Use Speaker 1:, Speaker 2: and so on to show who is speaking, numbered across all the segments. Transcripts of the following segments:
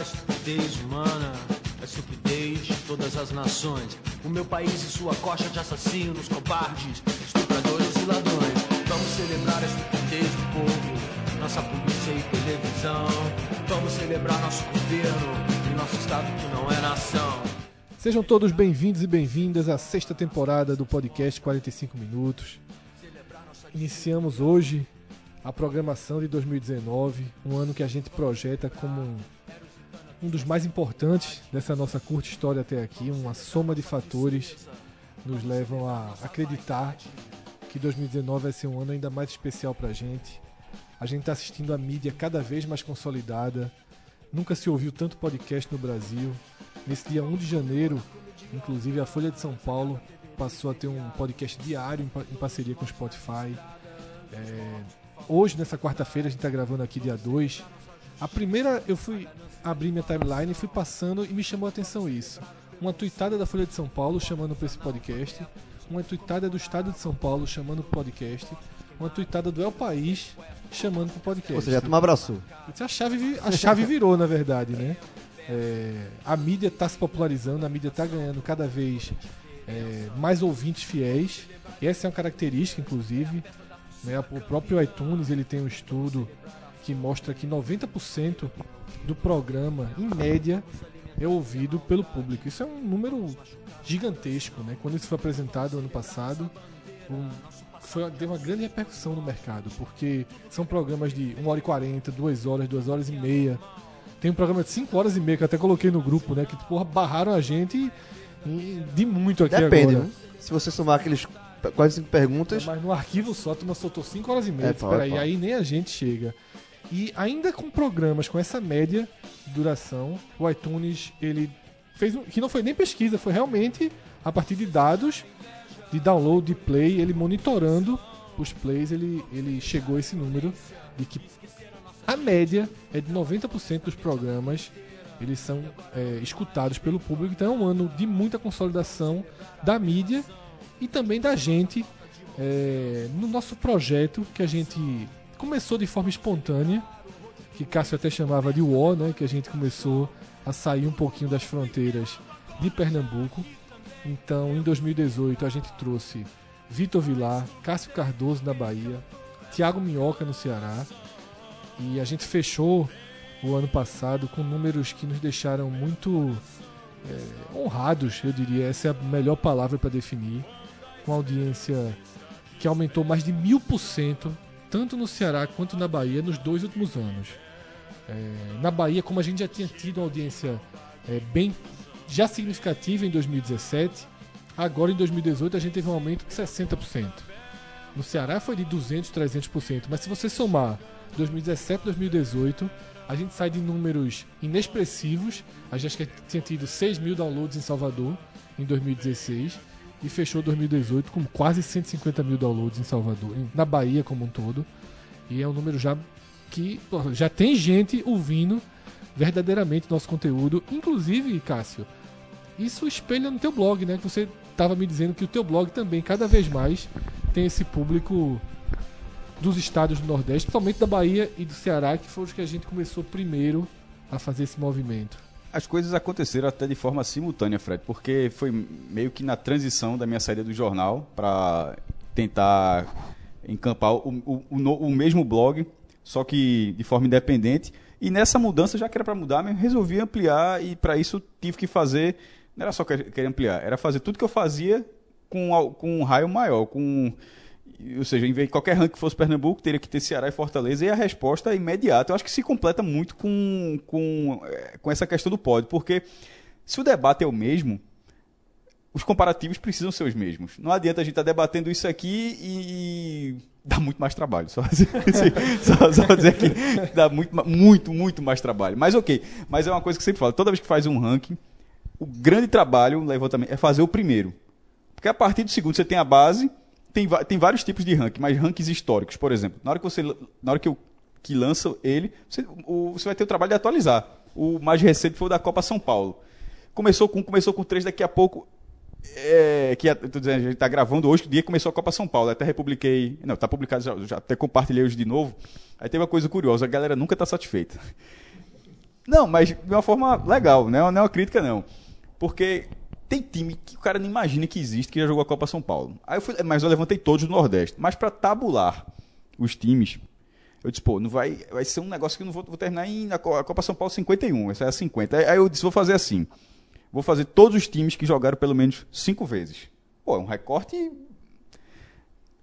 Speaker 1: estupidez humana, a estupidez de todas as nações. O meu país e sua coxa de assassinos, cobardes, estupradores e ladrões. Vamos celebrar a estupidez do povo, nossa polícia e televisão. Vamos celebrar nosso governo e nosso estado que não é nação.
Speaker 2: Sejam todos bem-vindos e bem-vindas à sexta temporada do podcast 45 Minutos. Iniciamos hoje a programação de 2019, um ano que a gente projeta como um, um dos mais importantes dessa nossa curta história até aqui. Uma soma de fatores nos levam a acreditar que 2019 vai ser um ano ainda mais especial para a gente. A gente está assistindo a mídia cada vez mais consolidada. Nunca se ouviu tanto podcast no Brasil. Nesse dia 1 de janeiro, inclusive a Folha de São Paulo passou a ter um podcast diário em pa- em parceria com o Spotify. É, hoje, nessa quarta-feira, a gente tá gravando aqui dia 2. A primeira, eu fui abrir minha timeline e fui passando e me chamou a atenção isso. Uma tuitada da Folha de São Paulo chamando para esse podcast. Uma tuitada do Estado de São Paulo chamando pro podcast. Uma tuitada do El País chamando pro podcast.
Speaker 3: Ou seja, é a turma abraçou.
Speaker 2: Isso, A chave, vi- a chave virou, na verdade, né? É, a mídia está se popularizando, a mídia está ganhando cada vez é, mais ouvintes fiéis. Essa é uma característica, inclusive. né? O próprio iTunes ele tem um estudo que mostra que 90% do programa, em média, é ouvido pelo público. Isso é um número gigantesco, né? Quando isso foi apresentado ano passado, um- foi, deu uma grande repercussão no mercado, porque são programas de 1 hora e 40, 2 horas, 2 horas e meia. Tem um programa de 5 horas e meia que eu até coloquei no grupo, né? Que porra, barraram a gente em- de muito aqui
Speaker 3: Depende,
Speaker 2: agora.
Speaker 3: né? Se você somar aqueles p- quase cinco perguntas,
Speaker 2: Mas no arquivo só, a turma soltou 5 horas e meia.
Speaker 3: É,
Speaker 2: Disse,
Speaker 3: pau, é,
Speaker 2: Peraí,
Speaker 3: pau."
Speaker 2: aí nem a gente chega. E ainda com programas com essa média de duração, o iTunes, ele fez um, que não foi nem pesquisa, foi realmente a partir de dados de download, de play, ele monitorando os plays, ele, ele chegou a esse número de que a média é de 90% dos programas eles são é, escutados pelo público. Então é um ano de muita consolidação da mídia e também da gente é, no nosso projeto que a gente começou de forma espontânea, que Cássio até chamava de UO, né, que a gente começou a sair um pouquinho das fronteiras de Pernambuco. Então, em 2018, a gente trouxe Vitor Vilar, Cássio Cardoso na Bahia, Tiago Minhoca no Ceará. E a gente fechou o ano passado com números que nos deixaram muito é, honrados, eu diria. Essa é a melhor palavra para definir. Com audiência que aumentou mais de mil por cento, tanto no Ceará quanto na Bahia, nos dois últimos anos. É, na Bahia, como a gente já tinha tido uma audiência é, bem já significativa em 2017, agora em 2018 a gente teve um aumento de 60%. No Ceará foi de 200, 300%, mas se você somar 2017, 2018, a gente sai de números inexpressivos. A gente acho que tinha tido 6 mil downloads em Salvador em 2016 e fechou 2018 com quase 150 mil downloads em Salvador, em- na Bahia como um todo. E é um número já que pô, já tem gente ouvindo verdadeiramente nosso conteúdo, inclusive, Cássio. Isso espelha no teu blog, né? Que você estava me dizendo que o teu blog também cada vez mais tem esse público dos estados do Nordeste, principalmente da Bahia e do Ceará, que foram os que a gente começou primeiro a fazer esse movimento.
Speaker 4: As coisas aconteceram até de forma simultânea, Fred, porque foi meio que na transição da minha saída do jornal para tentar encampar o, o- o no- o mesmo blog, só que de forma independente. E nessa mudança, já que era para mudar, mesmo, resolvi ampliar e para isso tive que fazer. Não era só que- querer ampliar, era fazer tudo que eu fazia com, al- com um raio maior, com ou seja, em vez de qualquer ranking que fosse Pernambuco, teria que ter Ceará e Fortaleza, e a resposta é imediata. Eu acho que se completa muito com, com, eh, com essa questão do pódio, porque se o debate é o mesmo, os comparativos precisam ser os mesmos. Não adianta a gente estar debatendo isso aqui e dá muito mais trabalho. Só, dizer- só- só dizer que dá muito, ma- muito, muito mais trabalho. Mas ok, mas é uma coisa que eu sempre falo. Toda vez que faz um ranking, o grande trabalho, o levantamento, é fazer o primeiro. Porque a partir do segundo você tem a base, tem, va- tem vários tipos de ranking, mas rankings históricos, por exemplo. Na hora que, você, na hora que, eu, que lança ele, você, o- você vai ter o trabalho de atualizar. O mais recente foi o da Copa São Paulo. Começou com um, começou com três, daqui a pouco. É, que a, eu tô dizendo, a gente está gravando hoje, o dia que começou a Copa São Paulo. Até republiquei. Não, está publicado, tá já, já até compartilhei hoje de novo. Aí teve uma coisa curiosa, a galera nunca está satisfeita Não, mas de uma forma legal, né? não é uma crítica, não. Porque tem time que o cara não imagina que existe, que já jogou a Copa São Paulo. Aí eu fui, mas eu levantei todos do Nordeste. Mas para tabular os times, eu disse, pô, não vai, vai ser um negócio que eu não vou, vou terminar em, na Co- a Copa São Paulo 51, essa é a 50. Aí- Aí eu disse, vou fazer assim. Vou fazer todos os times que jogaram pelo menos cinco vezes. Pô, é um recorte.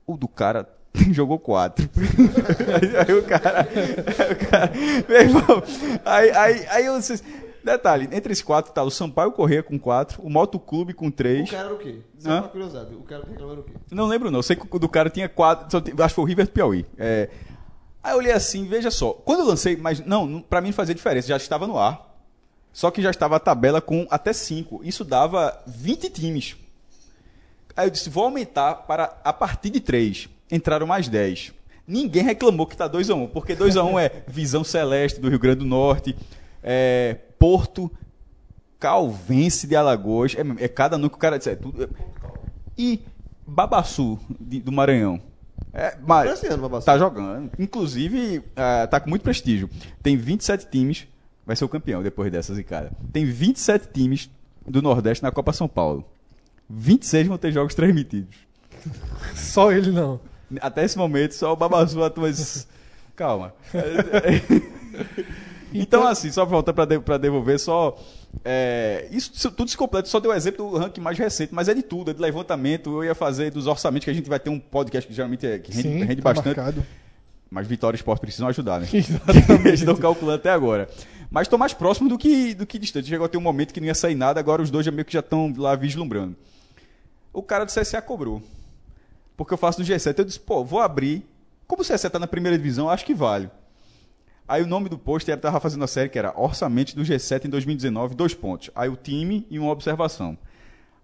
Speaker 4: O do cara jogou quatro. aí, aí o cara. Aí, o cara meu irmão, aí, aí, aí eu disse. Detalhe, entre esses quatro tá o Sampaio Corrêa com quatro, o Motoclube com
Speaker 5: O
Speaker 4: três.
Speaker 5: cara era o quê? Só
Speaker 4: Hã?
Speaker 5: uma curiosidade. O cara que reclamou era o quê?
Speaker 4: Não lembro, não. Sei que o do cara tinha quatro. só tem- Acho que foi o River do Piauí. É. Aí eu olhei assim, veja só. Quando eu lancei, mas não, não- pra mim não fazia diferença, já estava no ar. Só que já estava a tabela com até cinco. Isso dava 20 times. Aí eu disse, vou aumentar para a partir de 3. Entraram mais 10. Ninguém reclamou que tá 2x1, porque 2x1 é Visão Celeste do Rio Grande do Norte, é Porto Calvense de Alagoas. É, é cada nome que o cara disse. É tudo, é- e Babaçu de- do Maranhão. É, mas-
Speaker 5: Tá jogando, Babaçu.
Speaker 4: Tá jogando. Inclusive, ah, tá com muito prestígio. Tem 27 times. Vai ser o campeão depois dessas encadas. Tem 27 times do Nordeste na Copa São Paulo. 26 vão ter jogos transmitidos.
Speaker 2: Só ele não.
Speaker 4: Até esse momento, só o Babazu atua. esses- Calma. então, assim, só voltar pra de- pra devolver, só. é, isso, isso tudo se completa, só deu o exemplo do ranking mais recente, mas é de tudo, é de levantamento. Eu ia fazer dos orçamentos, que a gente vai ter um podcast que geralmente é, que rende,
Speaker 2: Sim,
Speaker 4: rende
Speaker 2: tá
Speaker 4: bastante.
Speaker 2: marcado.
Speaker 4: Mas Vitória e Sport precisam ajudar, né?
Speaker 2: Exatamente.
Speaker 4: Eles estão calculando até agora. Mas estão mais próximos do que, do que distante. Chegou a ter um momento que não ia sair nada, agora os dois já meio que já estão lá vislumbrando. O cara do CSA cobrou. Porque eu faço no G7. Eu disse, pô, vou abrir. Como o CSA está tá na primeira divisão, acho que vale. Aí o nome do post era, tava fazendo a série que era Orçamento do G7 em 2019, dois pontos. Aí o time e uma observação.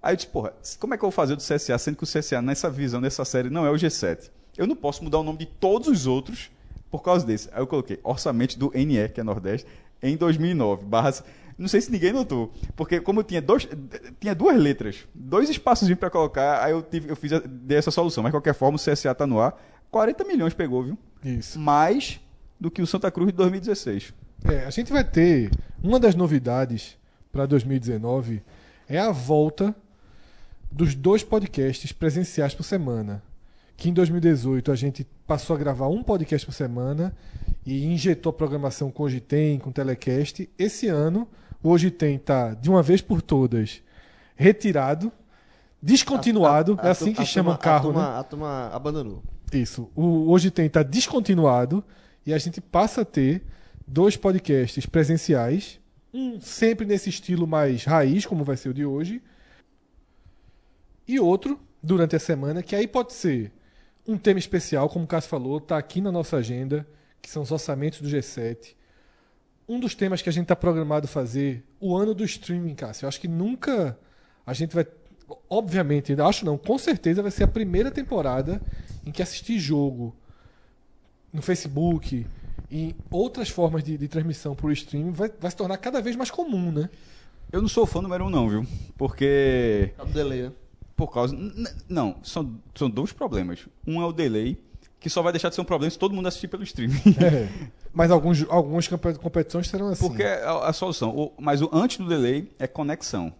Speaker 4: Aí eu disse, porra, como é que eu vou fazer o do CSA, sendo que o CSA, nessa visão, nessa série, não é o G7? Eu não posso mudar o nome de todos os outros por causa desse. Aí eu coloquei orçamento do NE, que é Nordeste, em 2009. Barras, não sei se ninguém notou, porque como eu tinha, dois, tinha duas letras, dois espaços para colocar, aí eu, tive, eu fiz a- dei essa solução. Mas, de qualquer forma, o CSA tá no ar. 40 milhões pegou, viu?
Speaker 2: Isso.
Speaker 4: Mais do que o Santa Cruz de 2016.
Speaker 2: É, a gente vai ter uma das novidades para 2019 é a volta dos dois podcasts presenciais por semana. Que em 2018 a gente passou a gravar um podcast por semana e injetou a programação com Hoje Tem, com Telecast. Esse ano, o Hoje Tem tá de uma vez por todas retirado, descontinuado, é assim que chama o carro,
Speaker 5: a
Speaker 2: né?
Speaker 5: turma, A turma abandonou.
Speaker 2: Isso. O Hoje Tem está descontinuado e a gente passa a ter dois podcasts presenciais, um sempre nesse estilo mais raiz, como vai ser o de hoje, e outro durante a semana, que aí pode ser um tema especial, como o Cássio falou, está aqui na nossa agenda, que são os orçamentos do G7. Um dos temas que a gente está programado fazer, o ano do streaming, Cássio. Eu acho que nunca a gente vai. Obviamente, ainda acho não, com certeza vai ser a primeira temporada em que assistir jogo no Facebook e outras formas de, de transmissão por streaming vai, vai se tornar cada vez mais comum, né?
Speaker 4: Eu não sou fã número um, não, viu? Porque
Speaker 5: Cabo né? Deleia.
Speaker 4: Por causa. n- n- Não, são, são dois problemas. Um é o delay, que só vai deixar de ser um problema se todo mundo assistir pelo streaming.
Speaker 2: É. Mas alguns, algumas campe- competições serão assim.
Speaker 4: Porque é a, a solução. O- mas o antes do delay é conexão.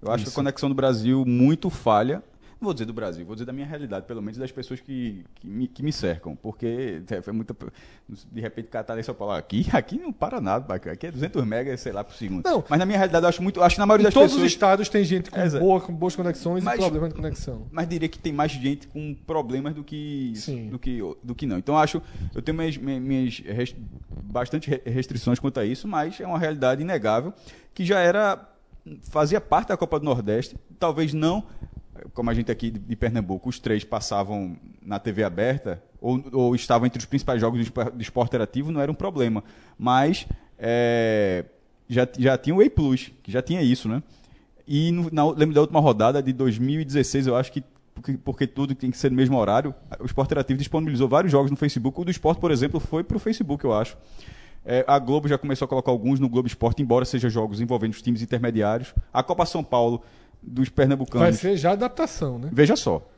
Speaker 4: Eu acho que
Speaker 2: Isso.
Speaker 4: a conexão do Brasil muito falha. Não vou dizer do Brasil, vou dizer da minha realidade, pelo menos das pessoas que, que, me, que me cercam. Porque é, foi muita. De repente, catar só falar "Ah, aqui, aqui não para nada, pá, aqui é 200 megas, sei lá, por segundo.
Speaker 2: Não.
Speaker 4: Mas na minha realidade, eu acho muito. eu Acho que na maioria
Speaker 2: Em
Speaker 4: das
Speaker 2: todos os
Speaker 4: pessoas.
Speaker 2: estados tem gente com,
Speaker 4: Exato.
Speaker 2: boa, com boas conexões
Speaker 4: Mas-
Speaker 2: e problema de conexão.
Speaker 4: mas diria que tem mais gente com problemas do que
Speaker 2: Sim.
Speaker 4: do que do que não. Então acho eu tenho minhas, minhas- minhas res- bastante re- restrições quanto a isso, mas é uma realidade inegável que já era fazia parte da Copa do Nordeste, talvez não como a gente aqui de- de Pernambuco, os três passavam na TV aberta ou, ou estavam entre os principais jogos do espa- do esporte interativo, não era um problema. Mas é, já, já tinha o A+, que já tinha isso, né? E no- na, lembro da última rodada de 2016, eu acho que porque, porque tudo tem que ser no mesmo horário, o Sport Interativo disponibilizou vários jogos no Facebook. O do Sport, por exemplo, foi pro Facebook, eu acho. É, a Globo já começou a colocar alguns no Globo Esporte, embora sejam jogos envolvendo os times intermediários. A Copa São Paulo dos
Speaker 2: Vai
Speaker 4: pernambucanos.
Speaker 2: ser já adaptação, né?
Speaker 4: Veja só.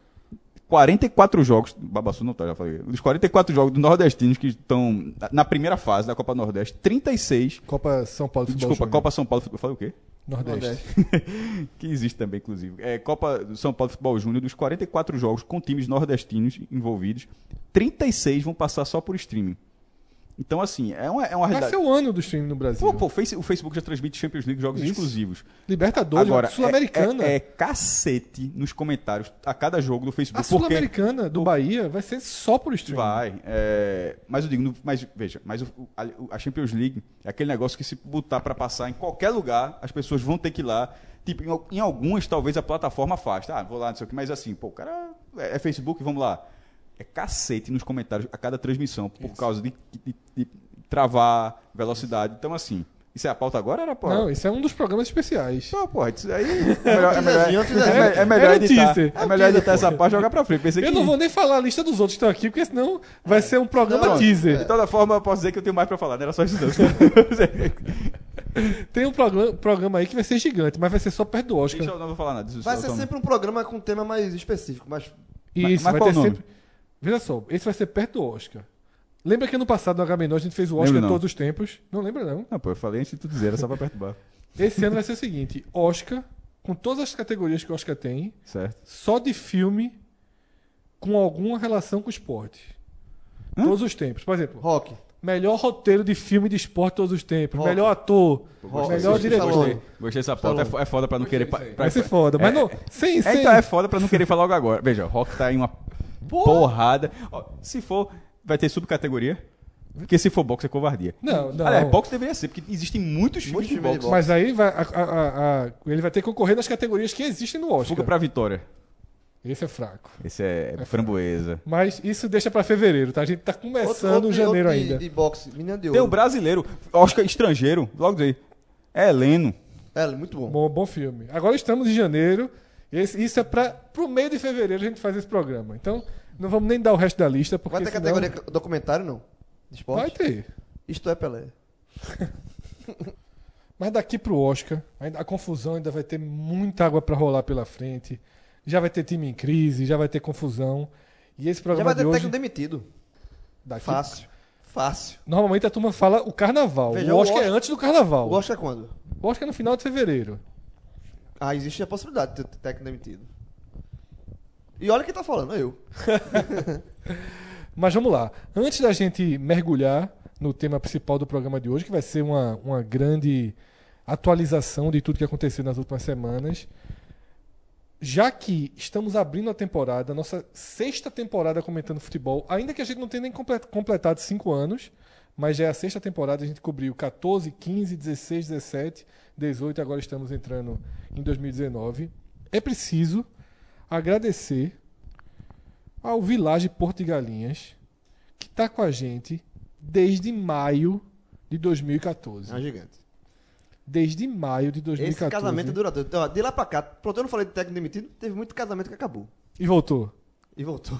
Speaker 4: 44 jogos, Babassu não tá, já falei. Dos 44 jogos do nordestinos que estão na primeira fase da Copa Nordeste, 36.
Speaker 2: Copa São Paulo de Futebol
Speaker 4: desculpa,
Speaker 2: Júnior.
Speaker 4: Copa São Paulo, eu falei o quê?
Speaker 2: Nordeste.
Speaker 4: que existe também, inclusive. É, Copa do São Paulo Futebol Júnior, dos 44 jogos com times nordestinos envolvidos, 36 vão passar só por streaming. Então, assim, é uma, é uma
Speaker 2: Vai ser
Speaker 4: realidade.
Speaker 2: o ano do streaming no Brasil.
Speaker 4: Pô, pô, o Face- o Facebook já transmite Champions League jogos
Speaker 2: Isso.
Speaker 4: exclusivos.
Speaker 2: Libertadores,
Speaker 4: Agora,
Speaker 2: Sul-Americana.
Speaker 4: É, é, é cacete nos comentários a cada jogo do
Speaker 2: a
Speaker 4: Facebook. porque
Speaker 2: Sul-Americana do Bahia vai ser só por streaming.
Speaker 4: vai. é, mas eu digo, no- mas veja, mas o- o- a, a Champions League é aquele negócio que se botar pra passar em qualquer lugar, as pessoas vão ter que ir lá. Tipo, em, al- em algumas talvez a plataforma afasta. Ah, vou lá, não sei o que, mas assim, pô, o cara é, é Facebook, vamos lá. É cacete nos comentários a cada transmissão, por causa de, de- de travar, velocidade. Então, assim, isso é a pauta agora, era, pô?
Speaker 2: Não, isso é um dos programas especiais.
Speaker 4: Pô, porra, isso aí é melhor, é melhor,
Speaker 3: teaserzinho, é um teaserzinho.
Speaker 4: é, é melhor
Speaker 2: Era um
Speaker 4: editar.
Speaker 2: teaser.
Speaker 4: É melhor editar essa parte e jogar pra frente. Pensei
Speaker 2: Eu
Speaker 4: é que, É.
Speaker 2: não vou nem falar a lista dos outros que estão aqui, porque senão vai ser um programa teaser.
Speaker 4: De toda forma, eu posso dizer que eu tenho mais pra falar, não era só isso não.
Speaker 2: Tem um programa, programa aí que vai ser gigante, mas vai ser só perto do Oscar.
Speaker 4: Deixa eu não vou falar nada disso.
Speaker 5: Vai
Speaker 4: só-
Speaker 5: ser
Speaker 4: só-
Speaker 5: sempre um programa com tema mais específico, mas
Speaker 4: Mas-
Speaker 2: Isso,
Speaker 4: mas
Speaker 2: vai
Speaker 4: qual
Speaker 2: ter
Speaker 4: o nome?
Speaker 2: sempre. Veja só, esse vai ser perto do Oscar. Lembra que ano passado no HB a gente fez o Oscar
Speaker 4: Lembro não.
Speaker 2: todos os tempos? Não lembra, não.
Speaker 4: Não, pô, eu falei antes de tu dizer, era só pra perturbar.
Speaker 2: Esse ano vai ser o seguinte: Oscar, com todas as categorias que o Oscar tem,
Speaker 4: Certo.
Speaker 2: só de filme com alguma relação com esporte.
Speaker 4: Hã?
Speaker 2: Todos os tempos. Por exemplo,
Speaker 5: rock.
Speaker 2: melhor roteiro de filme de esporte todos os tempos,
Speaker 5: Rock.
Speaker 2: melhor ator,
Speaker 5: Rock.
Speaker 2: melhor
Speaker 5: Gostei,
Speaker 2: diretor.
Speaker 5: gostei.
Speaker 4: Gostei dessa pauta, é fo- é foda pra não querer... pa- pra-
Speaker 2: Vai ser foda, mas
Speaker 4: É,
Speaker 2: não, sem,
Speaker 4: É,
Speaker 2: sem.
Speaker 4: então é foda pra não querer falar logo agora. Veja, rock tá em uma porrada. Ó, se for, vai ter subcategoria. Porque se for boxe é covardia.
Speaker 2: Não, não.
Speaker 4: Aliás, boxe deveria ser, porque existem muitos filmes
Speaker 5: Muitos
Speaker 4: de
Speaker 5: filmes de
Speaker 4: boxe.
Speaker 2: Mas aí vai, a- a- a- a- ele vai ter que concorrer nas categorias que existem no Oscar.
Speaker 4: Fuga pra vitória.
Speaker 2: Esse é fraco.
Speaker 4: Esse é, framboesa.
Speaker 2: Mas isso deixa pra fevereiro, tá? A gente tá começando
Speaker 5: Outro- outro-
Speaker 2: janeiro
Speaker 5: outro de-
Speaker 2: ainda.
Speaker 5: De boxe, menina de
Speaker 4: Tem o
Speaker 5: ouro.
Speaker 4: brasileiro, Oscar estrangeiro, logo daí. É Heleno.
Speaker 5: É, muito bom.
Speaker 2: Bom, bom filme. Agora estamos em janeiro. Esse- isso é para pro meio de fevereiro a gente faz esse programa. Então, não vamos nem dar o resto da lista porque
Speaker 5: Vai ter
Speaker 2: senão-
Speaker 5: categoria documentário, não? De esporte?
Speaker 2: Vai ter.
Speaker 5: Isto é Pelé.
Speaker 2: Mas daqui pro Oscar, ainda- a confusão ainda vai ter muita água pra rolar pela frente. Já vai ter time em crise, já vai ter confusão. E esse
Speaker 5: Já
Speaker 2: programa
Speaker 5: vai
Speaker 2: de
Speaker 5: ter
Speaker 2: hoje
Speaker 5: técnico demitido.
Speaker 2: daqui-
Speaker 5: Fácil. Fácil.
Speaker 2: Normalmente a turma fala o carnaval.
Speaker 5: Veja,
Speaker 2: o
Speaker 5: o
Speaker 2: Oscar é
Speaker 5: Oscar-
Speaker 2: antes do carnaval.
Speaker 5: O Oscar é quando?
Speaker 2: O Oscar é no final de fevereiro.
Speaker 5: Ah, existe a possibilidade de ter técnico demitido. E olha quem tá falando, é eu.
Speaker 2: Mas vamos lá. Antes da gente mergulhar no tema principal do programa de hoje, que vai ser uma, uma grande atualização de tudo que aconteceu nas últimas semanas, já que estamos abrindo a temporada, nossa sexta temporada comentando futebol, ainda que a gente não tenha nem comple- completado cinco anos, mas já é a sexta temporada, a gente cobriu 14, 15, 16, 17, 18, agora estamos entrando em 2019. É preciso agradecer ao Village Porto de Galinhas, que está com a gente desde maio de 2014.
Speaker 5: É um gigante.
Speaker 2: Desde maio de 2014.
Speaker 5: Esse casamento é duradouro. Então, ó, de lá pra cá, pronto, eu não falei de técnico demitido, teve muito casamento que acabou.
Speaker 2: E voltou.
Speaker 5: E voltou.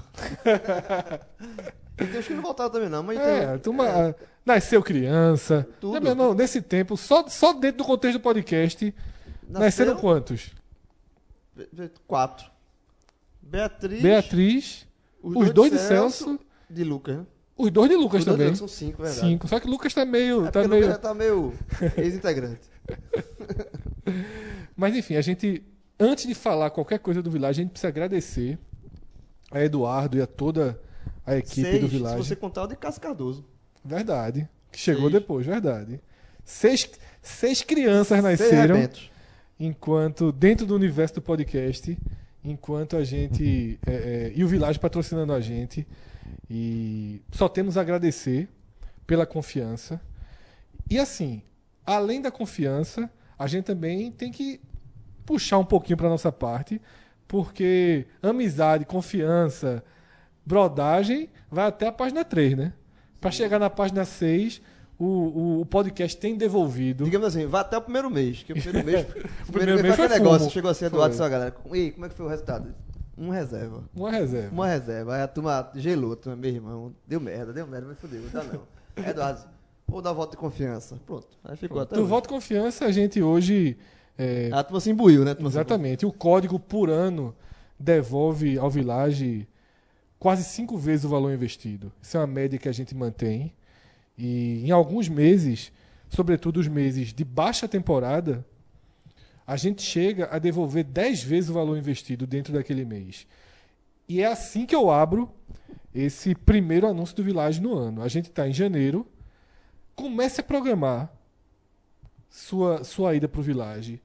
Speaker 5: e tem uns que não voltaram também, não, mas
Speaker 2: É, a
Speaker 5: tem. um-
Speaker 2: turma, ah, nasceu criança.
Speaker 5: Tudo.
Speaker 2: Né, meu irmão, nesse tempo, só, só dentro do contexto do podcast, nasceram quantos?
Speaker 5: Ve- ve- Quatro. Beatriz.
Speaker 2: Beatriz, os dois de Celso,
Speaker 5: De Lucas, né?
Speaker 2: os dois de Lucas
Speaker 5: Os dois de
Speaker 2: também.
Speaker 5: Lucas são cinco, verdade.
Speaker 2: Cinco. Só que Lucas tá meio.
Speaker 5: É
Speaker 2: tá
Speaker 5: porque
Speaker 2: meio...
Speaker 5: Lucas já tá meio ex-integrante.
Speaker 2: Mas enfim, a gente, antes de falar qualquer coisa do Village, a gente precisa agradecer a Eduardo e a toda a equipe
Speaker 5: Seis,
Speaker 2: do
Speaker 5: se
Speaker 2: Village.
Speaker 5: você contar é o de Cássio Cardoso.
Speaker 2: Verdade. Que chegou
Speaker 5: Seis.
Speaker 2: depois, verdade. Seis, seis crianças
Speaker 5: Seis
Speaker 2: nasceram
Speaker 5: arrebentos.
Speaker 2: enquanto dentro do universo do podcast, enquanto a gente é, é, e o Village patrocinando a gente e só temos a agradecer pela confiança e assim, além da confiança, a gente também tem que puxar um pouquinho para nossa parte, porque amizade, confiança, brodagem vai até a página 3, né? Para chegar na página 6, o, o, o podcast tem devolvido.
Speaker 5: Digamos assim, vai até o primeiro mês. Que o primeiro mês. o
Speaker 2: primeiro mês foi
Speaker 5: aquele negócio.
Speaker 2: fumo.
Speaker 5: Chegou assim, Eduardo,
Speaker 2: Foi.
Speaker 5: sua galera. com- Ei, como é que foi o resultado? Um reserva.
Speaker 2: Uma reserva.
Speaker 5: Uma reserva. Aí a turma gelou, a turma, meu irmão. Deu merda, deu merda, mas fudeu, não dá não. Aí Eduardo, vou dar voto de confiança. Pronto. Aí ficou até.
Speaker 2: Do
Speaker 5: hoje.
Speaker 2: Então, voto confiança, a gente hoje. é,
Speaker 5: Ah, A turma se imbuiu, né? A turma se
Speaker 2: exatamente. O código por ano devolve ao Village quase cinco vezes o valor investido. Isso é uma média que a gente mantém. E em alguns meses, sobretudo os meses de baixa temporada, a gente chega a devolver 10 vezes o valor investido dentro daquele mês. E é assim que eu abro esse primeiro anúncio do Village no ano. A gente está em janeiro. Comece a programar sua, sua ida para o Village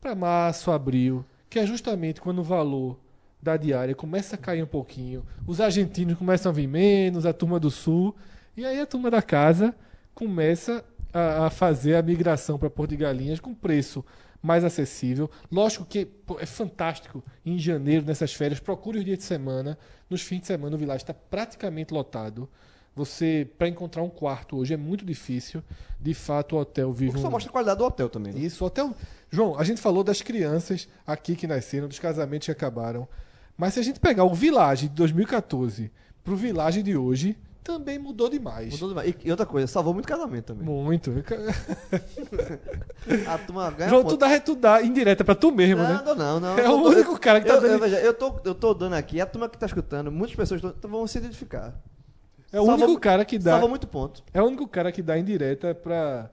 Speaker 2: para março, abril, que é justamente quando o valor da diária começa a cair um pouquinho, os argentinos começam a vir menos, a turma do sul, e aí a turma da casa começa a, a fazer a migração para Porto de Galinhas com preço mais acessível. Lógico que pô, é fantástico em janeiro, nessas férias, procure os dias de semana. Nos fins de semana o vilarejo está praticamente lotado. Você, para encontrar um quarto hoje é muito difícil. De fato, o hotel
Speaker 5: O
Speaker 2: vive
Speaker 5: que só
Speaker 2: um-
Speaker 5: mostra a qualidade do hotel também. né?
Speaker 2: isso, até o... João, a gente falou das crianças aqui que nasceram, dos casamentos que acabaram. Mas se a gente pegar o Village de 2014 pro Village de hoje, também mudou demais.
Speaker 5: Mudou demais. E, e outra coisa, salvou muito casamento também.
Speaker 2: Muito.
Speaker 5: A turma ganha
Speaker 2: João,
Speaker 5: ponto.
Speaker 2: tu dá, tu dá indireta pra tu mesmo,
Speaker 5: É, não,
Speaker 2: né?
Speaker 5: não, não, não.
Speaker 2: É
Speaker 5: Eu
Speaker 2: o
Speaker 5: tô-
Speaker 2: único cara que tá
Speaker 5: eu,
Speaker 2: dando-
Speaker 5: Eu, veja, eu, tô, eu tô dando aqui, a turma que tá escutando, muitas pessoas tão- tão- vão se identificar.
Speaker 2: É o
Speaker 5: Salva-
Speaker 2: único cara que dá.
Speaker 5: Salva muito ponto.
Speaker 2: É o único cara que dá indireta pra,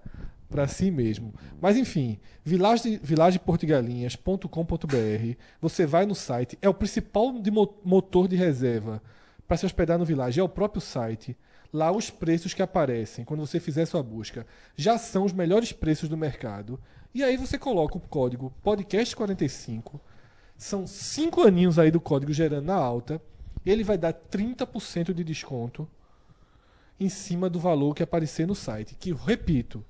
Speaker 2: pra si mesmo. Mas enfim, vilage- vilageportugalinhas.com.br. Você vai no site, é o principal de mo- motor de reserva para se hospedar no Village, é o próprio site. Lá os preços que aparecem quando você fizer sua busca já são os melhores preços do mercado. E aí você coloca o código podcast45. São cinco aninhos aí do código gerando na alta. Ele vai dar 30% de desconto em cima do valor que aparecer no site. Que, repito,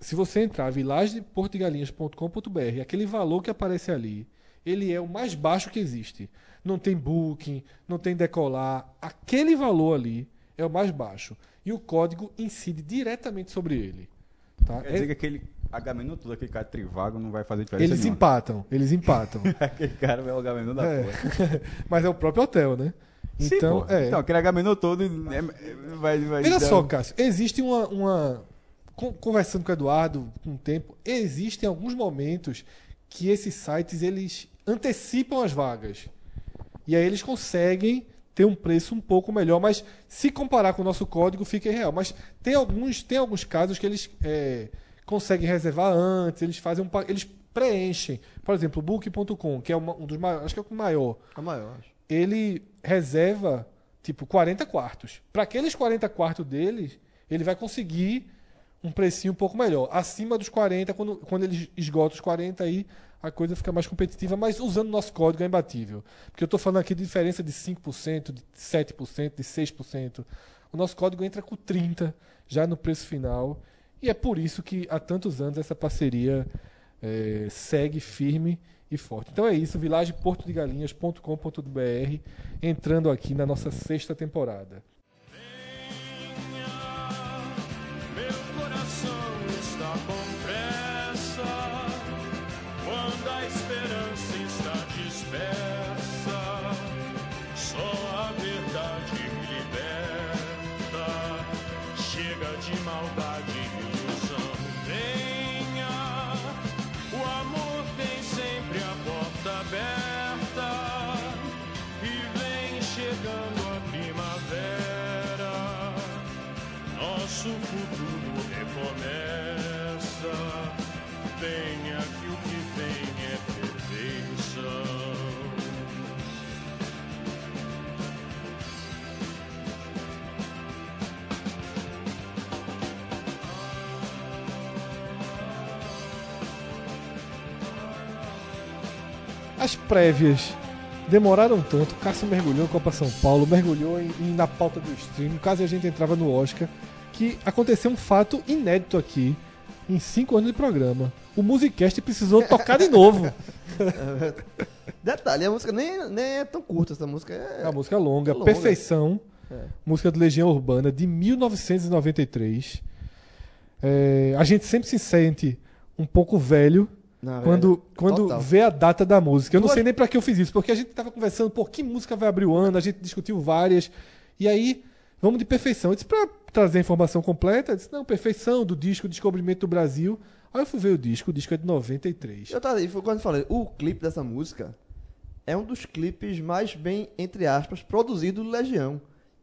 Speaker 2: se você entrar vilageportugalinhas.com.br, aquele valor que aparece ali, ele é o mais baixo que existe. Não tem booking, não tem decolar. Aquele valor ali é o mais baixo. E o código incide diretamente sobre ele. Tá? É,
Speaker 4: Quer dizer que aquele H-Menu todo, aquele cara trivago, não vai fazer diferença
Speaker 2: Eles
Speaker 4: nenhuma.
Speaker 2: empatam, eles empatam.
Speaker 4: Aquele cara vai o H-Menu da
Speaker 2: É.
Speaker 4: porra.
Speaker 2: Mas é o próprio hotel, né? Então,
Speaker 4: Sim, pô.
Speaker 2: é.
Speaker 4: então aquele H-Menu todo é, é, vai, vai
Speaker 2: Veja
Speaker 4: dar-
Speaker 2: só, Cássio, existe uma, uma- con- Conversando com o Eduardo um tempo, existem alguns momentos que esses sites eles antecipam as vagas. E aí eles conseguem ter um preço um pouco melhor, mas se comparar com o nosso código fica real. Mas tem alguns, tem alguns casos que eles é, conseguem reservar antes, eles fazem um, pa- eles preenchem. Por exemplo, o book.com, que é uma- um dos maiores, acho que é o maior
Speaker 5: A maior, acho.
Speaker 2: ele reserva tipo 40 quartos. Para aqueles 40 quartos dele, ele vai conseguir um precinho um pouco melhor. Acima dos 40, quando, quando ele esgota os 40 aí, a coisa fica mais competitiva, mas usando o nosso código é imbatível. Porque eu estou falando aqui de diferença de 5%, de 7%, de 6%. O nosso código entra com 30 já no preço final. E é por isso que há tantos anos essa parceria eh, segue firme e forte. Então é isso, vilageportodegalinhas.com.br, entrando aqui na nossa sexta temporada.
Speaker 1: Meu coração está com pressa quando a esperança está dispersa. Só a verdade me liberta. Chega de maldade e ilusão. Venha, o amor tem sempre a porta aberta. E vem chegando a primavera. Nosso futuro recomeça. Venha que o que vem é perfeição.
Speaker 2: As prévias demoraram tanto, Cássio mergulhou em Copa São Paulo, mergulhou em, em- na pauta do stream, caso a gente entrava no Oscar, que aconteceu um fato inédito aqui, em cinco anos de programa. O Musicast precisou tocar de novo.
Speaker 5: Detalhe, a música nem, nem é tão curta, essa música é.
Speaker 2: É uma música longa,
Speaker 5: Longa.
Speaker 2: Perfeição,
Speaker 5: É.
Speaker 2: música do Legião Urbana de 1993. É, a gente sempre se sente um pouco velho
Speaker 5: Na
Speaker 2: quando,
Speaker 5: verdade,
Speaker 2: quando
Speaker 5: Ah, é total.
Speaker 2: vê a data da música. Eu não
Speaker 5: Duas-
Speaker 2: sei nem pra que eu fiz isso, porque a gente tava conversando, pô, que música vai abrir o ano, a gente discutiu várias. E aí, vamos de perfeição. Eu disse, pra trazer a informação completa, eu disse, não, perfeição do disco Descobrimento do Brasil. Aí eu fui ver o disco, o disco é de 93.
Speaker 5: Eu tava aí, foi quando eu falei, o clipe dessa música é um dos clipes mais bem, entre aspas, produzido do Legião.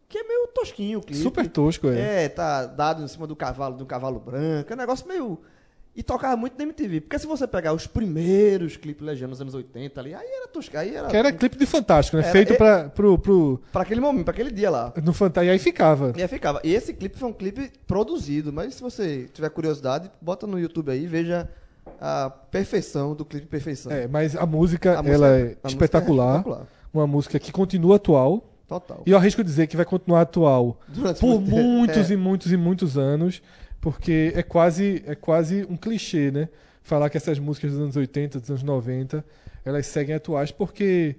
Speaker 5: Que é meio tosquinho o clipe.
Speaker 2: Super tosco, é.
Speaker 5: É, tá dado em cima do cavalo, de um cavalo branco. É um negócio meio. E tocava muito na MTV. Porque se você pegar os primeiros clipes Legião nos anos 80 ali, aí era tosca, aí era.
Speaker 2: Que era clipe de Fantástico, né?
Speaker 5: assim. Era-
Speaker 2: Feito pra, pro, pro,
Speaker 5: Pra aquele momento, pra aquele dia lá.
Speaker 2: no Fantástico. E aí ficava.
Speaker 5: E aí ficava. E esse clipe foi um clipe produzido, mas se você tiver curiosidade, bota no YouTube aí e veja a perfeição do clipe Perfeição.
Speaker 2: É, mas a música,
Speaker 5: A música-
Speaker 2: ela
Speaker 5: a
Speaker 2: é
Speaker 5: música é
Speaker 2: espetacular.
Speaker 5: espetacular.
Speaker 2: Uma música que continua atual.
Speaker 5: Total.
Speaker 2: E eu arrisco dizer que vai continuar atual
Speaker 5: Durante
Speaker 2: por
Speaker 5: muito tempo,
Speaker 2: muitos
Speaker 5: é.
Speaker 2: e muitos e muitos anos, porque é quase, é quase um clichê, né? Falar que essas músicas dos anos 80, dos anos 90, elas seguem atuais porque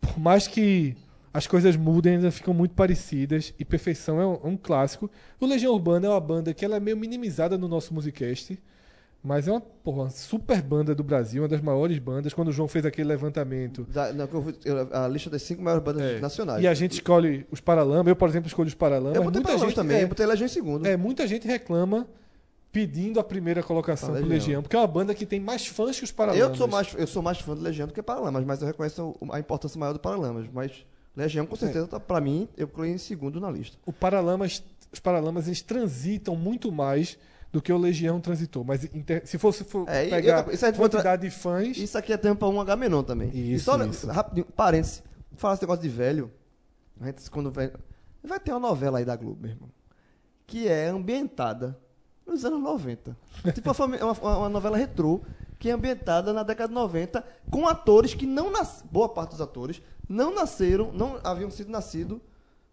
Speaker 2: por mais que as coisas mudem, ainda ficam muito parecidas e Perfeição é um, é um clássico. O Legião Urbana é uma banda que ela é meio minimizada no nosso musicast, mas é uma, porra, uma super banda do Brasil, uma das maiores bandas. Quando o João fez aquele levantamento
Speaker 5: Da- É, não, que eu fui- eu- a lista das cinco maiores bandas
Speaker 2: É.
Speaker 5: nacionais.
Speaker 2: E a gente escolhe os Paralamas. Eu, por exemplo, escolho os Paralamas.
Speaker 5: Eu botei
Speaker 2: muita
Speaker 5: pra
Speaker 2: gente
Speaker 5: gente também, eu
Speaker 2: É,
Speaker 5: botei Legião em segundo.
Speaker 2: é, muita gente reclama pedindo a primeira colocação
Speaker 5: Ah,
Speaker 2: pro
Speaker 5: Legião.
Speaker 2: Legião, porque é uma banda que tem mais fãs que os Paralamas.
Speaker 5: eu, sou mais, eu sou mais fã do Legião do que Paralamas, mas eu reconheço o- a importância maior do Paralamas. Mas Legião,
Speaker 2: É.
Speaker 5: com certeza, tá, pra mim, eu coloquei em segundo na lista.
Speaker 2: O Paralamas, os Paralamas, eles transitam muito mais do que o Legião transitou. Mas inter- se fosse for
Speaker 5: É, e- e
Speaker 2: pegar
Speaker 5: outra- isso aí foi outra-
Speaker 2: quantidade de fãs,
Speaker 5: Isso aqui é tempo pra um H-Menon também.
Speaker 2: Isso,
Speaker 5: e só
Speaker 2: isso.
Speaker 5: rapidinho, parênteses. Falar esse negócio de velho. A gente, quando vai, vai ter uma novela aí da Globo, meu irmão. Que é ambientada nos anos 90. tipo uma, fami- uma- uma- uma novela retrô que é ambientada na década de 90 com atores que não nasceram. Boa parte dos atores não nasceram, não haviam sido nascido.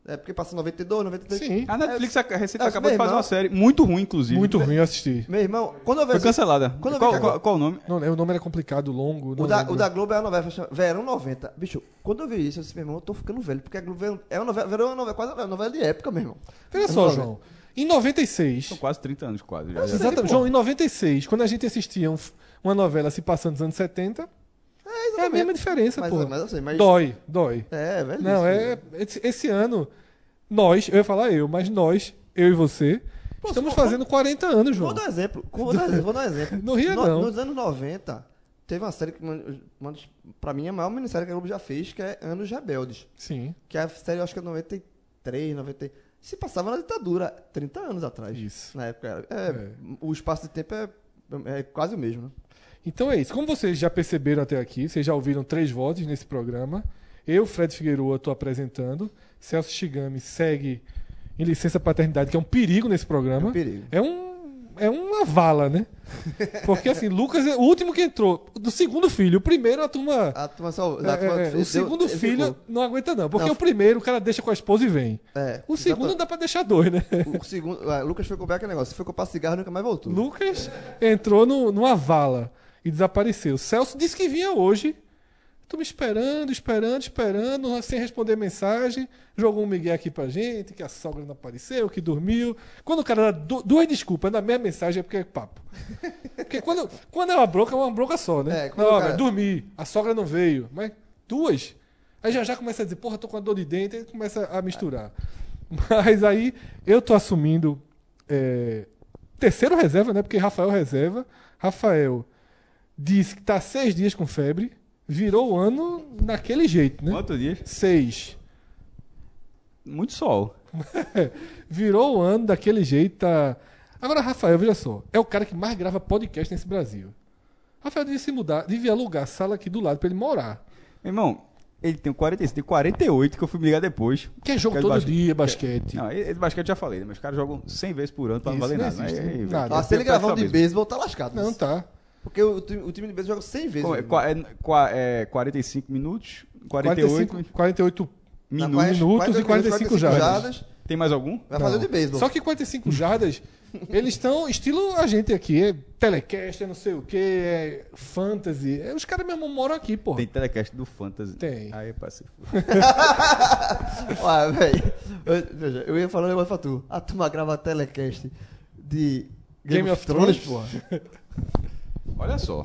Speaker 5: É porque passa em 92, 93.
Speaker 2: sim,
Speaker 4: A Netflix ac- recente
Speaker 5: é,
Speaker 4: acabou
Speaker 5: meu
Speaker 4: de fazer
Speaker 5: irmão.
Speaker 4: uma série muito ruim, inclusive.
Speaker 2: muito ruim eu assistir.
Speaker 5: Meu irmão, quando eu vejo.
Speaker 4: Foi cancelada.
Speaker 5: Quando eu
Speaker 4: qual,
Speaker 5: vi que
Speaker 4: qual-
Speaker 5: agora-
Speaker 4: qual o nome?
Speaker 2: Não, o nome era complicado, longo. não
Speaker 5: O da,
Speaker 2: lembro.
Speaker 5: o da Globo é uma novela chamada Verão 90. Bicho, quando eu vi isso, eu disse, meu irmão, eu tô ficando velho, porque a Globo é- é uma novela, Verão é uma novela, quase uma novela de época, meu irmão. É
Speaker 2: Olha
Speaker 5: Não
Speaker 2: só,
Speaker 5: lembro.
Speaker 2: João. Em 96,
Speaker 4: São quase 30 anos, quase. Já, já.
Speaker 2: Exatamente. João, em 96, quando a gente assistia um f- uma novela se passando nos anos 70, é, a mesma diferença,
Speaker 5: Mas,
Speaker 2: pô.
Speaker 5: mas assim, mas...
Speaker 2: Dói, dói.
Speaker 5: É, velho.
Speaker 2: Não, é. Esse, esse ano, nós, eu ia falar eu, mas nós, eu e você, estamos fazendo 40 anos,
Speaker 5: Vou
Speaker 2: João.
Speaker 5: dar um exemplo, vou dar, vou dar um exemplo.
Speaker 2: Não ria, não.
Speaker 5: Nos anos 90, teve uma série que, uma, uma das- pra mim, é a maior minissérie que a Globo já fez, que é Anos Rebeldes.
Speaker 2: Sim,
Speaker 5: Que é a série, eu acho que é 93, 90. Se passava na ditadura, 30 anos atrás.
Speaker 2: isso.
Speaker 5: Na época era. é,
Speaker 2: É.
Speaker 5: O espaço de tempo é, é quase o mesmo, né?
Speaker 2: Então é isso. Como vocês já perceberam até aqui, vocês já ouviram três vozes nesse programa. Eu, Fred Figueroa, estou apresentando. Celso Shigami segue em licença paternidade, que é um perigo nesse programa.
Speaker 5: É um perigo.
Speaker 2: É um é uma vala, né? Porque assim, Lucas é o último que entrou do segundo filho. O primeiro a turma
Speaker 5: A turma só.
Speaker 2: é, é, o segundo filho não aguenta não, porque
Speaker 5: Não. É,
Speaker 2: o primeiro o cara deixa com a esposa e vem. O segundo não dá pra deixar dois, né?
Speaker 5: O segundo. ah, Lucas foi comprar aquele negócio. Foi comprar cigarro e nunca mais voltou.
Speaker 2: Lucas entrou no- numa vala e desapareceu. Celso disse que vinha hoje. Tô me esperando, esperando, esperando, sem responder mensagem. Jogou um migué aqui pra gente, que a sogra não apareceu, que dormiu. Quando o cara dá du- duas desculpas na mesma mensagem é porque é papo. Porque quando, quando é uma bronca, é uma bronca só, né?
Speaker 5: É, quando
Speaker 2: não,
Speaker 5: o
Speaker 2: olha,
Speaker 5: cara-
Speaker 2: dormi, a sogra não veio. Mas duas. Aí já já começa a dizer, porra, tô com a dor de dente, e começa a misturar. Mas aí eu tô assumindo é, terceiro reserva, né? Porque Rafael reserva. Rafael disse que tá seis dias com febre, virou o ano naquele jeito, né?
Speaker 4: Quantos dias?
Speaker 2: Seis.
Speaker 4: Muito sol.
Speaker 2: É, Virou o ano daquele jeito. Tá... Agora, Rafael, veja só. É o cara que mais grava podcast nesse Brasil. Rafael devia se mudar, devia alugar a sala aqui do lado pra ele morar.
Speaker 4: Meu irmão, ele tem 45, tem 48 que eu fui me ligar depois.
Speaker 2: Que é jogo
Speaker 4: Quer
Speaker 2: todo
Speaker 4: basque-
Speaker 2: dia, basquete.
Speaker 4: Não, esse basquete eu já falei, né? Mas os caras jogam 100 vezes por ano pra não
Speaker 2: Isso
Speaker 4: valer
Speaker 2: não
Speaker 4: nada. né? É
Speaker 2: existe,
Speaker 4: Aí, velho,
Speaker 2: nada.
Speaker 4: tem
Speaker 5: Ah,
Speaker 4: que
Speaker 5: se ele
Speaker 4: pensar
Speaker 5: gravar um de
Speaker 4: mesmo.
Speaker 5: beisebol, tá
Speaker 4: é
Speaker 5: lascado.
Speaker 2: Não,
Speaker 5: Isso.
Speaker 2: tá.
Speaker 5: Porque o, time- o time de beisebol joga 100 vezes.
Speaker 4: Como é?
Speaker 5: meu irmão.
Speaker 4: Qua- é, qua- é 45 minutos, 48
Speaker 2: 45, 48
Speaker 5: Na
Speaker 4: minutos.
Speaker 5: quarenta-
Speaker 2: minutos e 45 jardas.
Speaker 4: Tem mais algum?
Speaker 2: Não.
Speaker 5: Vai fazer o de beisebol.
Speaker 2: Só que 45 jardas, eles estão estilo a gente aqui. É telecast, é não sei o que, é fantasy. É, os caras mesmo moram aqui, pô.
Speaker 4: Tem telecast do Fantasy.
Speaker 2: Tem.
Speaker 4: Aí, parceiro.
Speaker 5: Ah, velho. Eu- Veja, eu ia falar um negócio pra tu. A turma grava telecast de
Speaker 2: Game of Thrones,
Speaker 5: porra.
Speaker 4: Olha só.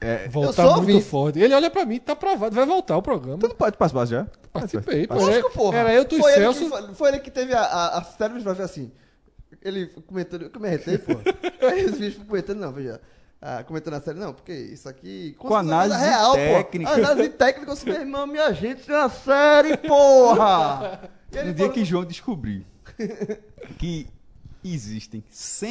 Speaker 4: É,
Speaker 5: Eu
Speaker 2: Voltar
Speaker 5: sou
Speaker 2: muito
Speaker 5: ouvinte.
Speaker 2: forte. Ele olha pra mim, tá provado, vai voltar o programa.
Speaker 4: tu não pode participar já?
Speaker 2: Participei, pô.
Speaker 5: Lógico,
Speaker 2: Era-
Speaker 5: porra.
Speaker 2: Era eu, tu e
Speaker 5: foi ele
Speaker 2: Celso.
Speaker 5: que, foi, foi ele que teve a, a, a série dos brasileiros, assim. Ele comentando. Eu que me arretei, porra. Aí os bichos comentando, não, veja. ah, comentando a série, não, porque isso aqui.
Speaker 4: Com análise
Speaker 5: certeza é real,
Speaker 4: técnica.
Speaker 5: Pô. Análise técnica, eu disse, meu irmão, minha gente, isso é uma série, porra! E ele
Speaker 4: No dia
Speaker 5: falou-
Speaker 4: que João descobriu que existem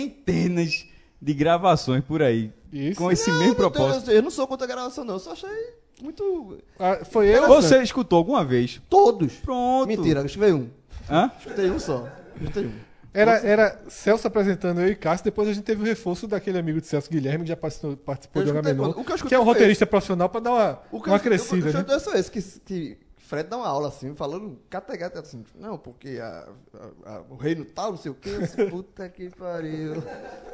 Speaker 4: centenas de gravações por aí
Speaker 2: Isso.
Speaker 4: com esse
Speaker 5: Não,
Speaker 4: mesmo
Speaker 5: não tenho-
Speaker 4: propósito.
Speaker 5: Eu, não sou contra a gravação, não. Eu só achei muito.
Speaker 2: Ah, foi eu.
Speaker 4: Você escutou alguma vez?
Speaker 5: Todos.
Speaker 4: Pronto.
Speaker 5: Mentira, eu escutei um.
Speaker 4: Hã?
Speaker 5: Escutei um só. Escutei um.
Speaker 2: Era, era Celso apresentando eu e Cássio, depois a gente teve o reforço daquele amigo de Celso Guilherme, que já participou, participou
Speaker 5: Eu
Speaker 2: do
Speaker 5: escutei
Speaker 2: Agamenon,
Speaker 5: quando- o que eu
Speaker 2: que,
Speaker 5: escutei
Speaker 2: é um
Speaker 5: foi
Speaker 2: roteirista profissional pra dar uma,
Speaker 5: O que
Speaker 2: uma
Speaker 5: eu-
Speaker 2: crescida,
Speaker 5: o que eu
Speaker 2: né?
Speaker 5: escutei é só esse, que, que Fred dá uma aula assim, falando categórico assim, não, porque a- a- a- o reino tal, não sei o quê, eu disse, puta que pariu.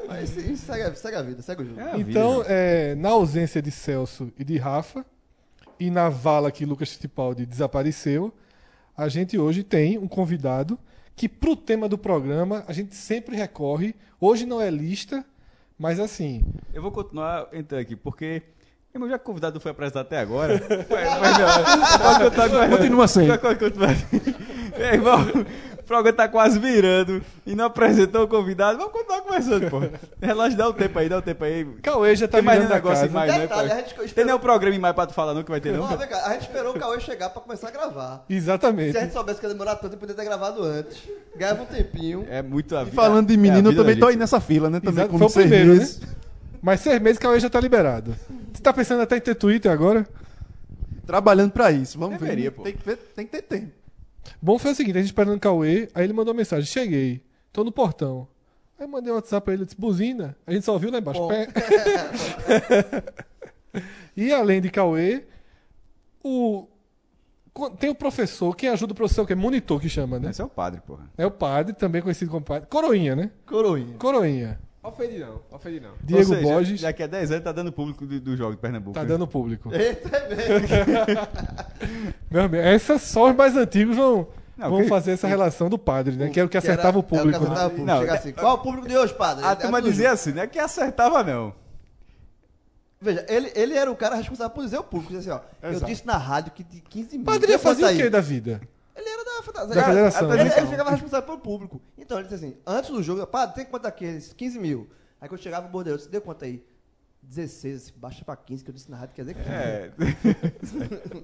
Speaker 5: Mas isso- isso segue, a- segue a vida, segue o jogo.
Speaker 4: É. Maravilha.
Speaker 2: Então, é, na ausência de Celso e de Rafa, e na vala que Lucas Fittipaldi desapareceu, a gente hoje tem um convidado que, pro tema do programa, a gente sempre recorre. Hoje não é lista, mas assim,
Speaker 4: Eu vou continuar entrando aqui, porque. Meu irmão, já que o convidado foi apresentado até agora. Mas, mas, não, pode continuar, mas-
Speaker 2: Continua
Speaker 6: assim.
Speaker 2: sem.
Speaker 4: Já pode continuar. assim. Meu irmão, o programa tá quase virando e não apresentou o convidado. Vamos continuar conversando, pô. Relaxa, dá o tempo aí, dá o tempo aí.
Speaker 2: Cauê já tá
Speaker 4: Tem mais
Speaker 2: virando
Speaker 5: um
Speaker 4: nenhum
Speaker 2: da casa.
Speaker 4: negócio em mais, né?
Speaker 5: Detalhe,
Speaker 4: pô?
Speaker 5: a gente ficou
Speaker 4: Tem
Speaker 5: esperando-
Speaker 4: nenhum programa em mais pra tu falar, não, que vai ter, não?
Speaker 5: Não, vem cá, a gente esperou o Cauê chegar pra começar a gravar.
Speaker 2: Exatamente.
Speaker 5: Se a gente soubesse que ia demorar tanto, eu poderia ter gravado antes. Ganhava um tempinho.
Speaker 4: É muito a vida.
Speaker 6: Falando de
Speaker 4: é a vida
Speaker 6: menino, eu também
Speaker 4: da
Speaker 6: tô aí
Speaker 4: gente.
Speaker 6: nessa fila, né? Também
Speaker 2: Exato,
Speaker 6: como
Speaker 2: foi o
Speaker 6: seis
Speaker 2: primeiro,
Speaker 6: meses.
Speaker 2: Mas seis meses Cauê já tá liberado. Você tá pensando até em ter Twitter agora?
Speaker 6: Trabalhando pra isso. Vamos
Speaker 4: Deveria,
Speaker 6: ver.
Speaker 4: pô.
Speaker 6: Tem, que ver- tem que ter tempo.
Speaker 2: Bom foi o seguinte, a gente esperando o Cauê, aí ele mandou uma mensagem, cheguei, tô no portão. Aí eu mandei um WhatsApp pra ele, ele disse, buzina, a gente só viu lá embaixo.
Speaker 5: Bom.
Speaker 2: Pé. e além de Cauê, o... co- tem o professor, quem ajuda o professor, que é monitor que chama, né?
Speaker 4: Esse é o padre, porra.
Speaker 2: É o padre, também conhecido como padre. Coroinha, né?
Speaker 5: Coroinha.
Speaker 2: Coroinha.
Speaker 7: Ofende não, ofende não.
Speaker 2: Diego
Speaker 4: Ou seja,
Speaker 2: Borges
Speaker 4: Daqui a 10 anos tá dando público do, do jogo de Pernambuco.
Speaker 2: tá
Speaker 4: né?
Speaker 2: dando público.
Speaker 5: Eita, é mesmo.
Speaker 2: Meu amigo, essas só os mais antigos vão,
Speaker 4: Não,
Speaker 2: vão
Speaker 4: que-
Speaker 2: fazer essa relação do padre, né? Que é o que acertava
Speaker 5: era-
Speaker 2: o público.
Speaker 5: É o que acertava
Speaker 2: né?
Speaker 5: o público.
Speaker 4: Não,
Speaker 5: Chega
Speaker 4: é-
Speaker 5: assim, qual é o público de hoje, padre?
Speaker 4: A
Speaker 5: É
Speaker 4: turma
Speaker 5: tudo
Speaker 4: dizia assim, não é que acertava, não.
Speaker 5: Veja, ele, ele era o cara responsável por dizer o público. Dizia assim, ó, eu disse na rádio que de 15 mil.
Speaker 2: Padre ia
Speaker 5: Depois
Speaker 2: fazer o
Speaker 5: daí,
Speaker 2: quê da vida?
Speaker 5: Ele era da fantasia.
Speaker 2: Da federação,
Speaker 5: Ele,
Speaker 2: né?
Speaker 5: ele ficava responsável pelo público. Então ele disse assim: antes do jogo, pá, tem quanto aqui? Ele disse, 15 mil. Aí quando chegava o bordeiro, disse, deu quanto aí? 16, eu disse, baixa pra 15, que eu disse na rádio, quer dizer que.
Speaker 4: É.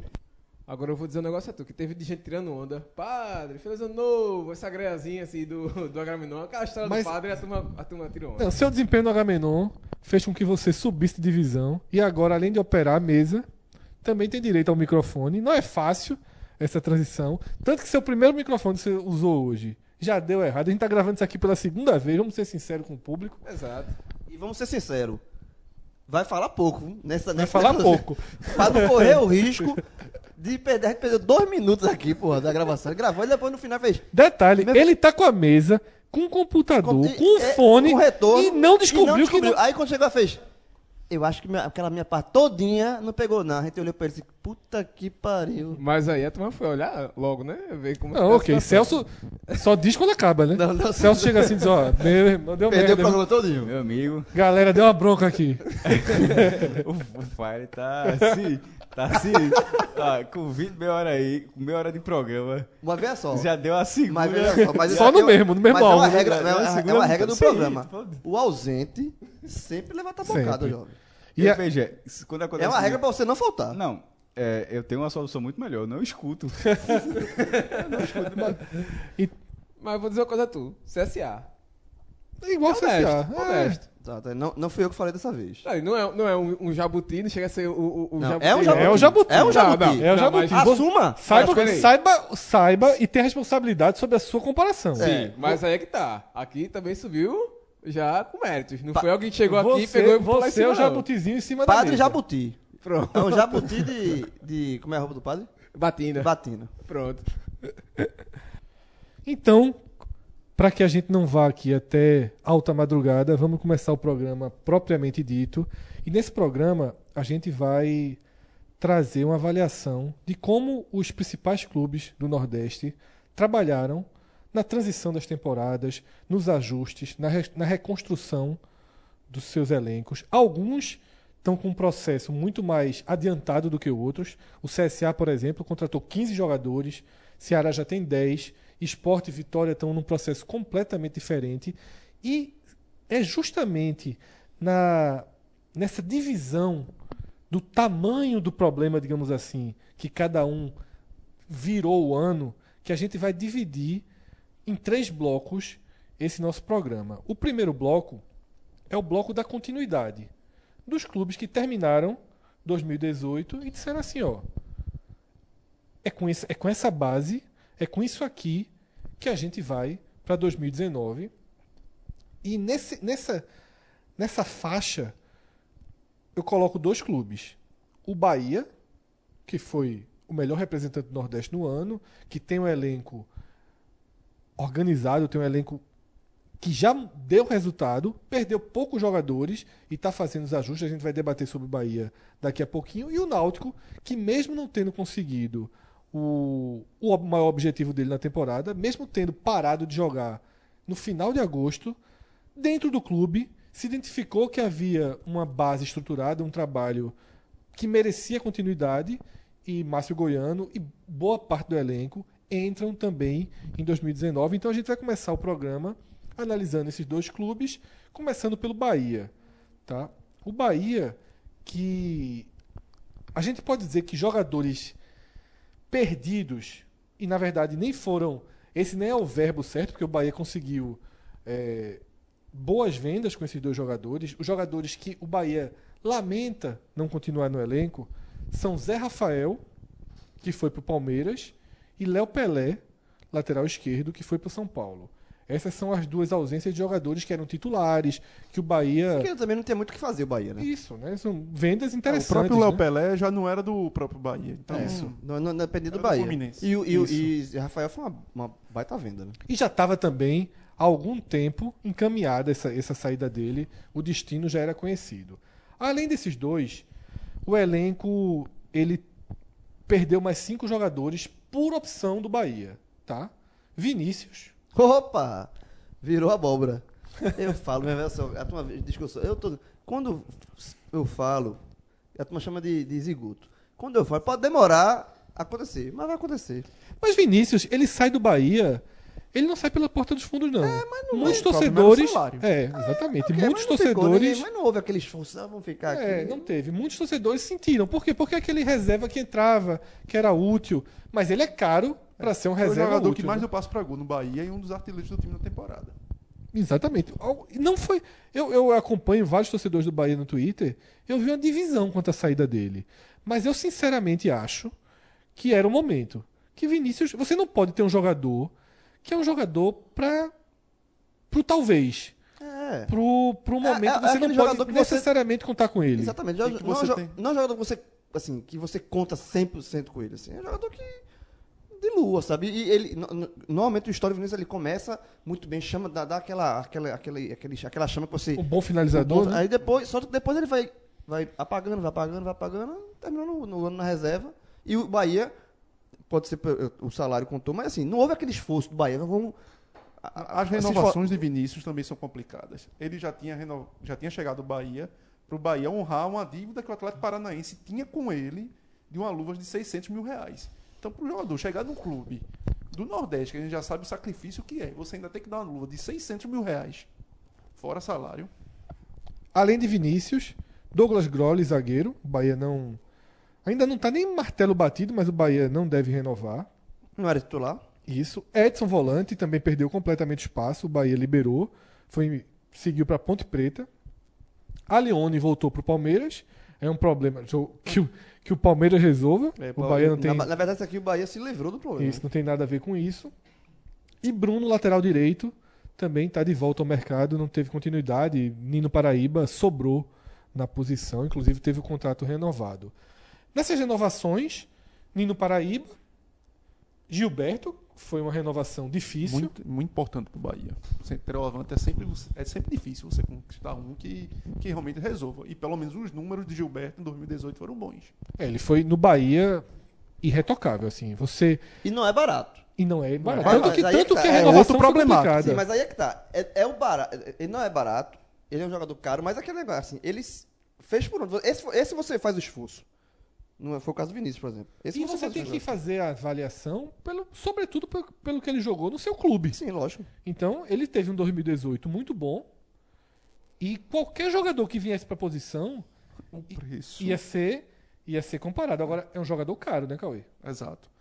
Speaker 7: Agora eu vou dizer um negócio a tu, que teve de gente tirando onda. Padre, feliz ano novo, essa greazinha assim do, do Agraminon, aquela história
Speaker 2: Mas-
Speaker 7: do padre, a turma, a turma tirou onda.
Speaker 2: Não, seu desempenho no Agamenon fez com que você subisse de divisão e agora, além de operar a mesa, também tem direito ao microfone. Não é fácil essa transição. Tanto que seu primeiro microfone que você usou hoje já deu errado. A gente tá gravando isso aqui pela segunda vez, vamos ser sinceros com o público.
Speaker 7: Exato.
Speaker 5: E vamos ser sinceros. Vai falar pouco nessa
Speaker 2: Vai
Speaker 5: nessa-
Speaker 2: falar
Speaker 5: nessa-
Speaker 2: pouco.
Speaker 5: Pra não correr o risco de perder. A gente perdeu dois minutos aqui, porra, da gravação. Ele gravou e depois no final fez.
Speaker 2: Detalhe, ele tá com a mesa, com o computador, com,
Speaker 5: e-
Speaker 2: o
Speaker 5: é,
Speaker 2: fone
Speaker 5: com retorno,
Speaker 2: e não descobriu, que não...
Speaker 5: Aí quando chegou, ela fez. Eu acho que minha- aquela minha parte todinha não pegou, não. A gente olhou pra ele e disse, puta que pariu.
Speaker 7: Mas aí a turma foi olhar logo, né? Ver como
Speaker 2: Não,
Speaker 7: tá a
Speaker 2: ok. Celso
Speaker 7: situação.
Speaker 2: só diz quando acaba, né?
Speaker 5: Não, não.
Speaker 2: Celso chega assim e diz, ó, meu irmão, deu
Speaker 5: Perdeu o
Speaker 2: merda. viu?
Speaker 5: programa todinho.
Speaker 4: Meu amigo,
Speaker 2: Galera, deu uma bronca aqui.
Speaker 4: o, o Fire tá se. Tá se. Tá, com 20 meia hora aí, com meia hora de programa,
Speaker 5: Uma vez só.
Speaker 4: já deu a segunda.
Speaker 5: Mas veja só, mas isso
Speaker 2: Só no
Speaker 5: aqui é uma-
Speaker 2: mesmo, no mesmo
Speaker 5: mas é uma
Speaker 2: álbum, né?
Speaker 5: regra, é,
Speaker 4: Na
Speaker 5: uma, é
Speaker 4: segunda-
Speaker 5: uma regra do
Speaker 4: Sim,
Speaker 5: programa.
Speaker 4: pode.
Speaker 5: O ausente sempre levanta a bocada,
Speaker 2: Sempre.
Speaker 5: jovem.
Speaker 4: E
Speaker 2: E a-
Speaker 4: veja, isso quando acontece.
Speaker 5: É uma regra pra você não faltar.
Speaker 4: Não, é, eu tenho uma solução muito melhor, eu não escuto.
Speaker 7: Mas eu vou dizer uma coisa a tu, CSA.
Speaker 2: É igual o CSA.
Speaker 7: Honesto,
Speaker 2: é.
Speaker 7: honesto.
Speaker 5: Tá, tá, não, não fui eu que falei dessa vez.
Speaker 7: Aí, Não é, não é um, um jabuti, não chega a ser o, o, o
Speaker 5: Não,
Speaker 7: jabuti.
Speaker 5: é um
Speaker 7: não.
Speaker 5: jabuti.
Speaker 2: É o jabuti.
Speaker 5: É um jabuti.
Speaker 7: Não, não,
Speaker 2: É o
Speaker 7: não, mas-
Speaker 2: jabuti.
Speaker 5: Assuma.
Speaker 7: Mas
Speaker 2: Saiba,
Speaker 7: peraí.
Speaker 2: saiba, saiba e tenha responsabilidade sobre a sua comparação.
Speaker 5: É.
Speaker 7: Mas aí é que tá. Aqui também subiu já com méritos. Não
Speaker 5: Pa-
Speaker 7: foi alguém que chegou
Speaker 2: Você,
Speaker 7: aqui, pegou e pulou lá em
Speaker 2: você é
Speaker 7: cima,
Speaker 2: o
Speaker 7: não.
Speaker 2: jabutizinho em cima da
Speaker 5: Padre
Speaker 2: mesa.
Speaker 5: jabuti.
Speaker 7: Pronto.
Speaker 5: É um jabuti de, de... Como é a roupa do padre?
Speaker 7: Batina.
Speaker 5: Batina.
Speaker 7: Pronto.
Speaker 2: Então, para que a gente não vá aqui até alta madrugada, vamos começar o programa propriamente dito. E nesse programa a gente vai trazer uma avaliação de como os principais clubes do Nordeste trabalharam na transição das temporadas, nos ajustes, na, re- na reconstrução dos seus elencos. Alguns estão com um processo muito mais adiantado do que outros. O CSA, por exemplo, contratou 15 jogadores, Ceará já tem 10, Esporte e Vitória estão num processo completamente diferente. E é justamente na nessa divisão do tamanho do problema, digamos assim, que cada um virou o ano, que a gente vai dividir em três blocos esse nosso programa. O primeiro bloco é o bloco da continuidade dos clubes que terminaram 2018 e disseram assim, ó, é com, esse, é com essa base, é com isso aqui que a gente vai para 2019. E nesse, nessa, nessa faixa, eu coloco dois clubes. O Bahia, que foi o melhor representante do Nordeste no ano, que tem um elenco organizado, tem um elenco que já deu resultado, perdeu poucos jogadores e está fazendo os ajustes. A gente vai debater sobre o Bahia daqui a pouquinho. E o Náutico, que mesmo não tendo conseguido o, o ob- maior objetivo dele na temporada, mesmo tendo parado de jogar no final de agosto, dentro do clube se identificou que havia uma base estruturada, um trabalho que merecia continuidade e Márcio Goiano e boa parte do elenco entram também em 2019. Então a gente vai começar o programa analisando esses dois clubes, começando pelo Bahia, tá? O Bahia que a gente pode dizer que jogadores perdidos e na verdade nem foram esse nem é o verbo certo porque o Bahia conseguiu é, boas vendas com esses dois jogadores os jogadores que o Bahia lamenta não continuar no elenco são Zé Rafael que foi para o Palmeiras e Léo Pelé lateral esquerdo que foi para o São Paulo essas são as duas ausências de jogadores que eram titulares que o Bahia
Speaker 5: Porque também não tem muito o que fazer o Bahia, né?
Speaker 2: isso né são vendas
Speaker 6: É, o
Speaker 2: interessantes
Speaker 6: próprio Léo
Speaker 2: né?
Speaker 6: Pelé já não era do próprio Bahia. Então,
Speaker 5: É.
Speaker 6: isso.
Speaker 5: Não, não, não depende
Speaker 6: Era
Speaker 5: do
Speaker 6: do
Speaker 5: Bahia.
Speaker 6: Fluminense.
Speaker 5: E, o- e, o- e Rafael foi uma, uma baita venda, né?
Speaker 2: E já estava também há algum tempo encaminhada essa, essa saída dele, o destino já era conhecido. Além desses dois, o elenco ele perdeu mais cinco jogadores por opção do Bahia, tá? Vinícius,
Speaker 5: Opa! Virou abóbora. Eu falo, minha versão, a turma discussão. Eu tô, quando eu falo, a turma chama de, de zigoto. Quando eu falo, pode demorar a acontecer, mas vai acontecer.
Speaker 2: mas Vinícius ele sai do Bahia, ele não sai pela porta dos fundos não. muitos
Speaker 6: o problema é o
Speaker 2: torcedores,
Speaker 6: salário.
Speaker 2: é, exatamente,
Speaker 5: Ok,
Speaker 2: muitos
Speaker 5: mas não ficou
Speaker 2: torcedores
Speaker 5: ninguém- mas não houve aquele esforço, ah, vamos ficar
Speaker 2: É,
Speaker 5: aqui.
Speaker 2: não teve. Muitos torcedores sentiram. Por quê? Porque aquele reserva que entrava, que era útil, mas ele é caro para ser um
Speaker 6: Foi o
Speaker 2: reserva
Speaker 6: jogador
Speaker 2: útil,
Speaker 6: que mais
Speaker 2: né?
Speaker 6: deu passo pra gol no Bahia e um dos artilheiros do time na temporada.
Speaker 2: Exatamente. Al- Não foi. Eu, eu acompanho vários torcedores do Bahia no Twitter. Eu vi uma divisão quanto à saída dele. Mas eu sinceramente acho que era o momento. Que Vinícius. Você não pode ter um jogador que é um jogador para pro talvez.
Speaker 5: É,
Speaker 2: Pro, pro momento
Speaker 5: é
Speaker 2: que você
Speaker 5: aquele
Speaker 2: não
Speaker 5: jogador
Speaker 2: pode
Speaker 5: que você-
Speaker 2: necessariamente contar com ele.
Speaker 5: exatamente.
Speaker 6: Quem que
Speaker 5: não, é um
Speaker 6: você
Speaker 5: jo-
Speaker 6: tem?
Speaker 5: não é um jogador que você, assim, que você conta 100% com ele. Assim, é um jogador que de lua, sabe? E ele, no- no- normalmente o histórico Vinícius ele começa muito bem, chama, dá, dá aquela, aquela, aquele, aquele, aquela chama que você...
Speaker 2: Um bom finalizador. né?
Speaker 5: Aí depois, só que depois ele vai, vai apagando, vai apagando, vai apagando, terminou no, no ano na reserva. E o Bahia, pode ser pe- o salário contou, mas assim, não houve aquele esforço do Bahia. Vamos, a- a-
Speaker 6: As
Speaker 5: se esfor-
Speaker 6: renovações de Vinícius também são complicadas. Ele já tinha, reno... já tinha chegado ao Bahia para o Bahia honrar uma dívida que o Atlético Paranaense tinha com ele de uma luva de 600 mil reais. Então, para o jogador chegar num clube do Nordeste, que a gente já sabe o sacrifício que é, você ainda tem que dar uma luva de 600 mil reais, fora salário.
Speaker 2: Além de Vinícius, Douglas Grolli, zagueiro. O Bahia não. Ainda não tá nem martelo batido, mas o Bahia não deve renovar.
Speaker 5: Não era titular.
Speaker 2: Isso. Edson Volante também perdeu completamente espaço. O Bahia liberou. Foi, seguiu para Ponte Preta. A Leone voltou pro Palmeiras. É um problema jo- que, o- que o Palmeiras resolva. o Bahia não tem.
Speaker 5: É, Na, na verdade, isso aqui o Bahia se livrou do problema.
Speaker 2: Isso não tem nada a ver com isso. E Bruno, lateral direito, também está de volta ao mercado, não teve continuidade. Nino Paraíba sobrou na posição, inclusive teve o contrato renovado. Nessas renovações, Nino Paraíba, Gilberto, foi uma renovação difícil.
Speaker 6: Muito, muito importante para o Bahia. Centroavante é sempre, é sempre difícil você conquistar um que, que realmente resolva. E pelo menos os números de Gilberto em 2018 foram bons.
Speaker 2: É, ele foi no Bahia irretocável, assim. Você.
Speaker 5: E não é barato.
Speaker 2: E não é barato.
Speaker 5: Mas-
Speaker 2: tanto que,
Speaker 5: mas aí
Speaker 2: tanto
Speaker 5: tá,
Speaker 2: que a
Speaker 5: é outro
Speaker 2: renovação foi
Speaker 6: problemático.
Speaker 2: complicada.
Speaker 5: Sim, mas aí é que tá. É, é o barato. Ele não é barato. Ele é um jogador caro, mas aquele negócio, assim, ele s- fez por onde. Esse, esse você faz o esforço. Não é- foi o caso do Vinícius, por exemplo. Esse é um
Speaker 2: E você
Speaker 5: faz o
Speaker 2: tem que
Speaker 5: esforço.
Speaker 2: fazer a avaliação, pelo, sobretudo pelo, pelo que ele jogou no seu clube.
Speaker 5: Sim, lógico.
Speaker 2: Então, ele teve um 2018 muito bom, E qualquer jogador que viesse pra posição Um
Speaker 6: O preço.
Speaker 2: ia ser, ia ser comparado. Agora, é um jogador caro, né, Cauê?
Speaker 6: Exato.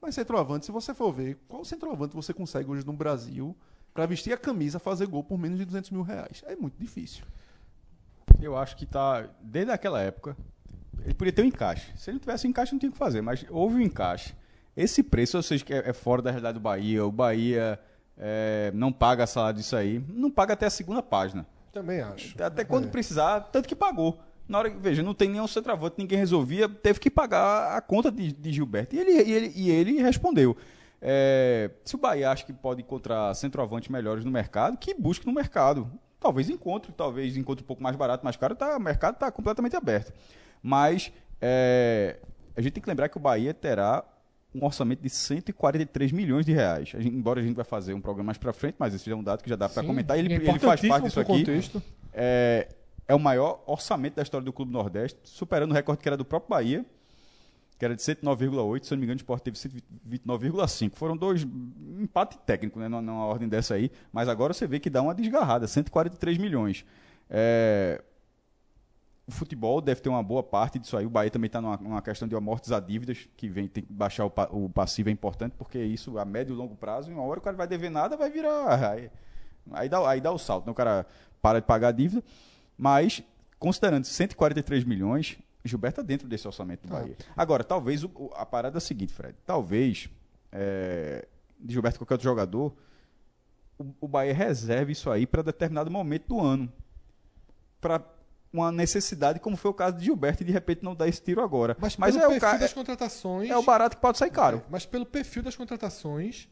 Speaker 6: Mas centroavante, se você for ver, qual centroavante você consegue hoje no Brasil pra vestir a camisa, fazer gol por menos de 200 mil reais? É muito difícil.
Speaker 4: Eu acho que tá. Desde aquela época, ele podia ter um encaixe. Se ele não tivesse um encaixe, não tinha o que fazer, mas houve um encaixe. Esse preço, eu sei que é é fora da realidade do Bahia, o Bahia é, não paga salário disso aí, não paga até a segunda página.
Speaker 2: Também acho.
Speaker 4: Até quando precisar, tanto que pagou. Na hora que, veja, não tem nenhum centroavante, ninguém resolvia, teve que pagar a conta de, de Gilberto. E ele, e ele, e ele respondeu. É, se o Bahia acha que pode encontrar centroavantes melhores no mercado, que busque no mercado. Talvez encontre, talvez encontre um pouco mais barato, mais caro, tá, o mercado está completamente aberto. Mas é, a gente tem que lembrar que o Bahia terá um orçamento de 143 milhões de reais. A gente- embora a gente vai fazer um programa mais para frente, mas esse já é um dado que já dá para
Speaker 2: Sim,
Speaker 4: comentar. Ele,
Speaker 2: é
Speaker 4: ele faz parte
Speaker 2: importantíssimo
Speaker 4: disso
Speaker 2: pro
Speaker 4: aqui
Speaker 2: contexto.
Speaker 4: é, é o maior orçamento da história do Clube Nordeste, superando o recorde que era do próprio Bahia, que era de 109,8. Se eu não me engano, o Sport teve 129,5. Foram dois um empate técnico, né? Numa, numa ordem dessa aí. Mas agora você vê que dá uma desgarrada, 143 milhões. É, o futebol deve ter uma boa parte disso aí. O Bahia também está numa, numa questão de amortizar dívidas, que vem tem que baixar o, pa- o passivo é importante, porque isso a médio e longo prazo, em uma hora o cara vai dever nada, vai virar. Aí, aí dá, aí dá o salto, né? o cara para de pagar a dívida. Mas, considerando 143 milhões, Gilberto está dentro desse orçamento do Bahia. Agora, talvez o- o- a parada é a seguinte, Fred. Talvez, é, de Gilberto qualquer outro jogador, o, o Bahia reserve isso aí para determinado momento do ano para uma necessidade, como foi o caso de Gilberto, e de repente não dar esse tiro agora. Mas,
Speaker 2: Mas, pelo
Speaker 4: é, o
Speaker 2: perfil
Speaker 4: ca-
Speaker 2: das contratações.
Speaker 4: é o barato que pode sair caro.
Speaker 2: Mas pelo perfil das contratações,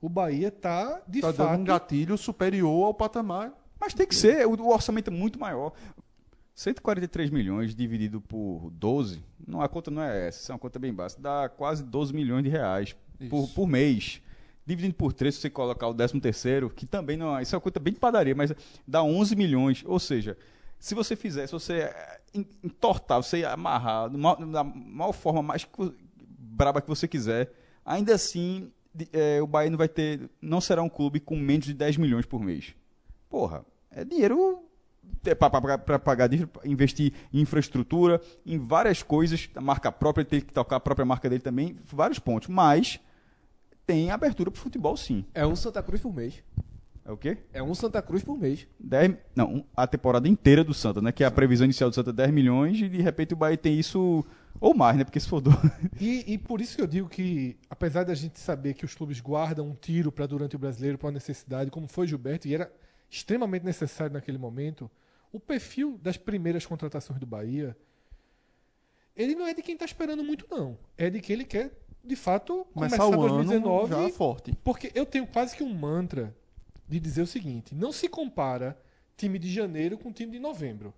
Speaker 2: o Bahia tá, de
Speaker 6: Tá dando um
Speaker 2: fato.
Speaker 6: gatilho superior ao patamar.
Speaker 4: Mas tem que ser, o, o orçamento é muito maior. 143 milhões dividido por 12, não, a conta não é essa, isso é uma conta bem básica, dá quase 12 milhões de reais por, por mês. Dividindo por 3, se você colocar o 13 terceiro, que também não é, isso é uma conta bem de padaria, mas dá 11 milhões, ou seja, se você fizer, se você eh, en- entortar, você amarrar de ma- da maior forma mais que vo- braba que você quiser, ainda assim de- eh, o Bahia não vai ter, não será um clube com menos de 10 milhões por mês. Porra, é dinheiro para pagar dívida, pra investir em infraestrutura, em várias coisas, a marca própria, ele tem que tocar a própria marca dele também, vários pontos. Mas tem abertura para futebol, sim.
Speaker 7: É um Santa Cruz por mês.
Speaker 4: É o quê?
Speaker 7: É um Santa Cruz por mês.
Speaker 4: 10, não, um- a temporada inteira do Santa, né? Que é a previsão inicial do Santa 10 milhões e de repente o Bahia tem isso ou mais, né? Porque se for do...
Speaker 2: E, e por isso que eu digo que, apesar da gente saber que os clubes guardam um tiro para durante o brasileiro, para uma necessidade, como foi Gilberto, e era extremamente necessário naquele momento, o perfil das primeiras contratações do Bahia, ele não é de quem está esperando muito, não. É de quem ele quer, de fato, começar,
Speaker 6: Começar o ano
Speaker 2: 2019
Speaker 6: já forte.
Speaker 2: porque eu tenho quase que um mantra de dizer o seguinte: não se compara time de janeiro com time de novembro.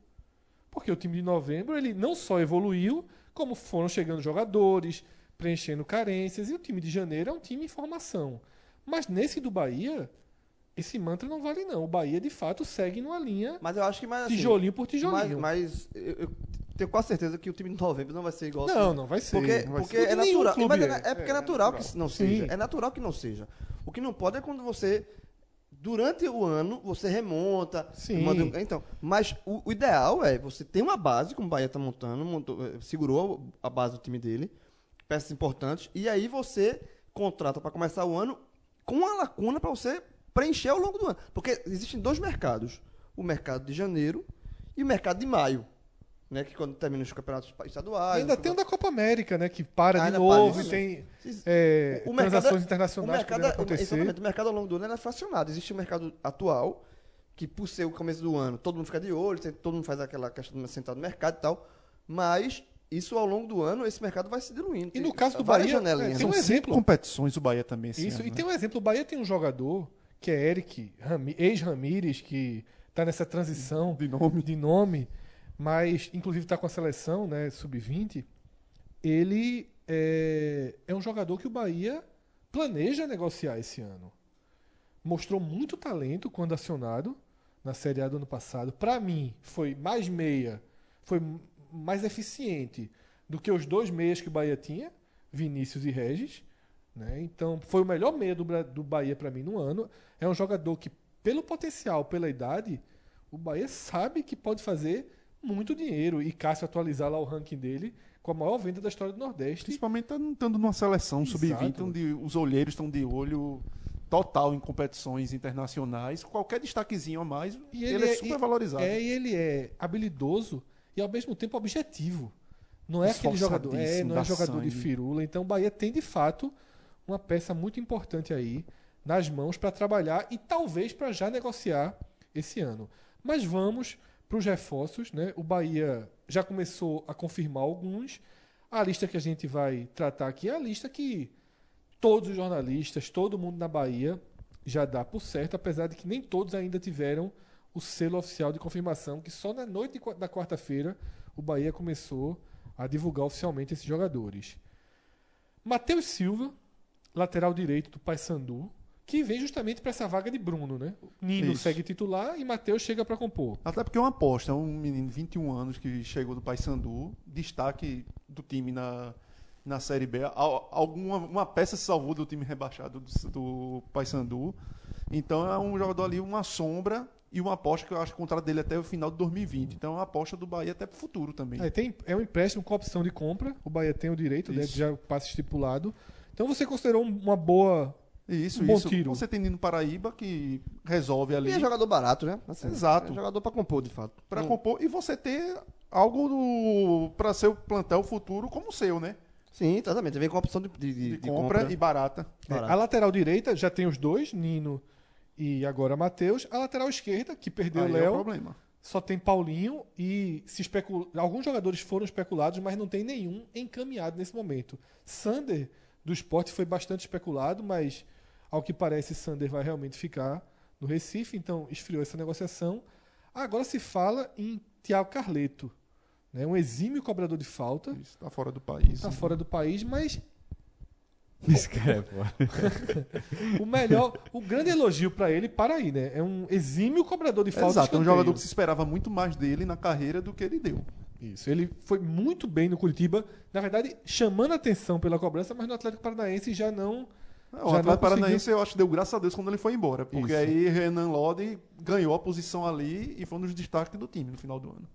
Speaker 2: Porque o time de novembro ele não só evoluiu, como foram chegando jogadores, preenchendo carências, e o time de janeiro é um time em formação. Mas nesse do Bahia, esse mantra não vale não. O Bahia de fato segue numa linha
Speaker 5: Mas eu acho que mais assim,
Speaker 2: tijolinho por
Speaker 5: Mas,
Speaker 2: tijolinho.
Speaker 5: mas eu, eu tenho quase certeza que o time de novembro não vai ser igual. ao
Speaker 2: não,
Speaker 5: time-
Speaker 2: não vai ser.
Speaker 5: Porque,
Speaker 2: não vai
Speaker 5: porque
Speaker 2: ser.
Speaker 5: é
Speaker 2: De nenhum
Speaker 5: natural.
Speaker 2: clube
Speaker 5: Mas é, na- é porque é, natural, que não
Speaker 2: Sim.
Speaker 5: seja. É natural que não seja. O que não pode é quando você. Durante o ano, você remonta.
Speaker 2: Sim.
Speaker 5: manda um- então, mas o, o ideal é você ter uma base, como o Bahia tá montando, montou- eh, segurou a base do time dele, peças importantes, e aí você contrata para começar o ano com uma lacuna para você preencher ao longo do ano. Porque existem dois mercados: o mercado de janeiro e o mercado de maio. Né, que quando termina os campeonatos estaduais.
Speaker 2: É. Ainda
Speaker 5: o-
Speaker 2: tem um o da Copa América, né? Que para de
Speaker 5: Ainda
Speaker 2: novo
Speaker 5: para,
Speaker 2: e
Speaker 5: sim.
Speaker 2: tem
Speaker 5: Sim.
Speaker 2: é,
Speaker 5: O mercado-
Speaker 2: transações
Speaker 5: O
Speaker 2: internacionais
Speaker 5: mercado, é-
Speaker 2: podendo acontecer.
Speaker 5: exatamente, o mercado ao longo do ano ele é fracionado. Existe o mercado atual, que por ser o começo do ano, todo mundo fica de olho, tem- todo mundo faz aquela questão de sentar no mercado e tal. Mas isso ao longo do ano, esse mercado vai se diluindo.
Speaker 2: E
Speaker 5: Tem
Speaker 2: no caso do
Speaker 5: várias
Speaker 2: Bahia, é,
Speaker 5: janelinhas.
Speaker 2: tem um
Speaker 6: São cinco
Speaker 2: exemplo.
Speaker 6: competições o Bahia também esse
Speaker 2: Isso,
Speaker 6: ano,
Speaker 2: e
Speaker 6: né?
Speaker 2: tem um exemplo. O Bahia tem um jogador, que é Eric, Rami- ex-Ramires, que tá nessa transição de nome, mas inclusive tá com a seleção, né, sub-20. Ele é, é um jogador que o Bahia planeja negociar esse ano. Mostrou muito talento quando acionado na Série A do ano passado. Para mim, foi mais meia, foi m- mais eficiente do que os dois meias que o Bahia tinha, Vinícius e Regis. Né? Então, foi o melhor meia do, Bra- do Bahia para mim no ano. É um jogador que, pelo potencial, pela idade, o, O Bahia sabe que pode fazer muito dinheiro. E Cássio atualizar lá o ranking dele com a maior venda da história do Nordeste.
Speaker 6: Principalmente tá estando numa seleção
Speaker 2: Exato.
Speaker 6: sub-20, onde os olheiros estão de olho total em competições internacionais. Qualquer destaquezinho a mais,
Speaker 2: E
Speaker 6: ele,
Speaker 2: ele
Speaker 6: é,
Speaker 2: é-
Speaker 6: super valorizado.
Speaker 2: É, e ele é habilidoso e ao mesmo tempo objetivo. Não é aquele jogador, é,
Speaker 6: Esforçadíssimo,
Speaker 2: não é
Speaker 6: dá
Speaker 2: jogador de
Speaker 6: sangue.
Speaker 2: firula. Então o Bahia tem de fato uma peça muito importante aí nas mãos para trabalhar e talvez para já negociar esse ano. Mas vamos para os reforços, né? O Bahia já começou a confirmar alguns. A lista que a gente vai tratar aqui é a lista que todos os jornalistas, todo mundo na Bahia já dá por certo, apesar de que nem todos ainda tiveram o selo oficial de confirmação, que só na noite de qua- da quarta-feira o Bahia começou a divulgar oficialmente esses jogadores. Matheus Silva, lateral direito do Paysandu, que vem justamente para essa vaga de Bruno, né? Nino
Speaker 6: Isso.
Speaker 2: segue titular e Matheus chega para compor.
Speaker 6: Até porque é uma aposta, é um menino de 21 anos que chegou do Paysandu, destaque do time na, na Série B. Al- Alguma uma peça se salvou do time rebaixado do, do Paysandu. Então é um jogador ali, uma sombra e uma aposta que eu acho que o contrato dele é até o final de 2020. Então é uma aposta do Bahia até pro futuro também.
Speaker 2: Aí tem, é um empréstimo com opção de compra, o Bahia tem o direito, né,
Speaker 6: Isso.
Speaker 2: já passa estipulado. Então você considerou um- uma boa
Speaker 6: Isso,
Speaker 2: Um bom
Speaker 6: isso.
Speaker 2: tiro.
Speaker 6: Você tem Nino Paraíba que resolve ali
Speaker 5: E é jogador barato, né? Assim,
Speaker 6: Exato.
Speaker 5: É jogador pra compor, de fato. Hum.
Speaker 6: pra
Speaker 5: Não-
Speaker 6: compor e você ter algo do para seu plantel futuro como o seu, né?
Speaker 5: Sim, exatamente. Vem com a opção de, de- de-
Speaker 6: De,
Speaker 5: de
Speaker 6: compra, e barata.
Speaker 2: É,
Speaker 5: Barato.
Speaker 2: a lateral direita já tem os dois, Nino e agora Matheus. A lateral esquerda, que perdeu
Speaker 6: Aí
Speaker 2: o
Speaker 6: é o
Speaker 2: Léo,
Speaker 6: problema.
Speaker 2: só tem Paulinho e se especul... alguns jogadores foram especulados, mas não tem nenhum encaminhado nesse momento. Sander do esporte foi bastante especulado, mas ao que parece Sander vai realmente ficar no Recife, então esfriou essa negociação. Agora se fala em Thiago Carleto, né? um exímio cobrador de falta,
Speaker 6: Isso, tá fora do país.
Speaker 2: está fora do país, mas
Speaker 4: Esse cara é foda.
Speaker 2: O melhor, o grande elogio pra ele para aí, né? É um exímio cobrador de falta.
Speaker 6: Exato,
Speaker 2: de
Speaker 6: é um
Speaker 2: escanteio.
Speaker 6: jogador que se esperava muito mais dele na carreira do que ele deu.
Speaker 2: Isso, ele foi muito bem no Curitiba, na verdade, chamando atenção pela cobrança, mas no Atlético Paranaense já não.
Speaker 6: É,
Speaker 2: Já
Speaker 6: O
Speaker 2: não
Speaker 6: Atlético
Speaker 2: conseguiu.
Speaker 6: Paranaense eu acho que deu graças a Deus quando ele foi embora, porque
Speaker 2: Isso.
Speaker 6: aí Renan Lodi ganhou a posição ali e foi um dos destaques do time no final do ano.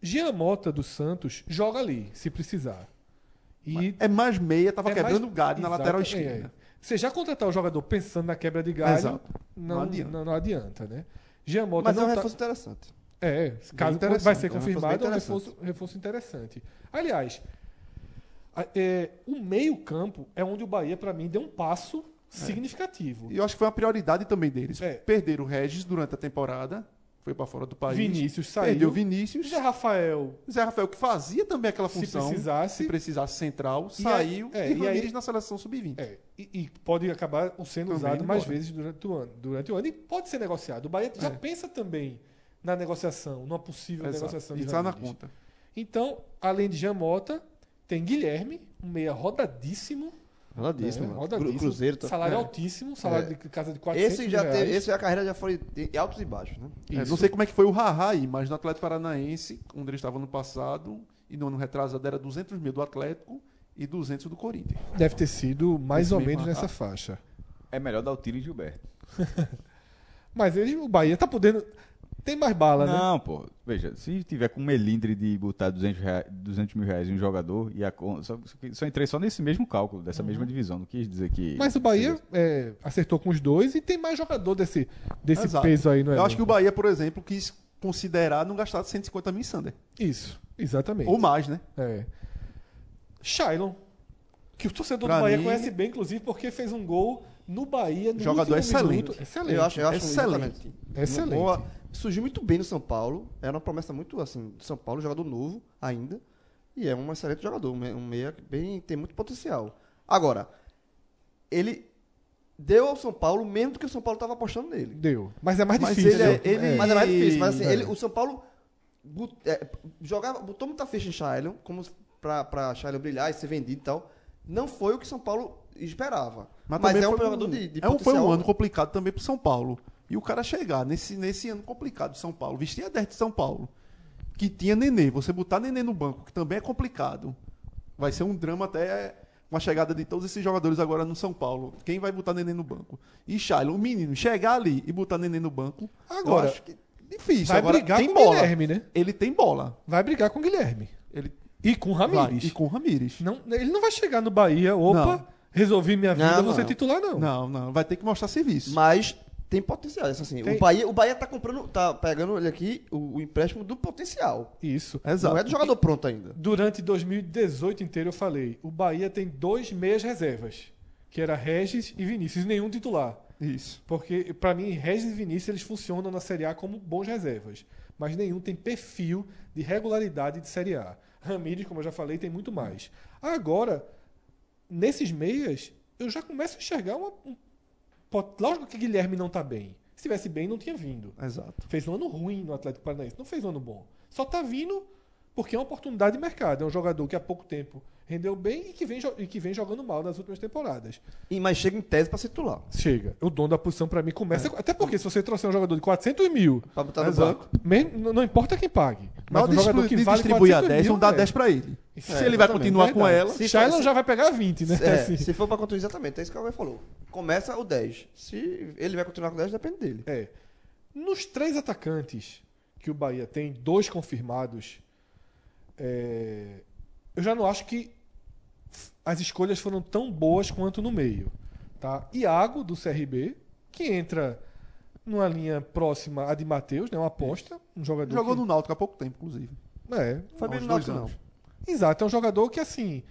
Speaker 2: Jean Mota do Santos joga ali, se precisar. E
Speaker 6: É mais meia, tava
Speaker 2: é
Speaker 6: quebrando
Speaker 2: mais-
Speaker 6: galho na
Speaker 2: Exato,
Speaker 6: lateral
Speaker 2: é,
Speaker 6: esquerda.
Speaker 2: é. Você já contratar o jogador pensando na quebra de galho,
Speaker 6: Exato.
Speaker 2: não, não,
Speaker 6: Não
Speaker 2: adianta.
Speaker 6: adianta.
Speaker 2: Não, adianta, né? Jean Mota
Speaker 5: Mas é
Speaker 2: não
Speaker 5: um
Speaker 2: tá-
Speaker 5: reforço interessante.
Speaker 2: É, caso
Speaker 6: interessante,
Speaker 2: vai ser
Speaker 6: é um reforço
Speaker 2: confirmado, é
Speaker 6: bem
Speaker 2: um reforço, reforço interessante. Aliás, a- é, o meio-campo é onde o Bahia, pra mim, deu um passo significativo.
Speaker 6: É. E eu acho que foi uma prioridade também deles.
Speaker 2: É.
Speaker 6: Perderam o Regis durante a temporada, foi pra fora do país.
Speaker 2: Vinícius
Speaker 6: Perdeu
Speaker 2: saiu.
Speaker 6: o Vinícius.
Speaker 2: Zé Rafael,
Speaker 6: Zé Rafael, que fazia também aquela
Speaker 2: se
Speaker 6: função,
Speaker 2: precisasse.
Speaker 6: se precisasse central,
Speaker 2: E
Speaker 6: saiu
Speaker 2: aí- é,
Speaker 6: e
Speaker 2: e aí-
Speaker 6: Ramires na seleção sub-20.
Speaker 2: é, e, e pode acabar sendo
Speaker 6: Também
Speaker 2: usado
Speaker 6: indo
Speaker 2: mais
Speaker 6: embora.
Speaker 2: vezes durante o, ano, durante o ano. E pode ser negociado. O Bahia já pensa também na negociação, numa possível negociação
Speaker 6: É. Exato.
Speaker 2: de
Speaker 6: E tá na
Speaker 2: Ramires.
Speaker 6: conta.
Speaker 2: Então, além de Jamota, tem Guilherme, um meia rodadíssimo.
Speaker 3: Ela disse,
Speaker 2: né?
Speaker 3: mano.
Speaker 2: Rodadíssimo.
Speaker 3: Cru- Cruzeiro tá...
Speaker 2: Salário
Speaker 6: É.
Speaker 2: altíssimo, salário de casa de 400
Speaker 5: Esse já
Speaker 2: mil
Speaker 5: teve,
Speaker 2: reais.
Speaker 5: esse a carreira já foi de altos e baixos, né?
Speaker 6: É, não sei como é que foi o Haha aí, mas no Atlético Paranaense, onde ele estava no passado e no ano retrasado era 200 mil do Atlético e 200 do Corinthians.
Speaker 2: Deve ter sido mais
Speaker 6: Esse
Speaker 2: ou
Speaker 6: mesmo,
Speaker 2: menos
Speaker 6: ah,
Speaker 2: nessa
Speaker 6: ah.
Speaker 2: faixa.
Speaker 4: É melhor dar o tiro em Gilberto.
Speaker 2: Mas ele, o Bahia tá podendo. Tem mais bala, né?
Speaker 4: Não, pô. Veja, se tiver com melindre de botar 200, rea- 200 mil reais em um jogador, e a, con- só, só que- só entrei só nesse mesmo cálculo, dessa mesma divisão. Não quis dizer que.
Speaker 2: Mas o Bahia é, acertou com os dois e tem mais jogador desse, desse
Speaker 6: Exato.
Speaker 2: peso aí, não é?
Speaker 6: Eu acho que o Bahia, por exemplo, quis considerar não gastar 150 mil em Sander.
Speaker 2: Isso, exatamente.
Speaker 6: Ou mais, né?
Speaker 2: É. Shailon, que o torcedor
Speaker 6: Pra
Speaker 2: do Bahia
Speaker 6: mim-
Speaker 2: conhece bem, inclusive, porque fez um gol no Bahia no
Speaker 6: Jogador
Speaker 2: último
Speaker 6: excelente.
Speaker 2: minuto. Excelente.
Speaker 5: Eu acho, eu acho
Speaker 6: Excelente.
Speaker 5: exatamente.
Speaker 2: Excelente.
Speaker 5: Boa. Surgiu muito bem no São Paulo. Era uma promessa muito assim. do São Paulo, jogador novo ainda. E é um excelente jogador. Um me- um meia que bem, tem muito potencial. Agora, ele deu ao São Paulo mesmo do que o São Paulo estava apostando nele.
Speaker 2: Deu. Mas é mais
Speaker 6: Mas
Speaker 2: difícil.
Speaker 6: ele é-
Speaker 2: né?
Speaker 6: ele-
Speaker 5: Mas é mais difícil. Mas assim,
Speaker 2: É.
Speaker 5: ele, o São Paulo bot- é, jogava, botou muita ficha em Shailon, como pra, pra Shailon brilhar e ser vendido e tal. Não foi o que o São Paulo esperava. Mas,
Speaker 6: também
Speaker 5: é um
Speaker 6: foi
Speaker 5: jogador de, de
Speaker 6: é um, Foi um
Speaker 5: potencial.
Speaker 6: ano complicado também pro São Paulo. E o cara chegar nesse, nesse ano complicado do São Paulo, vestir a 10 de São Paulo, que tinha Nenê, você botar Nenê no banco, que também é complicado. Vai ser um drama até uma chegada de todos esses jogadores agora no São Paulo. Quem vai botar Nenê no banco? E Shailon, o menino, chegar ali e botar Nenê no banco, eu
Speaker 2: Agora,
Speaker 6: acho que
Speaker 2: Difícil.
Speaker 6: Vai
Speaker 2: Agora,
Speaker 6: brigar
Speaker 2: tem
Speaker 6: com o
Speaker 2: bola.
Speaker 6: Guilherme,
Speaker 2: né?
Speaker 6: Ele tem bola.
Speaker 2: Vai brigar com o Guilherme.
Speaker 6: Ele
Speaker 2: E com o
Speaker 6: vai.
Speaker 2: Ramires.
Speaker 6: E com o Ramires.
Speaker 2: Não, ele não vai chegar no Bahia, opa, resolvi minha vida,
Speaker 5: Não,
Speaker 2: vou ser
Speaker 5: não.
Speaker 2: titular, não.
Speaker 6: Não, não. Vai ter que mostrar serviço.
Speaker 5: Mas tem potencial. isso assim,
Speaker 2: Tem.
Speaker 5: O, Bahia, o Bahia tá comprando, tá pegando ele aqui, o, o empréstimo do potencial.
Speaker 2: Isso.
Speaker 6: Exato.
Speaker 5: Não é do jogador pronto ainda.
Speaker 2: Durante 2018 inteiro eu falei, o Bahia tem dois meias reservas, que era Regis e Vinícius, e nenhum titular.
Speaker 6: Isso.
Speaker 2: Porque, pra mim, Regis e Vinícius eles funcionam na Série A como bons reservas. Mas nenhum tem perfil de regularidade de Série A. Ramires, como eu já falei, tem muito mais. Agora, nesses meias, eu já começo a enxergar uma. Um... pot- Lógico que Guilherme não tá bem. Se tivesse bem, não tinha vindo.
Speaker 6: Exato.
Speaker 2: Fez um ano ruim no Atlético Paranaense, não fez um ano bom. Só tá vindo porque é uma oportunidade de mercado. É um jogador que há pouco tempo rendeu bem e que vem, jo- e que vem jogando mal nas últimas temporadas.
Speaker 5: E, mas chega em tese pra ser titular.
Speaker 2: Chega. O dono da posição pra mim
Speaker 6: É.
Speaker 2: começa. Até porque se você trouxer um jogador de 400 mil,
Speaker 5: Pra botar no
Speaker 6: Exato.
Speaker 5: banco.
Speaker 2: mesmo- não- não importa quem pague.
Speaker 6: Mas é
Speaker 2: Mas um jogador que
Speaker 6: de
Speaker 2: vale
Speaker 6: distribuir a
Speaker 2: 400
Speaker 6: 10,
Speaker 2: mil,
Speaker 6: não dá
Speaker 2: velho.
Speaker 6: 10 pra ele.
Speaker 5: É,
Speaker 6: se ele vai
Speaker 5: exatamente,
Speaker 6: continuar com
Speaker 2: Verdade.
Speaker 6: ela,
Speaker 5: Se-
Speaker 2: Shailon
Speaker 5: se-
Speaker 2: já vai pegar 20, né?
Speaker 5: É,
Speaker 2: Assim.
Speaker 5: Se for pra continuar, exatamente, é isso que o Alves falou. Começa o 10. Se ele vai continuar com o 10, depende dele.
Speaker 2: É. Nos três atacantes que o Bahia tem, dois confirmados, é, eu já não acho que f- as escolhas foram tão boas quanto no meio. Tá? Iago, do CRB, que entra numa linha próxima à de Matheus, né? uma aposta, um jogador.
Speaker 6: jogou
Speaker 2: que...
Speaker 6: no Náutico há pouco tempo, inclusive.
Speaker 2: É,
Speaker 5: Foi bem
Speaker 6: Há
Speaker 5: no Náutico,
Speaker 6: uns dois
Speaker 5: não.
Speaker 6: anos.
Speaker 2: Exato, é um jogador que assim,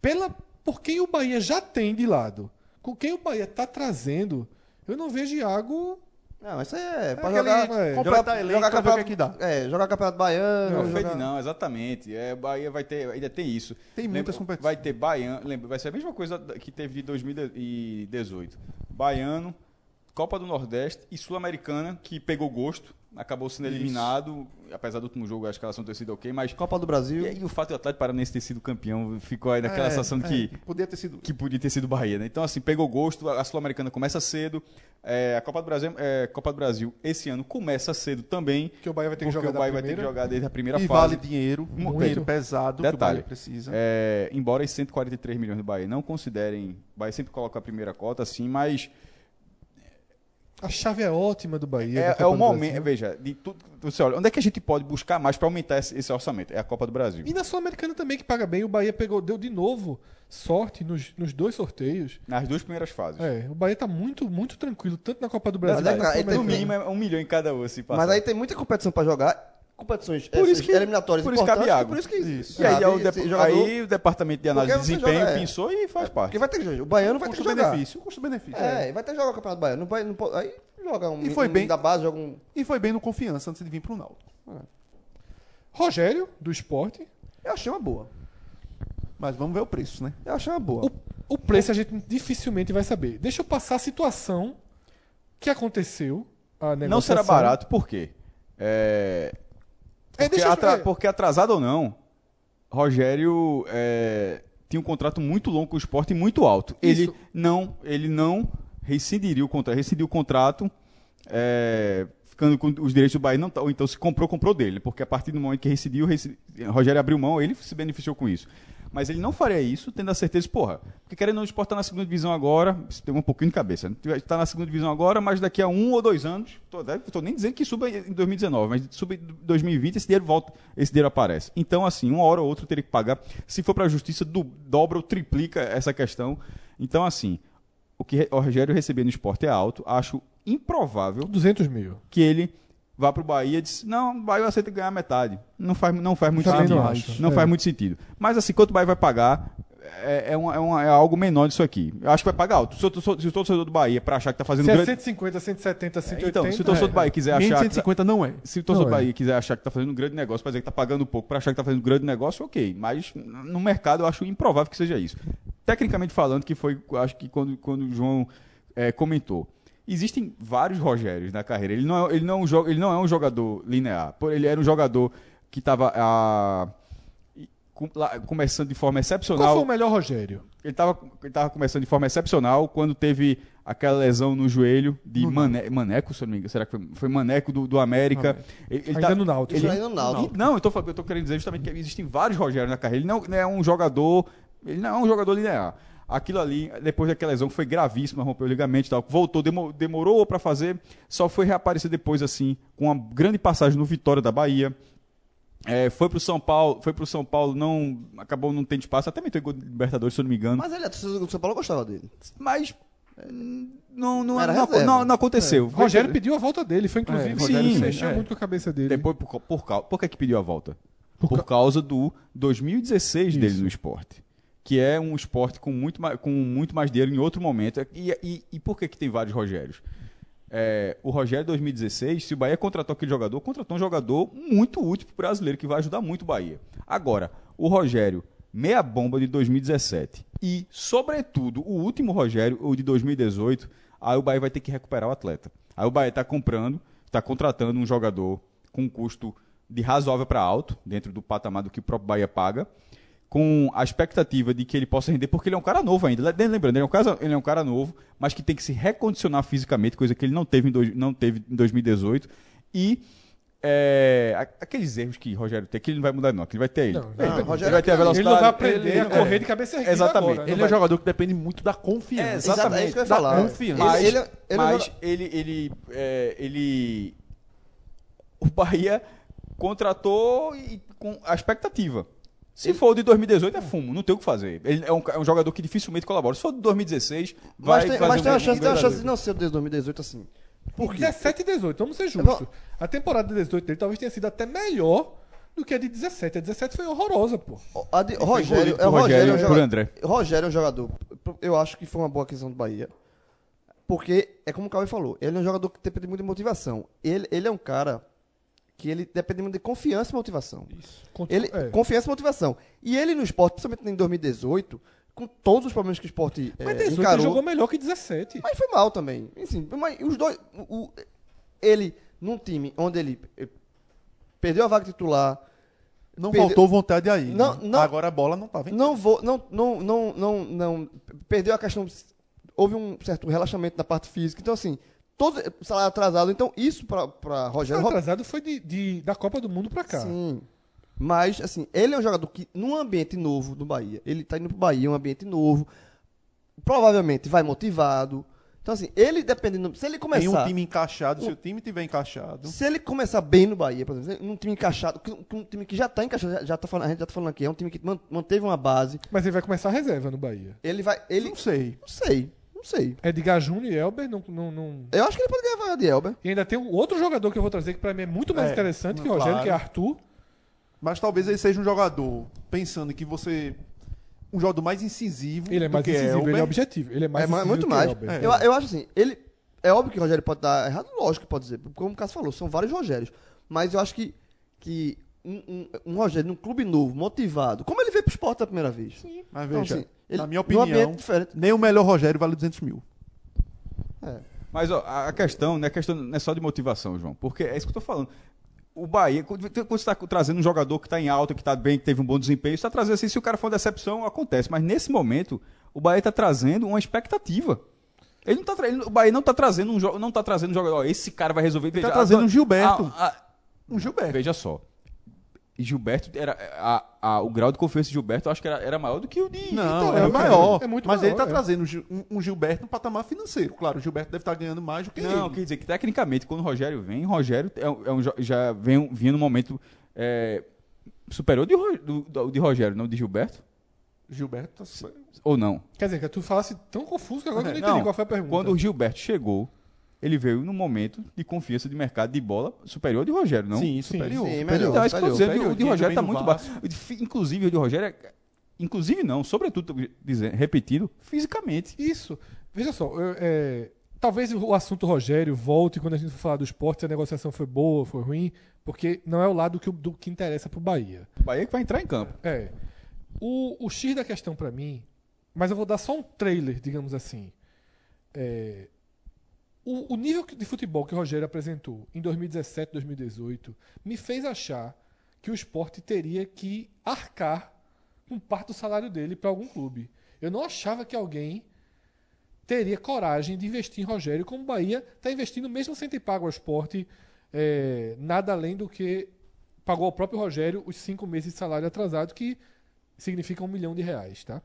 Speaker 2: pela por quem o Bahia já tem de lado, com quem o Bahia tá trazendo, eu não vejo Iago
Speaker 5: Não, isso aí é pra
Speaker 2: aquele-
Speaker 5: jogar.
Speaker 2: é,
Speaker 5: comprar-
Speaker 6: jogar elenco pra ver o
Speaker 5: campeonato,
Speaker 6: que é que dá.
Speaker 5: É, jogar campeonato baiano.
Speaker 4: Não,
Speaker 5: jogar...
Speaker 4: Fed não, exatamente. É, Bahia vai ter, ainda tem isso.
Speaker 6: Tem muitas competições.
Speaker 4: Vai ter Baiano, lembra, vai ser a mesma coisa da- que teve de 2018. Baiano, Copa do Nordeste e Sul-Americana, que pegou gosto, acabou sendo eliminado, apesar do último jogo a escalação ter sido ok, mas...
Speaker 5: Copa do Brasil.
Speaker 4: E aí o fato do Atlético Paranaense ter sido campeão ficou aí
Speaker 6: É,
Speaker 4: naquela sensação de que...
Speaker 6: Podia ter sido.
Speaker 4: que podia ter sido Bahia, né? Então, assim, pegou gosto, a a Sul-Americana começa cedo, é, a Copa do, Brasil, é, Copa do Brasil esse ano começa cedo também,
Speaker 2: que o Bahia vai ter que
Speaker 4: porque
Speaker 2: jogar
Speaker 4: o
Speaker 2: da
Speaker 4: Bahia vai ter
Speaker 2: primeira.
Speaker 4: que jogar desde a primeira
Speaker 6: E
Speaker 4: fase.
Speaker 6: vale dinheiro, um
Speaker 4: Muito.
Speaker 6: dinheiro pesado que o
Speaker 4: Detalhe,
Speaker 6: Bahia precisa.
Speaker 4: É, embora os 143 milhões do Bahia não considerem, o Bahia sempre coloca a primeira cota, assim, mas
Speaker 2: A chave é ótima do Bahia. da
Speaker 4: é,
Speaker 2: Copa
Speaker 4: é o
Speaker 2: do
Speaker 4: momento,
Speaker 2: Brasil.
Speaker 4: veja, de tudo, você olha, onde é que a gente pode buscar mais para aumentar esse, esse orçamento? É a Copa do Brasil.
Speaker 2: E na Sul-Americana também, que paga bem, o Bahia pegou, deu de novo sorte nos, nos dois sorteios.
Speaker 4: Nas duas primeiras fases.
Speaker 2: É, o Bahia tá muito, muito tranquilo, tanto na Copa do Brasil
Speaker 4: Mas aí,
Speaker 2: quanto na
Speaker 5: aí tem
Speaker 4: no
Speaker 2: Sul-Americana.
Speaker 4: mínimo é um milhão em cada um, se passar.
Speaker 5: Mas aí tem muita competição pra jogar. Competições
Speaker 4: Por isso
Speaker 5: essas
Speaker 4: que-
Speaker 5: É, eliminatórias
Speaker 4: por isso
Speaker 5: importantes.
Speaker 4: cabe água.
Speaker 5: Por isso que isso.
Speaker 4: E aí,
Speaker 5: sabe?
Speaker 4: é o depo-
Speaker 5: Esse jogador-
Speaker 4: aí o departamento de análise de
Speaker 5: Porque você
Speaker 4: desempenho
Speaker 5: joga- é.
Speaker 4: pensou e faz parte.
Speaker 5: Porque vai ter que jogar. O baiano vai ter que jogar.
Speaker 6: Custo-benefício, custo-benefício.
Speaker 5: É, vai ter que jogar o Campeonato Baiano. Não pode, não pode, aí joga um,
Speaker 6: E foi
Speaker 5: um
Speaker 6: bem.
Speaker 5: da base, joga um.
Speaker 6: E foi bem no confiança antes de vir pro Náutico.
Speaker 2: Rogério, do esporte.
Speaker 5: Eu achei uma boa.
Speaker 6: Mas vamos ver o preço, né?
Speaker 5: Eu achei uma boa.
Speaker 2: O, o preço a gente dificilmente vai saber. Deixa eu passar a situação que aconteceu. A
Speaker 4: Não
Speaker 5: é
Speaker 4: será
Speaker 2: negociação.
Speaker 4: barato, por quê? É,
Speaker 2: É,
Speaker 4: Porque,
Speaker 2: deixa eu-
Speaker 4: atra-
Speaker 2: é,
Speaker 4: porque atrasado ou não, Rogério é, tinha um contrato muito longo com o Sport e muito alto. Ele
Speaker 2: Isso.
Speaker 4: não, ele não rescindiria o contrato, rescindiu o contrato, é, ficando com os direitos do Bahia, não, tá- ou então se comprou, comprou dele, porque a partir do momento que rescindiu, resci- Rogério abriu mão, ele se beneficiou com isso. Mas ele não faria isso, tendo a certeza, porra, porque querendo ou não, o Sport tá na segunda divisão agora, isso tem um pouquinho de cabeça, né? tá na segunda divisão agora, mas daqui a um ou dois anos, tô, né, tô nem dizendo que suba em 2019, mas suba em 2020, esse dinheiro volta, esse dinheiro aparece. Então, assim, uma hora ou outra teria que pagar, se for para a justiça, do- dobra ou triplica essa questão. Então, assim, o que o Rogério receber no esporte é alto, acho improvável
Speaker 2: 200 mil.
Speaker 4: que ele vá pro Bahia e diz, não, o Bahia aceita ganhar metade. Não faz, não faz muito
Speaker 2: Também
Speaker 4: sentido.
Speaker 2: não
Speaker 4: Não,
Speaker 2: acho. É.
Speaker 4: faz muito sentido. Mas assim, quanto o Bahia vai pagar, é, é uma- é uma- é algo menor disso aqui. Eu acho que vai pagar alto. Se eu, tô- se eu tô torcedor do Bahia pra achar que tá fazendo
Speaker 2: Se é
Speaker 4: grande...
Speaker 2: 150, 170, 180.
Speaker 4: então, se o torcedor
Speaker 2: É.
Speaker 4: do Bahia quiser
Speaker 6: Menos
Speaker 4: achar... que tá-
Speaker 6: 150 não é.
Speaker 4: Se o
Speaker 2: Não
Speaker 4: torcedor do
Speaker 2: é.
Speaker 4: Bahia quiser achar que tá fazendo um grande negócio, pra dizer que tá pagando pouco, pra achar que tá fazendo um grande negócio, ok. Mas n- no mercado eu acho improvável que seja isso. Tecnicamente falando, que foi, acho que quando, quando o João eh, comentou. Existem vários Rogérios na carreira. Ele não é, ele não é um, jo- ele não é um jogador linear. Por- Ele era um jogador que ah, estava começando de forma excepcional.
Speaker 2: Qual foi o melhor Rogério?
Speaker 4: Ele estava ele tava começando de forma excepcional quando teve aquela lesão no joelho de Mané- Maneco, se eu não me engano. Será que foi, foi Maneco do, do América? Ele, tá- ele
Speaker 2: Ainda no Náutico.
Speaker 5: Isso aí no Náutico.
Speaker 4: E- Não, eu tô, fal- eu tô querendo dizer justamente que existem vários Rogério na carreira. Ele não, não é um jogador. Ele não é um jogador linear. Aquilo ali, depois daquela lesão, que foi gravíssima, rompeu o ligamento e tal. Voltou, demo- demorou para fazer, só foi reaparecer depois, assim, com uma grande passagem no Vitória da Bahia. É, foi pro São Paulo, foi pro São Paulo, não acabou não tendo espaço, até meteu gol de Libertadores, se eu não me engano.
Speaker 5: Mas ele, é, o São Paulo gostava dele.
Speaker 4: Mas hum, não, não,
Speaker 5: Era
Speaker 4: não,
Speaker 5: reserva. É.
Speaker 4: não- não aconteceu.
Speaker 2: Rogério pediu a volta dele, foi inclusive.
Speaker 4: É,
Speaker 2: Rogério
Speaker 4: sim,
Speaker 2: mexeu
Speaker 4: é.
Speaker 2: muito com a cabeça dele.
Speaker 4: Depois, por, cau- por, cau- por que, é que pediu a volta?
Speaker 2: Por
Speaker 4: Por,
Speaker 2: cau-
Speaker 4: causa do 2016 dele
Speaker 2: Isso.
Speaker 4: no esporte. Que é um esporte com muito, ma- com muito mais dinheiro em outro momento. E, e, e por que, que tem vários Rogérios? É, o Rogério 2016, se o Bahia contratou aquele jogador, contratou um jogador muito útil pro brasileiro, que vai ajudar muito o Bahia. Agora, o Rogério, meia bomba de 2017. E, sobretudo, o último Rogério, o de 2018, aí o Bahia vai ter que recuperar o atleta. Aí o Bahia está comprando, está contratando um jogador com um custo de razoável para alto, dentro do patamar do que o próprio Bahia paga, com a expectativa de que ele possa render, porque ele é um cara novo ainda. Le- Lembrando, ele é um, casa- ele é um cara novo, mas que tem que se recondicionar fisicamente, coisa que ele não teve em, dois- não teve em 2018. E é, a- aqueles erros que Rogério tem, que ele não vai mudar, não, que ele vai ter ele.
Speaker 2: Não,
Speaker 4: ele,
Speaker 2: não,
Speaker 4: vai-
Speaker 5: Rogério
Speaker 4: ele vai ter a
Speaker 5: é
Speaker 4: velocidade.
Speaker 2: ele não vai aprender
Speaker 4: ele-
Speaker 2: a correr de cabeça erguida
Speaker 4: Exatamente.
Speaker 2: agora.
Speaker 6: Ele é um jogador que depende muito da confiança.
Speaker 4: É,
Speaker 5: Exato, é isso que eu ia
Speaker 6: Da
Speaker 5: falar.
Speaker 6: confiança.
Speaker 4: Mas,
Speaker 5: Ele-
Speaker 4: ele,
Speaker 5: ele- ele
Speaker 4: mas
Speaker 5: joga-
Speaker 4: ele, ele, é, ele- O Bahia contratou e, com a expectativa. Se for o de 2018, é fumo, não tem o que fazer. Ele é um, ca- é um jogador que dificilmente colabora. Se for de 2016, vai
Speaker 5: Mas tem,
Speaker 4: fazer
Speaker 5: mas
Speaker 4: um
Speaker 5: tem uma
Speaker 4: bom
Speaker 5: chance, tem uma
Speaker 4: jogador.
Speaker 5: chance de não ser o de 2018 assim.
Speaker 2: Por
Speaker 5: quê?
Speaker 2: 17 e 18, vamos ser
Speaker 5: Eu vou-
Speaker 2: justos. A temporada de 18 dele talvez tenha sido até melhor do que a de 17. A 17 foi horrorosa, pô.
Speaker 5: O- a de-
Speaker 4: engolido
Speaker 5: Rogério, é,
Speaker 4: por
Speaker 5: o Rogério, é um
Speaker 4: Rogério,
Speaker 5: jogador,
Speaker 4: por André.
Speaker 5: Rogério é um jogador. Eu acho que foi uma boa aquisição do Bahia. Porque é como o Cauê falou, ele é um jogador que depende muito de motivação. Ele, ele é um cara que ele depende muito de confiança e motivação.
Speaker 2: Contra-
Speaker 5: Ele,
Speaker 2: é.
Speaker 5: Confiança e motivação. E ele no esporte, principalmente em 2018, com todos os problemas que o esporte
Speaker 2: Mas
Speaker 5: eh,
Speaker 2: 18 ele
Speaker 5: encarou,
Speaker 2: jogou melhor que 17.
Speaker 5: mas foi mal também. Assim, mas os dois. o- o- ele, num time onde ele eh, perdeu a vaga titular,
Speaker 6: Não
Speaker 5: Perdeu-
Speaker 6: voltou vontade aí.
Speaker 5: Não,
Speaker 6: né?
Speaker 5: não.
Speaker 6: Agora a bola não tá vindo.
Speaker 5: não vou. Não, não, não, não, não. Perdeu a questão. Houve um certo relaxamento na parte física. Então, assim, todo o salário atrasado. Então, isso pra, pra
Speaker 2: O
Speaker 5: Rogério.
Speaker 2: atrasado foi de, de- da Copa do Mundo pra cá.
Speaker 5: Sim. Mas, assim, ele é um jogador que, num ambiente novo do Bahia, ele tá indo pro Bahia, um ambiente novo. Provavelmente vai motivado. Então, assim, ele dependendo. Se ele
Speaker 6: Tem um
Speaker 5: começar.
Speaker 6: time encaixado. Se
Speaker 5: Um-
Speaker 6: o time tiver encaixado,
Speaker 5: Se ele começar bem no Bahia, por exemplo, num time encaixado, que- que um time que já tá encaixado, já, já tá falando, a gente já tá falando aqui, é um time que man- manteve uma base,
Speaker 2: Mas ele vai começar a reserva no Bahia.
Speaker 5: ele vai. Ele.
Speaker 6: não sei.
Speaker 5: Não sei, não sei.
Speaker 2: Edgar Júnior e Elber não, não, não-
Speaker 5: Eu acho que ele pode ganhar a vaga de Elber.
Speaker 2: E ainda tem um outro jogador que eu vou trazer que pra mim é muito mais
Speaker 6: É,
Speaker 2: interessante que o
Speaker 6: claro.
Speaker 2: Rogério, que é Arthur.
Speaker 6: Mas talvez ele seja um jogador, pensando que você. Um jogador mais incisivo.
Speaker 2: Ele é
Speaker 6: do
Speaker 2: mais
Speaker 6: que
Speaker 2: incisivo, ele é
Speaker 6: Elber.
Speaker 2: objetivo. Ele é mais
Speaker 5: é ma-
Speaker 2: incisivo
Speaker 5: muito
Speaker 2: que
Speaker 5: mais.
Speaker 2: Elber.
Speaker 5: Eu, eu acho assim, ele. É óbvio que o Rogério pode dar errado, lógico que pode dizer. Como o Cássio falou, são vários Rogérios. Mas eu acho que, que um, um- um Rogério num clube novo, motivado, como ele veio pro esporte da primeira vez. Sim.
Speaker 6: Mas veja,
Speaker 5: Então, assim, ele,
Speaker 6: na minha
Speaker 5: num
Speaker 6: opinião,
Speaker 5: ambiente diferente.
Speaker 6: nem o melhor Rogério vale 200 mil.
Speaker 4: Mas ó, a a questão, né, a questão não é só de motivação, João, porque é isso que eu tô falando. O Bahia, quando quando você está trazendo um jogador que está em alta, que está bem, que teve um bom desempenho, você está trazendo assim, se o cara for uma decepção, acontece. Mas nesse momento, o Bahia está trazendo uma expectativa. Ele não tá tra- ele- o Bahia não está trazendo um jogo, não tá trazendo um jogador. ó, Esse cara vai resolver. Ele
Speaker 6: tá trazendo um Gilberto.
Speaker 4: um Gilberto. Veja só. Gilberto era a- a- o grau de confiança de Gilberto, eu acho que era, era maior do que o de né?
Speaker 6: Não,
Speaker 2: Então,
Speaker 6: é,
Speaker 2: é,
Speaker 6: maior.
Speaker 2: é muito
Speaker 6: mas ele
Speaker 2: maior,
Speaker 6: tá
Speaker 2: é.
Speaker 6: trazendo um Gil- um, um Gilberto no patamar financeiro. Claro, o Gilberto deve estar ganhando mais do que
Speaker 4: Não,
Speaker 6: ele.
Speaker 4: quer dizer que tecnicamente, quando o Rogério vem, o Rogério é um, é um jo- já vem, um- vinha num momento é, superior de, Ro- do- do- de Rogério, não de Gilberto?
Speaker 6: Gilberto tá...
Speaker 4: Ou não?
Speaker 2: Quer dizer, que tu falasse tão confuso que agora eu não
Speaker 4: É,
Speaker 2: entendi qual foi a pergunta.
Speaker 6: tá.
Speaker 4: Quando o Gilberto chegou, ele veio num momento de confiança de mercado de bola superior de Rogério, não?
Speaker 6: Sim, superior.
Speaker 5: sim,
Speaker 6: superior.
Speaker 5: melhor.
Speaker 4: Então, é isso que eu
Speaker 5: superior,
Speaker 4: tô dizendo,
Speaker 6: superior.
Speaker 4: o de Rogério
Speaker 6: Tinha
Speaker 4: tá
Speaker 6: bem no
Speaker 4: muito baixo. O de fi- Inclusive, o de Rogério é- Inclusive não, sobretudo, tô dizendo, repetindo, fisicamente.
Speaker 2: Isso. Veja só, eu, é, talvez o assunto Rogério volte quando a gente for falar do esporte, se a negociação foi boa, foi ruim, porque não é o lado que, o- do que interessa pro Bahia.
Speaker 4: O Bahia que vai entrar em campo.
Speaker 2: É. O, o X da questão pra mim, mas eu vou dar só um trailer, digamos assim. É, o, o nível que- de futebol que o Rogério apresentou em 2017, 2018, me fez achar que o esporte teria que arcar com parte do salário dele pra algum clube. Eu não achava que alguém teria coragem de investir em Rogério, como o Bahia está investindo, mesmo sem ter pago ao esporte, é, nada além do que pagou ao próprio Rogério os cinco meses de salário atrasado, que significa um milhão de reais, tá?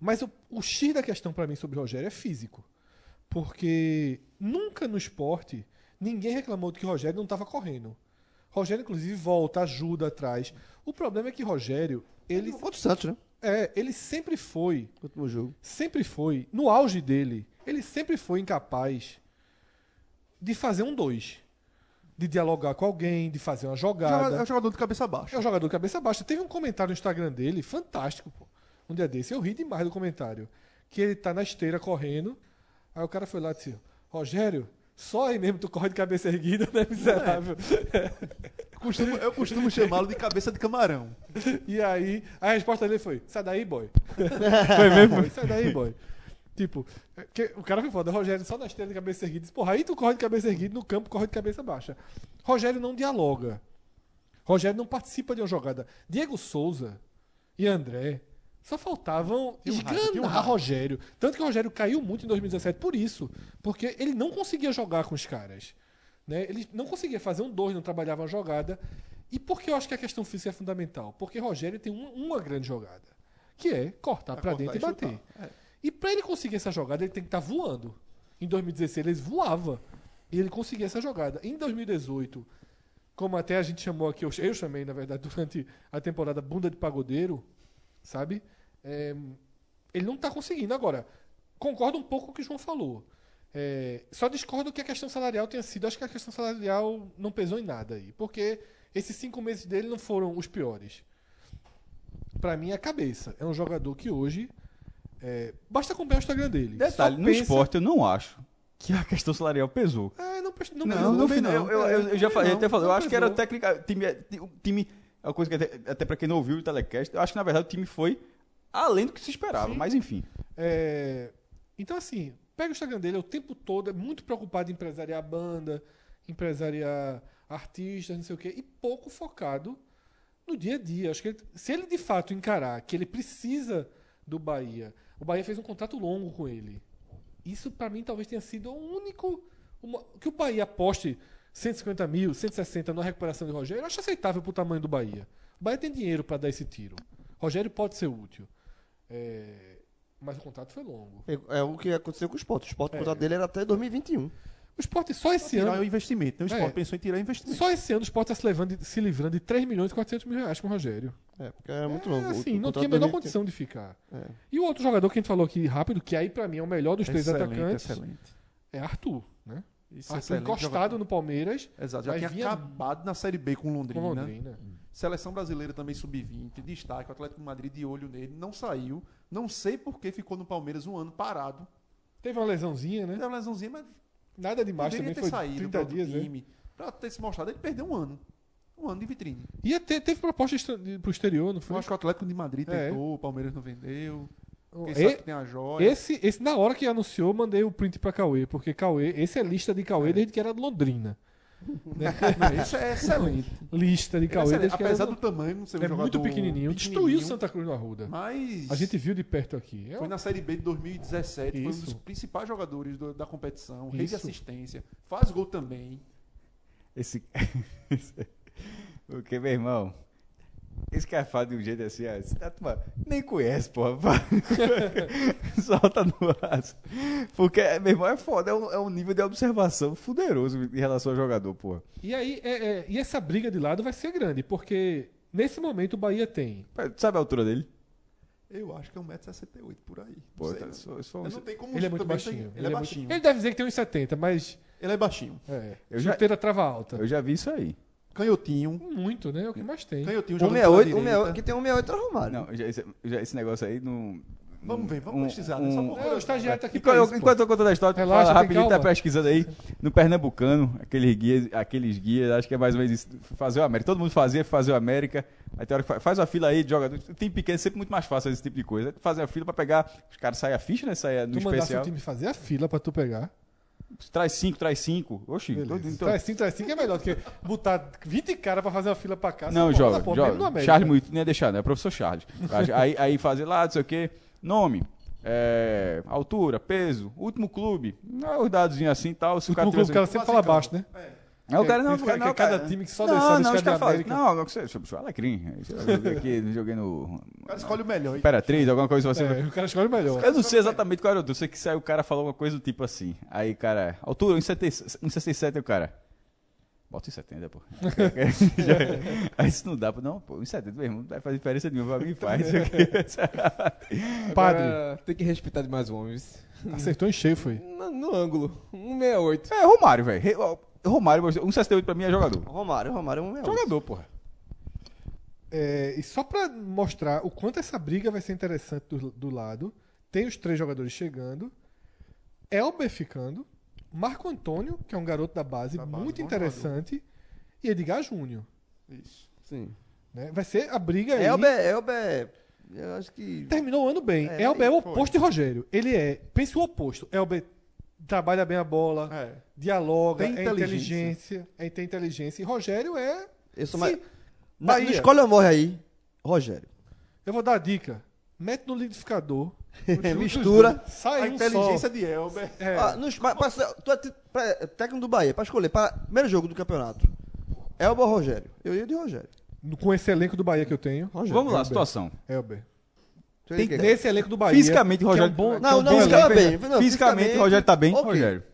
Speaker 2: Mas o, o X da questão pra mim sobre o Rogério é físico. Porque nunca no esporte ninguém reclamou de que o Rogério não estava correndo. Rogério, inclusive, volta, ajuda atrás. O problema é que Rogério, ele,
Speaker 3: Contra o Santos, né?
Speaker 2: é, ele sempre foi
Speaker 3: Último jogo.
Speaker 2: sempre foi, no auge dele, ele sempre foi incapaz de fazer um dois. De dialogar com alguém, de fazer uma jogada.
Speaker 6: É um jogador de cabeça baixa.
Speaker 2: É um jogador de cabeça baixa. Teve um comentário no Instagram dele, fantástico, pô. Um dia desse. Eu ri demais do comentário. Que ele tá na esteira correndo. Aí o cara foi lá e disse: Rogério, só aí mesmo tu corre de cabeça erguida, né, miserável?
Speaker 6: Eu costumo, eu costumo chamá-lo de cabeça de camarão.
Speaker 2: E aí, a resposta dele foi: sai daí, boy. foi mesmo? sai daí, boy. Tipo, é, que- o cara foi foda, Rogério só na esteira de cabeça erguida. Disse, Porra, aí tu corre de cabeça erguida, no campo corre de cabeça baixa. Rogério não dialoga. Rogério não participa de uma jogada. Diego Souza e André só faltavam
Speaker 6: Tinha um rato, tinha um
Speaker 2: esganar
Speaker 6: rato.
Speaker 2: Rogério. Tanto que o Rogério caiu muito em 2017 por isso. Porque ele não conseguia jogar com os caras. Né? Ele não conseguia fazer um dois, não trabalhava uma jogada. E por que eu acho que a questão física é fundamental? Porque Rogério tem um- uma grande jogada, que é cortar pra
Speaker 6: cortar
Speaker 2: dentro e,
Speaker 6: e é.
Speaker 2: bater. E pra ele conseguir essa jogada, ele tem que estar voando. Em 2016 ele voava e ele conseguia essa jogada. Em 2018, como até a gente chamou aqui, eu ch- eu chamei na verdade durante a temporada bunda de pagodeiro, sabe? É, ele não tá conseguindo agora. Concordo um pouco com o que o João falou. É, só discordo que a questão salarial tenha sido. Acho que a questão salarial não pesou em nada aí. Porque esses cinco meses dele não foram os piores. Pra mim, é a cabeça. É um jogador que hoje. é, basta acompanhar o Instagram dele.
Speaker 4: Detalhe,
Speaker 2: Né, Só
Speaker 4: no
Speaker 2: pensa-
Speaker 4: esporte eu não acho que a questão salarial pesou.
Speaker 2: É, não, pes- não,
Speaker 4: Não,
Speaker 2: pesou
Speaker 4: não,
Speaker 2: também
Speaker 4: não. Eu, eu-
Speaker 2: É,
Speaker 4: eu já
Speaker 2: também
Speaker 4: falei,
Speaker 2: não,
Speaker 4: até falei, eu
Speaker 2: não
Speaker 4: acho que era
Speaker 2: pesou.
Speaker 4: técnica, time, o time, é uma coisa que até, até pra quem não ouviu o telecast, eu acho que na verdade o time foi além do que se esperava, mas enfim.
Speaker 2: É, então, assim, pega o Instagram dele é o tempo todo, é muito preocupado em empresariar banda, empresariar artistas, não sei o quê, e pouco focado no dia a dia. Acho que ele- se ele de fato encarar que ele precisa do Bahia, o Bahia fez um contrato longo com ele. Isso pra mim talvez tenha sido o único. uma- que o Bahia aposte 150 mil, 160 na recuperação de Rogério, eu acho aceitável pro tamanho do Bahia. O Bahia tem dinheiro pra dar esse tiro. Rogério pode ser útil. É, mas o contrato foi longo.
Speaker 3: É, é o que aconteceu com o Sport. O Sport,
Speaker 2: É.
Speaker 3: o contrato dele era até 2021.
Speaker 2: O esporte só esse
Speaker 6: Tirar o
Speaker 2: ano.
Speaker 6: investimento. né? O
Speaker 2: É.
Speaker 6: esporte pensou em tirar investimento.
Speaker 2: Só esse ano o esporte está se, levando de- se livrando de 3 milhões e 400 mil reais com o Rogério.
Speaker 3: É, porque era muito longo.
Speaker 2: É,
Speaker 3: O-
Speaker 2: assim,
Speaker 3: o
Speaker 2: não
Speaker 3: contrato
Speaker 2: tinha a
Speaker 3: 2021.
Speaker 2: menor condição de ficar.
Speaker 3: É.
Speaker 2: E o outro jogador que a gente falou aqui rápido, que aí pra mim é o melhor dos três atacantes,
Speaker 6: excelente.
Speaker 2: é Arthur. Né?
Speaker 6: Isso,
Speaker 2: Arthur
Speaker 6: excelente.
Speaker 2: encostado no Palmeiras,
Speaker 6: Joga- Exato, já
Speaker 2: Mas
Speaker 6: tinha
Speaker 2: vinha-
Speaker 6: acabado na Série B com
Speaker 2: com
Speaker 6: Londrina.
Speaker 2: Londrina.
Speaker 6: Seleção brasileira também sub-20, destaque, o Atlético de Madrid de olho nele, não saiu. Não sei por que ficou no Palmeiras um ano parado.
Speaker 2: Teve uma lesãozinha, né?
Speaker 6: Deu uma lesãozinha, mas
Speaker 2: Nada demais também,
Speaker 6: poderia ter
Speaker 2: foi
Speaker 6: saído um
Speaker 2: 30
Speaker 6: para outro
Speaker 2: dias. né?
Speaker 6: time. Pra ter se mostrado, ele perdeu um ano. Um ano de vitrine.
Speaker 2: E até teve proposta extra- de- pro exterior, não
Speaker 6: Eu
Speaker 2: foi?
Speaker 6: acho que o Atlético de Madrid
Speaker 2: É.
Speaker 6: tentou, o Palmeiras não vendeu. Quem
Speaker 2: E-
Speaker 6: sabe que tem a joia.
Speaker 2: Esse, esse, na hora que anunciou, eu mandei o print pra Cauê, porque Cauê, esse é lista de Cauê desde que era de Londrina. Né?
Speaker 6: Isso é excelente.
Speaker 2: Lista de Cauê
Speaker 6: Excelente.
Speaker 2: desde que era
Speaker 6: Apesar
Speaker 2: de
Speaker 6: do tamanho, não ser um
Speaker 2: É
Speaker 6: jogador
Speaker 2: muito pequenininho. Destruiu Santa Cruz no Arruda.
Speaker 6: Mas
Speaker 2: A gente viu de perto aqui. É
Speaker 6: foi
Speaker 2: um-
Speaker 6: na Série B de 2017, foi um dos
Speaker 2: Isso.
Speaker 6: principais jogadores do- da competição, rei de
Speaker 2: Isso.
Speaker 6: assistência, faz gol também.
Speaker 4: Esse. esse- Porque, meu irmão. Esse cara fala de um jeito assim, ah, esse tá toma- nem conhece, porra. Solta no aço. Porque, meu irmão, é foda, é um, é um nível de observação fuderoso em relação ao jogador, porra.
Speaker 2: E aí, é- é- e essa briga de lado vai ser grande, porque nesse momento o Bahia tem.
Speaker 4: Mas Sabe a altura dele?
Speaker 6: Eu acho que é 1,68m por aí. Não
Speaker 4: Pô,
Speaker 6: sei,
Speaker 4: tá-
Speaker 6: não.
Speaker 4: só- só um-
Speaker 6: Eu não tenho como
Speaker 2: Ele é muito
Speaker 6: também
Speaker 2: baixinho.
Speaker 6: tem- Ele é
Speaker 2: muito-
Speaker 6: baixinho.
Speaker 2: Ele deve dizer que tem uns 70, mas.
Speaker 6: Ele é baixinho.
Speaker 2: É.
Speaker 4: Eu já-
Speaker 2: chuteira trava alta.
Speaker 4: Eu já vi isso aí.
Speaker 6: Canhotinho.
Speaker 2: Muito, né? É o que mais tem.
Speaker 6: Canhotinho, jogando pela
Speaker 3: 168,
Speaker 6: direita.
Speaker 2: né?
Speaker 3: 168, que tem 168 era arrumado.
Speaker 4: Não, já- esse, já- esse negócio aí não. um-
Speaker 6: Vamos ver, vamos pesquisar, né? Só por-
Speaker 2: Não, o estagiário tá aqui. pra
Speaker 4: Enquanto,
Speaker 2: isso, pô.
Speaker 4: enquanto eu conto da história,
Speaker 2: Relaxa,
Speaker 4: fala
Speaker 2: tem
Speaker 4: rapidinho, tá
Speaker 2: calma.
Speaker 4: pesquisando aí. No Pernambucano, aqueles guias, aqueles guias, acho que é mais ou menos isso. Fazer o América. Todo mundo fazia, fazer o América. Aí tem hora que fa- faz a fila aí de jogador. Tem pequeno, é sempre muito mais fácil esse tipo de coisa. Fazer a fila pra pegar. Os caras saem a ficha, né? Sai do
Speaker 2: Tu mandasse o
Speaker 4: especial.
Speaker 2: time fazer a fila pra tu pegar.
Speaker 4: Traz cinco, traz cinco. Oxi, todo-
Speaker 2: Beleza.
Speaker 4: então-
Speaker 2: Traz 5, traz 5 é melhor do que botar 20 caras pra fazer uma fila pra cá.
Speaker 4: Não,
Speaker 2: você volta,
Speaker 4: joga,
Speaker 2: pô, é mesmo no
Speaker 4: joga.
Speaker 2: América.
Speaker 4: Charles Muito não ia deixar, né? É o professor Charles. aí, aí fazer lá, não sei o quê. Nome, é, altura, peso, último clube. Ah, Os dados assim e tal. Se o
Speaker 2: No
Speaker 4: cara
Speaker 2: clube,
Speaker 4: tiver-
Speaker 2: o cara sempre fala baixo, né?
Speaker 6: É.
Speaker 4: Não, o cara
Speaker 2: Tem
Speaker 4: não,
Speaker 2: que
Speaker 4: o cara
Speaker 2: ficar-
Speaker 4: não,
Speaker 2: que é cada
Speaker 4: cara.
Speaker 2: time que só
Speaker 4: não,
Speaker 2: desce- só
Speaker 4: não,
Speaker 2: desce
Speaker 4: os
Speaker 2: cada
Speaker 4: caras falam,
Speaker 2: América.
Speaker 4: não, você chegou alecrim, eu joguei aqui, joguei no
Speaker 6: O cara escolhe o melhor. hein?
Speaker 4: Imperatriz, alguma coisa assim.
Speaker 2: É, o cara escolhe o melhor.
Speaker 4: Eu não sei exatamente qual era o outro, eu sei que saiu o cara falou alguma coisa do tipo assim. Aí, cara, altura 1,77, 1,67 o cara. Bota 1,70, pô. Aí isso não dá, pô. Não, pô, 1,70 mesmo, não vai fazer diferença nenhuma, alguém faz. isso aqui.
Speaker 7: Agora, Tem que respeitar demais o homem. viu?
Speaker 2: Acertou em cheio, foi.
Speaker 7: No, no ângulo. 168.
Speaker 4: é, Romário, velho. Re- ó, Romário, 1,68 pra mim é jogador.
Speaker 5: Romário, Romário é um real.
Speaker 4: Jogador, porra.
Speaker 2: É, e só pra mostrar o quanto essa briga vai ser interessante do, do lado, tem os três jogadores chegando, Elber ficando, Marco Antônio, que é um garoto da base
Speaker 6: Da base,
Speaker 2: muito
Speaker 6: bom
Speaker 2: interessante, e Edgar Júnior.
Speaker 6: Isso.
Speaker 5: Sim.
Speaker 2: né? Vai ser a briga aí.
Speaker 5: Elber, Elber, eu acho que...
Speaker 2: Terminou o ano bem.
Speaker 5: É,
Speaker 2: Elber é o
Speaker 6: foi.
Speaker 2: oposto de Rogério. Ele é, pensa o oposto. Elber trabalha bem a bola,
Speaker 6: É.
Speaker 2: dialoga,
Speaker 6: Tem
Speaker 2: é inteligência, é, tem inteligência. E Rogério é.
Speaker 5: Eu
Speaker 2: se-
Speaker 5: sou mais... Na,
Speaker 2: Bahia.
Speaker 5: no escolhe ou morre aí, Rogério.
Speaker 2: Eu vou dar a dica. Mete no liquidificador.
Speaker 5: Mistura.
Speaker 2: Sai
Speaker 6: A
Speaker 2: um
Speaker 6: inteligência de Elber.
Speaker 2: só. É.
Speaker 5: Ah, nos, mas, mas, tu é ti- pra- técnico do Bahia, pra escolher, pra, primeiro jogo do campeonato, Elba ou Rogério? Eu ia de Rogério.
Speaker 2: No- Com esse elenco do Bahia que eu tenho.
Speaker 5: Rogério.
Speaker 4: Vamos lá,
Speaker 2: Elber.
Speaker 4: situação.
Speaker 2: Elber.
Speaker 5: Tu ia de quem?
Speaker 2: Nesse elenco do Bahia.
Speaker 4: Fisicamente,
Speaker 2: que é um
Speaker 4: Rogério-
Speaker 2: bom- que é
Speaker 5: Não,
Speaker 2: um
Speaker 5: não,
Speaker 2: bom
Speaker 5: fisicamente,
Speaker 2: elenco.
Speaker 5: bem. Não,
Speaker 4: Fisicamente, Rogério tá bem?
Speaker 5: ok.
Speaker 4: Rogério.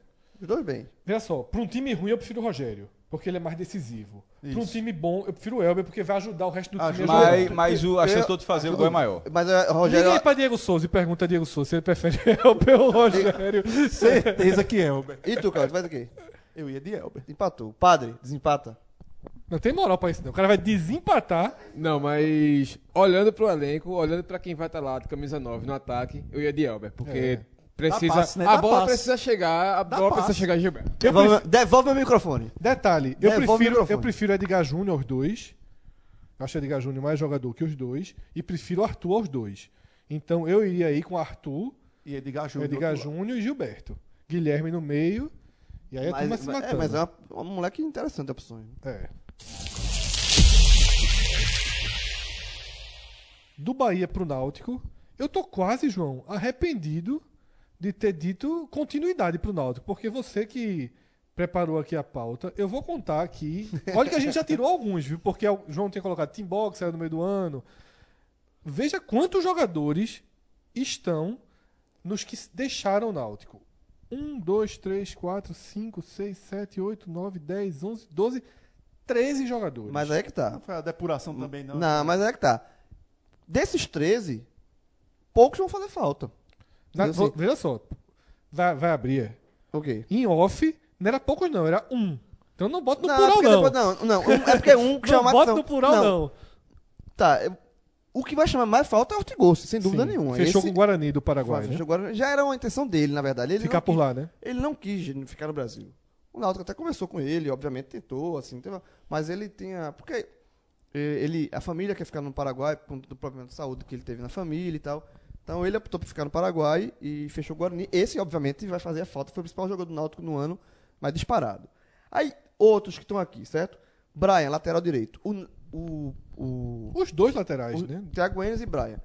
Speaker 5: Os dois bem.
Speaker 2: Veja só, pra um time ruim eu prefiro o Rogério. Porque ele é mais decisivo. Pra um
Speaker 6: Isso.
Speaker 2: time bom, eu prefiro o Elber, porque vai ajudar o resto do time a jogar.
Speaker 4: Ah, Mas, mas o, a chance de outro fazer o gol é maior.
Speaker 5: Mas é, Rogério...
Speaker 2: Liga aí pra Diego Souza e pergunta a Diego Souza se ele prefere Elber ou Rogério.
Speaker 6: Certeza que Elber.
Speaker 5: E tu, cara, tu vai do quê?
Speaker 6: Eu ia de Elber.
Speaker 5: Empatou. Padre, desempata.
Speaker 2: Não tem moral pra isso, não. O cara vai desempatar.
Speaker 7: Não, mas olhando pro elenco, olhando pra quem vai estar lá de camisa 9 no ataque, eu ia de Elber, porque
Speaker 2: É.
Speaker 7: precisa.
Speaker 5: Dá passe, né? Dá
Speaker 7: A bola
Speaker 5: passe.
Speaker 7: precisa chegar, a bola precisa chegar em Gilberto.
Speaker 2: Eu
Speaker 5: devolve,
Speaker 2: prefiro-
Speaker 5: devolve meu microfone.
Speaker 2: Detalhe, eu
Speaker 5: Devolve o
Speaker 2: prefiro,
Speaker 5: É, microfone.
Speaker 2: eu prefiro Edgar Júnior aos dois. Eu acho Edgar Júnior mais jogador que os dois. E prefiro Arthur aos dois. Então eu iria aí com Arthur,
Speaker 6: E Edgar Júnior.
Speaker 2: Edgar
Speaker 6: do outro
Speaker 2: Júnior e Gilberto. Guilherme no meio. E aí a turma se
Speaker 5: é,
Speaker 2: matando.
Speaker 5: mas é uma, uma moleque interessante a opção. hein?
Speaker 2: É. Do Bahia pro Náutico, eu tô quase, João, arrependido de ter dito continuidade pro Náutico, porque você que preparou aqui a pauta, eu vou contar aqui. Olha que a gente já tirou alguns, viu? Porque é o João tinha colocado Timbó, que saiu no meio do ano. Veja quantos jogadores estão nos que deixaram o Náutico. 1, 2, 3, 4, 5, 6, 7, 8, 9, 10, 11, 12, 13 jogadores.
Speaker 5: Mas aí é que
Speaker 6: lado. Não
Speaker 5: tá.
Speaker 6: foi a depuração também, não.
Speaker 5: Não, mas aí é que tá. Desses 13, poucos vão fazer falta.
Speaker 2: Na-
Speaker 5: eu
Speaker 2: vo-
Speaker 5: sei.
Speaker 2: veja só, vai, vai abrir. é.
Speaker 5: Ok.
Speaker 2: Em off, não era poucos não, era um. Então não bota no
Speaker 5: não, é
Speaker 2: plural
Speaker 5: porque
Speaker 2: não.
Speaker 5: depois- não, não, um- É porque é um que
Speaker 2: não
Speaker 5: chama
Speaker 2: bota
Speaker 5: atenção.
Speaker 2: no plural não.
Speaker 5: Tá. eu- O que vai chamar mais falta é o Ortigoso, sem dúvida
Speaker 2: Sim.
Speaker 5: nenhuma.
Speaker 2: Fechou com
Speaker 5: Esse-
Speaker 2: o Guarani do Paraguai, né?
Speaker 5: Fechou com o Guarani. Já era uma intenção dele, na verdade. Ele
Speaker 2: Ficar
Speaker 5: não
Speaker 2: por
Speaker 5: quis-
Speaker 2: lá, né?
Speaker 5: Ele não quis ficar no Brasil. O Náutico até começou com ele, obviamente tentou, assim, teve- mas ele tinha. Porque eh, ele, a família quer ficar no Paraguai por conta do problema de saúde que ele teve na família e tal. Então ele optou por ficar no Paraguai e fechou o Guarani. Esse, obviamente, vai fazer a falta. Foi o principal jogador do Náutico no ano, mas disparado. Aí, outros que estão aqui, certo? Brian, lateral direito. O, o, o,
Speaker 2: Os dois laterais,
Speaker 5: o
Speaker 2: né?
Speaker 5: Thiago Enes e Brian.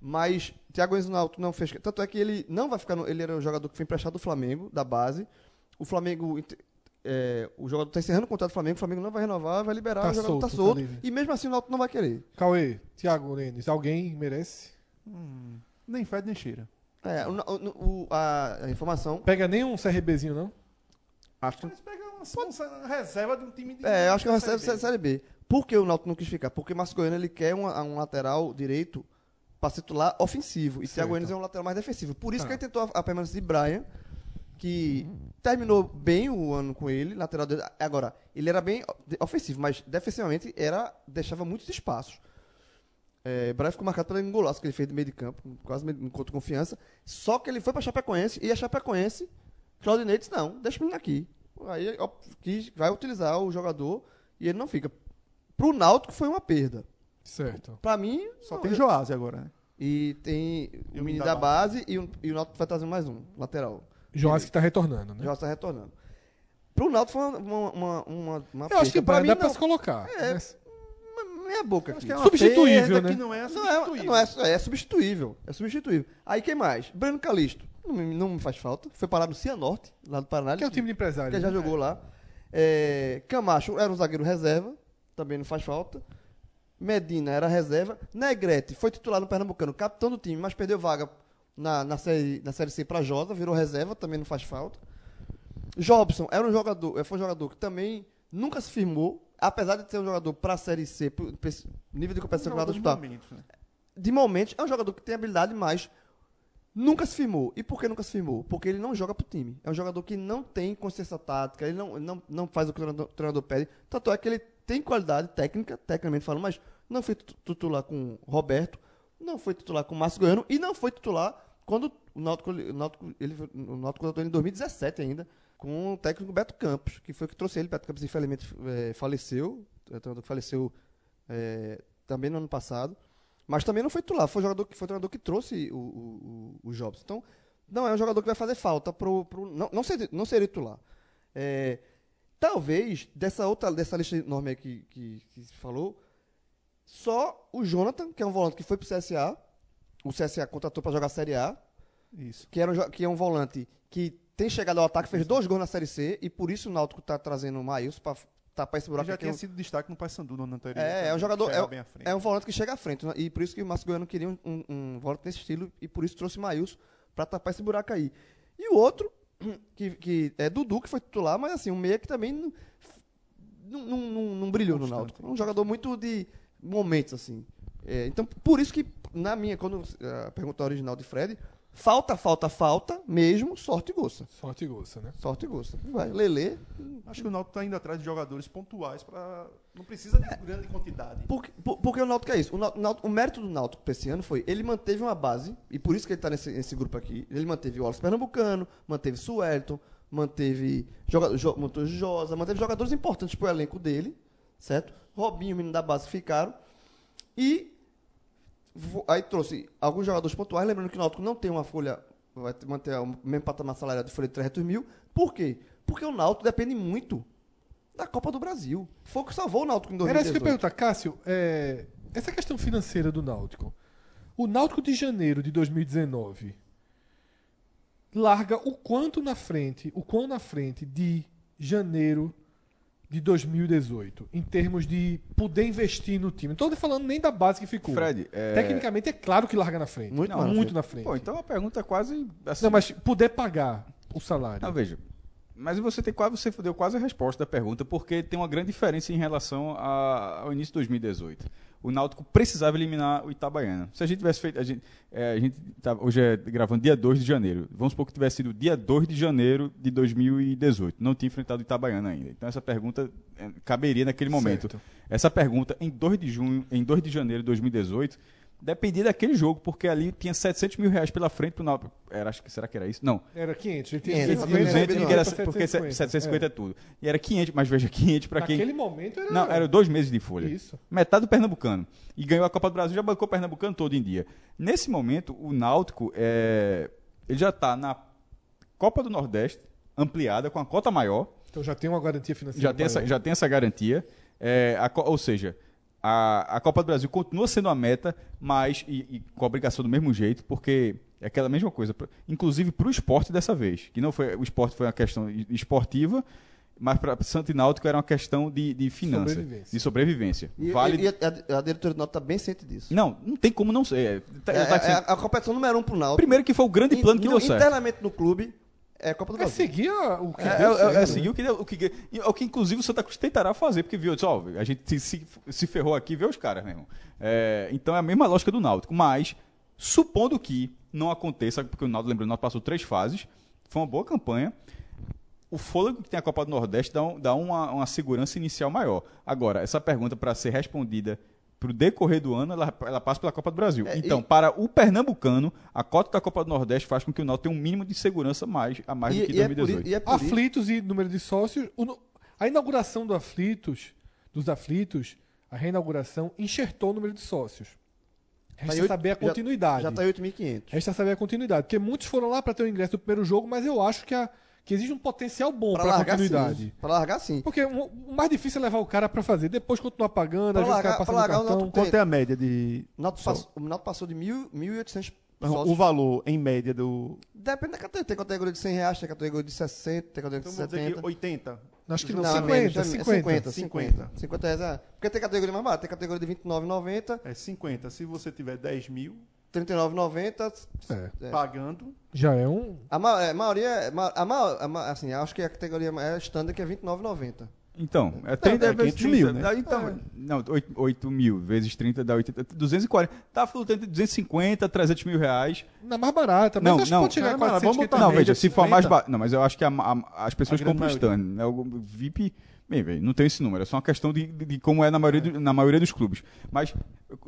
Speaker 5: Mas Thiago Enes no Náutico não fez. Tanto é que ele não vai ficar. No, ele era o jogador que foi emprestado do Flamengo, da base. O Flamengo. ent- é, o jogador está encerrando o contrato do Flamengo, o Flamengo não vai renovar, vai liberar,
Speaker 2: Tá
Speaker 5: o jogador está
Speaker 2: solto, tá
Speaker 5: solto.
Speaker 2: livre.
Speaker 5: e mesmo assim o Náutico não vai querer.
Speaker 2: Cauê, Thiago Nenes, alguém merece?
Speaker 6: Nem fede, nem cheira.
Speaker 5: É, o- o- o- a, a informação.
Speaker 2: Pega nem um CRBzinho não?
Speaker 5: Acho
Speaker 6: Mas pega uma, uma reserva de um time de.
Speaker 5: É, eu acho que é uma
Speaker 6: Série
Speaker 5: série,
Speaker 6: B.
Speaker 5: série B. Por que o Náutico não quis ficar? Porque Márcio Goiano ele quer uma- um lateral direito para titular ofensivo. E Thiago Enes é um lateral mais defensivo. Por
Speaker 6: Tá.
Speaker 5: isso que ele tentou a, a permanência de Brian, que terminou bem o ano com ele, lateral direito. Agora, ele era bem ofensivo, mas defensivamente era, deixava muitos espaços. É, Brian ficou marcado pelo golaço que ele fez do meio de campo, quase me- me contra confiança. Só que ele foi pra Chapecoense e a Chapecoense, Claudinei disse: não, deixa o menino aqui. Aí ó, quis, vai utilizar o jogador e ele não fica. Pro Náutico foi uma perda.
Speaker 2: Certo.
Speaker 5: Pra mim.
Speaker 6: Só
Speaker 5: não,
Speaker 6: tem
Speaker 5: eu-
Speaker 6: Joás agora, né?
Speaker 5: E tem
Speaker 6: E
Speaker 5: o menino da base, e, o, e o Náutico vai trazer mais um, lateral.
Speaker 2: Joás que tá retornando, né?
Speaker 5: Já está retornando. Pro Náutico foi uma. uma, uma, uma
Speaker 2: Eu acho que
Speaker 5: perda. tá pra
Speaker 2: Brian
Speaker 5: mim
Speaker 2: dá
Speaker 5: não.
Speaker 2: pra se colocar.
Speaker 5: É,
Speaker 2: né?
Speaker 5: Uma Meia boca. Aqui.
Speaker 6: é uma
Speaker 2: Substituível,
Speaker 6: perda
Speaker 2: né?
Speaker 6: Que não é
Speaker 5: Não é,
Speaker 6: substituível.
Speaker 5: não é, é substituível. É substituível. Aí quem mais? Breno Calisto. Não, me- não me faz falta. Foi parar no Cianorte, lá do Paraná.
Speaker 2: Que é o time de
Speaker 5: que
Speaker 2: empresário.
Speaker 5: já
Speaker 2: né?
Speaker 5: jogou lá. É, Camacho era um zagueiro reserva, também não faz falta. Medina era reserva. Negrete foi titular no Pernambucano, capitão do time, mas perdeu vaga na, na, série, na série C para Josa, virou reserva, também não faz falta. Jobson era um jogador, eh, foi um jogador que também nunca se firmou, apesar de ser um jogador para a série C, pro- pro esse nível de competição que tá. vai disputar
Speaker 6: momentos, né?
Speaker 5: de momento, é um jogador que tem habilidade, mas nunca se firmou. E por que nunca se firmou? Porque ele não joga pro time. É um jogador que não tem consciência tática, ele não, não, não faz o que o treinador, o treinador pede. Tanto é que ele tem qualidade técnica, tecnicamente falando, mas não foi tu- titular com Roberto, não foi titular com Márcio Goiano e não foi titular quando o Náutico, o Náutico, ele, o Náutico contratou ele em 2017 ainda, com o técnico Beto Campos, que foi o que trouxe ele. Beto Campos, infelizmente, eh, faleceu. O treinador que faleceu eh, também no ano passado. Mas também não foi titular, foi o jogador que foi o treinador que trouxe o, o, o, o Jobs. Então, não é um jogador que vai fazer falta pro. pro não, não, seria, não seria titular. É, talvez, dessa outra dessa lista enorme aí que, que, que se falou, só o Jonathan, que é um volante que foi pro CSA. O CSA contratou para jogar a Série A,
Speaker 6: Isso.
Speaker 5: que, era um, jo- que é um volante que tem chegado ao ataque, fez dois gols na Série C, e por isso o Náutico tá trazendo o Maílson pra tapar esse
Speaker 6: Ele
Speaker 5: buraco
Speaker 6: já
Speaker 5: aqui. É
Speaker 6: tinha
Speaker 5: um-
Speaker 6: sido destaque no Paysandu no ano anterior.
Speaker 5: É, é um
Speaker 6: também,
Speaker 5: jogador-
Speaker 6: chegava
Speaker 5: é um-
Speaker 6: bem à frente.
Speaker 5: é um volante que chega à frente. né? E por isso que o Márcio Goiano queria um, um, um volante nesse estilo e por isso trouxe Maílson pra tapar esse buraco aí. E o outro, que, que é Dudu, que foi titular, mas assim, um meia que também não, não, não, não- não brilhou no
Speaker 6: Constante.
Speaker 5: Náutico. É um jogador muito de momentos, assim. É, então, por isso que, na minha, quando eh, a pergunta original de Fred, falta, falta, falta, mesmo, sorte e goça.
Speaker 2: Sorte e gosto, né?
Speaker 5: Sorte e goça. Vai, Lelê,
Speaker 6: Acho que o Náutico tá indo atrás de jogadores pontuais para Não precisa de grande quantidade.
Speaker 5: Porque, por- porque o Náutico é isso. O, Nau- o Náutico- o mérito do Náutico pra esse ano foi ele manteve uma base, e por isso que ele tá nesse, nesse grupo aqui. Ele manteve o Wallace Pernambucano, manteve Suelton, manteve, joga, jo, manteve Josa, manteve jogadores importantes pro elenco dele, certo? Robinho, menino da base, ficaram. E vo- aí trouxe alguns jogadores pontuais, lembrando que o Náutico não tem uma folha, vai ter- manter o mesmo patamar salarial de folha de 300 mil. Por quê? Porque o Náutico depende muito da Copa do Brasil. Foi o que salvou o Náutico em
Speaker 2: Era isso
Speaker 5: 2018.
Speaker 2: que eu ia perguntar, Cássio. é, essa questão financeira do Náutico. O Náutico de janeiro de 2019 larga o quanto na frente, o quão na frente de janeiro de 2018, em termos de poder investir no time. Não estou falando nem da base que ficou.
Speaker 4: Fred, é...
Speaker 2: Tecnicamente é claro que larga na frente.
Speaker 5: Muito
Speaker 2: Não,
Speaker 5: mais na
Speaker 2: muito na frente.
Speaker 4: Pô, então a pergunta é quase. Assim,
Speaker 2: Não, mas poder pagar o salário.
Speaker 4: Não, veja. Mas você tem quase, você deu quase a resposta da pergunta, porque tem uma grande diferença em relação a- ao início de 2018. O Náutico precisava eliminar o Itabaiana. Se a gente tivesse feito. A gente, é, a gente tá- hoje é gravando dia 2 de janeiro. Vamos supor que tivesse sido dia 2 de janeiro de 2018. Não tinha enfrentado o Itabaiana ainda. Então essa pergunta é, caberia naquele momento.
Speaker 2: Certo.
Speaker 4: Essa pergunta, em 2 de junho, em 2 de janeiro de 2018, dependia daquele jogo, porque ali tinha 700 mil reais pela frente pro Náutico. Era, acho que, será que era isso? Não.
Speaker 2: Era 500. Ele tinha
Speaker 5: 500,
Speaker 2: 250,
Speaker 4: 200, porque, era, porque
Speaker 2: 750,
Speaker 4: 750 é.
Speaker 2: é.
Speaker 4: tudo. E era 500, mas veja, 500 para quem...
Speaker 2: Naquele momento era...
Speaker 4: Não, eram dois meses de folha.
Speaker 2: Isso.
Speaker 4: Metade do Pernambucano. E ganhou a Copa do Brasil, já bancou o Pernambucano todo em dia. Nesse momento, o Náutico, é, ele já está na Copa do Nordeste, ampliada, com a cota maior,
Speaker 2: Então já tem uma garantia
Speaker 5: Assim,
Speaker 2: financeira.
Speaker 4: já tem, essa,
Speaker 2: maior.
Speaker 4: já tem essa garantia. É, a co- ou seja, a, a Copa do Brasil continua sendo a meta, mas e, e com a obrigação do mesmo jeito, porque é aquela mesma coisa, pra- inclusive para o esporte dessa vez, que não foi o esporte foi uma questão e- esportiva, mas para Santo e Náutico era uma questão de, de finanças,
Speaker 2: Sobrevivência.
Speaker 4: de sobrevivência.
Speaker 5: E,
Speaker 4: vale...
Speaker 5: e- e a, a diretoria do Náutico tá bem ciente disso.
Speaker 4: Não, não tem como não ser. É, tá-
Speaker 5: é,
Speaker 4: tá
Speaker 5: é
Speaker 4: sendo-
Speaker 5: a, a competição número um pro Náutico.
Speaker 4: Primeiro que foi o grande plano
Speaker 5: In-
Speaker 4: que
Speaker 5: no-
Speaker 4: deu certo.
Speaker 5: Internamente no clube é Copa do
Speaker 2: É
Speaker 5: Brasil.
Speaker 2: seguir a- o que
Speaker 4: É, é,
Speaker 2: deu certo,
Speaker 4: é,
Speaker 2: né?
Speaker 4: é
Speaker 5: assim,
Speaker 4: seguir o que, deu- o, que, e- o que inclusive o Santa Cruz tentará fazer, porque viu, disse, ó, a gente se, se ferrou aqui, vê os caras, meu irmão. É, então é a mesma lógica do Náutico, mas supondo que não aconteça, porque o Náutico, lembrando, o Náutico passou três fases, foi uma boa campanha, o fôlego que tem a Copa do Nordeste dá, um- dá uma, uma segurança inicial maior. Agora, essa pergunta, para ser respondida para o decorrer do ano, ela, ela passa pela Copa do Brasil.
Speaker 5: É,
Speaker 4: então,
Speaker 5: e-
Speaker 4: para o pernambucano, a cota da Copa do Nordeste faz com que o Náutico tenha um mínimo de segurança mais, a mais do que
Speaker 5: E, e, é por,
Speaker 4: 2018.
Speaker 5: i- e é por isso.
Speaker 2: Aflitos e número de sócios. O nu- a inauguração do Aflitos, dos Aflitos, a reinauguração, enxertou o número de sócios. Resta
Speaker 5: Tá em oito-
Speaker 2: saber a
Speaker 5: já-
Speaker 2: continuidade.
Speaker 5: Já tá em
Speaker 4: É
Speaker 5: 8.500.
Speaker 2: Resta saber a continuidade. Porque muitos foram lá para ter o ingresso do primeiro jogo, mas eu acho que, a- que existe um potencial bom
Speaker 5: Pra
Speaker 2: para
Speaker 5: largar
Speaker 2: continuidade.
Speaker 5: sim. Pra largar sim.
Speaker 2: Porque o o mais difícil é levar o cara pra fazer, depois continuar pagando,
Speaker 5: Pra
Speaker 2: às vezes o
Speaker 5: largar-
Speaker 2: cara
Speaker 5: pra
Speaker 2: passando
Speaker 5: largar o
Speaker 2: cartão.
Speaker 5: Náutico tem-
Speaker 6: Quanto é a média de.
Speaker 5: O Náutico
Speaker 6: Só.
Speaker 5: passou, o Náutico passou de 1.000 1.800
Speaker 6: Não,
Speaker 5: sócios.
Speaker 6: o valor em média do.
Speaker 5: Depende da categoria. Tem categoria de 100 reais, tem categoria de 60, tem categoria de
Speaker 6: Então vamos dizer que
Speaker 5: 70.
Speaker 6: 80.
Speaker 2: Acho que não,
Speaker 5: Não, é
Speaker 2: 50,
Speaker 5: menos, é
Speaker 2: 50.
Speaker 5: 50, 50. 50 reais, é. Porque tem categoria mais barata, tem categoria de 29,90,
Speaker 6: É 50. Se você tiver 10 mil
Speaker 5: 39,90.
Speaker 2: É.
Speaker 5: É.
Speaker 6: pagando,
Speaker 2: Já é um.
Speaker 5: A, ma é, maioria, é ma- a ma a ma- assim, acho que a categoria é standard que é 29,90.
Speaker 4: Então, é 30
Speaker 6: é
Speaker 4: vezes
Speaker 6: 500
Speaker 4: 30,
Speaker 6: mil, né?
Speaker 4: dá- Então, Não, 8, mil vezes 30 dá 80, 240. Tá flutuando entre 250, 300 mil reais.
Speaker 2: Na é mais barata, mas
Speaker 4: não,
Speaker 2: acho
Speaker 4: não.
Speaker 2: que pode chegar a
Speaker 4: não, não,
Speaker 2: 400,
Speaker 4: vamos botar, não,
Speaker 2: 500,
Speaker 4: veja, se for a mais
Speaker 2: 50.
Speaker 4: ba... Não, mas eu acho que a- a- as pessoas
Speaker 6: A grande
Speaker 4: compram o stand, né? O VIP, bem, bem, não tem esse número, é só uma questão de, de como é na maioria, do- na maioria dos clubes. Mas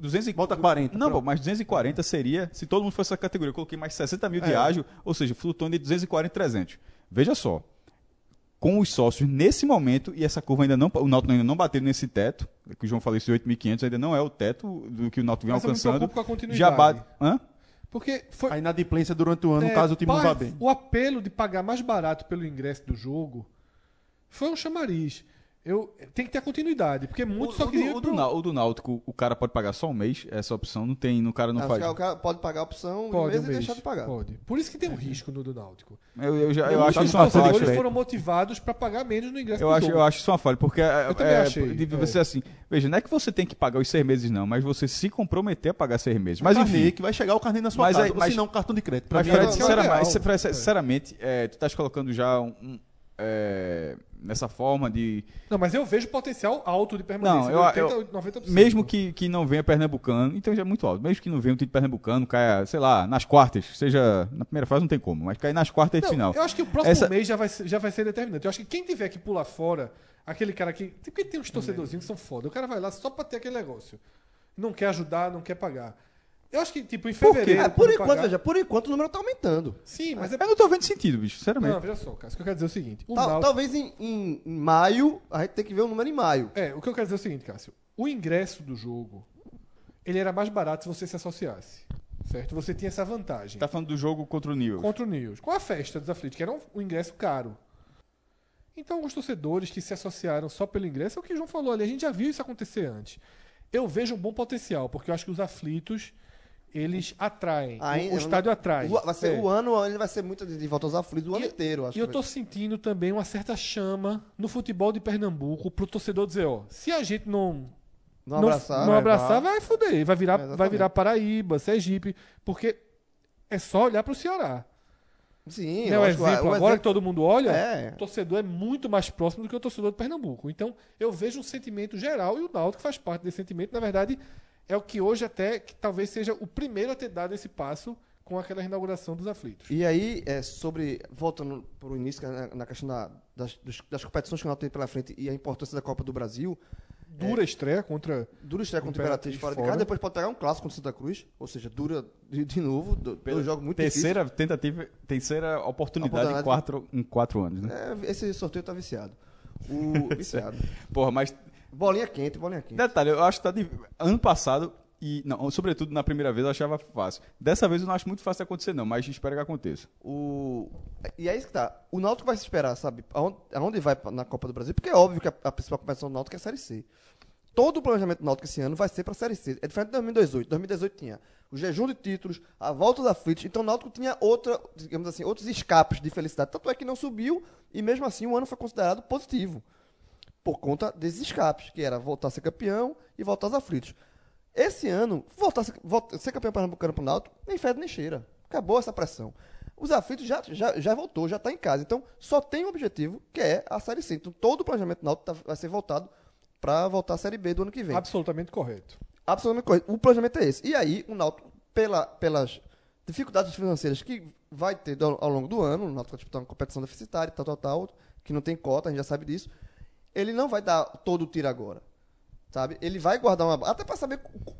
Speaker 4: 240.
Speaker 6: Bota 40,
Speaker 4: Não,
Speaker 6: pronto.
Speaker 4: pô, mas 240 seria se todo mundo fosse essa categoria. Eu coloquei mais 60 mil de
Speaker 6: É.
Speaker 4: ágio, ou seja, flutuando de 240 e 300. Veja só. Com os sócios nesse momento, e essa curva ainda não. O Náutico ainda não bateu nesse teto, é que o João falou, esse 8.500 ainda não é o teto do que o Náutico vem
Speaker 2: Mas eu me
Speaker 4: alcançando.
Speaker 2: preocupo com a continuidade.
Speaker 4: Já bate. Hã?
Speaker 2: Porque foi,
Speaker 6: a inadimplência durante o ano,
Speaker 2: É,
Speaker 6: caso o time não vá
Speaker 2: par-
Speaker 6: bem.
Speaker 2: O apelo de pagar mais barato pelo ingresso do jogo foi um chamariz. Eu, tem que ter continuidade, porque muito
Speaker 4: o,
Speaker 2: só
Speaker 4: o
Speaker 2: queria.
Speaker 4: do, o,
Speaker 2: ir pro-
Speaker 4: do, Nau- o do Náutico, o cara pode pagar só um mês, essa opção não tem, o cara não
Speaker 5: Ah,
Speaker 4: faz.
Speaker 5: O cara pode pagar a opção de
Speaker 2: Pode,
Speaker 5: mês
Speaker 2: um
Speaker 5: e
Speaker 2: mês.
Speaker 5: deixar de pagar.
Speaker 2: Pode. Por isso que tem um risco no do Náutico.
Speaker 4: Eu, eu já, eu
Speaker 2: Muitos
Speaker 4: acho isso uma
Speaker 2: torcedores
Speaker 4: falha.
Speaker 2: foram motivados para pagar menos no ingresso
Speaker 4: Eu
Speaker 2: do
Speaker 4: acho,
Speaker 2: jogo.
Speaker 4: eu acho isso uma falha, porque é,
Speaker 2: também
Speaker 4: é,
Speaker 2: achei,
Speaker 4: de
Speaker 2: é.
Speaker 4: você assim, veja, não é que você tem que pagar os seis meses não, mas você se comprometer a pagar seis meses. Mas
Speaker 6: O carnê,
Speaker 4: enfim,
Speaker 6: que vai chegar o carnê na sua
Speaker 4: Mas
Speaker 6: casa,
Speaker 4: aí-
Speaker 6: ou
Speaker 4: mas-
Speaker 6: se não, um cartão de crédito. Pra
Speaker 4: mas
Speaker 6: mim,
Speaker 2: é
Speaker 4: Fred,
Speaker 2: o
Speaker 4: sinceramente,
Speaker 2: ideal.
Speaker 4: se- Fred, sinceramente, é, tu estás colocando já um, um, é, nessa forma de
Speaker 2: Não, mas eu vejo potencial alto de
Speaker 4: Não,
Speaker 2: permanência.
Speaker 4: eu-
Speaker 2: de
Speaker 4: eu-
Speaker 2: 90%.
Speaker 4: Mesmo que, que não venha pernambucano, então já é muito alto. Mesmo que não venha um time pernambucano, caia, sei lá, nas quartas, seja na primeira fase não tem como, mas cair nas quartas de
Speaker 2: Não,
Speaker 4: final.
Speaker 2: Eu acho que o próximo
Speaker 4: Essa-
Speaker 2: mês já vai, ser- já vai ser determinante. Eu acho que quem tiver que pular fora, aquele cara que. Porque tem uns torcedorzinhos que são foda. O cara vai lá só pra ter aquele negócio. Não quer ajudar, não quer pagar. Eu acho que, tipo, em fevereiro.
Speaker 5: É, por
Speaker 2: quando
Speaker 5: enquanto,
Speaker 2: pagar-
Speaker 5: veja, por enquanto o número tá aumentando.
Speaker 2: Sim, mas é.
Speaker 4: Eu não tô vendo sentido, bicho,
Speaker 2: Não,
Speaker 4: sinceramente.
Speaker 2: veja só, Cássio. O que eu quero dizer é o seguinte. O
Speaker 5: Tal-
Speaker 2: Náutico-
Speaker 5: talvez em, em- em maio, a gente tem que ver o número em maio.
Speaker 2: É, o que eu quero dizer é o seguinte, Cássio. O ingresso do jogo, ele era mais barato se você se associasse. Certo? Você tinha essa vantagem.
Speaker 4: Tá falando do jogo contra o Nil.
Speaker 2: contra o News. Com a festa dos aflitos, que era um, um ingresso caro. Então, os torcedores que se associaram só pelo ingresso, é o que o João falou ali. A gente já viu isso acontecer antes. Eu vejo um bom potencial, porque eu acho que os aflitos, eles atraem. O-
Speaker 5: Aí,
Speaker 2: o,
Speaker 5: eu
Speaker 2: estádio atrai.
Speaker 5: O- vai ser
Speaker 2: É.
Speaker 5: o ano, ele vai ser muito de, de volta aos aflitos o ano inteiro. Acho
Speaker 2: E eu
Speaker 5: que
Speaker 2: tô
Speaker 5: vai-
Speaker 2: sentindo também uma certa chama no futebol de Pernambuco pro torcedor dizer, ó, se a gente não
Speaker 5: não, abraçar.
Speaker 2: não
Speaker 5: né?
Speaker 2: abraçar, vai foder. Vai virar, vai
Speaker 5: Exatamente.
Speaker 2: virar Paraíba, Sergipe, porque é só olhar pro Ceará.
Speaker 5: Sim,
Speaker 2: Não,
Speaker 5: eu
Speaker 2: o
Speaker 5: acho que o-
Speaker 2: um exemplo,
Speaker 5: o
Speaker 2: agora que
Speaker 5: exemplo-
Speaker 2: todo mundo olha,
Speaker 5: É.
Speaker 2: o torcedor é muito mais próximo do que o torcedor de Pernambuco. Então, eu vejo um sentimento geral e o Náutico faz parte desse sentimento. Na verdade, é o que hoje até, que talvez seja o primeiro a ter dado esse passo com aquela inauguração dos aflitos.
Speaker 5: E aí, é, sobre. Voltando pro início, que é na, na questão da- das, dos- das competições que o Náutico tem pela frente e a importância da Copa do Brasil,
Speaker 2: Dura
Speaker 5: É.
Speaker 2: estreia contra...
Speaker 5: dura estreia contra o
Speaker 2: Imperatriz
Speaker 5: Imperatriz fora, de
Speaker 2: fora.
Speaker 5: casa, depois pode pegar um clássico contra o Santa Cruz, ou seja, dura de, de novo, do, dois jogos muito difíceis.
Speaker 4: Terceira tentativa, terceira oportunidade em
Speaker 5: Oportunidade.
Speaker 4: quatro, em quatro anos, né?
Speaker 5: É, esse sorteio tá viciado. O viciado.
Speaker 4: Porra, mas
Speaker 5: bolinha quente, bolinha quente.
Speaker 4: detalhe, eu acho que tá de... ano passado e não, sobretudo na primeira vez eu achava fácil. Dessa vez eu não acho muito fácil acontecer não, mas espero que aconteça.
Speaker 5: O... E é isso que tá. O Náutico vai se esperar, sabe? Aonde, aonde vai pra- na Copa do Brasil? Porque é óbvio que a, a principal competição do Náutico é a Série C. Todo o planejamento do Náutico esse ano vai ser pra Série C. É diferente de 2018. 2018 tinha o jejum de títulos, a volta da Flits. Então o Náutico tinha outra, digamos assim, outros escapes de felicidade. Tanto é que não subiu e mesmo assim o ano foi considerado positivo. Por conta desses escapes, que era voltar a ser campeão e voltar aos aflitos. Esse ano, voltar a ser, volta- ser campeão pernambucano pro Náutico, nem fede nem cheira. Acabou essa pressão. Os aflitos já, já, já voltou, já está em casa. Então, só tem um objetivo, que é a Série C. Então, todo o planejamento do Náutico tá- vai ser voltado para voltar à Série B do ano que vem.
Speaker 2: Absolutamente correto.
Speaker 5: Absolutamente correto. O planejamento é esse. E aí, o Náutico, pela- pelas dificuldades financeiras que vai ter do- ao longo do ano, o Náutico vai disputar uma competição deficitária, tal, tal, tal, que não tem cota, a gente já sabe disso, ele não vai dar todo o tiro agora. Sabe? Ele vai guardar uma... Até para saber... cu-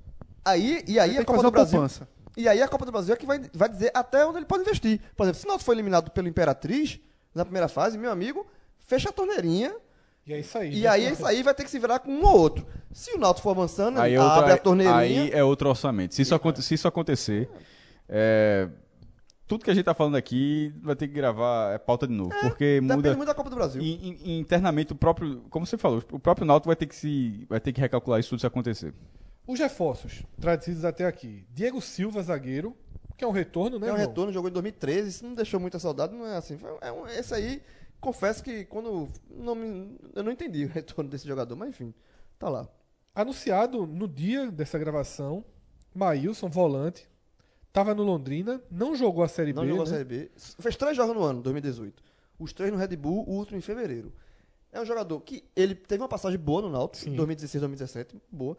Speaker 5: Aí, e aí
Speaker 6: Tem
Speaker 5: a
Speaker 6: que
Speaker 5: Copa
Speaker 6: fazer
Speaker 5: do
Speaker 6: uma
Speaker 5: Brasil...
Speaker 6: poupança.
Speaker 5: E aí a Copa do Brasil é que vai, vai dizer até onde ele pode investir. Por exemplo, se o Náutico foi eliminado pelo Imperatriz, na primeira fase, meu amigo, fecha a torneirinha,
Speaker 2: E é isso aí.
Speaker 5: e
Speaker 2: né?
Speaker 5: aí isso aí vai ter que se virar com um ou outro. Se o Náutico for avançando,
Speaker 4: Aí
Speaker 5: ele
Speaker 4: é, outro,
Speaker 5: abre a
Speaker 4: aí,
Speaker 5: torneirinha...
Speaker 4: aí é outro orçamento. Se isso, aconte- se isso acontecer, é, tudo que a gente tá falando aqui vai ter que gravar é pauta de novo. porque
Speaker 5: Depende
Speaker 4: muda.
Speaker 5: muito da Copa do Brasil.
Speaker 4: e- e- e internamente, o próprio. Como você falou, o próprio Náutico vai ter que se. Vai ter que recalcular isso tudo se acontecer.
Speaker 2: Os reforços trazidos até aqui. Diego Silva, zagueiro, que é um retorno, né,
Speaker 5: é um
Speaker 2: irmão?
Speaker 5: retorno, jogou em 2013, isso não deixou muita saudade, não é assim. Foi- é um- esse aí confesso que quando. Não me, eu não entendi o retorno desse jogador, mas enfim, tá lá.
Speaker 2: Anunciado no dia dessa gravação, Maílson, volante, estava no Londrina, não jogou a Série
Speaker 5: Não
Speaker 2: B.
Speaker 5: jogou
Speaker 2: né?
Speaker 5: a Série B. Fez três jogos no ano, 2018. Os três no Red Bull, o último em fevereiro. É um jogador que ele teve uma passagem boa no Náutico,
Speaker 2: Sim.
Speaker 5: 2016, 2017, boa.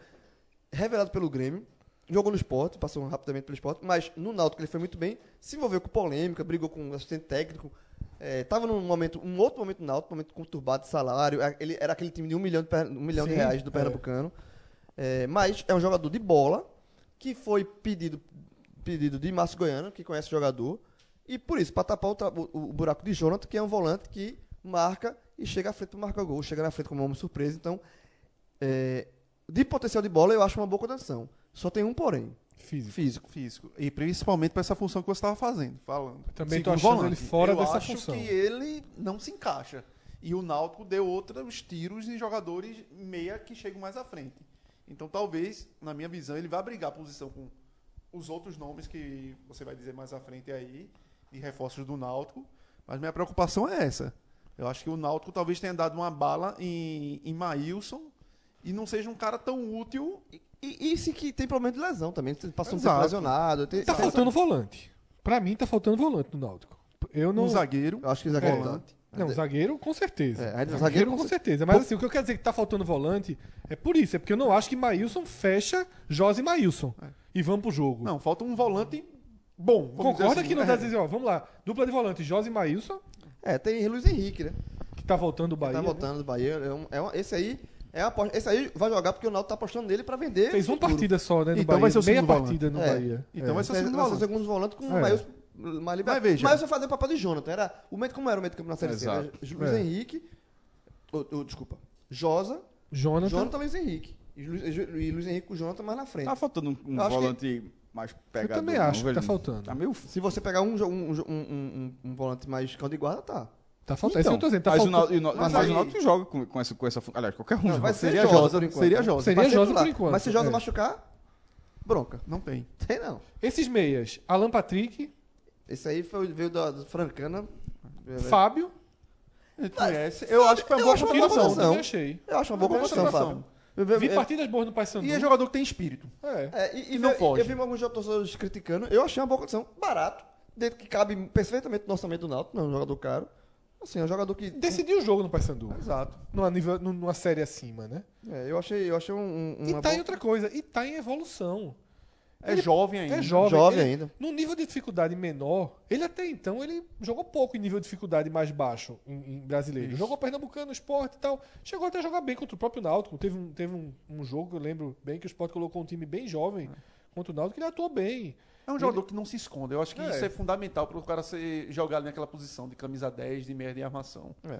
Speaker 5: Revelado pelo Grêmio, jogou no esporte, passou rapidamente pelo esporte, mas no Náutico ele foi muito bem, se envolveu com polêmica, brigou com o assistente técnico, eh, tava num momento, um outro momento no Náutico, um momento conturbado de salário, a- ele era aquele time de um milhão de, per- um milhão de
Speaker 2: Sim,
Speaker 5: reais do
Speaker 2: é.
Speaker 5: Pernambucano, Eh, mas é um jogador de bola, que foi pedido, pedido de Márcio Goiano, que conhece o jogador, e por isso, para tapar o, tra- o- o buraco de Jonathan, que é um volante que marca e chega à frente do marca gol, chega na frente como um homem surpresa. Então, é, de potencial de bola, eu acho uma boa contratação. Só tem um porém,
Speaker 2: Físico.
Speaker 5: físico.
Speaker 6: Físico. E principalmente pra essa função que você estava fazendo, falando.
Speaker 2: Também tô
Speaker 6: Segundo
Speaker 2: achando ele fora
Speaker 6: eu
Speaker 2: dessa
Speaker 6: acho
Speaker 2: função.
Speaker 6: que ele não se encaixa. E o Náutico deu outros tiros em jogadores meia que chegam mais à frente. Então talvez, na minha visão, ele vá brigar a posição com os outros nomes que você vai dizer mais à frente aí, de reforços do Náutico. Mas minha preocupação é essa. Eu acho que o Náutico talvez tenha dado uma bala em, em Maílson e não seja um cara tão útil
Speaker 5: E e isso que tem problema de lesão também. Você Passou um tempo
Speaker 6: Exato.
Speaker 5: lesionado. Tem,
Speaker 2: Tá faltando volante. Pra mim, tá faltando volante no Náutico. Eu não.
Speaker 6: um zagueiro.
Speaker 5: Eu acho que zagueiro.
Speaker 2: É.
Speaker 5: volante.
Speaker 2: Não, zagueiro com certeza.
Speaker 5: É, aí zagueiro,
Speaker 2: zagueiro com
Speaker 5: com
Speaker 2: certeza. Mas assim, o que eu quero dizer que tá faltando volante é por isso. É porque eu não acho que Maílson fecha Josi e Maílson. E vamos pro jogo.
Speaker 6: É. Não, falta um volante bom. vamos dizer
Speaker 2: Concorda
Speaker 6: assim.
Speaker 2: que não
Speaker 6: É.
Speaker 2: dá dizer, ó, vamos lá. Dupla de volante, Josi e Maílson,
Speaker 5: É, tem Luiz Henrique, né?
Speaker 2: que tá voltando do Bahia.
Speaker 5: tá
Speaker 2: né?
Speaker 5: voltando do Bahia. É um- é um- esse aí. É uma aposta- esse aí vai jogar porque o Náutico tá apostando nele pra vender.
Speaker 2: Fez uma
Speaker 5: futuro.
Speaker 2: partida só, né? No
Speaker 6: É Então
Speaker 2: Bahia.
Speaker 6: vai ser o
Speaker 2: Meia
Speaker 6: segundo volante.
Speaker 2: partida no
Speaker 5: É.
Speaker 2: Bahia.
Speaker 6: Então
Speaker 2: é.
Speaker 6: vai ser o
Speaker 5: Vai
Speaker 6: segundo
Speaker 5: ser o
Speaker 6: volante.
Speaker 5: segundo volante com
Speaker 2: É.
Speaker 5: o Maius mais liberado.
Speaker 6: Mas veja.
Speaker 5: Maius vai fazer o papel de Jonathan. Era o meio, como era o meio de campo na série C? Era
Speaker 4: Exato.
Speaker 5: Ju- Luiz
Speaker 2: É.
Speaker 5: Henrique. ô, ô, desculpa. Josa,
Speaker 2: Jonathan.
Speaker 5: Jonathan Luiz Henrique. E Luiz, e Luiz Henrique com o Jonathan mais na frente.
Speaker 4: Tá faltando um, um
Speaker 5: Eu acho
Speaker 4: volante mais
Speaker 2: Eu
Speaker 4: pegador.
Speaker 2: também
Speaker 4: não,
Speaker 2: acho que
Speaker 4: velho?
Speaker 2: tá faltando.
Speaker 4: Tá meio
Speaker 5: Se você pegar um, jo- um, jo- um, um- um- um volante mais cão de guarda, tá.
Speaker 2: Tá faltando.
Speaker 6: Então,
Speaker 2: Esse é o que eu tô dizendo. Tá
Speaker 4: mas, o
Speaker 2: faltando.
Speaker 4: Náutico- e o Náutico-
Speaker 5: Mas
Speaker 4: mas
Speaker 5: aí-
Speaker 4: o Náutico joga com, com essa, com essa função. Aliás, qualquer um
Speaker 5: Não,
Speaker 4: joga.
Speaker 5: vai ser
Speaker 6: Seria
Speaker 5: Josa,
Speaker 6: Josa,
Speaker 5: por enquanto.
Speaker 6: seria Josa.
Speaker 2: Seria
Speaker 5: Mas se
Speaker 2: Josa
Speaker 5: titular-
Speaker 2: por enquanto,
Speaker 5: Mas se Josa
Speaker 2: é.
Speaker 5: machucar, bronca.
Speaker 6: Não tem.
Speaker 5: Tem não.
Speaker 2: Esses meias, Alan Patrick,
Speaker 5: Esse aí foi, veio da, da Francana.
Speaker 2: Fábio.
Speaker 6: A gente conhece. Eu acho que tá foi uma
Speaker 5: eu
Speaker 6: boa
Speaker 5: acho uma
Speaker 2: Tira
Speaker 5: boa
Speaker 6: contratação.
Speaker 2: volante,
Speaker 5: contratação.
Speaker 2: eu achei.
Speaker 5: Eu acho uma boa
Speaker 6: Boa
Speaker 5: contratação,
Speaker 6: contratação.
Speaker 5: Fábio. Eu- eu-
Speaker 2: Vi
Speaker 5: eu-
Speaker 2: partidas boas no Paysandu.
Speaker 6: E é jogador que tem espírito.
Speaker 2: É.
Speaker 5: É, e, e
Speaker 6: não
Speaker 5: eu-
Speaker 6: foge.
Speaker 5: Eu vi alguns torcedores criticando. Eu achei uma boa condição. Barato. Dentro que cabe perfeitamente no orçamento do Náutico. Não é um jogador caro. Assim, é um jogador que...
Speaker 2: Decidiu o jogo no Paysandu.
Speaker 6: Exato.
Speaker 2: Numa, nível- numa série acima, né?
Speaker 5: É, eu achei, eu achei um, um,
Speaker 2: E
Speaker 5: uma
Speaker 2: tá em
Speaker 5: boa-
Speaker 2: outra coisa. E tá em evolução.
Speaker 6: É
Speaker 2: Ele-
Speaker 6: jovem ainda.
Speaker 2: É jovem.
Speaker 5: um Jovem
Speaker 2: Ele-
Speaker 5: ainda.
Speaker 2: Num nível de dificuldade menor, ele até então ele jogou pouco em nível de dificuldade mais baixo em, em brasileiro.
Speaker 6: Isso.
Speaker 2: Jogou Pernambucano, esporte e tal. Chegou até a jogar bem contra o próprio Náutico. Teve, um, teve um, um jogo que eu lembro bem que o esporte colocou um time bem jovem
Speaker 5: Ah.
Speaker 2: contra o Náutico que ele atuou bem.
Speaker 6: É um jogador que não se esconde. Eu acho que
Speaker 2: É.
Speaker 6: isso é fundamental para o cara ser jogado naquela posição de camisa 10, de meia de armação.
Speaker 5: É,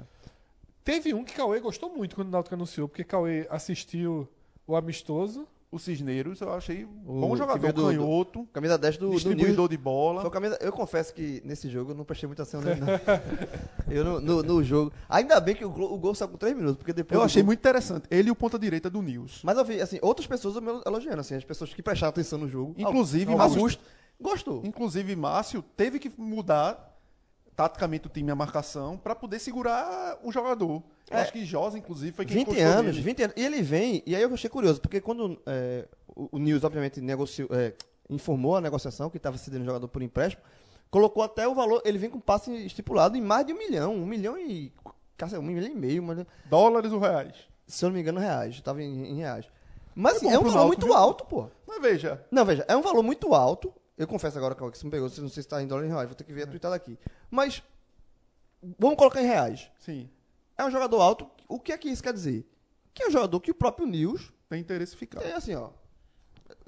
Speaker 2: Teve um que Cauê gostou muito quando o Náutico anunciou, porque Cauê assistiu o amistoso.
Speaker 6: O Cisneiros eu achei bom
Speaker 5: que veio
Speaker 6: jogador.
Speaker 5: do-
Speaker 6: canhoto,
Speaker 5: Camisa 10 do, do Nils.
Speaker 6: distribuidor de bola.
Speaker 5: Foi o camisa- Eu confesso que nesse jogo eu não prestei muita atenção nele, não. Eu no, no, no jogo. Ainda bem que o gol, o gol saiu com 3 minutos, porque depois.
Speaker 6: Eu
Speaker 5: do
Speaker 6: achei
Speaker 5: gol-
Speaker 6: muito interessante. Ele e o ponta-direita do Nils.
Speaker 5: Mas eu vi, assim, outras pessoas me elogiando, assim, as pessoas que prestaram atenção no jogo.
Speaker 6: Inclusive,
Speaker 5: Al-
Speaker 6: Márcio-
Speaker 5: Augusto. Gostou.
Speaker 6: Inclusive, Márcio teve que mudar taticamente o time e a marcação para poder segurar o jogador. Eu
Speaker 5: É.
Speaker 6: acho que Josa, inclusive, foi quem
Speaker 5: 20
Speaker 6: encostou
Speaker 5: anos,
Speaker 6: nele.
Speaker 5: 20 anos. E ele vem, e aí eu achei curioso, porque quando é, o, o News, obviamente, negociou, é, informou a negociação que estava cedendo o jogador por empréstimo, colocou até o valor, ele vem com um passe estipulado em mais de um milhão, um milhão e. Cacete, um milhão e meio, mas,
Speaker 6: Dólares ou reais?
Speaker 5: se eu não me engano, reais. Estava em, em reais. Mas assim,
Speaker 6: bom
Speaker 5: é, um
Speaker 6: pro
Speaker 5: valor
Speaker 6: Náutico,
Speaker 5: muito
Speaker 6: viu?
Speaker 5: alto, pô.
Speaker 6: Mas veja,
Speaker 5: Não, veja, é um valor muito alto. Eu confesso agora, Cauê, que você me pegou, não sei se tá em dólar ou em reais, vou ter que ver a tweetada aqui. Mas, vamos colocar em reais.
Speaker 6: Sim,
Speaker 5: É um jogador alto, o que é que isso quer dizer? Que é um jogador que o próprio News
Speaker 6: tem interesse ficar.
Speaker 5: tem assim, ó.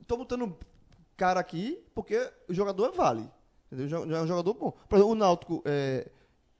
Speaker 5: Tô botando cara aqui porque o jogador vale. Entendeu? Jo- É um jogador bom. Por exemplo, o Náutico, é,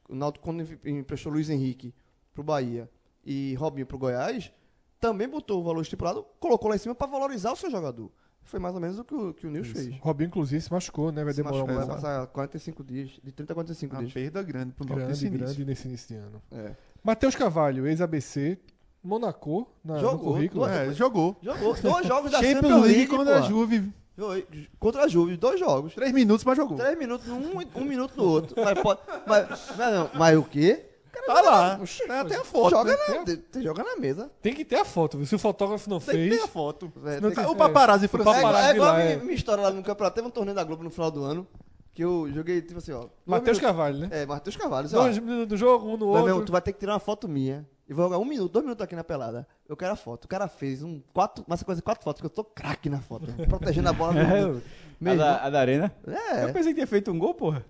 Speaker 5: o Náutico quando em- emprestou Luiz Henrique pro Bahia e Robinho pro Goiás, também botou o valor estipulado, colocou lá em cima para valorizar o seu jogador. Foi mais ou menos o que o, que o Nils fez.
Speaker 2: Robinho, inclusive, se machucou, né? Vai
Speaker 5: Se
Speaker 2: demorar
Speaker 5: machucou,
Speaker 2: um
Speaker 5: vai
Speaker 2: pouco.
Speaker 5: passar 45 dias, de 30 a 45
Speaker 6: Uma
Speaker 5: dias.
Speaker 6: perda grande pro Náutico
Speaker 2: Grande,
Speaker 6: nesse início.
Speaker 2: grande nesse início de ano.
Speaker 5: É.
Speaker 2: Matheus Carvalho, ex-ABC, Monaco, na, no
Speaker 5: Jogou,
Speaker 2: currículo.
Speaker 5: duas-
Speaker 6: É, jogou.
Speaker 5: Jogou dois jogos da
Speaker 6: Champions League, contra a
Speaker 5: pô.
Speaker 6: Juve.
Speaker 5: Foi, Contra a Juve, dois jogos.
Speaker 6: Três minutos, mas jogou.
Speaker 5: um Três minutos num, e um minuto no outro. Mas, pode, mas, mas não, mas o quê? cara
Speaker 6: Tá lá.
Speaker 5: Oxi,
Speaker 6: Tem até a foto.
Speaker 5: Joga
Speaker 6: né?
Speaker 5: na, de- de- joga na mesa.
Speaker 2: Tem que ter a foto. viu? Se o fotógrafo não
Speaker 6: Tem que
Speaker 2: fez.
Speaker 6: ter a foto.
Speaker 5: velho,
Speaker 2: Não
Speaker 5: tem
Speaker 2: tá-
Speaker 5: que-
Speaker 6: O paparazzi
Speaker 2: O
Speaker 6: francês.
Speaker 2: paparazzi-
Speaker 5: É, é igual a
Speaker 2: lá,
Speaker 5: minha,
Speaker 2: é.
Speaker 5: minha história lá no campeonato. Teve um torneio da Globo no final do ano que eu joguei, tipo assim, ó.
Speaker 2: Matheus
Speaker 5: dois minutos-
Speaker 2: Carvalho, né?
Speaker 5: É, Matheus Carvalho. sei lá.
Speaker 2: Dois minutos do jogo, um no
Speaker 5: Vai, meu,
Speaker 2: outro.
Speaker 5: tu vai ter que tirar uma foto minha. E vou jogar um minuto, dois minutos aqui na pelada. Eu quero a foto. O cara fez um quatro, mas coisa quatro fotos, que eu tô craque na foto. Protegendo a bola do mundo.
Speaker 4: A da, a da Arena? Eu
Speaker 5: É,
Speaker 4: pensei que tinha feito um gol, porra.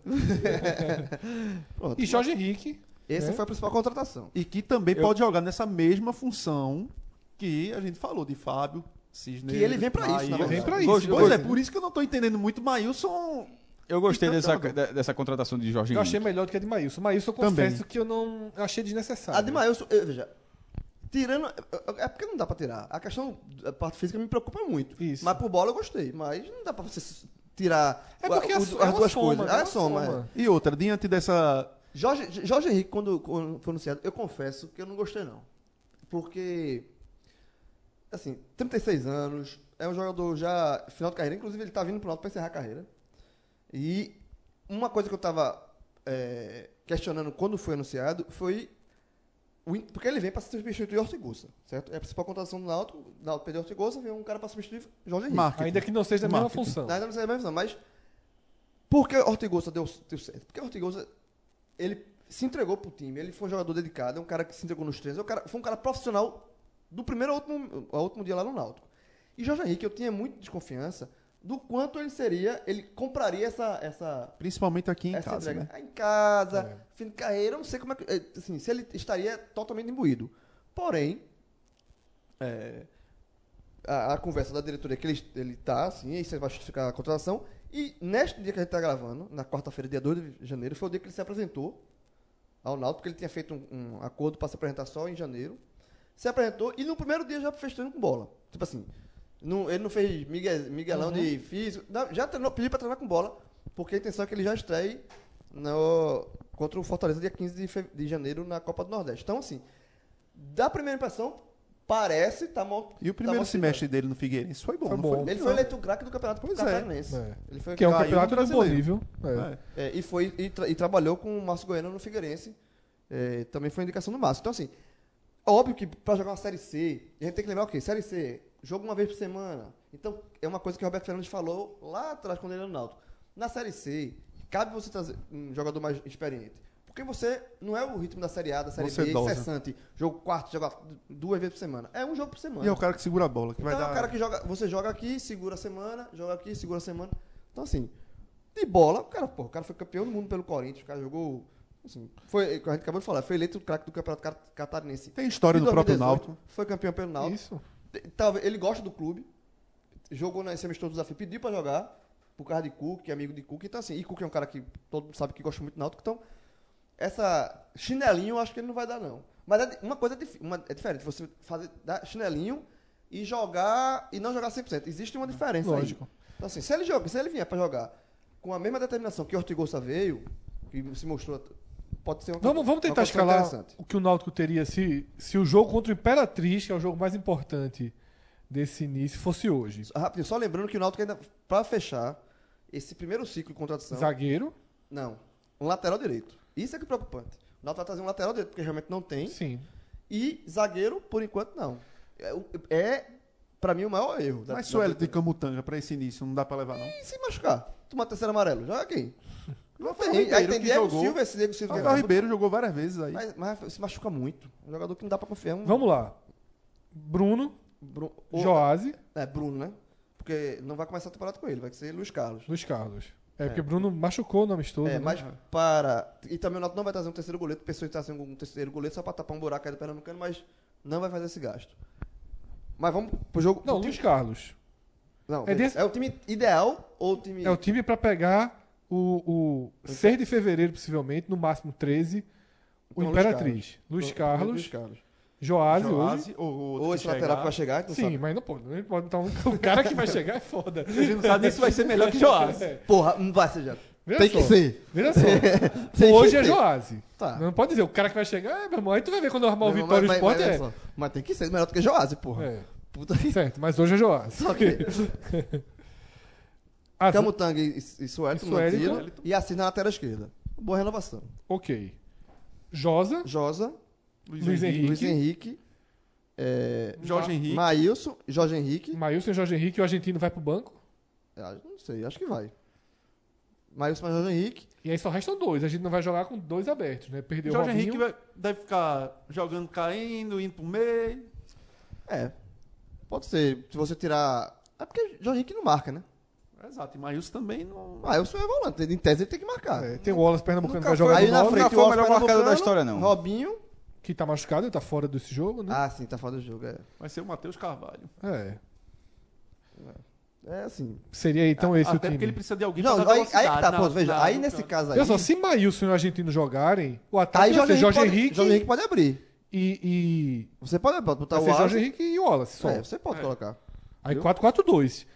Speaker 5: pronto.
Speaker 2: E Jorge Henrique.
Speaker 5: Essa
Speaker 2: né?
Speaker 5: foi a principal contratação.
Speaker 6: E que também
Speaker 4: Eu-
Speaker 6: pode jogar nessa mesma função que a gente falou de Fábio, Cisne.
Speaker 5: Que ele vem pra isso, na
Speaker 6: Maílson.
Speaker 5: verdade.
Speaker 2: Vem pra
Speaker 4: Gosto-
Speaker 2: isso.
Speaker 6: Pois é,
Speaker 2: né?
Speaker 6: por isso que eu não tô entendendo muito. Maílson.
Speaker 4: Eu gostei
Speaker 6: Então,
Speaker 4: dessa,
Speaker 6: tá bom.
Speaker 4: da- dessa contratação de Jorge
Speaker 2: Eu achei
Speaker 4: Henrique.
Speaker 2: melhor do que a de Maílson. Maílson, eu
Speaker 6: Também.
Speaker 2: confesso que eu não eu achei desnecessário.
Speaker 5: A de Maílson, Ah, eu- veja, tirando. É porque não dá pra tirar. A questão da parte física me preocupa muito.
Speaker 2: Isso.
Speaker 5: Mas pro bola eu gostei. Mas não dá pra você s- tirar
Speaker 2: É porque
Speaker 5: a-
Speaker 2: é
Speaker 5: o-
Speaker 2: so- é
Speaker 5: as
Speaker 2: uma
Speaker 5: duas
Speaker 2: soma,
Speaker 5: coisas.
Speaker 2: né? É
Speaker 5: Ah,
Speaker 2: uma
Speaker 5: soma.
Speaker 2: soma.
Speaker 5: é.
Speaker 6: E outra, diante dessa.
Speaker 5: Jorge, Jorge Henrique, quando, quando foi anunciado, eu confesso que eu não gostei, não. Porque. Assim, 36 anos, é um jogador já final de carreira, inclusive ele tá vindo pro Náutico pra encerrar a carreira. E uma coisa que eu tava é, questionando quando foi anunciado foi. o in- Porque ele vem pra substituir Ortigosa, certo? É a principal contratação do Náutico, o Náutico perdeu Ortigosa, vem um cara pra substituir Jorge Henrique.
Speaker 6: Marketing.
Speaker 2: Ainda que não seja da mesma
Speaker 6: Marketing.
Speaker 2: função.
Speaker 5: Ainda não sei a mesma visão, mas por que Ortigosa deu, deu certo? Porque Ortigosa, ele se entregou pro time, ele foi um jogador dedicado, é um cara que se entregou nos treinos, é um cara, foi um cara profissional do primeiro ao último, ao último dia lá no Náutico. E Jorge Henrique, eu tinha muita desconfiança do quanto ele seria, ele compraria essa, essa
Speaker 6: Principalmente aqui em
Speaker 5: essa é
Speaker 6: casa,
Speaker 5: entrega.
Speaker 6: né? É.
Speaker 5: Em casa, fim de carreira, eu não sei como é que. eh, Assim, se ele estaria totalmente imbuído. Porém, eh, a, a conversa da diretoria que ele, ele tá, assim, isso vai justificar a contratação. E neste dia que a gente tá gravando, na quarta-feira, dia 2 de janeiro, foi o dia que ele se apresentou ao Náutico, porque ele tinha feito um, um acordo para se apresentar só em janeiro. Se apresentou e no primeiro dia já fez treino com bola. Tipo assim, não- ele não fez miguel-
Speaker 6: Uhum.
Speaker 5: miguelão de físico. não, já treinou, pediu pra treinar com bola, porque a intenção é que ele já estreie no, contra o Fortaleza dia 15 de, fe- de janeiro na Copa do Nordeste. Então, assim, da primeira impressão, parece tá mal.
Speaker 6: E o
Speaker 5: tá
Speaker 6: primeiro
Speaker 5: mal-
Speaker 6: semestre dele no Figueirense foi bom,
Speaker 2: Foi
Speaker 6: não
Speaker 2: bom.
Speaker 6: foi?
Speaker 5: Ele foi eleito o craque do Campeonato
Speaker 6: Pois é.
Speaker 5: Catarinense.
Speaker 2: É.
Speaker 5: Ele foi
Speaker 2: Que é um
Speaker 6: Caiu no
Speaker 2: campeonato de bom
Speaker 6: brasileiro.
Speaker 2: nível. É.
Speaker 6: É.
Speaker 5: é, e foi e, tra- e trabalhou com o Márcio Goiano no Figueirense. É, também foi indicação do Márcio. Então, assim, óbvio que pra jogar uma Série C, a gente tem que lembrar o quê? Série C, jogo uma vez por semana. Então, é uma coisa que o Roberto Fernandes falou lá atrás, quando ele era no Náutico. Na Série C, cabe você trazer um jogador mais experiente. Porque você não é o ritmo da Série A, da Série
Speaker 6: Você
Speaker 5: B,
Speaker 6: dosa.
Speaker 5: incessante. Jogo quarto, joga duas vezes por semana. É um jogo por semana.
Speaker 6: E é o cara que segura a bola, que vai
Speaker 5: Então é
Speaker 6: dar.
Speaker 5: um cara que joga, você joga aqui, segura a semana, joga aqui, segura a semana. Então, assim, de bola, o cara, pô, o cara foi campeão do mundo pelo Corinthians, o cara jogou. Assim, foi, como a gente acabou de falar, foi eleito o craque do Campeonato Cat- Catarinense.
Speaker 6: Tem história
Speaker 5: Em
Speaker 6: no próprio
Speaker 5: 2018,
Speaker 6: Náutico.
Speaker 5: Foi campeão pelo Náutico.
Speaker 2: Isso.
Speaker 5: Te- Talvez ele gosta do clube. Jogou nesse amistoso do desafio, pediu pra jogar. Por causa de Cook, que é amigo de Cook. Então, assim, e Cook é um cara que todo mundo sabe que gosta muito do Náutico. Então, essa chinelinho eu acho que ele não vai dar, não. Mas é di- uma coisa é, dif- uma, é diferente. Você fazer dar chinelinho e jogar e não jogar 100%. Existe uma diferença aí.
Speaker 2: Lógico.
Speaker 5: Então, assim, se ele, joga, se ele vier pra jogar com a mesma determinação que Ortigosa veio, que se mostrou, pode ser uma
Speaker 2: Vamos, vamos
Speaker 5: uma
Speaker 2: tentar
Speaker 5: contratação
Speaker 2: escalar
Speaker 5: interessante.
Speaker 2: o que o Náutico teria se, se o jogo contra o Imperatriz, que é o jogo mais importante desse início, fosse hoje.
Speaker 5: Rapidinho, só lembrando que o Náutico ainda, pra fechar esse primeiro ciclo de contratação,
Speaker 2: Zagueiro,
Speaker 5: não, um lateral direito. Isso é que é preocupante. O Náutico vai trazer um lateral direito, porque realmente não tem.
Speaker 2: sim.
Speaker 5: E zagueiro, por enquanto, não. É, o- é pra mim, o maior erro. da-
Speaker 6: Mas
Speaker 5: da-
Speaker 6: Sueli de Camutanga pra esse início, não dá pra levar, não.
Speaker 5: E se machucar? Tomar terceiro amarelo, joga quem?
Speaker 6: Não
Speaker 5: Tem, aí tem Diego Silva, esse Diego
Speaker 6: O
Speaker 5: Silva. que
Speaker 6: Rafael
Speaker 5: é-
Speaker 6: Ribeiro jogou várias vezes aí.
Speaker 5: mas, mas se machuca muito. É um jogador que não dá pra confiar. Um,
Speaker 2: Vamos lá. Bruno,
Speaker 5: Bruno,
Speaker 2: Joase,
Speaker 5: É, Bruno, né? Porque não vai começar a temporada com ele, vai ser Luiz Carlos.
Speaker 2: Luiz Carlos. É, porque Bruno machucou no amistoso.
Speaker 5: É,
Speaker 2: né?
Speaker 5: mas para. E também o Náutico não vai trazer um terceiro goleiro, pessoas trazem um terceiro goleiro só pra tapar um buraco aí do Pernambucano, mas não vai fazer esse gasto. Mas vamos pro jogo.
Speaker 2: Não,
Speaker 5: o time-
Speaker 2: Luiz Carlos.
Speaker 5: não,
Speaker 2: é
Speaker 5: veja,
Speaker 2: desse-
Speaker 5: é o time ideal ou o time.
Speaker 2: É o time pra pegar o, o 6 de fevereiro, possivelmente, no máximo 13, o
Speaker 5: Então, Luiz
Speaker 2: Imperatriz. Luiz
Speaker 5: Então, primeiro
Speaker 2: Carlos,
Speaker 5: Luiz Carlos. é.
Speaker 2: Joase hoje.
Speaker 6: Joasi, ou outro
Speaker 5: Ou
Speaker 6: que
Speaker 5: esse lateral
Speaker 6: chegar.
Speaker 5: que vai chegar, que não
Speaker 2: Sim,
Speaker 5: sabe.
Speaker 2: mas não pode. Não pode botar um... O cara que vai chegar é foda.
Speaker 6: A gente não sabe nem se vai ser melhor que Joás.
Speaker 2: É.
Speaker 5: Porra, não vai ser já.
Speaker 2: Veja
Speaker 5: Tem
Speaker 2: só.
Speaker 5: que ser.
Speaker 2: Veja só.
Speaker 5: Tem que
Speaker 2: Hoje é
Speaker 5: ser.
Speaker 2: Joase.
Speaker 5: Tá.
Speaker 2: Não pode dizer, o cara que vai chegar, é, meu irmão, aí tu vai ver quando arrumar o
Speaker 5: Mas-
Speaker 2: Vitória e o
Speaker 5: mas-
Speaker 2: Sport
Speaker 5: mas-
Speaker 2: é.
Speaker 5: mas- Mas tem que ser melhor do que Joase, porra.
Speaker 2: é.
Speaker 5: Puta que.
Speaker 2: Certo, mas hoje é Joase.
Speaker 5: Só que
Speaker 2: Ah,
Speaker 5: Camutanga e, e Suelito
Speaker 2: E Suelito.
Speaker 5: mantiram, e assina na lateral esquerda. Boa renovação.
Speaker 2: ok. Josa,
Speaker 5: Josa,
Speaker 2: Luiz, Henrique,
Speaker 5: Luiz Henrique, é,
Speaker 6: Jorge Henrique.
Speaker 5: Maílson, Jorge Henrique.
Speaker 2: Maílson e Jorge Henrique, o argentino vai pro banco.
Speaker 5: Ah, não sei, acho que vai. Maílson mais Jorge Henrique.
Speaker 2: E aí só restam dois. A gente não vai jogar com dois abertos, né? Perdeu o
Speaker 6: Jorge
Speaker 2: Robinho.
Speaker 6: Henrique vai- deve ficar jogando, caindo, indo pro meio.
Speaker 5: É. Pode ser. Se você tirar. É porque Jorge Henrique não marca, né?
Speaker 6: Exato, e Maílson também não.
Speaker 5: Maílson é volante. Em tese ele tem que marcar.
Speaker 2: É, tem o Wallace Pernambucano que vai
Speaker 5: foi-
Speaker 2: jogar
Speaker 5: aí
Speaker 2: no
Speaker 5: na
Speaker 2: nove,
Speaker 5: frente
Speaker 4: foi o
Speaker 5: Wallace
Speaker 4: melhor marcador
Speaker 5: Pernambucano,
Speaker 4: da história, não.
Speaker 5: Robinho.
Speaker 2: que tá machucado, ele tá fora desse jogo, né?
Speaker 5: Ah, sim, tá fora do jogo. É,
Speaker 6: Vai ser o Matheus Carvalho.
Speaker 5: Ah.
Speaker 2: É.
Speaker 5: é assim.
Speaker 2: Seria então esse
Speaker 6: Até
Speaker 2: o time.
Speaker 6: porque ele precisa de alguém
Speaker 5: Não,
Speaker 6: pra dar
Speaker 5: aí, aí que
Speaker 6: velocidade
Speaker 5: tá,
Speaker 6: na-
Speaker 5: pronto, veja.
Speaker 6: na-
Speaker 5: aí
Speaker 6: no
Speaker 5: nesse
Speaker 6: canto.
Speaker 5: caso aí. tá
Speaker 2: Olha só, se Maílson e o argentino jogarem, o ataque
Speaker 5: aí
Speaker 2: vai ser assim, Jorge
Speaker 5: pode,
Speaker 2: Henrique,
Speaker 5: Jorge Henrique pode abrir.
Speaker 2: e. e...
Speaker 5: Você pode botar
Speaker 2: Vai
Speaker 5: o
Speaker 2: ser Jorge
Speaker 5: Wallace.
Speaker 2: Henrique e o Wallace só.
Speaker 5: É, você pode
Speaker 6: É.
Speaker 5: colocar.
Speaker 2: aí 4-4-2.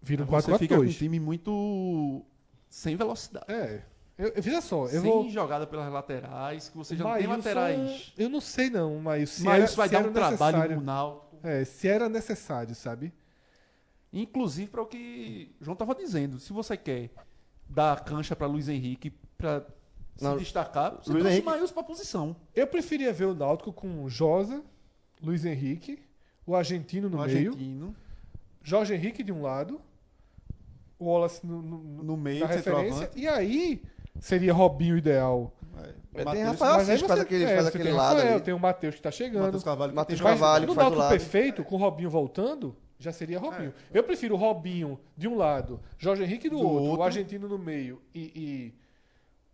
Speaker 2: Vira um
Speaker 6: Você fica com um
Speaker 2: 4-4-2.
Speaker 6: time muito. sem velocidade.
Speaker 2: É. Eu, eu, veja só, eu
Speaker 6: sem
Speaker 2: vou.
Speaker 6: jogada pelas laterais, que você já não tem
Speaker 2: Maílson-
Speaker 6: laterais.
Speaker 2: Eu não sei não, Maílson. Se
Speaker 6: Maílson
Speaker 2: era-
Speaker 6: vai
Speaker 2: se
Speaker 6: dar
Speaker 2: era
Speaker 6: um trabalho
Speaker 2: necessário.
Speaker 6: no Náutico.
Speaker 2: É, se era necessário, sabe?
Speaker 6: Inclusive para o que João estava dizendo. Se você quer dar cancha para Luiz Henrique para se
Speaker 5: Não,
Speaker 6: destacar, você
Speaker 5: Luiz
Speaker 6: trouxe
Speaker 5: Henrique-
Speaker 6: Maílson para posição.
Speaker 2: Eu preferia ver o Náutico com Josa, Luiz Henrique, o argentino no
Speaker 6: o
Speaker 2: meio,
Speaker 6: argentino.
Speaker 2: Jorge Henrique de um lado, o Wallace no, no- no-
Speaker 6: No meio,
Speaker 2: na referência,
Speaker 6: centroavante.
Speaker 2: e aí seria Robinho ideal.
Speaker 5: Tem
Speaker 6: Matheus-
Speaker 5: Rafael
Speaker 2: aí
Speaker 5: Assis, faz aquele,
Speaker 2: é,
Speaker 5: faz
Speaker 2: você
Speaker 5: aquele
Speaker 2: tem o
Speaker 5: lado
Speaker 2: Rafael,
Speaker 5: ali.
Speaker 2: Tem o Matheus que tá chegando.
Speaker 6: Matheus Carvalho. que
Speaker 5: Matheus
Speaker 6: tem-
Speaker 5: Carvalho. que
Speaker 2: no
Speaker 5: faz do
Speaker 2: Náutico
Speaker 5: lado.
Speaker 2: perfeito, com o Robinho voltando, já seria Robinho. Eu prefiro o Robinho de um lado, Jorge Henrique do,
Speaker 6: É. Do
Speaker 2: outro, o
Speaker 6: outro.
Speaker 2: argentino no meio e,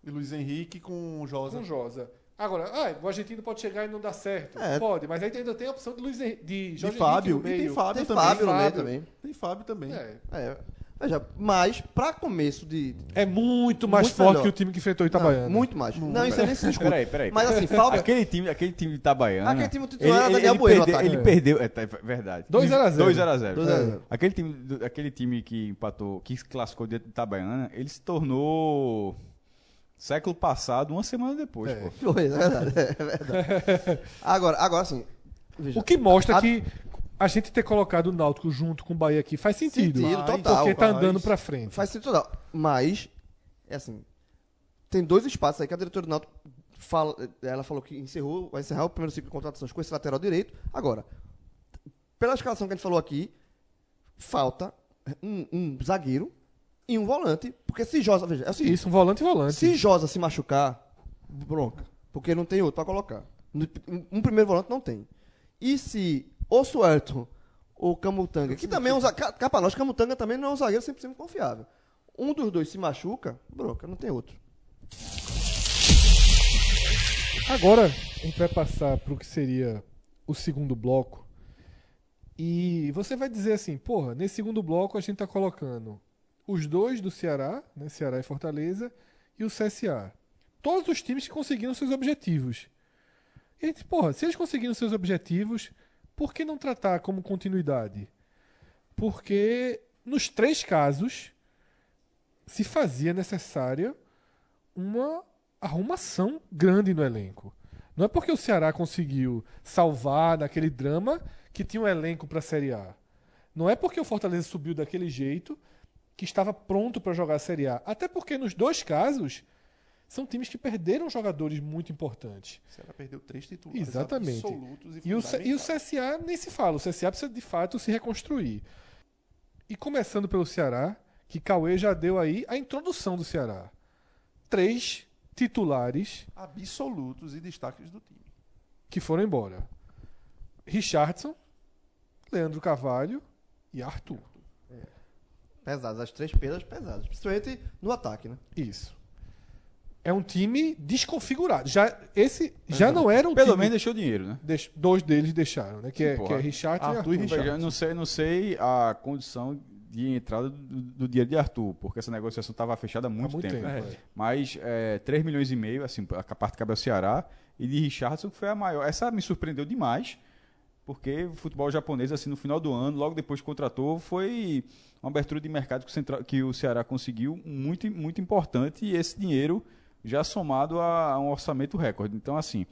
Speaker 6: E Luiz Henrique com o
Speaker 2: e
Speaker 6: Josa.
Speaker 2: com Josa. Agora, ah, o argentino pode chegar e não dar certo.
Speaker 5: É.
Speaker 2: Pode, mas aí ainda tem a opção de Luiz Henrique, de
Speaker 6: De
Speaker 2: Jorge
Speaker 6: Fábio. E
Speaker 2: Henrique no meio.
Speaker 6: tem Fábio
Speaker 5: Tem
Speaker 6: também.
Speaker 5: Fábio no meio
Speaker 2: Fábio.
Speaker 5: também.
Speaker 6: Tem Fábio também.
Speaker 2: É.
Speaker 5: É. Veja, mas pra começo de.
Speaker 2: É muito mais
Speaker 5: Muito
Speaker 2: forte
Speaker 5: melhor.
Speaker 2: que o time que enfrentou o
Speaker 5: Não,
Speaker 6: Ah,
Speaker 2: Itabaiana.
Speaker 5: muito mais. não, isso aí nem se discute.
Speaker 4: Peraí, peraí.
Speaker 5: Mas assim, falta.
Speaker 4: Aquele time, aquele time de Itabaiana.
Speaker 5: Aquele time titular
Speaker 4: ele-
Speaker 5: era
Speaker 4: ele-
Speaker 5: Daniel
Speaker 4: ele
Speaker 5: Bueno,
Speaker 4: perdeu-
Speaker 5: ataque.
Speaker 4: Ele perdeu, é, tá, é verdade.
Speaker 2: 2 a 0.
Speaker 4: 2 a 0.
Speaker 5: 2 a 0.
Speaker 4: Aquele time, do- aquele time que empatou, que se classificou dentro de Itabaiana, ele se tornou século passado, uma semana depois,
Speaker 2: É.
Speaker 4: pô.
Speaker 5: Foi, é verdade. É verdade. Agora, agora sim. Veja.
Speaker 2: O que mostra
Speaker 6: Ah.
Speaker 5: A-
Speaker 2: que a gente ter colocado o Náutico junto com o Bahia aqui faz sentido.
Speaker 5: Sentido
Speaker 6: Mas-
Speaker 5: total.
Speaker 2: porque tá
Speaker 6: faz.
Speaker 2: andando pra frente.
Speaker 5: Faz sentido total. Mas, é assim. Tem dois espaços aí que a diretora do Náutico fala. Ela falou que encerrou, vai encerrar o primeiro ciclo de contratações com esse lateral direito. Agora, pela escalação que a gente falou aqui, falta um, um zagueiro e um volante. Porque se Josa. Veja, é o seguinte.
Speaker 2: Isso, um volante e volante.
Speaker 5: Se Josa se machucar, bronca. Porque não tem outro pra colocar. No- Um primeiro volante não tem. E se ou Suerton ou Camutanga, que também é um zagueiro. Capa nós, Camutanga também não é um zagueiro 100% confiável. Um dos dois se machuca, bronca, não tem outro.
Speaker 2: Agora a gente vai passar para o que seria o segundo bloco. E você vai dizer assim, porra, nesse segundo bloco a gente tá colocando os dois do Ceará, né, Ceará e Fortaleza, e o CSA. Todos os times que conseguiram seus objetivos. E a gente, porra, se eles conseguiram seus objetivos, por que não tratar como continuidade? Porque nos três casos se fazia necessária uma arrumação grande no elenco. Não é porque o Ceará conseguiu salvar daquele drama que tinha um elenco para a Série A. Não é porque o Fortaleza subiu daquele jeito que estava pronto para jogar a Série A. Até porque nos dois casos são times que perderam jogadores muito importantes.
Speaker 6: O Ceará perdeu três titulares
Speaker 2: Exatamente.
Speaker 6: absolutos e,
Speaker 2: E o, C- e o
Speaker 6: fundamentais.
Speaker 2: CSA nem se fala. O CSA precisa de fato se reconstruir. E começando pelo Ceará, que Cauê já deu aí a introdução do Ceará. Três titulares
Speaker 6: Absolutos e destaques do time.
Speaker 2: que foram embora: Richardson, Leandro Carvalho e Arthur.
Speaker 5: Pesadas, as três perdas pesadas. Principalmente no ataque, né?
Speaker 2: Isso. É um time desconfigurado. Já, esse já não era um
Speaker 4: Pelo
Speaker 2: time.
Speaker 4: menos deixou dinheiro, né?
Speaker 2: Deix- dois deles deixaram, né? Que é,
Speaker 4: Porra.
Speaker 2: que é Richardson
Speaker 6: Arthur e
Speaker 2: e Arthur.
Speaker 6: Richardson.
Speaker 4: Eu não sei, não sei a condição de entrada do, do dinheiro de Arthur, porque essa negociação estava fechada há muito,
Speaker 2: muito
Speaker 4: tempo.
Speaker 2: tempo,
Speaker 4: né?
Speaker 2: é.
Speaker 4: Mas é, 3 milhões e meio, assim, a parte cabe ao Ceará, e de Richardson, que foi a maior. Essa me surpreendeu demais, porque o futebol japonês, assim, no final do ano, logo depois que contratou, foi uma abertura de mercado que o, Central- que o Ceará conseguiu muito, muito importante, e esse dinheiro já somado a, a um orçamento recorde. Então, assim,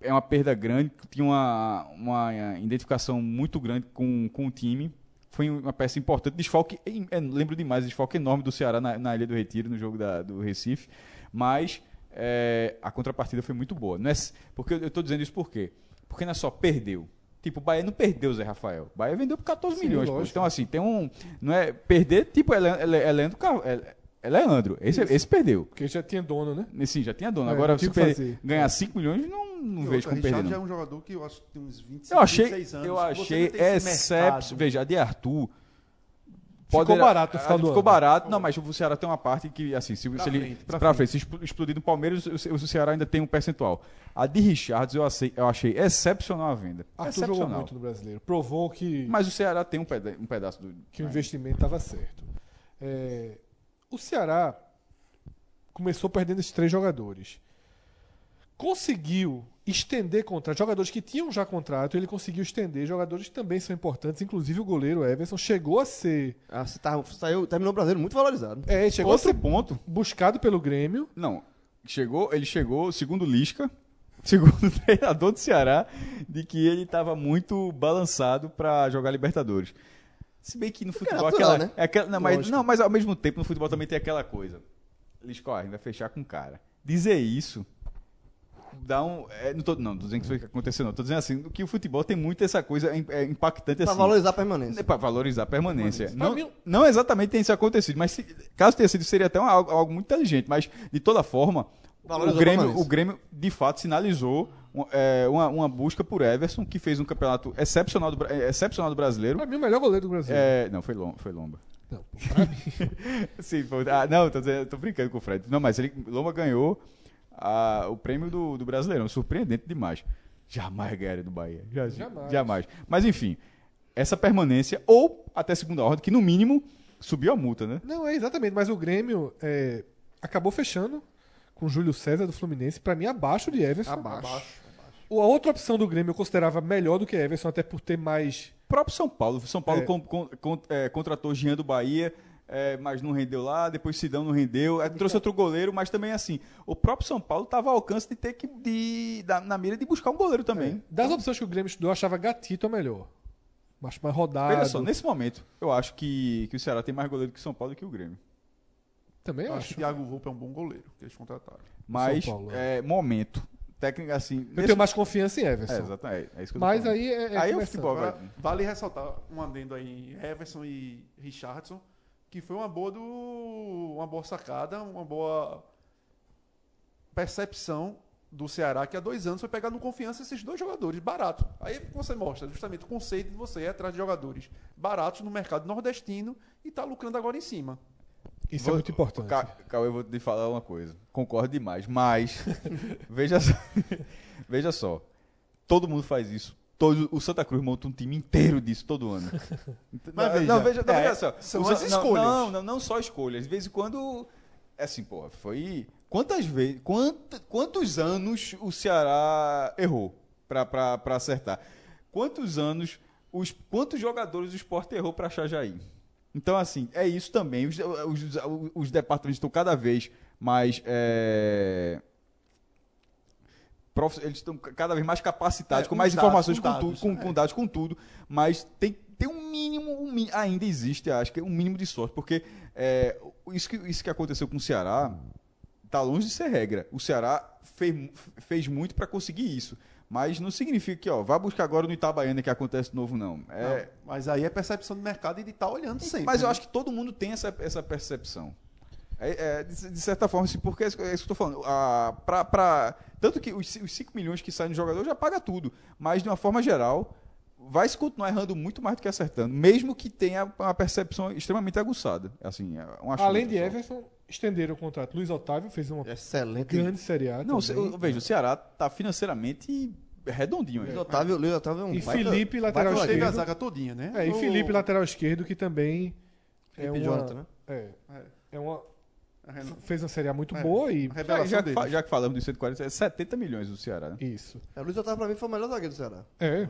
Speaker 4: é uma perda grande, tinha uma, uma identificação muito grande com, com o time. Foi uma peça importante. Desfalque, em- é, lembro demais, desfalque enorme do Ceará na, na Ilha do Retiro, no jogo da- do Recife. Mas é, a contrapartida foi muito boa. Não é, s- porque eu estou dizendo isso por quê? Porque não é só perdeu. Tipo, o Bahia não perdeu o Zé Rafael. O Bahia vendeu por 14 milhões. pô. Então, assim, tem um. Não é, perder, tipo, é, Le- é, Le- é Leandro. Car- É, é Leandro. Esse, esse perdeu.
Speaker 2: Porque já tinha dono, né?
Speaker 4: Sim, já tinha dono.
Speaker 2: É,
Speaker 4: Agora,
Speaker 2: não tinha
Speaker 4: se
Speaker 2: o que
Speaker 4: perder-
Speaker 2: fazer. É.
Speaker 4: ganhar 5 milhões, não, não vejo como perder.
Speaker 6: já é
Speaker 4: Não.
Speaker 6: um jogador que eu acho que tem uns 25,
Speaker 4: Eu achei.
Speaker 6: 26 anos.
Speaker 4: Eu
Speaker 6: Você não
Speaker 4: achei
Speaker 6: tem esse
Speaker 4: excepcional.
Speaker 6: mercado.
Speaker 4: Veja, a de Arthur. Ah,
Speaker 2: Ficou barato no final do
Speaker 4: Ficou
Speaker 2: ano.
Speaker 4: barato. Não, mas o Ceará tem uma parte que, assim, se, se ele.
Speaker 6: frente,
Speaker 4: pra frente, se expl- explodir no Palmeiras, o, Ce- o Ceará ainda tem um percentual. A de Richards eu achei, eu achei excepcional a venda.
Speaker 2: Arthur
Speaker 4: excepcional.
Speaker 2: jogou muito no brasileiro. Provou que,
Speaker 4: Mas o Ceará tem um, peda- um pedaço do.
Speaker 2: que o investimento estava certo. É, o Ceará começou perdendo esses três jogadores. Conseguiu estender contrato. Jogadores que tinham já contrato, ele conseguiu estender. Jogadores que também são importantes, inclusive o goleiro Everson chegou a ser.
Speaker 5: Ah, você tá, saiu, terminou o brasileiro muito valorizado.
Speaker 2: É, chegou a
Speaker 4: Outro
Speaker 2: ser
Speaker 4: ponto.
Speaker 2: buscado pelo Grêmio.
Speaker 4: Não, chegou, ele chegou, segundo Lisca, segundo o treinador do Ceará, de que ele estava muito balançado para jogar Libertadores. Se bem que no futebol é
Speaker 5: natural,
Speaker 4: aquela,
Speaker 5: né?
Speaker 4: é aquela- não, mas,
Speaker 5: Lógico.
Speaker 4: não, mas ao mesmo tempo no futebol também tem aquela coisa. Lisca, ó, a gente vai fechar com o cara. Dizer isso dá um, é, não tô, não, tô dizendo que foi o que aconteceu não, tô dizendo assim, que o futebol tem muito essa coisa im- é, impactante
Speaker 5: Pra
Speaker 4: assim.
Speaker 5: valorizar a permanência.
Speaker 4: Para valorizar a permanência.
Speaker 2: Pra
Speaker 4: Não,
Speaker 2: mim-
Speaker 4: não exatamente tem isso acontecido, mas se- caso tenha sido, seria até uma- algo, algo muito inteligente. Mas, de toda forma, o
Speaker 5: Valorizou a
Speaker 4: Grêmio,
Speaker 5: permanência.
Speaker 4: o Grêmio, de fato, sinalizou um- é, uma, uma busca por Everson, que fez um campeonato excepcional do, Bra- é, excepcional do brasileiro.
Speaker 2: Pra mim, o melhor goleiro do Brasil.
Speaker 4: É, não, foi, Lom- foi Lomba.
Speaker 2: Não,
Speaker 4: Sim, foi- ah, não, tô, dizendo- tô brincando com o Fred. Não, mas ele, Lomba ganhou ah, o prêmio do, do Brasileirão. Surpreendente demais. Jamais ganharia do Bahia. Já-
Speaker 2: Jamais.
Speaker 4: jamais. Mas enfim, essa permanência, ou até segunda ordem, que no mínimo subiu a multa, né?
Speaker 2: Não, é exatamente, mas o Grêmio é, acabou fechando com o Júlio César do Fluminense, pra mim abaixo de Everson.
Speaker 6: Abaixo.
Speaker 2: O- A outra opção do Grêmio eu considerava melhor do que Everson, até por ter mais.
Speaker 4: O próprio São Paulo. São Paulo
Speaker 2: É.
Speaker 4: com- com- con- é, contratou Jean do Bahia, é, mas não rendeu lá, depois Sidão não rendeu, aí trouxe outro goleiro, mas também assim, o próprio São Paulo estava ao alcance de ter que, de, da- na mira de buscar um goleiro também.
Speaker 2: Das opções que o Grêmio estudou, eu achava Gatito a melhor. Mas mais rodado.
Speaker 4: Veja é só, nesse momento, eu acho que, que o Ceará tem mais goleiro que o São Paulo do que o Grêmio.
Speaker 2: Também
Speaker 6: Eu acho
Speaker 2: acho.
Speaker 6: que o Thiago Volpe é um bom goleiro que eles contrataram.
Speaker 4: Mas,
Speaker 2: São Paulo,
Speaker 4: é, momento, técnica assim...
Speaker 2: Eu tenho mais confiança em Everson.
Speaker 4: É, exatamente, é isso que eu tô
Speaker 2: mas
Speaker 4: falando.
Speaker 2: aí é. é
Speaker 4: Aí o
Speaker 2: começando.
Speaker 4: futebol vai-
Speaker 6: Agora, vale ressaltar um adendo aí em Everson e Richardson, que foi uma boa do. uma boa sacada, uma boa percepção do Ceará, que há dois anos foi pegar no confiança esses dois jogadores, barato. Aí você mostra justamente o conceito de você ir atrás de jogadores baratos no mercado nordestino e tá lucrando agora em cima.
Speaker 2: Isso
Speaker 4: Vou-
Speaker 2: é muito importante.
Speaker 4: Ca- Cauê, eu vou te falar uma coisa. Concordo demais, mas veja só, veja só. Todo mundo faz isso. Todo, o Santa Cruz monta um time inteiro disso todo ano. Então,
Speaker 6: Mas veja,
Speaker 4: não, veja, não,
Speaker 6: é,
Speaker 4: veja só.
Speaker 6: são
Speaker 4: O Sa-
Speaker 6: as
Speaker 4: não,
Speaker 6: escolhas.
Speaker 4: Não, não, não só escolhas. De vez em quando. É assim, porra, foi. Quantas vezes. quant- quantos anos o Ceará errou pra, pra, pra acertar? Quantos anos. Os, quantos jogadores o Sport errou pra achar Jair? Então, assim, é isso também. Os, os, os- os departamentos estão cada vez mais. é, prof- eles estão ca- cada vez mais capacitados,
Speaker 6: É,
Speaker 4: com
Speaker 6: com
Speaker 4: mais
Speaker 6: dados,
Speaker 4: informações,
Speaker 6: com
Speaker 4: com,
Speaker 6: dados, é.
Speaker 4: tudo, com, com dados, com tudo, mas tem, tem um mínimo, um mi- ainda existe, acho que é um mínimo de sorte, porque é, o- isso, que, isso que aconteceu com o Ceará está longe de ser regra. O Ceará fez, mu- fez muito para conseguir isso, mas não significa que, ó, vá buscar agora no Itabaiana que acontece de novo, não. É,
Speaker 6: Não, mas aí é percepção do mercado e de estar olhando sempre.
Speaker 4: mas eu
Speaker 6: né?
Speaker 4: acho que todo mundo tem essa, essa percepção. É, é, de, de certa forma, assim, porque é isso que eu estou falando. A, pra, pra- tanto que os, ci- os 5 milhões que saem do jogador já paga tudo. Mas, de uma forma geral, vai se continuar errando muito mais do que acertando, mesmo que tenha uma percepção extremamente aguçada. Assim, é uma
Speaker 2: Além de
Speaker 4: chance, só.
Speaker 2: Everson, estenderam o contrato. Luiz Otávio fez
Speaker 5: É,
Speaker 2: uma
Speaker 5: Excelente.
Speaker 2: grande Série A.
Speaker 4: Não,
Speaker 2: também.
Speaker 4: se- eu- veja, o Ceará está financeiramente redondinho.
Speaker 5: Luiz
Speaker 4: aí.
Speaker 5: Otávio, Luiz Otávio é um
Speaker 2: E
Speaker 5: baita-
Speaker 2: Felipe,
Speaker 5: baita
Speaker 2: lateral
Speaker 6: Mas
Speaker 5: zagueiro.
Speaker 6: teve a
Speaker 2: esquerdo.
Speaker 6: zaga todinha, né?
Speaker 2: É, e
Speaker 6: O-
Speaker 2: Felipe, lateral esquerdo, que também. é
Speaker 5: Felipe
Speaker 2: uma,
Speaker 5: Jonathan, né?
Speaker 2: É,
Speaker 6: É,
Speaker 2: é uma,
Speaker 6: a reno-
Speaker 2: fez uma Série A muito
Speaker 6: É.
Speaker 2: boa e.
Speaker 6: a
Speaker 4: Já,
Speaker 6: revelação
Speaker 4: já, que
Speaker 6: dele.
Speaker 4: fa- já que falamos dos 140, é 70 milhões do Ceará. Né?
Speaker 2: Isso.
Speaker 5: É, Luiz Otávio pra mim foi o melhor zagueiro do Ceará.
Speaker 2: É.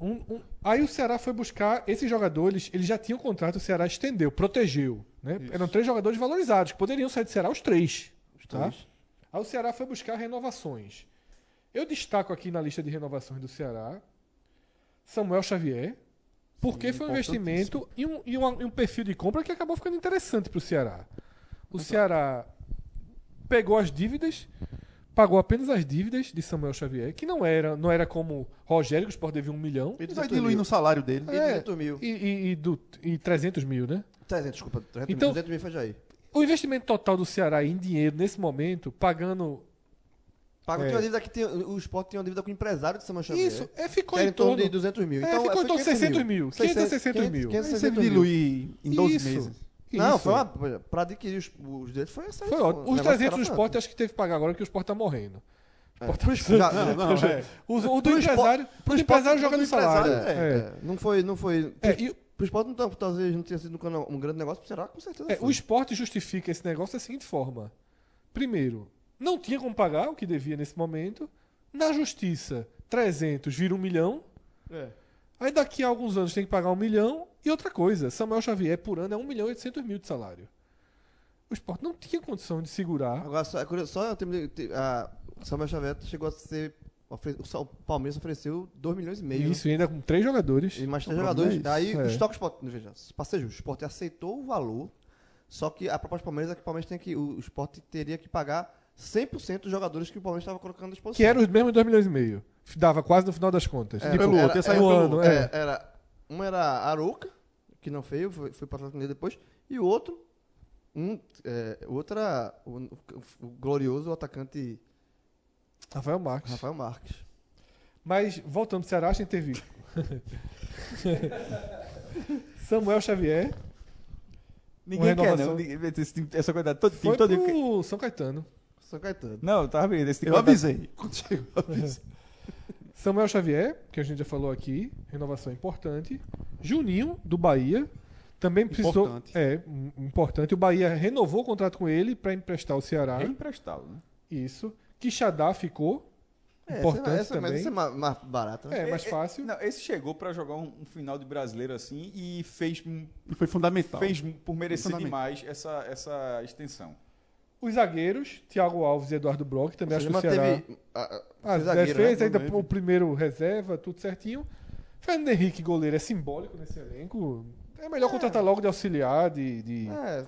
Speaker 2: Um- um- Aí o Ceará foi buscar esses jogadores, eles já tinham contrato, o Ceará estendeu, protegeu. Né? Eram três jogadores valorizados, que poderiam sair do Ceará os três. tá? Aí o Ceará foi buscar renovações. Eu destaco aqui na lista de renovações do Ceará Samuel Xavier, porque foi um investimento e um, e uma- e um perfil de compra que acabou ficando interessante para o Ceará. O Ceará pegou as dívidas, pagou apenas as dívidas de Samuel Xavier, que não era, não era como Rogério, que o Sport devia um milhão.
Speaker 6: Ele vai diluindo o salário dele.
Speaker 2: É.
Speaker 5: 200 mil.
Speaker 2: E, e, e, do, e 300 mil, né?
Speaker 5: 300, desculpa. 300
Speaker 2: Então-
Speaker 5: mil, 200 mil foi Jair.
Speaker 2: O investimento total do Ceará em dinheiro nesse momento, pagando.
Speaker 5: Paga,
Speaker 2: É.
Speaker 5: tem uma dívida que tem, o esporte tem uma dívida com o empresário de né? Samuel Xavier.
Speaker 2: Isso, é, ficou
Speaker 5: que era
Speaker 2: em torno.
Speaker 5: de 200 mil.
Speaker 2: É,
Speaker 5: então,
Speaker 2: ficou em
Speaker 5: foi
Speaker 2: torno de 600 mil. 500 a 600 mil.
Speaker 6: Aí você
Speaker 5: 600 mil.
Speaker 6: dilui em 12
Speaker 2: Isso.
Speaker 6: meses.
Speaker 5: Não,
Speaker 2: Isso.
Speaker 5: foi uma. Pra adquirir os, os direitos foi essa.
Speaker 2: Foi
Speaker 5: essa-
Speaker 2: ótimo.
Speaker 5: um
Speaker 2: Os
Speaker 5: negócio que
Speaker 2: 300 do
Speaker 5: era
Speaker 2: esporte é
Speaker 5: tanto.
Speaker 2: acho que teve que pagar agora, que o esporte tá morrendo.
Speaker 5: É.
Speaker 2: Sport
Speaker 5: Já-
Speaker 6: Não, não, é.
Speaker 2: O, o do
Speaker 5: Pro Sport-
Speaker 2: empresário, o
Speaker 5: Sport,
Speaker 2: empresário joga
Speaker 5: pro
Speaker 2: no salário.
Speaker 5: empresário,
Speaker 2: É.
Speaker 5: é, é. Não foi. Não foi
Speaker 2: É, e
Speaker 5: Pro esporte não, tá- talvez não tenha sido um cana- um grande negócio, será? Com certeza.
Speaker 2: É,
Speaker 5: foi.
Speaker 2: o esporte justifica esse negócio da seguinte forma: primeiro, não tinha como pagar o que devia nesse momento. Na justiça, 300 vira um milhão.
Speaker 5: É.
Speaker 2: Aí daqui a alguns anos tem que pagar um milhão. E outra coisa, Samuel Xavier por ano é 1 milhão e 800 mil de salário. O esporte não tinha condição de segurar.
Speaker 5: Agora, só, é curioso, só eu terminei. te- A Samuel Xavier chegou a ser. ofre- o São- O Palmeiras ofereceu 2 milhões e meio.
Speaker 2: Isso, e ainda com três jogadores.
Speaker 5: E mais três
Speaker 6: O
Speaker 5: jogadores.
Speaker 6: problema
Speaker 5: Aí
Speaker 2: é
Speaker 5: o
Speaker 2: isso.
Speaker 5: estoque Sport. Veja, pra ser justo, o Sport aceitou o valor. Só que a proposta do Palmeiras é que o Palmeiras tem que. O o Sport teria que pagar 100% dos jogadores que o Palmeiras estava colocando à disposição.
Speaker 2: Que eram os mesmos 2 milhões e meio. Dava quase no final das contas.
Speaker 5: É,
Speaker 2: Tipo,
Speaker 6: pelo outro, ia sair
Speaker 2: um
Speaker 6: pelo
Speaker 2: ano,
Speaker 5: É,
Speaker 2: é.
Speaker 5: era, um era Arouca, que não veio, foi, foi para o Atlético Mineiro depois, e o outro, um, é, o outro era o, o glorioso atacante
Speaker 2: Rafael Marques.
Speaker 5: Rafael Marques.
Speaker 2: Mas, voltando pro Ceará, a gente teve. Samuel Xavier
Speaker 4: Ninguém quer,
Speaker 2: renovação.
Speaker 4: não. Ninguém- esse time- Essa coisa todo time,
Speaker 2: foi
Speaker 4: todo
Speaker 2: pro
Speaker 4: time-
Speaker 2: São Caetano.
Speaker 5: São Caetano.
Speaker 4: Não, eu tava vendo. Esse time
Speaker 6: Eu
Speaker 4: vai dar-
Speaker 6: avisei. É. Quando chegou, eu avisei.
Speaker 2: Samuel Xavier, que a gente já falou aqui, renovação importante. Juninho, do Bahia, também precisou.
Speaker 6: Importante.
Speaker 2: É, um- importante. O Bahia renovou o contrato com ele para emprestar o Ceará.
Speaker 4: É emprestado, né?
Speaker 2: Isso. Quixadá ficou. Importante
Speaker 5: essa, essa,
Speaker 2: também.
Speaker 5: Mas essa é ma- mais barata, né?
Speaker 2: É, mais
Speaker 4: É, é,
Speaker 2: fácil.
Speaker 4: Não, esse chegou pra jogar um, um final de brasileiro assim e fez, um-
Speaker 6: E foi fundamental.
Speaker 4: fez um- por merecer
Speaker 6: Fundamental.
Speaker 4: demais essa, essa extensão.
Speaker 2: Os zagueiros, Thiago Alves e Eduardo Brock, também acho que o Ceará.
Speaker 5: a- a-
Speaker 2: Ah,
Speaker 5: o zagueiro,
Speaker 2: defesa,
Speaker 5: né?
Speaker 2: ainda
Speaker 6: Também,
Speaker 2: o primeiro reserva, tudo certinho. Fernando Henrique, goleiro, é simbólico nesse elenco. É melhor contratar logo de auxiliar, de. de-
Speaker 5: É,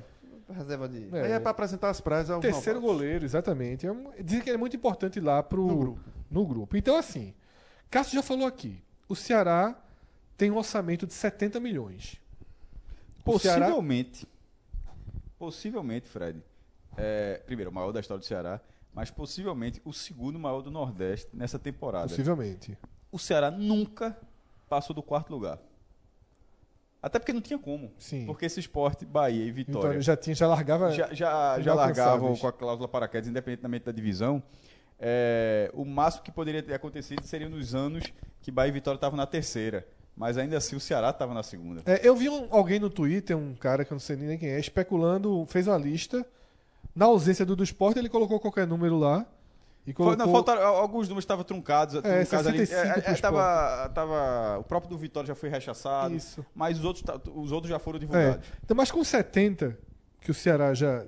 Speaker 5: reserva de...
Speaker 2: É.
Speaker 6: Aí é pra apresentar as praias ao
Speaker 2: Terceiro
Speaker 6: novato.
Speaker 2: goleiro, exatamente. É um- Dizem que ele é muito importante lá pro,
Speaker 6: No grupo.
Speaker 2: no grupo. Então, assim, Cássio já falou aqui: o Ceará tem um orçamento de 70 milhões. O Ceará-
Speaker 4: Possivelmente. Possivelmente, Fred. é, primeiro, o maior da história do Ceará, mas possivelmente o segundo maior do Nordeste nessa temporada.
Speaker 2: Possivelmente.
Speaker 4: O Ceará nunca passou do quarto lugar. Até porque não tinha como.
Speaker 2: Sim.
Speaker 4: Porque esse esporte, Bahia e Vitória
Speaker 2: Então, já, tinha, já largava.
Speaker 4: já, já, já largavam com a cláusula paraquedas, independentemente da divisão. É, o máximo que poderia ter acontecido seria nos anos que Bahia e Vitória estavam na terceira. Mas ainda assim o Ceará estava na segunda.
Speaker 2: É, eu vi um- alguém no Twitter, um cara que eu não sei nem quem é, especulando, fez uma lista. Na ausência do do esporte, ele colocou qualquer número lá. E
Speaker 4: Foi-
Speaker 2: colocou...
Speaker 4: não, faltaram- al- alguns números estavam truncados. truncados ali.
Speaker 2: 65
Speaker 4: É, é,
Speaker 2: pro
Speaker 4: é, tava- tava- o próprio do Vitória já foi rechaçado.
Speaker 2: Isso.
Speaker 4: Mas os outros, ta- os outros já foram
Speaker 2: É.
Speaker 4: divulgados.
Speaker 2: Então, mas com 70, que o Ceará já.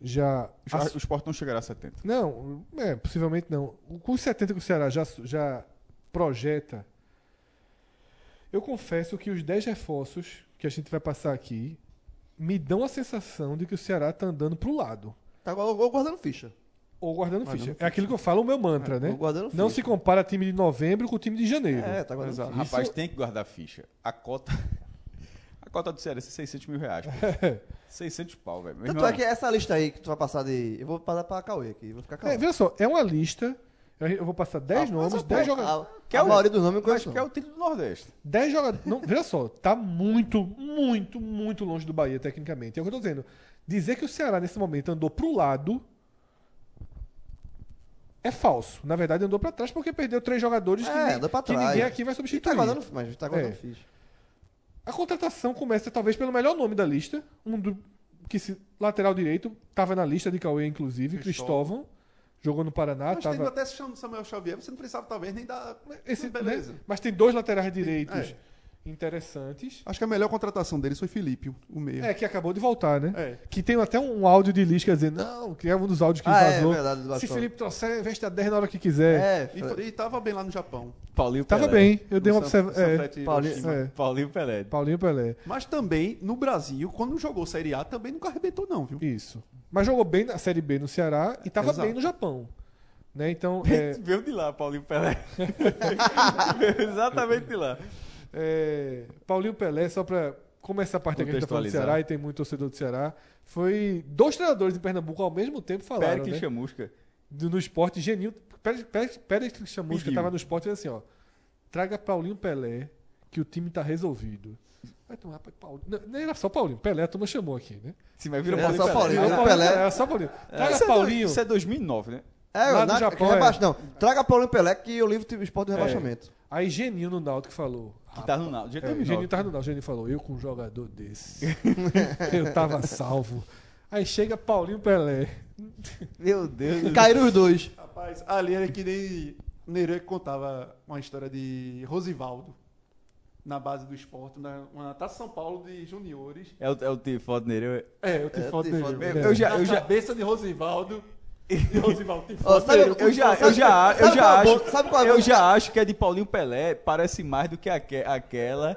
Speaker 2: já
Speaker 4: O Sport- O Sport não chegará a 70.
Speaker 2: Não, é, possivelmente não. O- Com os 70 que o Ceará já, já projeta, eu confesso que os 10 reforços que a gente vai passar aqui me dão a sensação de que o Ceará tá andando pro lado.
Speaker 5: Tá gu- gu- guardando ficha.
Speaker 2: Ou guardando
Speaker 6: Guardando
Speaker 2: ficha.
Speaker 6: ficha.
Speaker 2: É aquilo que eu falo, o meu mantra, né?
Speaker 5: Guardando É, ficha.
Speaker 2: Não se compara time de novembro com o time de janeiro.
Speaker 5: É, tá guardando
Speaker 6: Exato.
Speaker 5: ficha.
Speaker 4: Rapaz, tem que guardar ficha. A cota. A cota do Ceará é 600 mil reais. pô. 600 pau, velho. Meu
Speaker 5: Tanto
Speaker 4: irmão,
Speaker 5: é que essa lista aí que tu vai passar de... Eu vou passar pra Cauê aqui, vou ficar
Speaker 2: É,
Speaker 5: calmo.
Speaker 2: veja só, é uma lista. eu- Eu vou passar
Speaker 5: Ah,
Speaker 2: 10 nomes,
Speaker 5: é
Speaker 2: 10 jogadores.
Speaker 5: A, a, a maioria dos nomes eu
Speaker 4: Mas
Speaker 5: conheço.
Speaker 4: que é o título do Nordeste.
Speaker 2: 10 jogadores. Não, veja só, tá muito, muito, muito longe do Bahia, tecnicamente. É o que eu tô dizendo. Dizer que o Ceará, nesse momento, andou pro lado é falso. Na verdade, andou pra trás porque perdeu três jogadores que,
Speaker 5: É,
Speaker 2: ni-
Speaker 5: andou pra
Speaker 2: que
Speaker 5: trás.
Speaker 2: ninguém aqui vai
Speaker 5: E tá
Speaker 2: substituir.
Speaker 5: guardando, mas tá guardando
Speaker 2: É.
Speaker 5: ficha.
Speaker 2: A contratação começa, talvez, pelo melhor nome da lista. Um do. Que se, lateral direito, tava na lista de Cauê, inclusive, Cristóvão. Jogou no Paraná,
Speaker 6: Mas
Speaker 2: Ah, tava.
Speaker 6: tendo até Samuel Xavier, você não precisava talvez nem dar...
Speaker 2: Esse-
Speaker 6: Beleza.
Speaker 2: né? Mas tem dois laterais direitos
Speaker 6: É.
Speaker 2: interessantes.
Speaker 6: Acho que a melhor contratação deles foi Felipe, o meio.
Speaker 2: É, que acabou de voltar, né?
Speaker 6: É.
Speaker 2: Que tem até um áudio de Lisca dizendo, não, que é um dos áudios que
Speaker 5: Ah, é
Speaker 2: vazou.
Speaker 5: verdade, do
Speaker 2: Se
Speaker 5: Vasco.
Speaker 2: Felipe trouxer, veste a 10 na hora que quiser.
Speaker 5: É,
Speaker 6: E, foi- e tava bem lá no Japão.
Speaker 4: Paulinho
Speaker 2: Tava bem, eu dei uma observação. É,
Speaker 5: Paulista.
Speaker 2: é,
Speaker 4: Paulinho Pelé.
Speaker 2: Paulinho Pelé.
Speaker 6: Mas também, no Brasil, quando jogou Série A, também nunca arrebentou não, viu?
Speaker 2: Isso. Mas jogou bem na Série B no Ceará e tava
Speaker 6: Exato.
Speaker 2: bem no Japão. Né? Então, é,
Speaker 8: Veio de lá, Paulinho Pelé. Veio exatamente de lá.
Speaker 2: é, Paulinho Pelé, só para começar a parte aqui que a gente tá falando do
Speaker 4: Contextualizar.
Speaker 2: Ceará, e tem muito torcedor do Ceará, foi dois treinadores em Pernambuco ao mesmo tempo falaram,
Speaker 4: Pérez que
Speaker 2: né?
Speaker 4: chamusca.
Speaker 2: Do- no esporte, Genil, Pérez, Pérez, Pérez que chamou, que
Speaker 4: Pediu.
Speaker 2: tava no esporte, e assim, ó, traga Paulinho Pelé, que o time tá resolvido. Aí, tu, rapaz, Paulinho, não, não era só Paulinho, Pelé, a turma chamou aqui, né?
Speaker 4: Sim, mas virou
Speaker 5: É,
Speaker 4: Paulinho né?
Speaker 5: só
Speaker 4: Pelé.
Speaker 5: Paulinho.
Speaker 2: Era
Speaker 5: era
Speaker 2: Paulinho, Tá,
Speaker 5: Pelé.
Speaker 2: era só Paulinho. Traga
Speaker 4: Isso é do-
Speaker 2: Paulinho.
Speaker 4: Isso é 2009, né?
Speaker 5: É,
Speaker 2: Lá
Speaker 5: o
Speaker 2: do
Speaker 5: na,
Speaker 2: Japão,
Speaker 5: Japão,
Speaker 2: é.
Speaker 5: rebaixa, não. Traga Paulinho Pelé que eu livro o esporte do
Speaker 2: É.
Speaker 5: rebaixamento.
Speaker 2: Aí Genil no Náutico falou.
Speaker 4: Que tá no Náutico. Já
Speaker 2: É, o Genil tava no Náutico, o Genil falou, eu com um jogador desse, eu tava salvo. Aí chega Paulinho Pelé.
Speaker 4: Meu Deus.
Speaker 5: Caíram os dois.
Speaker 6: Rapaz, ali era que nem Nereu que contava uma história de Rosivaldo na base do esporte, na, na Taça São Paulo de juniores.
Speaker 2: tá-
Speaker 4: É o, é o tipo, foto Nereu.
Speaker 2: É, eu te
Speaker 5: É,
Speaker 2: foto
Speaker 5: tem
Speaker 2: dele.
Speaker 5: foto
Speaker 2: É.
Speaker 5: dele.
Speaker 4: Eu já,
Speaker 6: na
Speaker 4: eu já,
Speaker 6: cabeça de Rosivaldo. De Rosivaldo tipo, tem
Speaker 5: Ó,
Speaker 6: foto.
Speaker 5: sabe-
Speaker 4: eu já, eu já,
Speaker 5: Sabe
Speaker 4: eu
Speaker 5: qual
Speaker 4: já
Speaker 5: é a
Speaker 4: acho,
Speaker 5: boa- sabe qual é a
Speaker 4: eu
Speaker 2: tá-
Speaker 5: boa-
Speaker 4: já acho que é de Paulinho Pelé, parece mais do que aque- aquela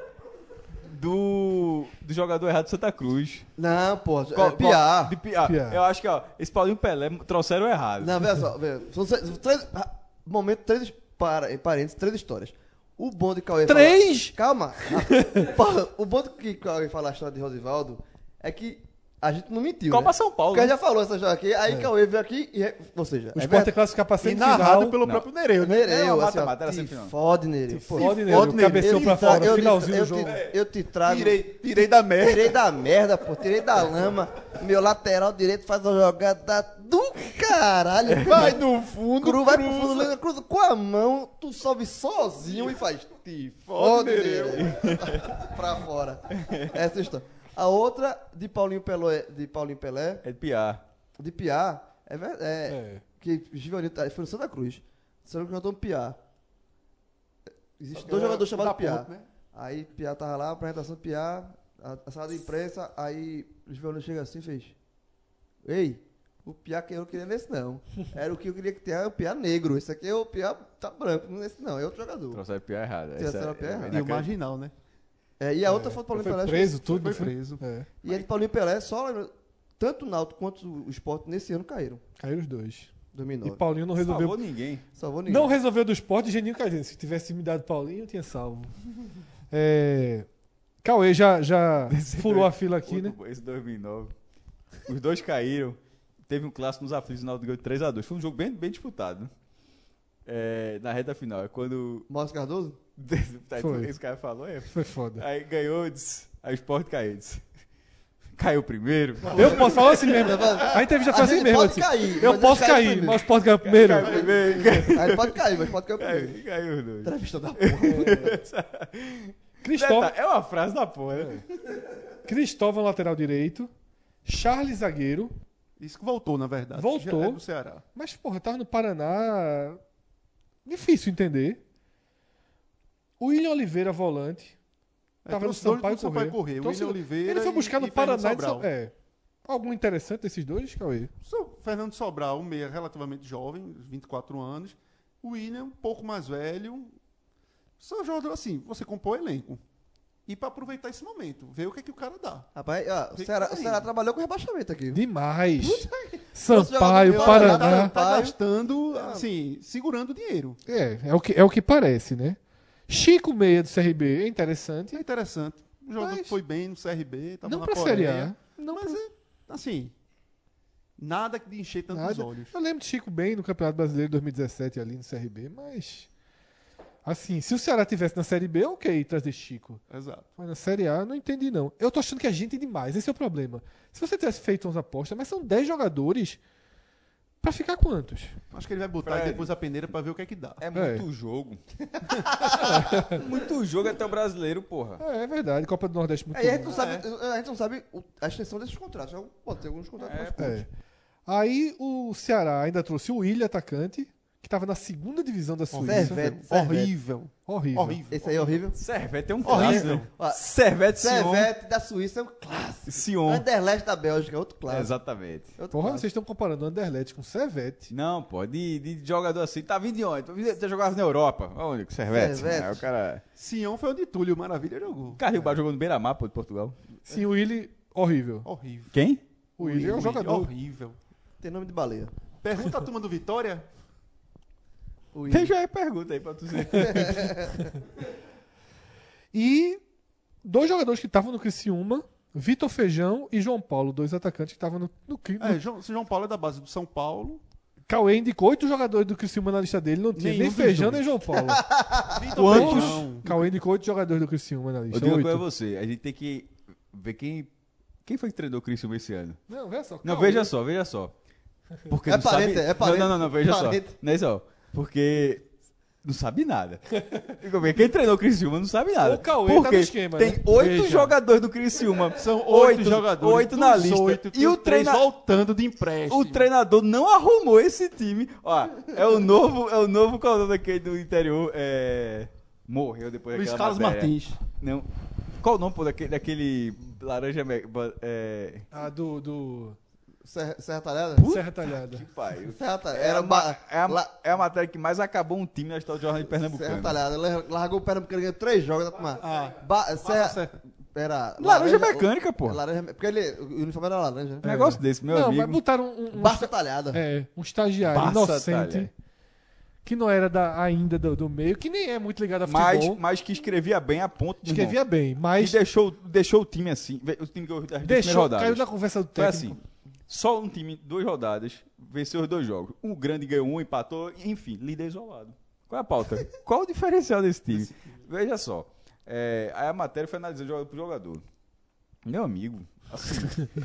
Speaker 4: do, do jogador errado de Santa Cruz.
Speaker 5: Não, pô.
Speaker 4: Qual-
Speaker 5: É,
Speaker 4: qual-
Speaker 5: piar.
Speaker 4: de Piá.
Speaker 2: Piá.
Speaker 4: Eu acho que ó, esse Paulinho Pelé trouxeram errado.
Speaker 5: Não, veja só. Veja. São seis- três, ah, momento, três para, em parênteses, três histórias. O bom de Cauê. falar-
Speaker 2: Três?
Speaker 5: Calma. Ah, porra, o bom de que Cauê falar a história de Rosivaldo é que a gente não mentiu.
Speaker 4: Copa
Speaker 5: né?
Speaker 4: São Paulo.
Speaker 5: Porque a gente já falou essa história aqui, aí Cauê veio aqui e. re- Ou seja,
Speaker 2: O
Speaker 5: é
Speaker 2: esporte é
Speaker 5: verdade.
Speaker 2: classificar pra
Speaker 6: E
Speaker 2: semifinal.
Speaker 6: narrado pelo
Speaker 4: Não.
Speaker 6: próprio Nereu, né?
Speaker 4: É
Speaker 5: Nereu,
Speaker 4: uma
Speaker 5: assim, ó,
Speaker 4: mata-mata, era
Speaker 5: te
Speaker 4: semifinal.
Speaker 5: fode, Nereu.
Speaker 2: Pô, Fode Nereu,
Speaker 6: Nereu.
Speaker 2: cabeceou
Speaker 5: Eu
Speaker 2: pra
Speaker 5: te tra-
Speaker 2: fora,
Speaker 5: eu te-
Speaker 2: finalzinho
Speaker 5: eu
Speaker 2: do jogo.
Speaker 5: te- Eu te trago.
Speaker 6: Tirei, tirei da merda.
Speaker 5: Tirei da merda, pô. Tirei da lama. Meu lateral direito faz uma jogada do caralho.
Speaker 6: Vai no fundo,
Speaker 5: Cru, vai pro fundo, Leandro Cruza com a mão, tu sobe sozinho e faz te fode, Nereu. pra fora. Essa é a história. A outra de Paulinho Pelé, de Paulinho Pelé,
Speaker 4: É de Piá.
Speaker 5: de Piá, é, ver- é,
Speaker 2: É.
Speaker 5: que Givanildo tá- foi no Santa Cruz. Santa Cruz cantou um Piá. Existe
Speaker 6: é
Speaker 5: dois jogadores chamados Piá. Aí Piá tava lá, apresentação do Piá, a, a sala de imprensa, aí Givanildo chega assim e fez. Ei, o Piá que eu não queria nesse não. Era o que eu queria que tinha, é o Piá negro. Esse aqui é o Piá tá branco, não é esse não, é outro jogador.
Speaker 4: Trouxeram Piá errado.
Speaker 5: Trouxeram
Speaker 4: Essa é-
Speaker 5: Piá errado.
Speaker 4: é
Speaker 6: E o
Speaker 4: inacreditável.
Speaker 6: marginal, né?
Speaker 5: É, e a outra foi do Paulinho
Speaker 2: Foi
Speaker 5: Pelé.
Speaker 2: preso, tudo.
Speaker 6: Foi
Speaker 2: no fim.
Speaker 6: preso.
Speaker 2: É,
Speaker 5: E a de Paulinho Pelé, só lembrando, tanto o Náutico quanto o Sport nesse ano caíram.
Speaker 2: caíram os dois. E
Speaker 5: 2009.
Speaker 2: Paulinho não resolveu.
Speaker 4: Salvou ninguém.
Speaker 5: Salvou ninguém.
Speaker 2: Não resolveu do esporte, Geninho Cajano. Se tivesse me dado Paulinho, eu tinha salvo. É, Cauê já, já furou a fila aqui, né?
Speaker 4: Outro- Esse 2009. Os dois caíram. Teve um clássico nos aflitos, o Náutico ganhou 3x2. Foi um jogo bem, bem disputado. É, na reta final. É quando...
Speaker 5: Márcio Cardoso?
Speaker 4: Tá,
Speaker 2: Foi.
Speaker 4: Esse cara falou, é...
Speaker 2: Foi foda.
Speaker 4: Aí ganhou, disse, aí o Sport caiu. disse. Caiu primeiro.
Speaker 2: Eu posso falar assim mesmo. A entrevista foi
Speaker 5: A
Speaker 2: assim
Speaker 5: gente
Speaker 2: mesmo.
Speaker 5: pode
Speaker 2: assim.
Speaker 5: cair,
Speaker 2: eu
Speaker 5: mas
Speaker 2: posso
Speaker 5: ele cai
Speaker 2: cair,
Speaker 5: primeiro.
Speaker 2: mas pode ganhar primeiro.
Speaker 4: Caiu primeiro. Caiu,
Speaker 5: Aí pode cair, mas pode cair o primeiro.
Speaker 2: É.
Speaker 4: caiu, caiu os dois.
Speaker 5: Entrevista da
Speaker 2: Cristóvão,
Speaker 4: É uma frase da porra, né?
Speaker 2: Cristóvão, lateral direito. Charles, zagueiro.
Speaker 6: Isso que voltou, na verdade.
Speaker 2: Voltou.
Speaker 6: Já é do Ceará.
Speaker 2: Mas, porra, tava no Paraná. Difícil entender. O William Oliveira, volante.
Speaker 6: É,
Speaker 2: Tava no
Speaker 6: trouxe dois
Speaker 2: Sampaio
Speaker 6: do
Speaker 2: Corrêa.
Speaker 6: Sampaio Corrêa. O
Speaker 2: Trouxe-
Speaker 6: William Oliveira
Speaker 2: Ele foi
Speaker 6: e-
Speaker 2: buscar no
Speaker 6: e Fernando
Speaker 2: Paraná. de
Speaker 6: Sobral.
Speaker 2: São- É. Algum interessante desses dois, Cauê?
Speaker 6: Só Fernando Sobral, um meia relativamente jovem, 24 anos. O William, um pouco mais velho. Só jogador assim, você compõe o elenco. E pra aproveitar esse momento, ver o que é que o cara dá.
Speaker 5: Rapaz, ó, o
Speaker 6: Fica
Speaker 5: Ceará, o
Speaker 6: aí.
Speaker 5: Ceará trabalhou com rebaixamento aqui.
Speaker 2: Demais.
Speaker 5: Sampaio,
Speaker 2: Sampaio,
Speaker 5: Eu-
Speaker 6: Tá,
Speaker 2: Paraná.
Speaker 6: tá
Speaker 5: Sampaio.
Speaker 6: gastando, assim, segurando o dinheiro.
Speaker 2: É, é o, que, é o que parece, né? Chico Meia do CRB é interessante.
Speaker 6: É interessante. Um jogador
Speaker 2: Mas-
Speaker 6: que foi bem no CRB, tava
Speaker 2: não
Speaker 6: na
Speaker 2: pra
Speaker 6: Coreia.
Speaker 2: Série A.
Speaker 6: Não, mas é, assim, nada que de encher tantos
Speaker 2: Nada.
Speaker 6: olhos.
Speaker 2: Eu lembro de Chico bem no Campeonato Brasileiro 2017 ali no CRB, mas. Assim, se o Ceará tivesse na Série B, ok, trazer Chico.
Speaker 6: Exato.
Speaker 2: Mas na Série A, não entendi não. Eu tô achando que a gente é demais, esse é o problema. Se você tivesse feito umas apostas, mas são 10 jogadores, pra ficar quantos?
Speaker 6: Acho que ele vai botar
Speaker 4: Fred.
Speaker 6: e depois a peneira pra ver o que é que dá.
Speaker 4: É muito jogo. muito jogo até o brasileiro, porra.
Speaker 2: É, é verdade, Copa do Nordeste muito
Speaker 5: Aí a gente
Speaker 2: bom.
Speaker 5: não sabe, a gente não sabe o- a extensão desses contratos. Pode ter alguns contratos mais curtos.
Speaker 2: É. Aí o Ceará ainda trouxe o Willian, atacante, que tava na segunda divisão da Suíça.
Speaker 5: Servete, Servete.
Speaker 6: Horrível.
Speaker 2: Horrível.
Speaker 6: Horrível.
Speaker 5: Esse aí é horrível.
Speaker 4: Servete é um clássico.
Speaker 6: Horrível.
Speaker 5: Ó,
Speaker 4: Servete, Servete
Speaker 5: Servete da Suíça é um clássico.
Speaker 4: Sion. Sion.
Speaker 5: Anderlecht da Bélgica, outro clássico.
Speaker 4: Exatamente.
Speaker 5: Outro
Speaker 2: Porra,
Speaker 5: clássico.
Speaker 2: vocês estão comparando o Anderlecht com o Servete.
Speaker 4: Não, pô, de, de jogador assim. Tá vindo de onde? Você jogava na Europa. Onde? Com Servete.
Speaker 5: Servete.
Speaker 4: Aí o cara.
Speaker 6: Sião foi onde Túlio Maravilha jogou.
Speaker 4: Carlinho Bar jogou no Beira-Mar, pô, de Portugal.
Speaker 6: É.
Speaker 2: Sim, o Willian, horrível.
Speaker 6: Horrível.
Speaker 4: Quem?
Speaker 2: O Willian é um
Speaker 6: Horrível.
Speaker 2: jogador.
Speaker 6: Horrível.
Speaker 5: Tem nome de baleia.
Speaker 6: Pergunta a turma do Vitória.
Speaker 5: O Igor.
Speaker 9: Deixa aí a pergunta aí pra tu ver.
Speaker 2: E dois jogadores que estavam no Criciúma, Vitor Feijão e João Paulo, dois atacantes que estavam no, no, Cri-
Speaker 6: É,
Speaker 2: no-
Speaker 6: João, João Paulo é da base do São Paulo.
Speaker 2: Cauê indicou oito jogadores do Criciúma na lista dele, não tinha
Speaker 6: Nenhum
Speaker 2: nem
Speaker 6: dos
Speaker 2: Feijão nem
Speaker 6: dois.
Speaker 2: João Paulo.
Speaker 6: Quantos?
Speaker 2: Cauê indicou oito jogadores do Criciúma na
Speaker 4: Eu
Speaker 2: lista.
Speaker 4: digo uma
Speaker 2: oito.
Speaker 4: coisa a você. A gente tem que ver quem. Quem foi que treinou o Criciúma esse ano?
Speaker 2: Não, veja só.
Speaker 4: Não,
Speaker 2: Cauê-
Speaker 4: veja só, veja só. Porque
Speaker 5: É
Speaker 4: não
Speaker 5: parente,
Speaker 4: sabe...
Speaker 5: é parente.
Speaker 4: Não, não, não, veja
Speaker 5: Parente.
Speaker 4: só. Não é só. Porque não sabe nada. Fica bem, Quem treinou o Criciúma não sabe nada.
Speaker 2: O Cauê tá
Speaker 4: Porque
Speaker 2: no esquema,
Speaker 4: Tem
Speaker 2: né?
Speaker 4: oito
Speaker 2: Veja.
Speaker 4: jogadores do Criciúma.
Speaker 6: São oito,
Speaker 4: Oito-
Speaker 6: jogadores.
Speaker 4: oito na
Speaker 6: dos
Speaker 4: lista.
Speaker 6: oito,
Speaker 4: E
Speaker 6: tem
Speaker 4: o
Speaker 6: três
Speaker 4: treina-
Speaker 6: voltando de empréstimo.
Speaker 4: O treinador não arrumou esse time. Ó, é o novo, é o novo qual é o nome daquele do interior, é morreu depois
Speaker 6: Luiz
Speaker 4: daquela
Speaker 6: Carlos
Speaker 4: matéria.
Speaker 6: Martins.
Speaker 4: Não. Qual o nome pô, daquele, daquele laranja me- ba- é
Speaker 2: Ah, do, do
Speaker 5: Serra, Serra Talhada?
Speaker 2: Serra Talhada.
Speaker 4: pai,
Speaker 5: Serra Talhada.
Speaker 4: Era
Speaker 5: Era
Speaker 4: uma,
Speaker 5: ba-
Speaker 4: é, a,
Speaker 5: La-
Speaker 4: é a matéria que mais acabou um time na história do Jornal de
Speaker 5: Serra
Speaker 4: Pernambucano.
Speaker 5: Talhada. Lar- Largou o Pernambucano, ganhou três jogos da turma. Ba- Serra... Era... é
Speaker 4: Laranja mecânica, pô.
Speaker 5: Laranja... Porque ele... o uniforme era laranja, né?
Speaker 4: Um negócio desse, meu
Speaker 2: não, mas
Speaker 4: amigo.
Speaker 2: botaram um, um,
Speaker 5: Barça Talhada.
Speaker 2: é, um estagiário
Speaker 4: Barça
Speaker 2: inocente.
Speaker 4: Talhada.
Speaker 2: Que não era da- ainda do, do meio, que nem é muito ligado a
Speaker 4: Mas,
Speaker 2: futebol.
Speaker 4: mas que escrevia bem a ponto de
Speaker 2: escrevia bem, mas
Speaker 4: E deixou, deixou o time assim. ve- O time que eu das duas
Speaker 2: deixou,
Speaker 4: primeiras
Speaker 2: caiu
Speaker 4: rodadas.
Speaker 2: na conversa do
Speaker 4: Foi
Speaker 2: técnico.
Speaker 4: assim. Só um time, duas rodadas, venceu os dois jogos. Um grande ganhou um, empatou, enfim, líder isolado. Qual é a pauta? Qual o diferencial desse time? Veja só. é, aí a matéria foi analisando jogador por jogador. Meu amigo.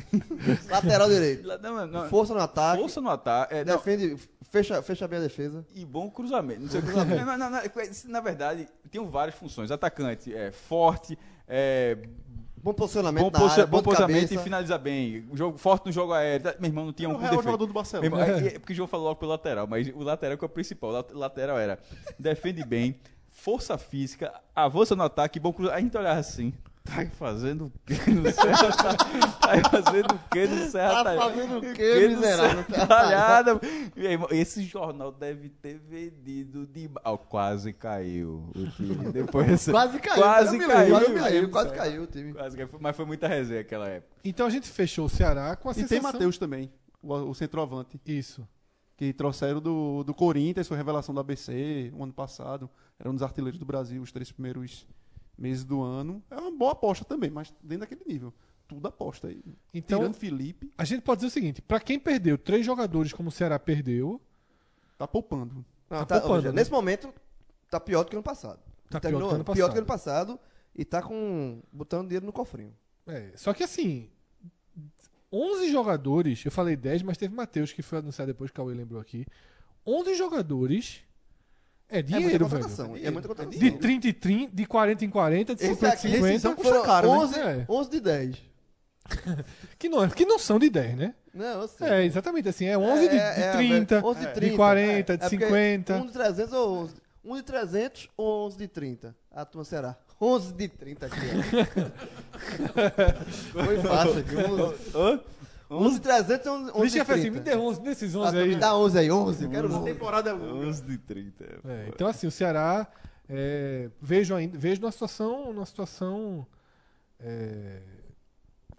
Speaker 5: Lateral direito.
Speaker 4: lá- não, não,
Speaker 5: Força no ataque.
Speaker 4: força no ataque. é, não,
Speaker 5: Defende... Fecha, fecha bem a defesa.
Speaker 4: E bom cruzamento. Não sei o cruzamento. na, na- na- na verdade, tem várias funções. Atacante é forte, é
Speaker 5: Bom posicionamento
Speaker 4: bom,
Speaker 5: na
Speaker 4: posi
Speaker 5: área,
Speaker 4: bom
Speaker 5: bom de
Speaker 4: posicionamento e
Speaker 5: cabeça.
Speaker 4: finaliza bem. O jogo, forte no jogo aéreo. Tá, Meu irmão não tinha um
Speaker 6: o
Speaker 4: com
Speaker 6: Real
Speaker 4: defeito.
Speaker 6: jogador do
Speaker 4: Meu irmão,
Speaker 6: Barcelona.
Speaker 4: é, é porque o João falou logo pelo lateral, mas o lateral que é o principal. O lat- lateral era defende bem, força física, avança no ataque, bom cruzamento. A gente olhava assim. Tá fazendo o que no Serra? Tá fazendo o que no Serra?
Speaker 5: Tá fazendo o quê, miserável? tá
Speaker 4: Talhada. Meu irmão, Esse jornal deve ter vendido de. Oh, quase caiu o time. Depois dessa-
Speaker 5: Quase caiu.
Speaker 4: Quase
Speaker 5: eu me lembro,
Speaker 4: caiu,
Speaker 5: Quase
Speaker 4: eu
Speaker 5: caiu.
Speaker 4: lembro,
Speaker 5: Quase
Speaker 4: sabe?
Speaker 5: caiu o time.
Speaker 4: Quase caiu, Mas foi muita resenha aquela época.
Speaker 2: Então a gente fechou o Ceará com a
Speaker 6: E
Speaker 2: sensação...
Speaker 6: tem Matheus também, o, o centroavante,
Speaker 2: Isso.
Speaker 6: que trouxeram do, do Corinthians, foi revelação da ABC o ano passado. Era um dos artilheiros do Brasil, os três primeiros meses do ano. É uma boa aposta também, mas dentro daquele nível. Tudo aposta aí.
Speaker 2: Então,
Speaker 6: Tirando Felipe,
Speaker 2: a gente pode dizer o seguinte, pra quem perdeu três jogadores como o Ceará perdeu,
Speaker 6: tá poupando.
Speaker 5: Não,
Speaker 2: Tá
Speaker 5: tá-
Speaker 2: poupando,
Speaker 5: veja,
Speaker 2: né?
Speaker 5: Nesse momento, tá pior do que ano passado.
Speaker 2: Tá
Speaker 5: Terminou
Speaker 2: pior do que ano
Speaker 5: pior do que ano
Speaker 2: passado.
Speaker 5: passado e tá com botando dinheiro no cofrinho.
Speaker 2: É, só que assim, 11 jogadores, eu falei 10, mas teve Matheus que foi anunciado depois, que o Cauê lembrou aqui. 11 jogadores é dinheiro,
Speaker 5: é muita
Speaker 2: velho.
Speaker 5: contratação. É muita contratação.
Speaker 2: De 30 em 30, de 40 em 40, de
Speaker 5: Esse é
Speaker 2: 50 em
Speaker 5: aqui, esses
Speaker 2: 50,
Speaker 5: são custa caro, né? 11,
Speaker 2: É,
Speaker 5: 11 de 10.
Speaker 2: que, não, é- que não são de 10, né?
Speaker 5: Não, eu sei.
Speaker 2: É, exatamente assim. É 11 de, de
Speaker 5: é, é,
Speaker 2: 30,
Speaker 5: velho, 11 de
Speaker 2: de
Speaker 5: 30,
Speaker 2: 40, de
Speaker 5: é, é porque
Speaker 2: 50.
Speaker 5: Um de 300 ou 11. Um de 300 ou 11 de 30. A turma será 11 de 30 aqui. ó. Foi fácil aqui. 11,
Speaker 4: Hã?
Speaker 5: 11 de 300 ou 11 de 30.
Speaker 2: Deixa eu fazer assim, me dê 11 desses 11
Speaker 5: Ah,
Speaker 2: aí.
Speaker 5: me dá 11 aí, 11. Eu quero 11.
Speaker 6: Temporada é longa.
Speaker 4: 11 de 30.
Speaker 2: É, então assim, o Ceará é, vejo ainda vejo numa situação numa situação é,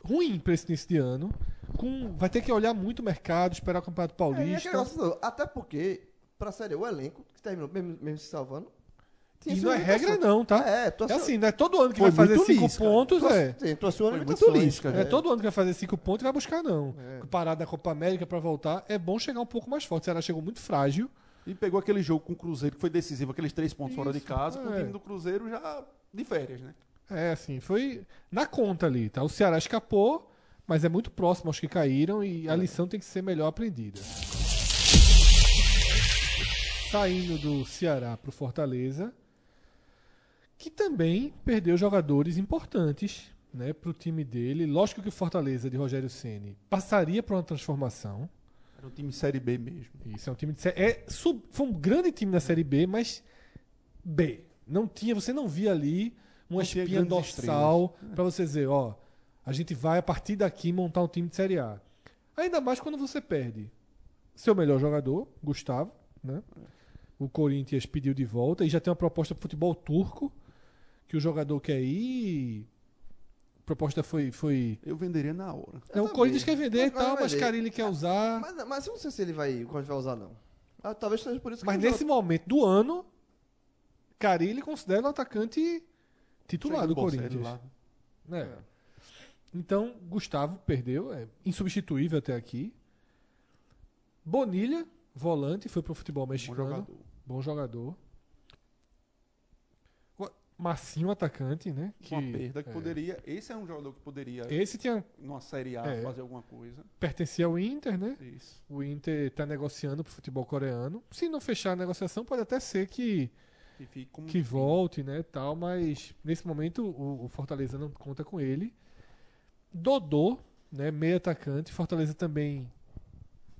Speaker 2: ruim para esse início de ano. Com, vai ter que olhar muito o mercado, esperar o Campeonato
Speaker 5: É, e
Speaker 2: Paulista.
Speaker 5: aquele negócio, até porque, pra série, o elenco que terminou mesmo, mesmo se salvando.
Speaker 2: e não é regra não, tá?
Speaker 5: É, tu
Speaker 2: É assim, não é todo ano que
Speaker 6: Foi
Speaker 2: vai fazer
Speaker 6: muito
Speaker 2: 5
Speaker 6: liso, cara.
Speaker 2: pontos,
Speaker 5: tu,
Speaker 2: é.
Speaker 5: tem, tu assumiu
Speaker 6: Foi muito
Speaker 5: limitações.
Speaker 6: lisca,
Speaker 2: Não é todo ano que vai fazer 5 pontos e vai buscar, não.
Speaker 5: É.
Speaker 2: Parar da Copa América pra voltar, é bom chegar um pouco mais forte. O Ceará chegou muito frágil.
Speaker 6: E pegou aquele jogo com o Cruzeiro que foi decisivo, aqueles três pontos fora de
Speaker 2: Isso,
Speaker 6: casa, com o
Speaker 2: é.
Speaker 6: time do Cruzeiro já de férias, né?
Speaker 2: É, assim, foi na conta ali, tá? O Ceará escapou, mas é muito próximo aos que caíram e a lição tem que ser melhor aprendida. Saindo do Ceará pro Fortaleza, que também perdeu jogadores importantes, né, pro time dele. Lógico que o Fortaleza de Rogério Ceni passaria por uma transformação.
Speaker 6: Era um time Série B mesmo.
Speaker 2: Isso é um time de série. É, sub- foi um grande time
Speaker 6: É.
Speaker 2: da série B, mas B. Não tinha, você não via ali uma
Speaker 6: Não tinha
Speaker 2: espinha
Speaker 6: grandes
Speaker 2: dorsal pra você dizer, ó, a gente vai a partir daqui montar um time de série A. Ainda mais quando você perde seu melhor jogador, Gustavo, né? O Corinthians pediu de volta e já tem uma proposta pro futebol turco que o jogador quer ir. A proposta foi foi
Speaker 6: Eu venderia na hora.
Speaker 2: não, o Corinthians quer vender e
Speaker 5: Mas vai
Speaker 2: tal, mas
Speaker 5: vender.
Speaker 2: Carilli quer usar.
Speaker 5: Mas, mas eu não sei se ele vai, quando vai usar, não. Ah, talvez seja por isso que
Speaker 2: Mas
Speaker 5: ele
Speaker 2: nesse momento do ano, Carilli considera o atacante titular do Corinthians. né?
Speaker 6: É.
Speaker 2: Então, Gustavo perdeu, é insubstituível até aqui. Bonilha, volante, foi pro futebol
Speaker 6: Bom
Speaker 2: mexicano.
Speaker 6: um jogador.
Speaker 2: Bom jogador. O- Marcinho, atacante, né?
Speaker 6: Uma perda que
Speaker 2: é,
Speaker 6: poderia. Esse é um jogador que poderia,
Speaker 2: Esse tinha,
Speaker 6: numa Série A,
Speaker 2: É.
Speaker 6: fazer alguma coisa.
Speaker 2: pertencia ao Inter, né?
Speaker 6: Isso.
Speaker 2: O Inter tá negociando pro futebol coreano. Se não fechar a negociação, pode até ser que
Speaker 6: E fica como.
Speaker 2: que volte, né, tal, mas nesse momento o, o Fortaleza não conta com ele. Dodô, né, meio atacante, Fortaleza também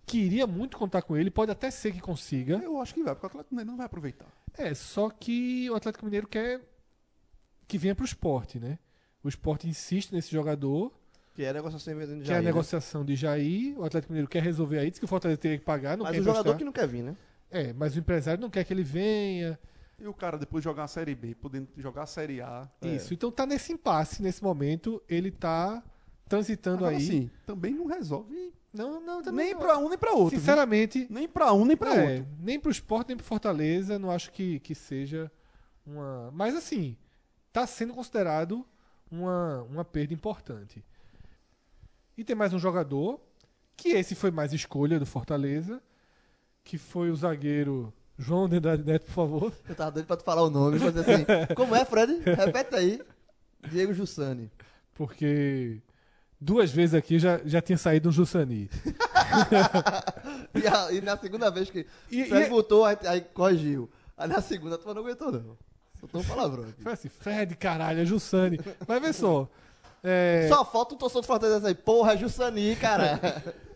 Speaker 2: queria muito contar com ele, pode até ser que consiga.
Speaker 6: Eu acho que vai, porque o Atlético Mineiro não vai aproveitar.
Speaker 2: É, só que o Atlético Mineiro quer que venha pro esporte, né? O esporte insiste nesse jogador,
Speaker 5: Que é negociação inventando
Speaker 2: quer a negociação de Jair, o Atlético Mineiro quer resolver aí, diz que o Fortaleza teria que pagar, não
Speaker 5: Mas
Speaker 2: quer
Speaker 5: o jogador
Speaker 2: emprestar.
Speaker 5: que não quer vir, né?
Speaker 2: É, mas o empresário não quer que ele venha.
Speaker 6: E o cara depois jogar a Série B, podendo jogar a Série A.
Speaker 5: É.
Speaker 2: Isso, então tá nesse impasse nesse momento, ele tá transitando
Speaker 6: Agora,
Speaker 2: aí.
Speaker 6: assim, também não resolve
Speaker 2: Não, não, também
Speaker 6: nem
Speaker 2: não.
Speaker 6: pra um nem pra outro. viu?
Speaker 2: Sinceramente,
Speaker 6: Nem pra um nem pra
Speaker 2: é,
Speaker 6: outro.
Speaker 2: nem pro esporte, nem pro Fortaleza, não acho que, que seja uma. Mas assim, tá sendo considerado uma, uma perda importante. E tem mais um jogador, que esse foi mais escolha do Fortaleza, que foi o zagueiro João de Andrade Neto, por favor.
Speaker 5: Eu tava doido pra tu falar o nome, mas assim, como é, Fred? Repete aí. Diego Jussani.
Speaker 2: Porque duas vezes aqui já, já tinha saído um Jussani.
Speaker 5: E, a- e na segunda vez que
Speaker 2: E, é-
Speaker 5: o Fred
Speaker 2: e-
Speaker 5: voltou, aí, aí corrigiu. Aí na segunda tu não aguentou, não. Soltou um palavrão aqui.
Speaker 2: foi assim, Fred, caralho, é Jussani. Mas vê só. é,
Speaker 5: Só falta um torcedor do Fortaleza aí. Porra, Jussani, cara.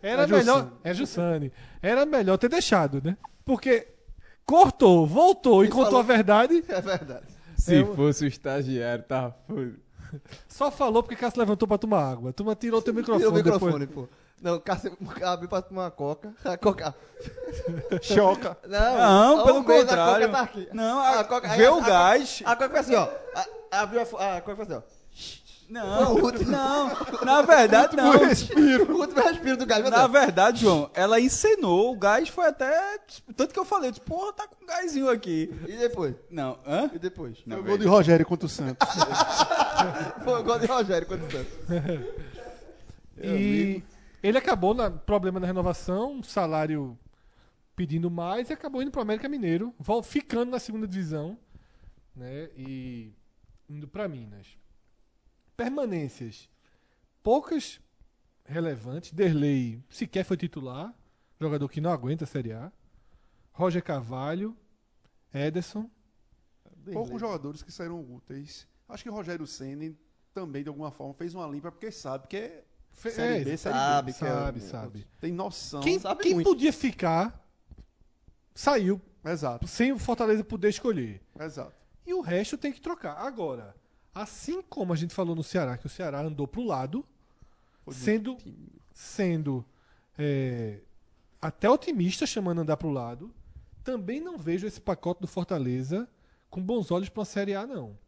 Speaker 2: Era
Speaker 5: É Jussane.
Speaker 2: melhor. É Jussane. Era melhor ter deixado, né? Porque cortou, voltou e,
Speaker 5: E
Speaker 2: contou
Speaker 5: falou-
Speaker 2: a verdade.
Speaker 5: É verdade.
Speaker 10: Se
Speaker 2: Eu-
Speaker 10: fosse o estagiário, tava fudido.
Speaker 2: Só falou porque Cássio levantou pra tomar água. Toma tirou teu microfone.
Speaker 5: Tirou o
Speaker 2: depois.
Speaker 5: microfone, pô. Não, Cássio abriu pra tomar uma coca. A coca.
Speaker 4: Choca.
Speaker 5: Não,
Speaker 4: Não,
Speaker 5: ao
Speaker 4: pelo
Speaker 5: menos A
Speaker 4: contrário.
Speaker 5: coca tá aqui.
Speaker 4: Não,
Speaker 5: A
Speaker 4: a-
Speaker 5: coca-
Speaker 4: vê
Speaker 5: a-
Speaker 4: o
Speaker 5: a-
Speaker 4: gás.
Speaker 5: A coca foi assim, ó. A, abriu a, fo- a coca foi assim, ó.
Speaker 4: Não,
Speaker 5: Foi o último.
Speaker 4: não. Na verdade, não.
Speaker 5: O último respiro do gás, meu
Speaker 4: Na
Speaker 5: Deus.
Speaker 4: verdade, João, ela encenou. O gás foi até. Tanto que eu falei, disse, porra, tá com um gásinho aqui.
Speaker 5: E depois?
Speaker 4: Não, hã?
Speaker 5: E depois?
Speaker 4: Não, é
Speaker 6: Gol de
Speaker 4: velho.
Speaker 6: Rogério contra o Santos.
Speaker 5: Foi o gol de Rogério quando o Santos. É,
Speaker 2: E ele acabou na problema na renovação, um salário pedindo mais e acabou indo pro América Mineiro, vol- ficando na segunda divisão, né? E indo pra Minas. Permanências poucas relevantes. Derlei sequer foi titular, jogador que não aguenta a Série A. Roger Carvalho, Ederson,
Speaker 6: Poucos jogadores que saíram úteis. Acho que o Rogério Senna também, de alguma forma, fez uma limpa, porque sabe que é
Speaker 2: Fe-
Speaker 6: Série B,
Speaker 2: é,
Speaker 6: Série
Speaker 5: sabe
Speaker 6: B.
Speaker 5: que é
Speaker 2: sabe,
Speaker 5: o-
Speaker 2: sabe.
Speaker 6: Tem noção.
Speaker 2: Quem,
Speaker 5: sabe
Speaker 2: quem
Speaker 5: muito.
Speaker 2: podia ficar saiu
Speaker 6: Exato,
Speaker 2: sem o Fortaleza poder escolher.
Speaker 6: exato.
Speaker 2: E o resto tem que trocar. Agora, assim como a gente falou no Ceará, que o Ceará andou pro lado,
Speaker 6: Foi muito
Speaker 2: sendo,
Speaker 6: tímido.
Speaker 2: sendo é, até otimista chamando andar pro lado, também não vejo esse pacote do Fortaleza com bons olhos para uma Série A, não.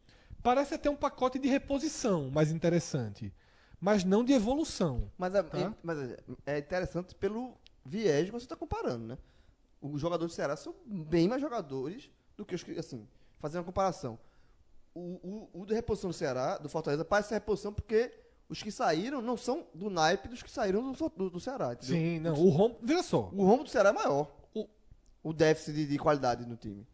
Speaker 2: Parece até um pacote de reposição mais interessante, mas não de evolução.
Speaker 5: Mas, é,
Speaker 2: Tá.
Speaker 5: é- mas é- é interessante pelo viés que você está comparando, né? Os jogadores do Ceará são bem mais jogadores do que os que, assim, fazendo uma comparação. O, o, o da reposição do Ceará, do Fortaleza, parece a reposição porque os que saíram não são do naipe dos que saíram do, Fo- do, do Ceará, entendeu?
Speaker 2: Sim, não. O Rom... Veja só.
Speaker 5: O rombo do Ceará é maior.
Speaker 2: O-
Speaker 5: O, déficit de, de qualidade no time.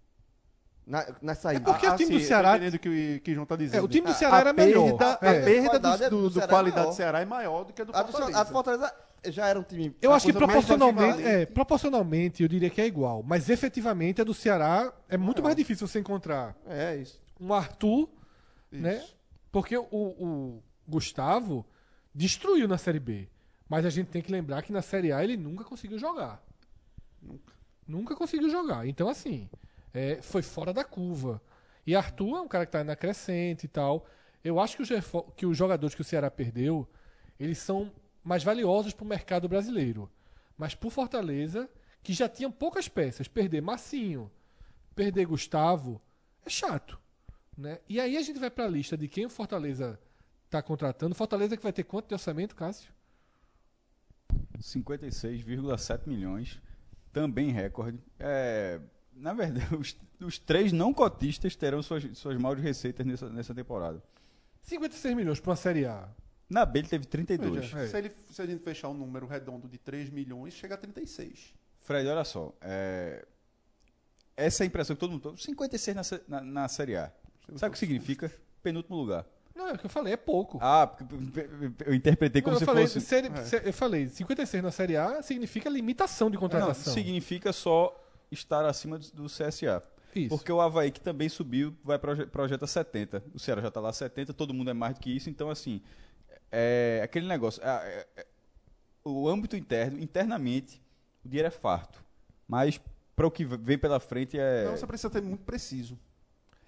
Speaker 5: Na, na
Speaker 2: É
Speaker 5: saída.
Speaker 2: porque o time
Speaker 6: sim,
Speaker 2: do
Speaker 6: Ah, assim, eu
Speaker 2: Ceará.
Speaker 6: tô entendendo o que, que o João tá dizendo.
Speaker 2: É, o time do
Speaker 5: A-
Speaker 2: Ceará
Speaker 6: a
Speaker 2: era
Speaker 6: perda,
Speaker 2: melhor.
Speaker 6: A
Speaker 2: É.
Speaker 6: perda
Speaker 5: Qualidade
Speaker 6: do,
Speaker 5: é-
Speaker 6: do-
Speaker 5: do
Speaker 6: do
Speaker 5: Ceará é
Speaker 6: qualidade
Speaker 5: maior.
Speaker 6: do Ceará é maior do que a do
Speaker 5: A do, Ceará- a do
Speaker 6: Fortaleza.
Speaker 5: Fortaleza já era um time.
Speaker 2: Eu
Speaker 6: Uma
Speaker 2: acho que
Speaker 6: coisa mais
Speaker 2: proporcionalmente,
Speaker 6: vacinada.
Speaker 2: é, proporcionalmente, eu diria que é igual. Mas efetivamente a do Ceará é muito mais difícil você encontrar
Speaker 5: É isso.
Speaker 2: um Arthur,
Speaker 6: Isso.
Speaker 2: né? Porque o, o Gustavo destruiu na Série B. Mas a gente tem que lembrar que na Série A ele nunca conseguiu jogar. Nunca conseguiu jogar. Então, assim, é, foi fora da curva. E Arthur é um cara que tá na crescente e tal. Eu acho que os, refo- que os jogadores que o Ceará perdeu, eles são mais valiosos pro mercado brasileiro. Mas pro Fortaleza, que já tinha poucas peças, perder Massinho, perder Gustavo, é chato. Né? E aí a gente vai pra lista de quem o Fortaleza tá contratando. Fortaleza que vai ter quanto de orçamento, Cássio?
Speaker 4: 56,7 milhões. também recorde. É, na verdade, os, os três não cotistas terão suas, suas maiores receitas nessa, nessa temporada.
Speaker 2: 56 milhões pra uma Série A.
Speaker 4: Na B ele teve 32.
Speaker 6: Veja,
Speaker 2: É.
Speaker 6: se, ele- se a gente fechar um número redondo de 3 milhões, chega a 36.
Speaker 4: Fred, olha só. é, Essa é a impressão que todo mundo. tem. 56 na, sé- na, na Série A. Sabe o que significa? Penúltimo lugar.
Speaker 2: Não, é o que eu falei, é pouco.
Speaker 4: Ah, porque p- p- p- eu interpretei como
Speaker 2: eu,
Speaker 4: se
Speaker 2: falei,
Speaker 4: fosse. É.
Speaker 2: série- sé- eu falei, 56 na Série A significa limitação de
Speaker 4: Não,
Speaker 2: contratação.
Speaker 4: significa só estar acima do, do CSA.
Speaker 2: Isso.
Speaker 4: Porque o Havaí, que também subiu, vai proje projeta 70. O Ceará já está lá 70, todo mundo é mais do que isso. Então, assim, é aquele negócio. é- é- é- o âmbito interno, internamente, o dinheiro é farto. Mas para o que v- vem pela frente é.
Speaker 6: Então você precisa ser muito preciso.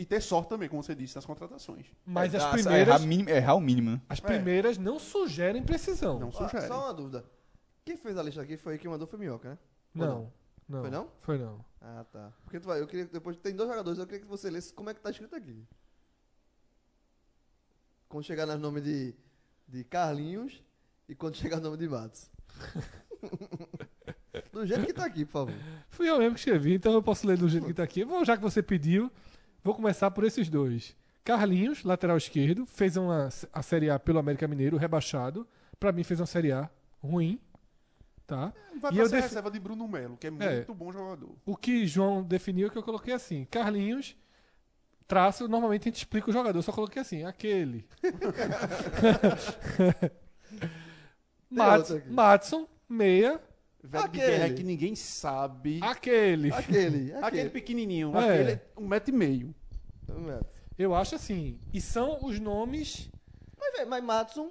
Speaker 6: E ter sorte também, como você disse, nas contratações.
Speaker 2: Mas
Speaker 4: é,
Speaker 2: as
Speaker 4: a-
Speaker 2: primeiras,
Speaker 4: Errar, mínimo- errar o mínimo, né?
Speaker 2: as primeiras não sugerem precisão. Não.
Speaker 6: Não
Speaker 5: Ah,
Speaker 6: sugere.
Speaker 5: só uma dúvida. Quem fez a lista aqui foi quem mandou foi Minhoca, né?
Speaker 2: Não.
Speaker 5: Foi não?
Speaker 2: Foi não.
Speaker 5: Ah, tá. Porque tu vai, eu queria depois tem dois jogadores, eu queria que você lesse como é que tá escrito aqui. Quando chegar no nome de, de Carlinhos e quando chegar no nome de Matos. Do jeito que tá aqui, por favor.
Speaker 2: Fui eu mesmo que escrevi, então eu posso ler do jeito que tá aqui. Vou, já que você pediu, vou começar por esses dois. Carlinhos, lateral esquerdo, fez uma, a Série A pelo América Mineiro, rebaixado. Pra mim fez uma Série A ruim, tá?
Speaker 6: Vai
Speaker 2: E
Speaker 6: pra
Speaker 2: eu
Speaker 6: ser
Speaker 2: def-
Speaker 6: reserva de Bruno Melo, que é muito bom jogador.
Speaker 2: O que João definiu que eu coloquei assim. Carlinhos, traço, normalmente a gente explica o jogador, eu só coloquei assim, aquele. Mats,
Speaker 5: outro aqui.
Speaker 2: Matson, meia,
Speaker 6: Velho de
Speaker 5: Aquele.
Speaker 6: guerra que ninguém sabe.
Speaker 2: aquele.
Speaker 5: Aquele,
Speaker 6: Aquele
Speaker 5: aquele.
Speaker 6: pequenininho,
Speaker 2: É.
Speaker 6: aquele é um metro e meio.
Speaker 5: Mas,
Speaker 2: Eu acho assim. E são os nomes.
Speaker 5: velho, É, mas Matson.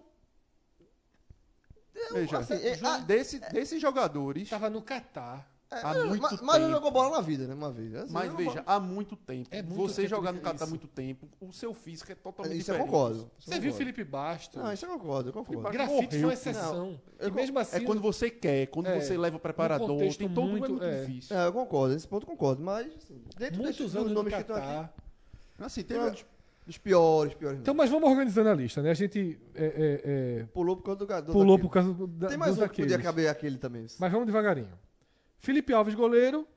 Speaker 6: Veja,
Speaker 5: assim, é,
Speaker 6: Ju-
Speaker 5: ah,
Speaker 6: desse- desses jogadores,
Speaker 2: Tava no Catar.
Speaker 5: É,
Speaker 6: Há
Speaker 5: mas-
Speaker 6: muito
Speaker 5: mas, mas já
Speaker 6: tempo.
Speaker 5: jogou bola na vida, né? Uma vez. Assim,
Speaker 6: mas
Speaker 5: eu não
Speaker 6: veja, há muito tempo.
Speaker 2: É muito
Speaker 6: você
Speaker 2: tempo
Speaker 6: jogar no
Speaker 2: de-
Speaker 6: Catar há
Speaker 2: isso.
Speaker 6: muito tempo, o seu físico é
Speaker 5: vou-
Speaker 6: totalmente
Speaker 5: Isso eu
Speaker 6: diferente.
Speaker 5: concordo. isso eu
Speaker 2: Você viu
Speaker 5: concordo.
Speaker 2: Felipe Bastos?
Speaker 5: Não, isso eu concordo, eu concordo.
Speaker 2: Grafite
Speaker 6: morreu.
Speaker 2: foi uma exceção. e mesmo assim.
Speaker 6: É quando você quer, quando
Speaker 2: É.
Speaker 6: você leva o preparador,
Speaker 2: Um contexto
Speaker 6: tem todo
Speaker 2: muito-
Speaker 6: é muito
Speaker 2: é.
Speaker 6: difícil.
Speaker 5: É, eu concordo, nesse ponto eu concordo, mas assim, dentro
Speaker 2: muitos
Speaker 5: desses
Speaker 2: anos no
Speaker 5: nomes que estão aqui,
Speaker 2: Catar.
Speaker 6: Assim,
Speaker 5: tem
Speaker 6: teve-
Speaker 5: um dos, dos piores, piores.
Speaker 2: Então,
Speaker 5: nomes.
Speaker 2: mas vamos organizando a lista, né? A gente é, é, é,
Speaker 5: pulou por causa do jogador.
Speaker 2: pulou
Speaker 5: daquele.
Speaker 2: por causa do- da,
Speaker 5: Tem mais
Speaker 2: dos
Speaker 5: um que podia
Speaker 2: daqueles.
Speaker 5: caber aquele também.
Speaker 2: Mas vamos devagarinho. Felipe Alves, goleiro.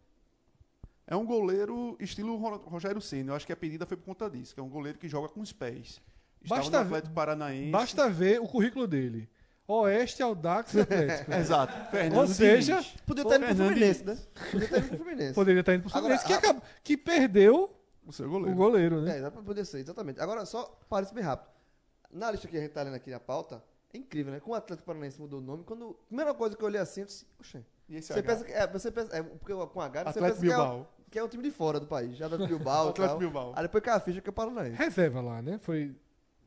Speaker 6: É um goleiro estilo Ro- Rogério Senna. Eu acho que a pedida foi por conta disso, que é um goleiro que joga com os pés. Estava
Speaker 2: Basta
Speaker 6: no
Speaker 2: ver-
Speaker 6: Atlético Paranaense.
Speaker 2: Basta ver o currículo dele. Oeste, Aldax e Atlético.
Speaker 6: Exato. Fernando
Speaker 2: Ou seja,
Speaker 6: Diniz.
Speaker 5: É, Podia estar indo pro
Speaker 6: Fernandes.
Speaker 5: Fluminense, né? Podia estar indo pro Fluminense.
Speaker 2: Poderia estar indo pro Fluminense, que,
Speaker 5: Agora,
Speaker 2: acabou- que perdeu
Speaker 6: o seu
Speaker 2: o
Speaker 6: goleiro.
Speaker 2: goleiro, né?
Speaker 5: É, dá pra poder ser, exatamente. Agora, só parece bem rápido. Na lista que a gente tá lendo aqui na pauta, é incrível, né? Como o Atlético Paranaense mudou o nome, quando. a Primeira coisa que eu olhei assim, eu disse, oxe.
Speaker 6: E esse
Speaker 5: Você
Speaker 6: H?
Speaker 5: pensa que. É, você pensa. É, porque com H, você
Speaker 6: Atlético
Speaker 5: pensa que é, o-
Speaker 6: Bilbao.
Speaker 5: que é um time de fora do país. Já da Bilbao. e
Speaker 6: Atlético
Speaker 5: tal.
Speaker 6: Bilbao.
Speaker 5: Aí depois cai a ficha que é Paranaense.
Speaker 2: Reserva lá, né? Foi,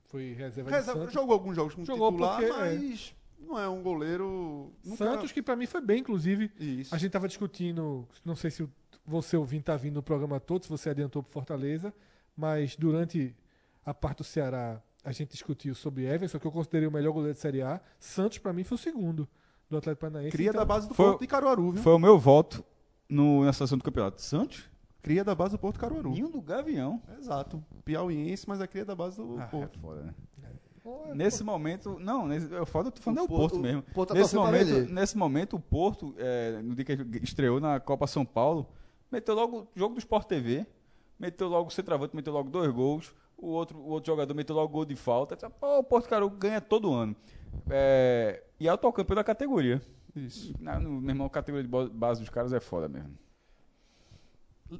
Speaker 2: foi reserva,
Speaker 6: Reserva-
Speaker 2: de Santos.
Speaker 6: Jogou alguns jogos como
Speaker 2: Jogou
Speaker 6: titular,
Speaker 2: porque, é.
Speaker 6: mas não é um goleiro. Nunca...
Speaker 2: Santos, que pra mim foi bem, inclusive.
Speaker 6: Isso.
Speaker 2: A gente tava discutindo, não sei se o- você ouvinte tá vindo no programa todo, se você adiantou pro Fortaleza, mas durante a parte do Ceará a gente discutiu sobre Everson, que eu considerei o melhor goleiro de Série A. Santos, pra mim, foi o segundo do Atlético Paranaense.
Speaker 6: Cria
Speaker 2: Então,
Speaker 6: da base do
Speaker 4: Foi-
Speaker 6: Porto de Caruaru, viu?
Speaker 4: Foi o meu voto no, na seleção do campeonato. Santos?
Speaker 6: Cria da base do Porto de Caruaru.
Speaker 4: Ninho do Gavião.
Speaker 6: Exato. Piauiense, mas é cria da base do
Speaker 4: Ah, é
Speaker 6: Porto.
Speaker 4: fora, né?
Speaker 5: é,
Speaker 4: Nesse momento, não, nesse, eu falo, eu tô falando
Speaker 5: O
Speaker 4: é o Porto,
Speaker 5: Porto-
Speaker 4: mesmo.
Speaker 5: o Porto tá
Speaker 4: nesse,
Speaker 5: torcendo pra
Speaker 4: momento,
Speaker 5: perder.
Speaker 4: nesse momento, o Porto, é, no dia que ele estreou na Copa São Paulo, meteu logo o jogo do Sport TV, meteu logo o centroavante, meteu logo dois gols, o outro, o outro jogador meteu logo gol de falta. Disse, Pô, o Porto, cara, ganha todo ano. É, e é o campeão da categoria.
Speaker 6: Isso.
Speaker 4: Na, no, meu irmão, a categoria de bo- base dos caras é foda mesmo.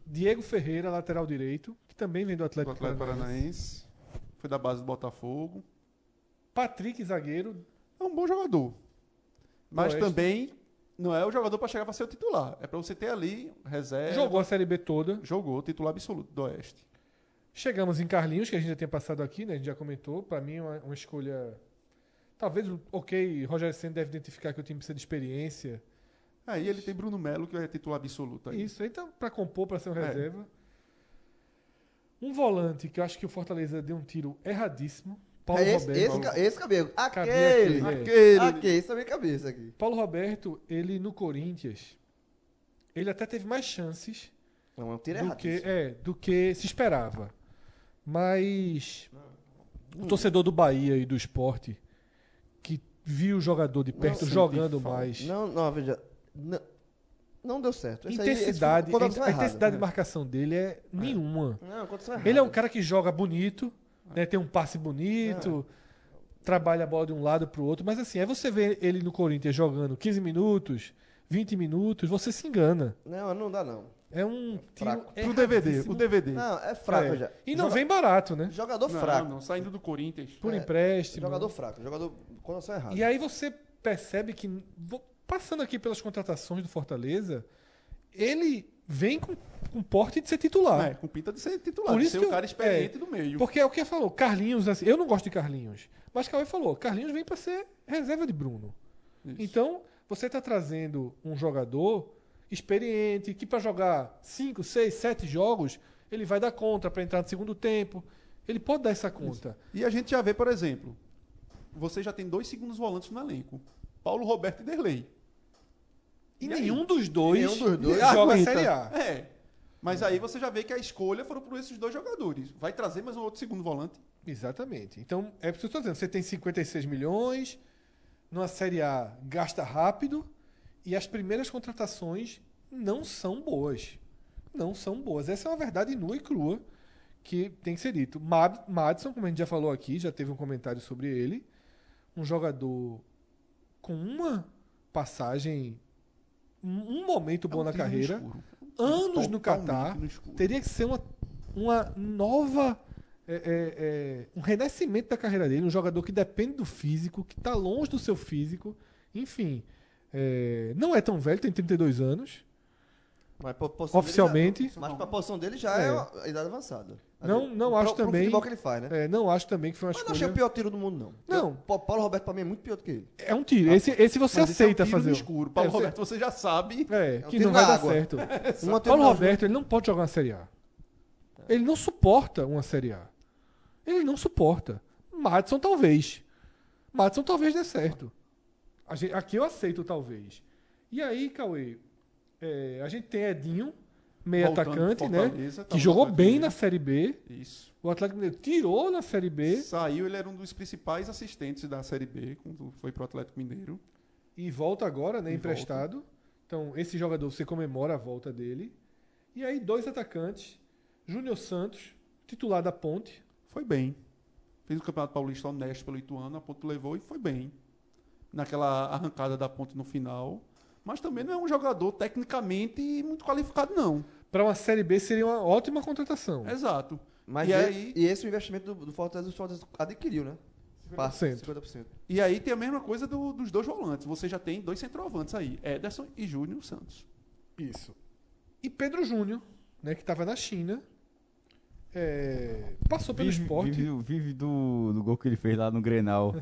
Speaker 2: Diego Ferreira, lateral direito, que também vem do
Speaker 6: Do
Speaker 2: Atlético,
Speaker 6: Atlético
Speaker 2: Paranaense.
Speaker 6: Paranaense. Foi da base do Botafogo.
Speaker 2: Patrick, zagueiro.
Speaker 6: É um bom jogador. Mas
Speaker 2: Oeste.
Speaker 6: também não é o jogador para chegar para ser o titular. É para você ter ali reserva.
Speaker 2: Jogou a Série B toda.
Speaker 6: Jogou, titular absoluto do Oeste.
Speaker 2: Chegamos em Carlinhos, que a gente já tinha passado aqui, né? A gente já comentou. Pra mim, uma, uma escolha. Talvez, ok, Rogério Senna deve identificar que o time precisa de experiência.
Speaker 6: Aí ele tem Bruno Melo, que é titular
Speaker 5: Tá
Speaker 6: absoluto. Aí.
Speaker 2: Isso, então, pra compor, pra ser um
Speaker 6: É.
Speaker 2: reserva. Um volante que eu acho que o Fortaleza deu um tiro erradíssimo. Paulo
Speaker 5: É esse,
Speaker 2: Roberto.
Speaker 5: esse, ca- esse cabelo.
Speaker 2: Cabia
Speaker 5: Aquele.
Speaker 2: aquele.
Speaker 5: Aquele. Aquele. é Esse também cabia esse aqui.
Speaker 2: Paulo Roberto, ele no Corinthians, ele até teve mais chances
Speaker 5: Não, é um tiro
Speaker 2: do
Speaker 5: errado.
Speaker 2: que,
Speaker 5: isso.
Speaker 2: é, do que se esperava. Mas o torcedor do Bahia e do esporte, que viu o jogador de perto
Speaker 6: senti
Speaker 2: jogando
Speaker 6: falta.
Speaker 2: mais,
Speaker 5: Não, não, veja. Não, não deu certo. Esse aí- esse foi-
Speaker 2: intensidade,
Speaker 5: quando
Speaker 2: a
Speaker 5: aconteceu errado. né?
Speaker 2: intensidade de marcação dele é nenhuma.
Speaker 5: Não, aconteceu errado.
Speaker 2: Ele é um cara que joga bonito, né? Tem um passe bonito, trabalha a bola de um lado pro outro, mas assim, aí você vê ele no Corinthians jogando 15 minutos, 20 minutos, você se engana.
Speaker 5: Não, não dá não.
Speaker 2: É um tiro
Speaker 5: Fraco.
Speaker 6: Pro DVD, o DVD.
Speaker 5: Não, é fraco
Speaker 2: É.
Speaker 5: já.
Speaker 2: E não
Speaker 5: Joga-
Speaker 2: vem barato, né?
Speaker 5: Jogador
Speaker 6: Não,
Speaker 5: fraco.
Speaker 6: não, saindo do Corinthians.
Speaker 2: Por
Speaker 5: É,
Speaker 2: empréstimo.
Speaker 5: Jogador fraco. Jogador quando aconteceu errado.
Speaker 2: E aí você percebe que, vo- passando aqui pelas contratações do Fortaleza, ele vem com, com porte de ser titular.
Speaker 6: É, com pinta de ser titular,
Speaker 2: Ah. Por
Speaker 6: de
Speaker 2: isso
Speaker 6: ser
Speaker 2: que
Speaker 6: o
Speaker 2: eu-
Speaker 6: cara experiente
Speaker 2: é,
Speaker 6: do meio.
Speaker 2: Porque é o que falou, Carlinhos, assim, eu não gosto de Carlinhos, mas Cauê falou, Carlinhos vem para ser reserva de Bruno.
Speaker 6: Isso.
Speaker 2: Então, você está trazendo um jogador experiente, que para jogar 5, 6, 7 jogos, ele vai dar conta para entrar no segundo tempo. Ele pode dar essa conta.
Speaker 6: E a gente já vê, por exemplo, você já tem dois segundos volantes no elenco. Paulo Roberto e Derlei.
Speaker 2: E,
Speaker 6: E aí?
Speaker 2: nenhum dos dois,
Speaker 5: Nenhum dos dois
Speaker 2: joga a
Speaker 5: aguenta.
Speaker 2: Série A.
Speaker 6: É. Mas aí você já vê que a escolha foram por esses dois jogadores. Vai trazer mais um outro segundo volante.
Speaker 2: Exatamente. Então, é por isso que eu estou dizendo. Você tem 56 milhões, numa Série A gasta rápido, e as primeiras contratações não são boas. Não são boas. Essa é uma verdade nua e crua que tem que ser dito. Mad- Madison, como a gente já falou aqui, já teve um comentário sobre ele, um jogador com uma passagem, um um momento bom
Speaker 6: É um
Speaker 2: na
Speaker 6: tiro
Speaker 2: carreira,
Speaker 6: escuro.
Speaker 2: anos no
Speaker 6: Totalmente
Speaker 2: Catar,
Speaker 6: no escuro.
Speaker 2: teria que ser uma, uma nova. é, é, é, um renascimento da carreira dele, um jogador que depende do físico, que está longe do seu físico. Enfim, é, não é tão velho, tem 32 anos.
Speaker 5: Mas pra posição dele
Speaker 2: Oficialmente,
Speaker 5: já- mas pra posição dele já é,
Speaker 2: É.
Speaker 5: uma- a idade avançada.
Speaker 2: Não- não
Speaker 5: Pro-
Speaker 2: acho
Speaker 5: pro
Speaker 2: também-
Speaker 5: futebol que ele faz, né?
Speaker 2: é, não acho também que foi uma
Speaker 5: Mas não achei
Speaker 2: escolha.
Speaker 5: o pior tiro do mundo, não.
Speaker 2: Não.
Speaker 5: Eu- Pa- Paulo Roberto, pra mim, é muito pior do que ele.
Speaker 2: É um tiro. Esse, esse você
Speaker 6: Ah, Mas esse é um
Speaker 2: aceita
Speaker 6: tiro
Speaker 2: fazer.
Speaker 6: no escuro. Paulo
Speaker 2: É, você-
Speaker 6: Roberto, você já sabe.
Speaker 2: É,
Speaker 5: É um
Speaker 2: que
Speaker 5: tiro
Speaker 2: não vai
Speaker 5: na
Speaker 2: dar
Speaker 5: água.
Speaker 2: certo.
Speaker 5: Uma tiro
Speaker 2: Paulo
Speaker 5: na-
Speaker 2: Roberto, ele não pode jogar uma Série A. Ele não suporta uma Série A. Ele não suporta. Madison, talvez. Madison, talvez dê certo. A gen- aqui eu aceito, talvez. E aí, Cauê, é, a gente tem Edinho, meio
Speaker 6: Voltando
Speaker 2: atacante,
Speaker 6: pro
Speaker 2: né?
Speaker 6: Fortaleza, né? tava
Speaker 2: Que
Speaker 6: no
Speaker 2: jogou
Speaker 6: Atlético
Speaker 2: bem
Speaker 6: Mineiro.
Speaker 2: na Série B.
Speaker 6: Isso.
Speaker 2: O Atlético Mineiro tirou na Série B
Speaker 6: Saiu, ele era um dos principais assistentes da Série B, quando foi pro Atlético Mineiro.
Speaker 2: e volta agora, né?
Speaker 6: E
Speaker 2: emprestado. Então, esse jogador, você comemora a volta dele. E aí, dois atacantes. Júnior Santos, titular da Ponte.
Speaker 6: Foi bem. Fez o Campeonato Paulista honesto pelo Ituano, a ponte levou e foi bem. Naquela arrancada da ponte no final. Mas também não é um jogador tecnicamente muito qualificado, não.
Speaker 2: Pra uma Série B seria uma ótima contratação.
Speaker 6: Exato.
Speaker 5: Mas
Speaker 6: E
Speaker 5: e,
Speaker 6: aí-
Speaker 5: e esse é o investimento do, do Fortaleza, o Fortaleza adquiriu, né?
Speaker 2: 50%.
Speaker 5: 50%.
Speaker 6: E aí tem a mesma coisa do- dos dois volantes. Você já tem dois centroavantes aí, Ederson e Júnior Santos.
Speaker 2: Isso. E Pedro Júnior, né, que estava na China, é, passou pelo
Speaker 4: Vive,
Speaker 2: esporte.
Speaker 4: vive, vive do, do gol que ele fez lá no Grenal,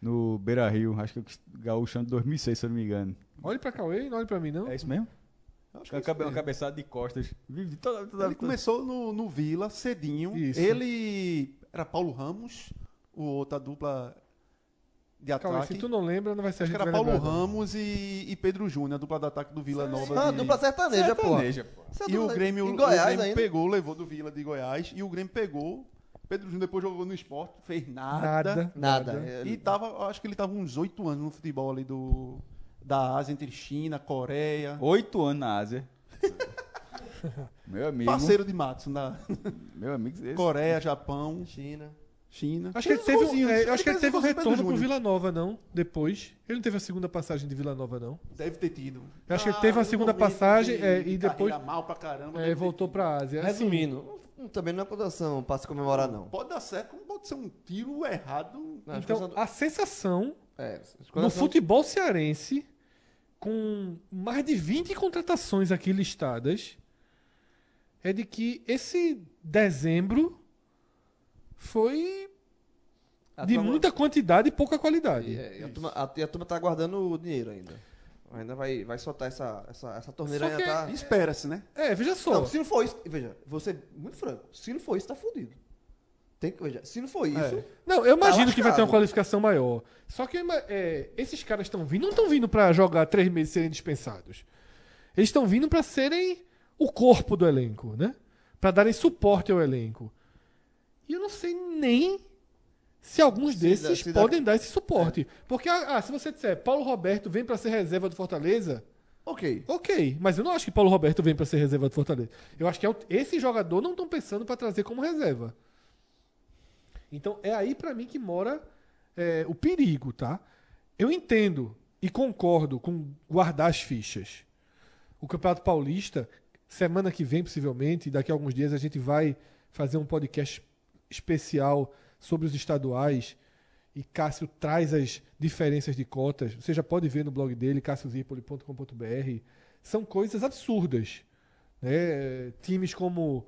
Speaker 4: no Beira Rio. Acho que é o Gaúcho de 2006, se eu não me engano.
Speaker 2: Olhe pra Cauê, não olhe pra mim, não.
Speaker 4: É isso mesmo?
Speaker 6: Eu acho que
Speaker 4: Uma,
Speaker 6: é isso
Speaker 4: cabe, uma
Speaker 6: mesmo.
Speaker 4: cabeçada de costas. Vive toda, toda,
Speaker 6: Ele começou no, no Vila, cedinho.
Speaker 2: Isso.
Speaker 6: Ele era Paulo Ramos, o outra dupla de ataque.
Speaker 2: Cauê, se tu não lembra, não vai ser
Speaker 6: tá Acho
Speaker 2: a
Speaker 6: que
Speaker 2: gente
Speaker 6: era
Speaker 2: vai
Speaker 6: Paulo
Speaker 2: lembrar, não.
Speaker 6: Ramos e, e Pedro Júnior, a dupla de ataque do Vila Nova.
Speaker 5: Não,
Speaker 2: Ah,
Speaker 6: de-
Speaker 5: dupla sertaneja, pô.
Speaker 4: Sertaneja, pô.
Speaker 6: E o Grêmio,
Speaker 5: Em
Speaker 6: o
Speaker 5: Goiás
Speaker 6: Grêmio
Speaker 5: ainda.
Speaker 6: pegou, levou do Vila de Goiás. E o Grêmio pegou. Pedro Júnior depois jogou no esporte, fez nada.
Speaker 2: Nada.
Speaker 5: Nada. É,
Speaker 6: E tava, acho que ele tava uns oito anos no futebol ali do, da Ásia, entre China, Coreia.
Speaker 4: Oito anos na Ásia. meu amigo.
Speaker 6: Parceiro de Matos na
Speaker 4: Meu amigo. esse-
Speaker 6: Coreia, Japão,
Speaker 5: China.
Speaker 6: China.
Speaker 2: Acho que ele
Speaker 6: Fez
Speaker 2: teve, um,
Speaker 6: golzinhos.
Speaker 2: é, acho que ele
Speaker 6: fez
Speaker 2: teve um
Speaker 6: golzinho pro Pedro
Speaker 2: retorno pro
Speaker 6: Júnior.
Speaker 2: Vila Nova, não, depois. Ele não teve a segunda passagem de Vila Nova, não.
Speaker 6: Deve ter tido.
Speaker 2: Eu acho que ele
Speaker 6: Ah,
Speaker 2: teve uma
Speaker 6: no
Speaker 2: segunda
Speaker 6: momento
Speaker 2: passagem,
Speaker 6: de-
Speaker 2: é,
Speaker 6: de
Speaker 2: e depois-
Speaker 6: carreira mal pra caramba.
Speaker 2: É,
Speaker 6: deve ter
Speaker 2: voltou
Speaker 6: tido.
Speaker 2: pra Ásia. Assim,
Speaker 5: Resumindo, não- também não é condição pra se comemorar, não.
Speaker 6: Pode dar certo, como pode ser um tiro errado.
Speaker 5: Não, as
Speaker 2: então,
Speaker 5: coisas-
Speaker 2: a sensação
Speaker 5: é, as
Speaker 2: No
Speaker 5: coisas são-
Speaker 2: futebol cearense, com mais de 20 contratações aqui listadas, é de que esse dezembro foi
Speaker 5: a
Speaker 2: de
Speaker 5: turma-
Speaker 2: muita quantidade e pouca qualidade.
Speaker 5: É, e a turma- a- E a turma tá guardando o dinheiro ainda. Ainda vai, vai soltar essa, essa, essa torneira
Speaker 2: Só
Speaker 5: ainda
Speaker 2: que-
Speaker 5: tá.
Speaker 6: Espera-se, né?
Speaker 2: É, veja
Speaker 5: Não,
Speaker 2: só.
Speaker 5: se não for isso. Veja, você muito franco. Se não for isso, tá fudido. Tem que, veja, se não for isso.
Speaker 2: Não, eu imagino que vai ter uma
Speaker 5: Tá lascado.
Speaker 2: qualificação maior. Só que eu ima- é, esses caras estão vindo, não estão vindo para jogar três meses e serem dispensados. Eles estão vindo para serem o corpo do elenco, né? Para darem suporte ao elenco. E eu não sei nem se alguns desses
Speaker 5: se dá- É.
Speaker 2: podem dar esse suporte. Porque ah, ah, se você disser Paulo Roberto vem para ser reserva do Fortaleza,
Speaker 5: Ok.
Speaker 2: Ok, mas eu não acho que Paulo Roberto vem pra ser reserva do Fortaleza. Eu acho que é o- esse jogador não estão pensando pra trazer como reserva. Então é aí pra mim que mora é, o perigo, tá? Eu entendo e concordo com guardar as fichas. O Campeonato Paulista, semana que vem possivelmente, daqui a alguns dias a gente vai fazer um podcast especial sobre os estaduais e Cássio traz as diferenças de cotas. Você já pode ver no blog dele, cássiozirpoli.com.br. São coisas absurdas. Né? Times como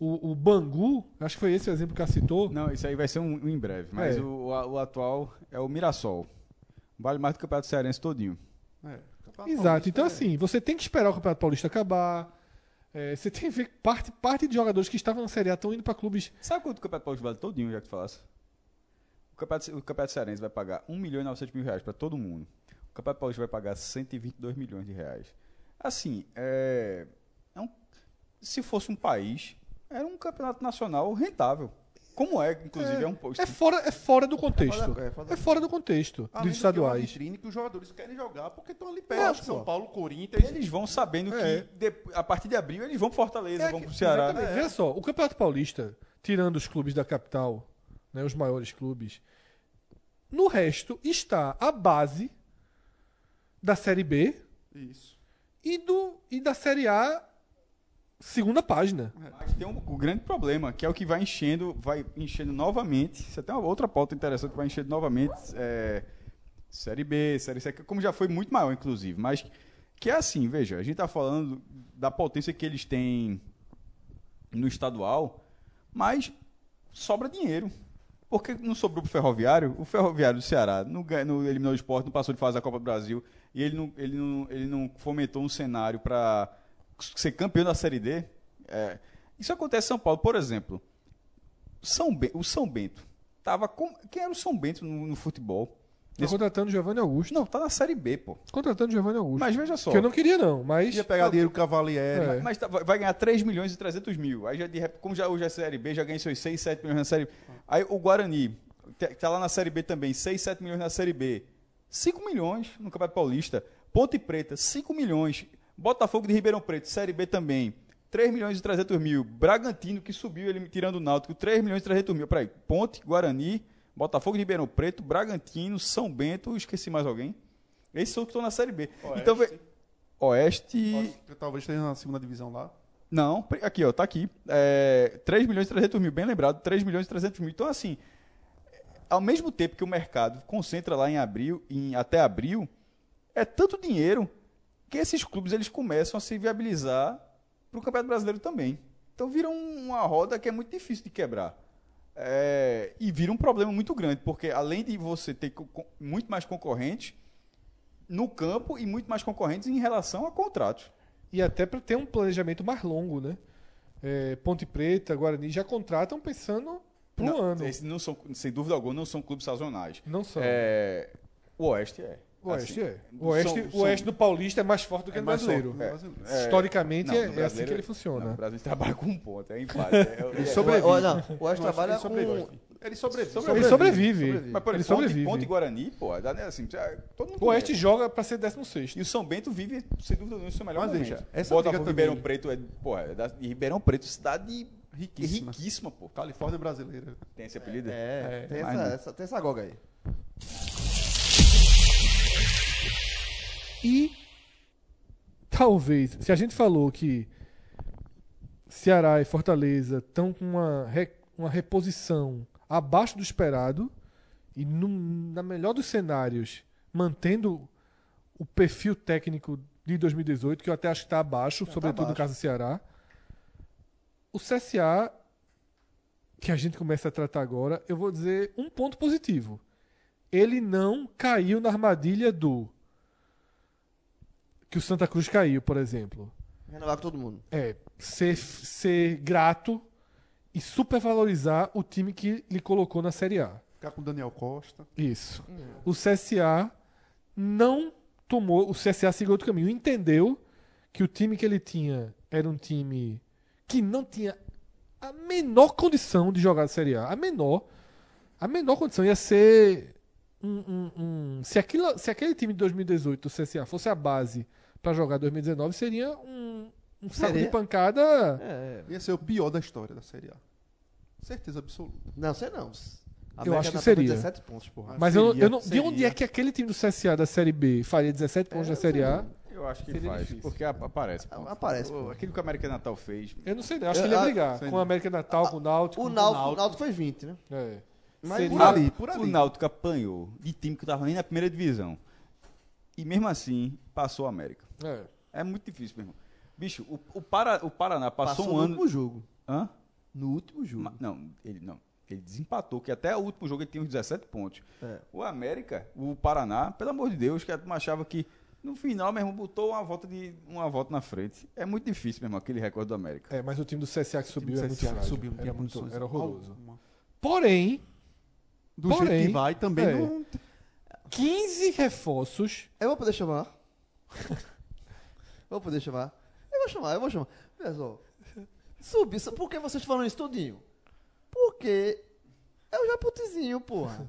Speaker 2: o, o Bangu, acho que foi esse o exemplo que ela citou.
Speaker 4: Não, isso aí vai ser um, um em breve. Mas
Speaker 2: É.
Speaker 4: o, o a- o atual é o Mirassol. Vale mais do que o Campeonato Cearense todinho.
Speaker 6: É, Campeonato
Speaker 2: Exato.
Speaker 6: Paulista
Speaker 2: Então,
Speaker 6: é-
Speaker 2: assim, você tem que esperar o Campeonato Paulista acabar. É, você tem que ver que parte, parte de jogadores que estavam na Série A estão indo para clubes. É
Speaker 4: Sabe quanto o Campeonato Paulista vale todinho, já que tu falasse? O Campeonato, o Campeonato Cearense vai pagar 1 milhão e 900 mil reais pra todo mundo. O Campeonato Paulista vai pagar 122 milhões de reais. Assim, é, é um- se fosse um país, era um campeonato nacional rentável. Como é, inclusive, é, um posto.
Speaker 2: É fora, é fora do
Speaker 5: Fala-
Speaker 2: contexto.
Speaker 5: é, fala-
Speaker 2: É fora do contexto
Speaker 6: Além
Speaker 2: dos
Speaker 6: do que é uma
Speaker 2: estaduais. É,
Speaker 6: vitrine que os jogadores querem jogar porque estão ali perto.
Speaker 2: Lógico.
Speaker 6: São Paulo, Corinthians.
Speaker 4: Eles vão sabendo
Speaker 2: É.
Speaker 4: que de- a partir de abril eles vão pro Fortaleza,
Speaker 2: É,
Speaker 4: vão pro
Speaker 2: que-
Speaker 4: Ceará. né?
Speaker 2: exatamente. Veja só, o Campeonato Paulista, tirando os clubes da capital, né, os maiores clubes, no resto está a base da Série B
Speaker 6: Isso.
Speaker 2: e, do, e da Série A, segunda página.
Speaker 4: Mas tem um, o grande problema, que é o que vai enchendo, vai enchendo novamente. Você tem uma outra pauta interessante que vai enchendo novamente. é, série B, Série C, que como já foi muito maior, inclusive. Mas que é assim, veja, a gente tá falando da potência que eles têm no estadual, mas sobra dinheiro. Porque não sobrou pro Ferroviário? O Ferroviário do Ceará não, ganha- não eliminou o esporte, não passou de fase da Copa do Brasil e ele não, ele não, ele não fomentou um cenário para ser campeão da Série D. É, isso acontece em São Paulo, por exemplo. São Be- o São Bento. Tava com, quem era o São Bento no, no futebol?
Speaker 2: Tá
Speaker 4: Esse-
Speaker 2: contratando Giovanni Augusto.
Speaker 4: Não, tá na Série B, pô.
Speaker 2: Contratando Giovanni Augusto.
Speaker 4: Mas veja só.
Speaker 2: Que eu não queria, não, mas.
Speaker 6: Ia pegar dinheiro Cavalieri.
Speaker 2: É.
Speaker 4: Mas tá- vai vai ganhar 3 milhões e 300 mil. Aí já de rep- como já hoje é Série B, já ganha seus 6, 7 milhões na Série B. Aí o Guarani, que tá lá na Série B também, 6, 7 milhões na Série B. 5 milhões no Campeonato Paulista. Ponte Preta, 5 milhões. Botafogo de Ribeirão Preto, Série B também. 3 milhões e 300 mil. Bragantino, que subiu, ele tirando o Náutico, 3 milhões e 300 mil. Peraí, Ponte, Guarani, Botafogo de Ribeirão Preto, Bragantino, São Bento, esqueci mais alguém. Esses são os que estão na Série B. Então, ve- Oeste...
Speaker 6: Pode- Talvez esteja na segunda divisão lá.
Speaker 4: Não, pre- aqui, ó, tá aqui. É, 3 milhões e 300 mil, bem lembrado, 3 milhões e 300 mil. Então, assim, ao mesmo tempo que o mercado concentra lá em abril, em, até abril, é tanto dinheiro que esses clubes eles começam a se viabilizar para o Campeonato Brasileiro também. Então vira um- uma roda que é muito difícil de quebrar. É, e vira um problema muito grande, porque além de você ter co- co- muito mais concorrentes no campo e muito mais concorrentes em relação a contratos.
Speaker 2: E até para ter um planejamento mais longo, né? É, Ponte Preta, Guarani já contratam pensando pro
Speaker 4: não,
Speaker 2: ano.
Speaker 4: Esses não são, sem dúvida alguma, não são clubes sazonais.
Speaker 2: Não são.
Speaker 4: É, o Oeste é.
Speaker 2: o Oeste
Speaker 4: Assim,
Speaker 2: é. O Oeste,
Speaker 4: são-
Speaker 2: o Oeste do
Speaker 4: são-
Speaker 2: Paulista é mais forte do que
Speaker 4: é
Speaker 2: o
Speaker 4: mais
Speaker 2: brasileiro.
Speaker 4: forte, é. É,
Speaker 2: Historicamente
Speaker 4: não, no
Speaker 2: é- é, assim
Speaker 4: brasileiro-
Speaker 2: que ele
Speaker 4: não,
Speaker 2: funciona.
Speaker 4: o Brasil trabalha com um ponto, é empate. É, é,
Speaker 3: Sobrevive. Ou, não, o Oeste trabalha
Speaker 6: Ele sobrevive.
Speaker 3: com.
Speaker 6: Ele sobrevive.
Speaker 2: ele sobrevive.
Speaker 4: Mas, por
Speaker 2: ele
Speaker 4: exemplo, Ponte,
Speaker 2: sobrevive.
Speaker 4: Ponte e Guarani, pô, dá, né, assim, já- todo mundo
Speaker 2: O Oeste
Speaker 4: conhece.
Speaker 2: joga para ser 16.
Speaker 4: E o São Bento vive, sem dúvida nenhuma, o seu melhor
Speaker 6: Mas
Speaker 4: momento.
Speaker 6: veja, essa
Speaker 4: Botafogo
Speaker 6: briga
Speaker 4: Ribeirão
Speaker 6: também-
Speaker 4: Preto é, pô, é da, e Ribeirão Preto, cidade riquíssima,
Speaker 6: Riquíssima.
Speaker 4: pô.
Speaker 6: Califórnia brasileira.
Speaker 4: Tem esse apelido?
Speaker 3: É, tem
Speaker 4: mas
Speaker 3: essa,
Speaker 4: não.
Speaker 3: essa- tem essa goga aí.
Speaker 2: E talvez, se a gente falou que Ceará e Fortaleza estão com uma, re- uma reposição abaixo do esperado e no, na melhor dos cenários mantendo o perfil técnico de 2018, que eu até acho que está abaixo, sobretudo no caso do Ceará, o CSA, que a gente começa a tratar agora, eu vou dizer um ponto positivo. Ele não caiu na armadilha do que o Santa Cruz caiu, por exemplo.
Speaker 3: Renovar com todo mundo.
Speaker 2: É ser, ser grato e supervalorizar o time que lhe colocou na Série A.
Speaker 6: Ficar com o Daniel Costa.
Speaker 2: Isso.
Speaker 6: Hum.
Speaker 2: O CSA não tomou. O CSA seguiu outro caminho. Entendeu que o time que ele tinha era um time que não tinha a menor condição de jogar a Série A. A menor. A menor condição ia ser um- um- um- se, aquilo, se aquele time de 2018 do CSA fosse a base pra jogar 2019, seria um, um saco
Speaker 5: Seria.
Speaker 2: de pancada.
Speaker 5: É,
Speaker 6: Ia ser o pior da história da Série A. Certeza absoluta.
Speaker 5: não, sei não. A
Speaker 2: Eu
Speaker 5: América
Speaker 2: acho que
Speaker 5: tá com
Speaker 2: seria.
Speaker 5: 17 pontos, porra.
Speaker 2: Mas eu, não-
Speaker 6: Seria,
Speaker 2: eu não. De
Speaker 6: seria.
Speaker 2: onde é que aquele time do CSA da Série B faria 17 pontos da Série A?
Speaker 4: Eu acho que
Speaker 7: Seria
Speaker 4: faz.
Speaker 7: difícil.
Speaker 4: Porque ap- aparece. pô.
Speaker 5: Aparece,
Speaker 4: Pô,
Speaker 5: pô.
Speaker 4: Aquilo que o América Natal fez.
Speaker 2: Eu não sei, não. Acho que
Speaker 5: Eu-
Speaker 2: ele ia
Speaker 5: ah,
Speaker 2: brigar. com a América Natal, com o Náutico.
Speaker 5: O
Speaker 2: com
Speaker 5: Naldo, o Naldo fez 20, né?
Speaker 2: É.
Speaker 5: Mas
Speaker 2: Seria-
Speaker 5: por
Speaker 4: A-
Speaker 5: ali.
Speaker 4: O Náutico apanhou de time que tava nem na primeira divisão. E mesmo assim, passou o América.
Speaker 2: É.
Speaker 4: É muito difícil, meu irmão. Bicho, o, o, Para- o Paraná passou, um
Speaker 5: no
Speaker 4: ano.
Speaker 5: último jogo.
Speaker 4: Hã?
Speaker 5: No último jogo.
Speaker 4: Ma- Não, ele não. Ele desempatou, que até o último jogo ele tinha uns 17 pontos.
Speaker 5: É.
Speaker 4: O América, o Paraná, pelo amor de Deus, que a turma achava que no final mesmo botou uma volta de uma volta na frente. É muito difícil, meu irmão, aquele recorde do América.
Speaker 2: É, mas o time do CSA que subiu é muito frágil.
Speaker 6: Subiu, não
Speaker 2: era,
Speaker 6: tinha
Speaker 2: muito,
Speaker 6: condições
Speaker 2: era horroroso.
Speaker 6: alguma.
Speaker 2: Porém,
Speaker 6: Do
Speaker 2: Porém,
Speaker 6: jeito que vai, também
Speaker 2: é.
Speaker 6: não.
Speaker 2: 15 reforços.
Speaker 5: Eu vou poder chamar. vou poder chamar. Eu vou chamar, eu vou chamar. Pessoal, subi. su- Por que vocês falam isso todinho? Porque é o jabutizinho, porra.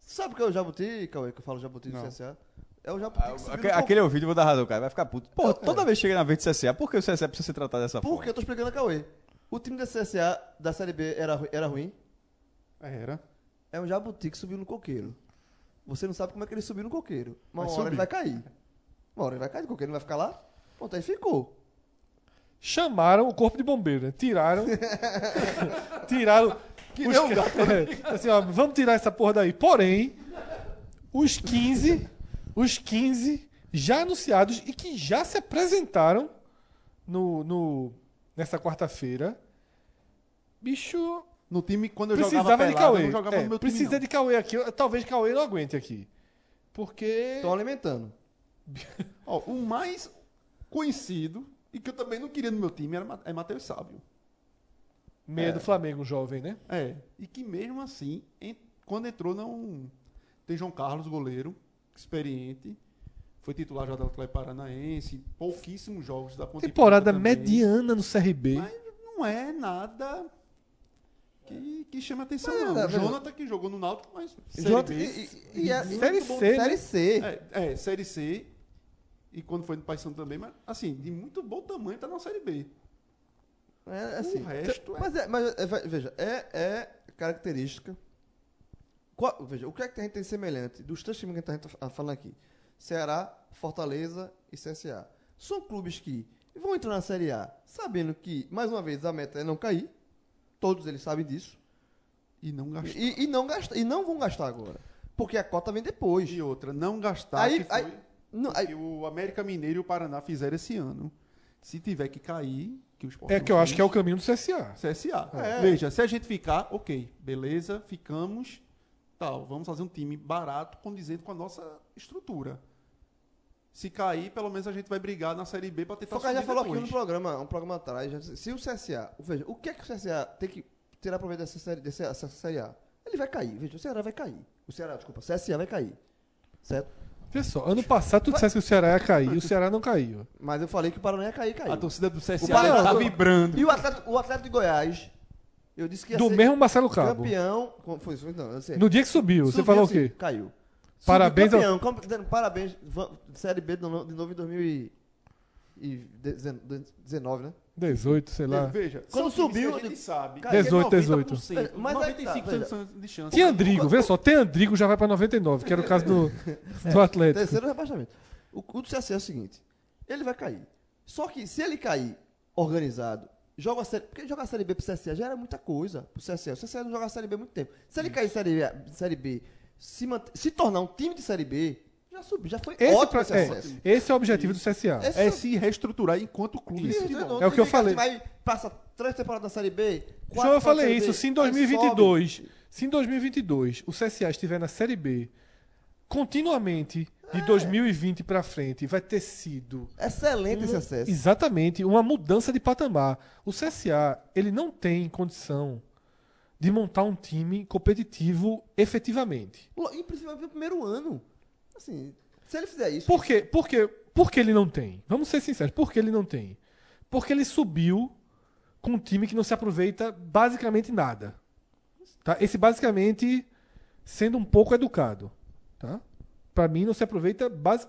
Speaker 5: Sabe o que é o jabuti, Cauê, que eu falo jabuti do
Speaker 6: Não.
Speaker 5: CSA? É o jabuti
Speaker 4: Ah,
Speaker 5: que subiu
Speaker 4: aque-
Speaker 5: no
Speaker 4: aquele ouvido eu vou dar razão, cara. Vai ficar puto. Pô, toda vez que chega na vez do CSA, por que o CSA precisa ser tratado dessa
Speaker 5: é. Por
Speaker 4: forma?
Speaker 5: que eu tô explicando a Cauê? O time da CSA, da Série B, era, ru- era ruim.
Speaker 6: Era.
Speaker 5: É um jabuti que subiu no coqueiro. Você não sabe como é que ele subiu no coqueiro. Uma
Speaker 6: Mas
Speaker 5: hora ele
Speaker 6: subiu.
Speaker 5: vai cair. Uma hora ele vai cair do coqueiro, não vai ficar lá? Pronto, aí ficou.
Speaker 2: Chamaram o corpo de bombeiro, né? Tiraram. tiraram. os
Speaker 6: nem um
Speaker 2: ca- É, assim, ó, vamos tirar essa porra daí. Porém, os 15, os 15 já anunciados e que já se apresentaram no, no- nessa quarta-feira. Bicho,
Speaker 6: No time, quando eu
Speaker 2: precisava
Speaker 6: jogava
Speaker 2: de
Speaker 6: pelada,
Speaker 2: Cauê.
Speaker 6: eu não jogava
Speaker 2: É,
Speaker 6: no meu time.
Speaker 2: precisa de Cauê aqui. Talvez Cauê não aguente aqui. Porque.
Speaker 5: Estão alimentando.
Speaker 6: Ó, o mais conhecido e que eu também não queria no meu time era Ma- é Matheus Sábio.
Speaker 2: Meia
Speaker 6: É.
Speaker 2: do Flamengo, um jovem, né?
Speaker 6: É. E que mesmo assim, en- quando entrou, não. Tem João Carlos, goleiro, experiente. Foi titular já do Atlético Paranaense. Pouquíssimos jogos da Ponte
Speaker 2: Temporada
Speaker 6: Preta também.
Speaker 2: mediana no CRB.
Speaker 6: Mas não é nada que, que chama atenção,
Speaker 5: Mas,
Speaker 6: não.
Speaker 5: tá
Speaker 6: o
Speaker 5: vendo?
Speaker 6: Jonathan que jogou no Náutico, mas. Série
Speaker 5: Jonathan-
Speaker 6: B,
Speaker 5: e- e- e é-
Speaker 2: Série C, né?
Speaker 5: Série C.
Speaker 6: É, é, Série C. E quando foi no Paysandu também, mas assim, de muito bom tamanho tá na Série B.
Speaker 5: É, assim.
Speaker 6: o resto é.
Speaker 5: Mas, é, mas é, vai- veja, é, é característica. Qual- veja, o que é que a gente tem semelhante dos três times que a gente está falando aqui? Ceará, Fortaleza e CSA. São clubes que vão entrar na Série A sabendo que, mais uma vez, a meta é não cair. Todos eles sabem disso.
Speaker 6: E não gastar. E,
Speaker 5: E, e não gasta, e não vão gastar agora. Porque a cota vem depois.
Speaker 6: outra, não gastar.
Speaker 5: Aí-
Speaker 6: que foi
Speaker 5: aí- Não,
Speaker 6: o
Speaker 5: aí-
Speaker 6: que o América Mineiro e o Paraná fizeram esse ano. Se tiver que cair, que o esporte.
Speaker 2: É que eu acho que é o caminho do CSA.
Speaker 6: CSA.
Speaker 5: É.
Speaker 6: Veja, se a gente ficar, ok, beleza, ficamos, tal, vamos fazer um time barato, condizente com a nossa estrutura. Se cair, pelo menos a gente vai brigar na Série B pra tentar
Speaker 5: Focar já
Speaker 6: subir
Speaker 5: falou aqui
Speaker 6: depois.
Speaker 5: no programa, um programa atrás. já disse, se o CSA, veja, o que é que o CSA tem que tirar proveito dessa série, dessa, dessa série A? Ele vai cair, veja, o Ceará vai cair. O Ceará, desculpa, o CSA vai cair. Certo?
Speaker 2: Vê só, ano passado tu dissesse que o Ceará ia cair, o Ceará não caiu.
Speaker 5: Mas eu falei que o Paraná ia
Speaker 2: Ah,
Speaker 5: cair,
Speaker 6: A
Speaker 2: então
Speaker 5: caiu.
Speaker 6: torcida do CSA
Speaker 5: O Paraná-
Speaker 6: tá vibrando.
Speaker 5: E o Atlético, o Atlético de Goiás, eu disse que ia
Speaker 2: Do
Speaker 5: ser
Speaker 2: mesmo Marcelo Cabo.
Speaker 5: campeão. como Foi isso, não, eu sei.
Speaker 2: No dia que subiu, você
Speaker 5: Subiu, assim.
Speaker 2: falou
Speaker 5: sim,
Speaker 2: o quê?
Speaker 5: Caiu. Subiu
Speaker 2: Parabéns ao-
Speaker 5: campeão, campe- dando Parabéns, va- Série B de novo de novo em 2019, né?
Speaker 2: 18, sei lá.
Speaker 6: Veja,
Speaker 5: Quando
Speaker 6: são times
Speaker 5: subiu,
Speaker 6: que é a
Speaker 5: eu
Speaker 6: gente
Speaker 5: digo,
Speaker 6: sabe. É,
Speaker 5: cara,
Speaker 2: 18,
Speaker 6: 90%,
Speaker 5: Mas aí tá,
Speaker 6: 95% de chance.
Speaker 2: Tem Andrigo, vê só, tem Andrigo já vai pra 99, que era o caso do, do Atlético.
Speaker 5: Terceiro rebaixamento. O, o do CSE é o seguinte: ele vai cair. Só que se ele cair organizado, joga a série. Porque jogar a série B pro CSE já era muita coisa pro CSE. O CSE não joga a série B há muito tempo. Se ele cair série B, série B se, mant- se tornar um time de série B, já subiu, já foi
Speaker 2: Esse,
Speaker 5: ótimo
Speaker 2: pra-
Speaker 5: esse
Speaker 2: é,
Speaker 5: acesso.
Speaker 2: esse é o objetivo do CSA.
Speaker 5: Esse-
Speaker 6: É se reestruturar enquanto clube.
Speaker 5: Isso,
Speaker 6: de futebol.
Speaker 2: É
Speaker 5: não,
Speaker 2: o que eu
Speaker 5: tem
Speaker 2: falei.
Speaker 5: que Vai, passa três temporadas na série B.
Speaker 2: João,
Speaker 5: quatro
Speaker 2: eu falei
Speaker 5: na Série
Speaker 2: isso.
Speaker 5: B,
Speaker 2: Se em
Speaker 5: aí
Speaker 2: 2022, se em 2022 o CSA estiver na Série B, continuamente de 2020 pra frente, vai ter sido
Speaker 5: sobe. é Excelente esse
Speaker 2: Um-
Speaker 5: acesso.
Speaker 2: Exatamente, uma mudança de patamar. O CSA, ele não tem condição de montar um time competitivo efetivamente.
Speaker 5: Lo- E principalmente no primeiro ano. Assim, se ele fizer isso.
Speaker 2: Por quê? Por quê? Por que ele não tem? Vamos ser sinceros, por que ele não tem? Porque ele subiu com um time que não se aproveita basicamente nada. Tá? Esse basicamente sendo um pouco educado. Tá? Para mim, não se aproveita base...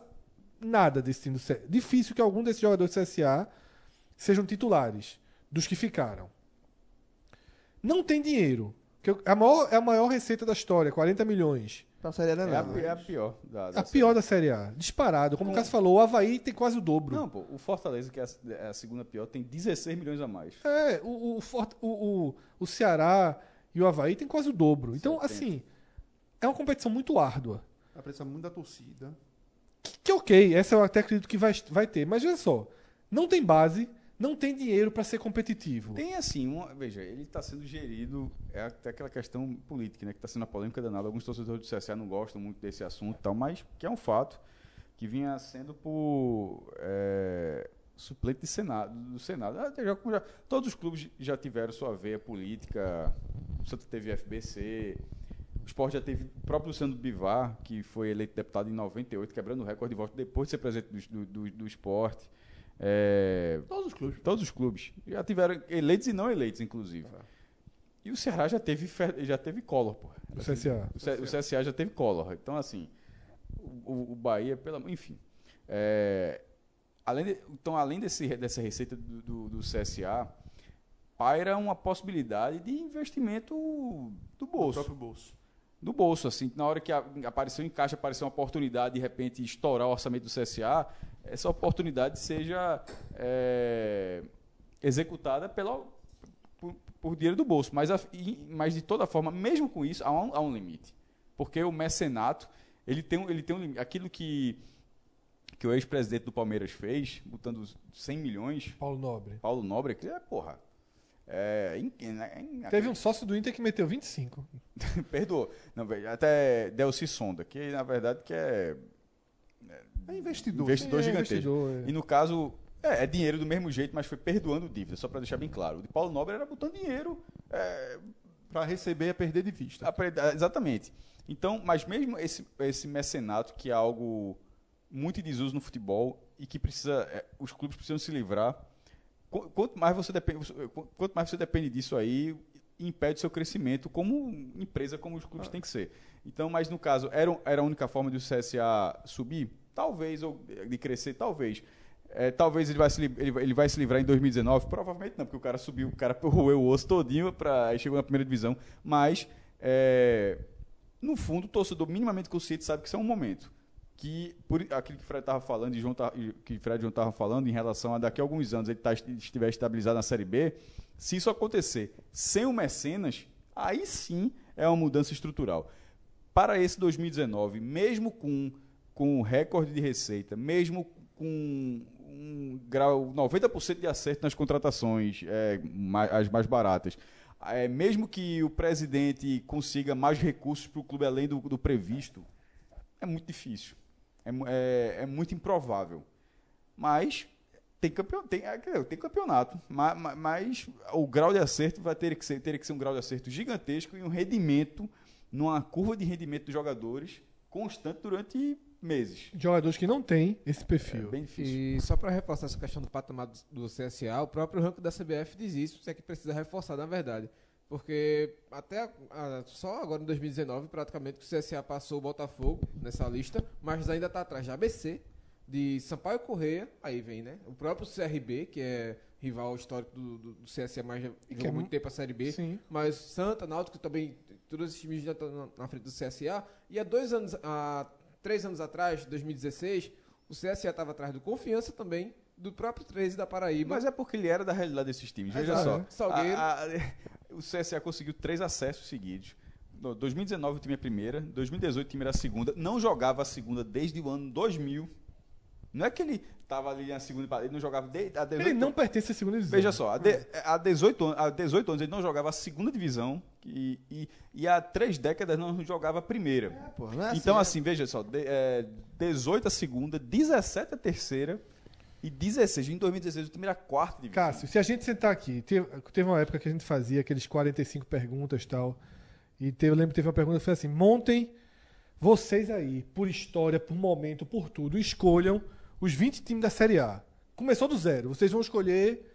Speaker 2: nada desse time do CSA. Difícil que algum desses jogadores do CSA sejam titulares dos que ficaram. Não tem dinheiro. Que eu- a maior, é a maior receita da história, 40 milhões.
Speaker 5: Pra série não,
Speaker 4: É a,
Speaker 5: não.
Speaker 4: pi- é a pior. Da, da
Speaker 2: Né? A pior da Série A. Disparado. Como o Cássio falou, o Havaí tem quase o dobro.
Speaker 4: É. Não, pô, o Fortaleza, que é a, é a segunda pior, tem 16 milhões a mais.
Speaker 2: É, o, o, Fort- o, o, o Ceará e o Havaí tem quase o dobro. Então,
Speaker 4: 70.
Speaker 2: assim, é uma competição muito árdua.
Speaker 6: A pressão muito da torcida.
Speaker 2: Que, que ok, essa eu até acredito que vai, vai ter. Mas olha só, não tem base, não tem dinheiro para ser competitivo.
Speaker 4: Tem assim, uma, veja, ele está sendo gerido, é até aquela questão política, né, que está sendo a polêmica danada. Alguns torcedores do CSA não gostam muito desse assunto e tal, mas que é um fato que vinha sendo por é, suplente de Senado, do Senado. Ah, já- já- todos os clubes já tiveram sua veia política, o Santa teve FBC, o Sport já teve o próprio Luciano Bivar, que foi eleito deputado em 98, quebrando o recorde de votos depois de ser presidente do, do, do, do Sport. É,
Speaker 6: Todos os clubes.
Speaker 4: Todos os clubes. Já tiveram eleitos e não eleitos, inclusive. E o Ceará já teve, Fer- já teve Collor, pô.
Speaker 2: O CSA.
Speaker 4: O, C- o CSA já teve Collor. Então, assim, o, o Bahia, pela, enfim. É, além de- então, além desse, dessa receita do, do, do CSA, paira uma possibilidade de investimento do
Speaker 6: O
Speaker 4: bolso
Speaker 6: próprio bolso.
Speaker 4: do bolso, assim, na hora que a- apareceu em caixa, apareceu uma oportunidade de repente estourar o orçamento do CSA, essa oportunidade seja é, executada pela, por, por dinheiro do bolso. Mas, a- e- mas de toda forma, mesmo com isso, há um, há um limite. Porque o mecenato, ele tem, um- ele tem um limite. Aquilo que, que o ex-presidente do Palmeiras fez, botando 100 milhões,
Speaker 2: Paulo Nobre.
Speaker 4: Paulo Nobre, aquilo é porra. É, in- in-
Speaker 2: Teve um sócio do Inter que meteu 25.
Speaker 4: Perdoou. Não, velho, até Delci Sonda, que na verdade que é
Speaker 6: É investidor.
Speaker 4: investidor
Speaker 2: É,
Speaker 4: gigantesco.
Speaker 2: investidor, é.
Speaker 4: E no caso, é, é dinheiro do mesmo jeito, mas foi perdoando dívida, só para deixar bem claro. O de Paulo Nobre era botando dinheiro. é,
Speaker 6: Pra receber é perder de vista.
Speaker 4: a pre- a- ah, exatamente. Então, mas mesmo esse, esse mecenato, que é algo muito em desuso no futebol e que precisa. é, os clubes precisam se livrar. qu- Quanto mais você depende, quanto mais você depende disso aí, impede seu crescimento como empresa, como os clubes têm que ser. Então, mas no caso, era, era a única forma de o CSA subir? Talvez, ou de crescer, talvez. É, talvez ele vai, se, li- ele, vai- ele vai se livrar em 2019? Provavelmente não, porque o cara subiu, o cara roeu o osso todinho pra, aí chegou na primeira divisão. Mas, é, no fundo, o torcedor minimamente consciente sabe que isso é um momento. Que, por aquilo que o Fred estava falando, e João tá- e que o Fred e João estavam falando, em relação a daqui a alguns anos ele tá, estiver estabilizado na Série B, se isso acontecer sem o Mecenas, aí sim é uma mudança estrutural para esse 2019, mesmo com, com um recorde de receita, mesmo com um grau 90% de acerto nas contratações, é, ma- as mais baratas, é, mesmo que o presidente consiga mais recursos para o clube além do, do previsto, é muito difícil. É, mu- é- é muito improvável. Mas tem, campeon, tem, é, quer dizer, tem campeonato. Mas, mas o grau de acerto vai ter que, ser, ter que ser um grau de acerto gigantesco e um rendimento numa curva de rendimento dos jogadores constante durante meses.
Speaker 2: Jogadores que não têm esse
Speaker 4: É
Speaker 2: perfil.
Speaker 4: bem difícil.
Speaker 7: E só para reforçar essa questão do patamar do- do CSA, o próprio ranking da CBF diz isso, isso é que precisa reforçar, na verdade. Porque até a- a- só agora em 2019, praticamente, que o CSA passou o Botafogo nessa lista, mas ainda está atrás de ABC, de Sampaio Correia, aí vem, né? O próprio CRB, que é rival histórico do, do, do CSA, mas já
Speaker 2: que é
Speaker 7: jogou muito
Speaker 2: mu-
Speaker 7: tempo a Série B.
Speaker 2: Sim.
Speaker 7: Mas Santa, Náutico também, todos esses times já estão na, na frente do CSA. E há dois anos, há três anos atrás, 2016, o CSA estava atrás do Confiança também, do próprio 13 da Paraíba.
Speaker 4: Mas é porque ele era da realidade desses times. Veja
Speaker 7: Exato.
Speaker 4: só.
Speaker 7: Salgueiro.
Speaker 4: A- a- o CSA conseguiu três acessos seguidos. No 2019 o time é a primeira, 2018 o time era a segunda. Não jogava a segunda desde o ano 2000. Não é que ele estava ali na segunda, e pa- ele não jogava desde a 18
Speaker 2: Ele não pertence à segunda divisão.
Speaker 4: Veja só, há, de- há 18 anos, há 18 anos ele não jogava a segunda divisão e, e, e há três décadas não jogava a primeira.
Speaker 5: Porra, não é
Speaker 4: então,
Speaker 5: né?
Speaker 4: assim, veja só, de- é, 18 a segunda, 17 a terceira e 16. Em 2016 o time era a quarta divisão.
Speaker 2: Cássio, se a gente sentar aqui, teve, teve uma época que a gente fazia aqueles 45 perguntas e tal. E teve, eu lembro que teve uma pergunta que foi assim: montem vocês aí, por história, por momento, por tudo, escolham os 20 times da Série A. Começou do zero, vocês vão escolher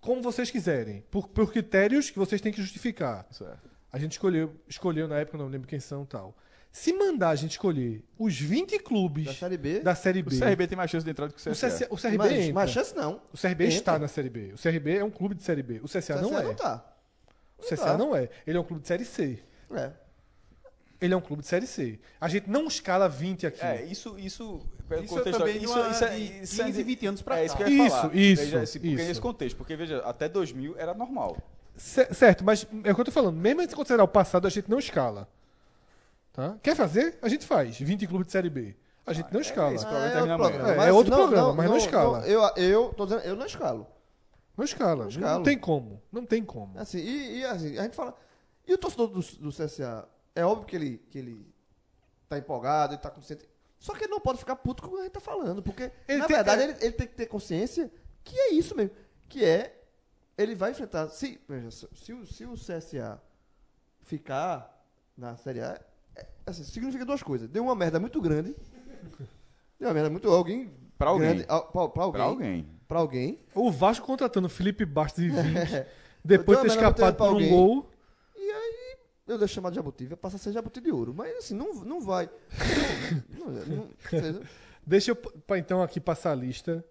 Speaker 2: como vocês quiserem, por, por critérios que vocês têm que justificar.
Speaker 4: Certo.
Speaker 2: A gente escolheu, escolheu na época, não lembro quem são e tal. Se mandar a gente escolher os 20 clubes
Speaker 5: Da Série B.
Speaker 2: da Série
Speaker 4: O
Speaker 2: B,
Speaker 4: CRB tem mais chance de entrar do que o
Speaker 2: o
Speaker 4: CSA.
Speaker 2: CSA o CRB
Speaker 5: mas,
Speaker 2: entra.
Speaker 5: mas chance não.
Speaker 2: o CRB
Speaker 5: entra.
Speaker 2: está na Série B. O CRB é um clube de Série B. O CSA, não
Speaker 5: CSA
Speaker 2: é.
Speaker 5: não tá.
Speaker 2: o CSA
Speaker 5: tá.
Speaker 2: não é. Ele é um clube de Série C.
Speaker 5: É.
Speaker 2: Ele é um clube de Série C. A gente não escala 20 aqui.
Speaker 4: É, isso, isso, pelo
Speaker 6: Isso é
Speaker 4: contexto,
Speaker 6: também de
Speaker 4: isso,
Speaker 6: uma-
Speaker 4: isso é,
Speaker 6: de
Speaker 4: isso é
Speaker 6: 15, 20 anos pra
Speaker 4: é,
Speaker 6: cá.
Speaker 4: Isso, que eu ia
Speaker 2: Isso,
Speaker 4: falar.
Speaker 2: isso,
Speaker 4: Veja, esse- porque
Speaker 2: isso.
Speaker 4: Nesse contexto, porque veja, até 2000 era normal.
Speaker 2: C- certo, mas é o que eu tô falando. Mesmo se considerar o passado, a gente não escala. Tá? Quer fazer? A gente faz. 20 clubes de Série B. A gente não escala.
Speaker 4: esse
Speaker 5: Ah,
Speaker 4: programa
Speaker 5: é
Speaker 4: termina
Speaker 5: outro
Speaker 4: amanhã.
Speaker 5: programa.
Speaker 2: É,
Speaker 5: Mas
Speaker 2: é outro
Speaker 5: não,
Speaker 2: programa,
Speaker 5: não,
Speaker 2: mas não escala.
Speaker 5: eu, eu tô dizendo, eu não escalo.
Speaker 2: Não escala. Não,
Speaker 5: escala.
Speaker 2: tem como. Não tem como.
Speaker 5: Assim, e, e assim, a gente fala. E o torcedor do, do CSA? É óbvio que ele, que ele tá empolgado, ele tá consciente. Só que ele não pode ficar puto com o que a gente tá falando, porque,
Speaker 2: Ele
Speaker 5: na
Speaker 2: tem-
Speaker 5: verdade,
Speaker 2: é-
Speaker 5: ele, ele tem que ter consciência que é isso mesmo. Que é. Ele vai enfrentar. Se, veja, se, se o, se o CSA ficar na Série A, é- assim, significa duas coisas. Deu uma merda muito grande. Deu uma merda muito. Alguém.
Speaker 4: Pra alguém.
Speaker 5: grande- al- pra- pra alguém.
Speaker 4: Pra alguém.
Speaker 5: pra alguém. é,
Speaker 2: O Vasco contratando Felipe Bastos e Vinhos, depois
Speaker 5: Eu
Speaker 2: de ter
Speaker 5: tenho a menor
Speaker 2: escapado
Speaker 5: dúvida pra
Speaker 2: por um
Speaker 5: alguém.
Speaker 2: gol.
Speaker 5: Eu deixo chamar de jabuti, vai passar a ser jabuti de ouro. Mas assim, não, não vai. Não, não- não- vocês-
Speaker 2: Deixa eu p- pra, então aqui passar a lista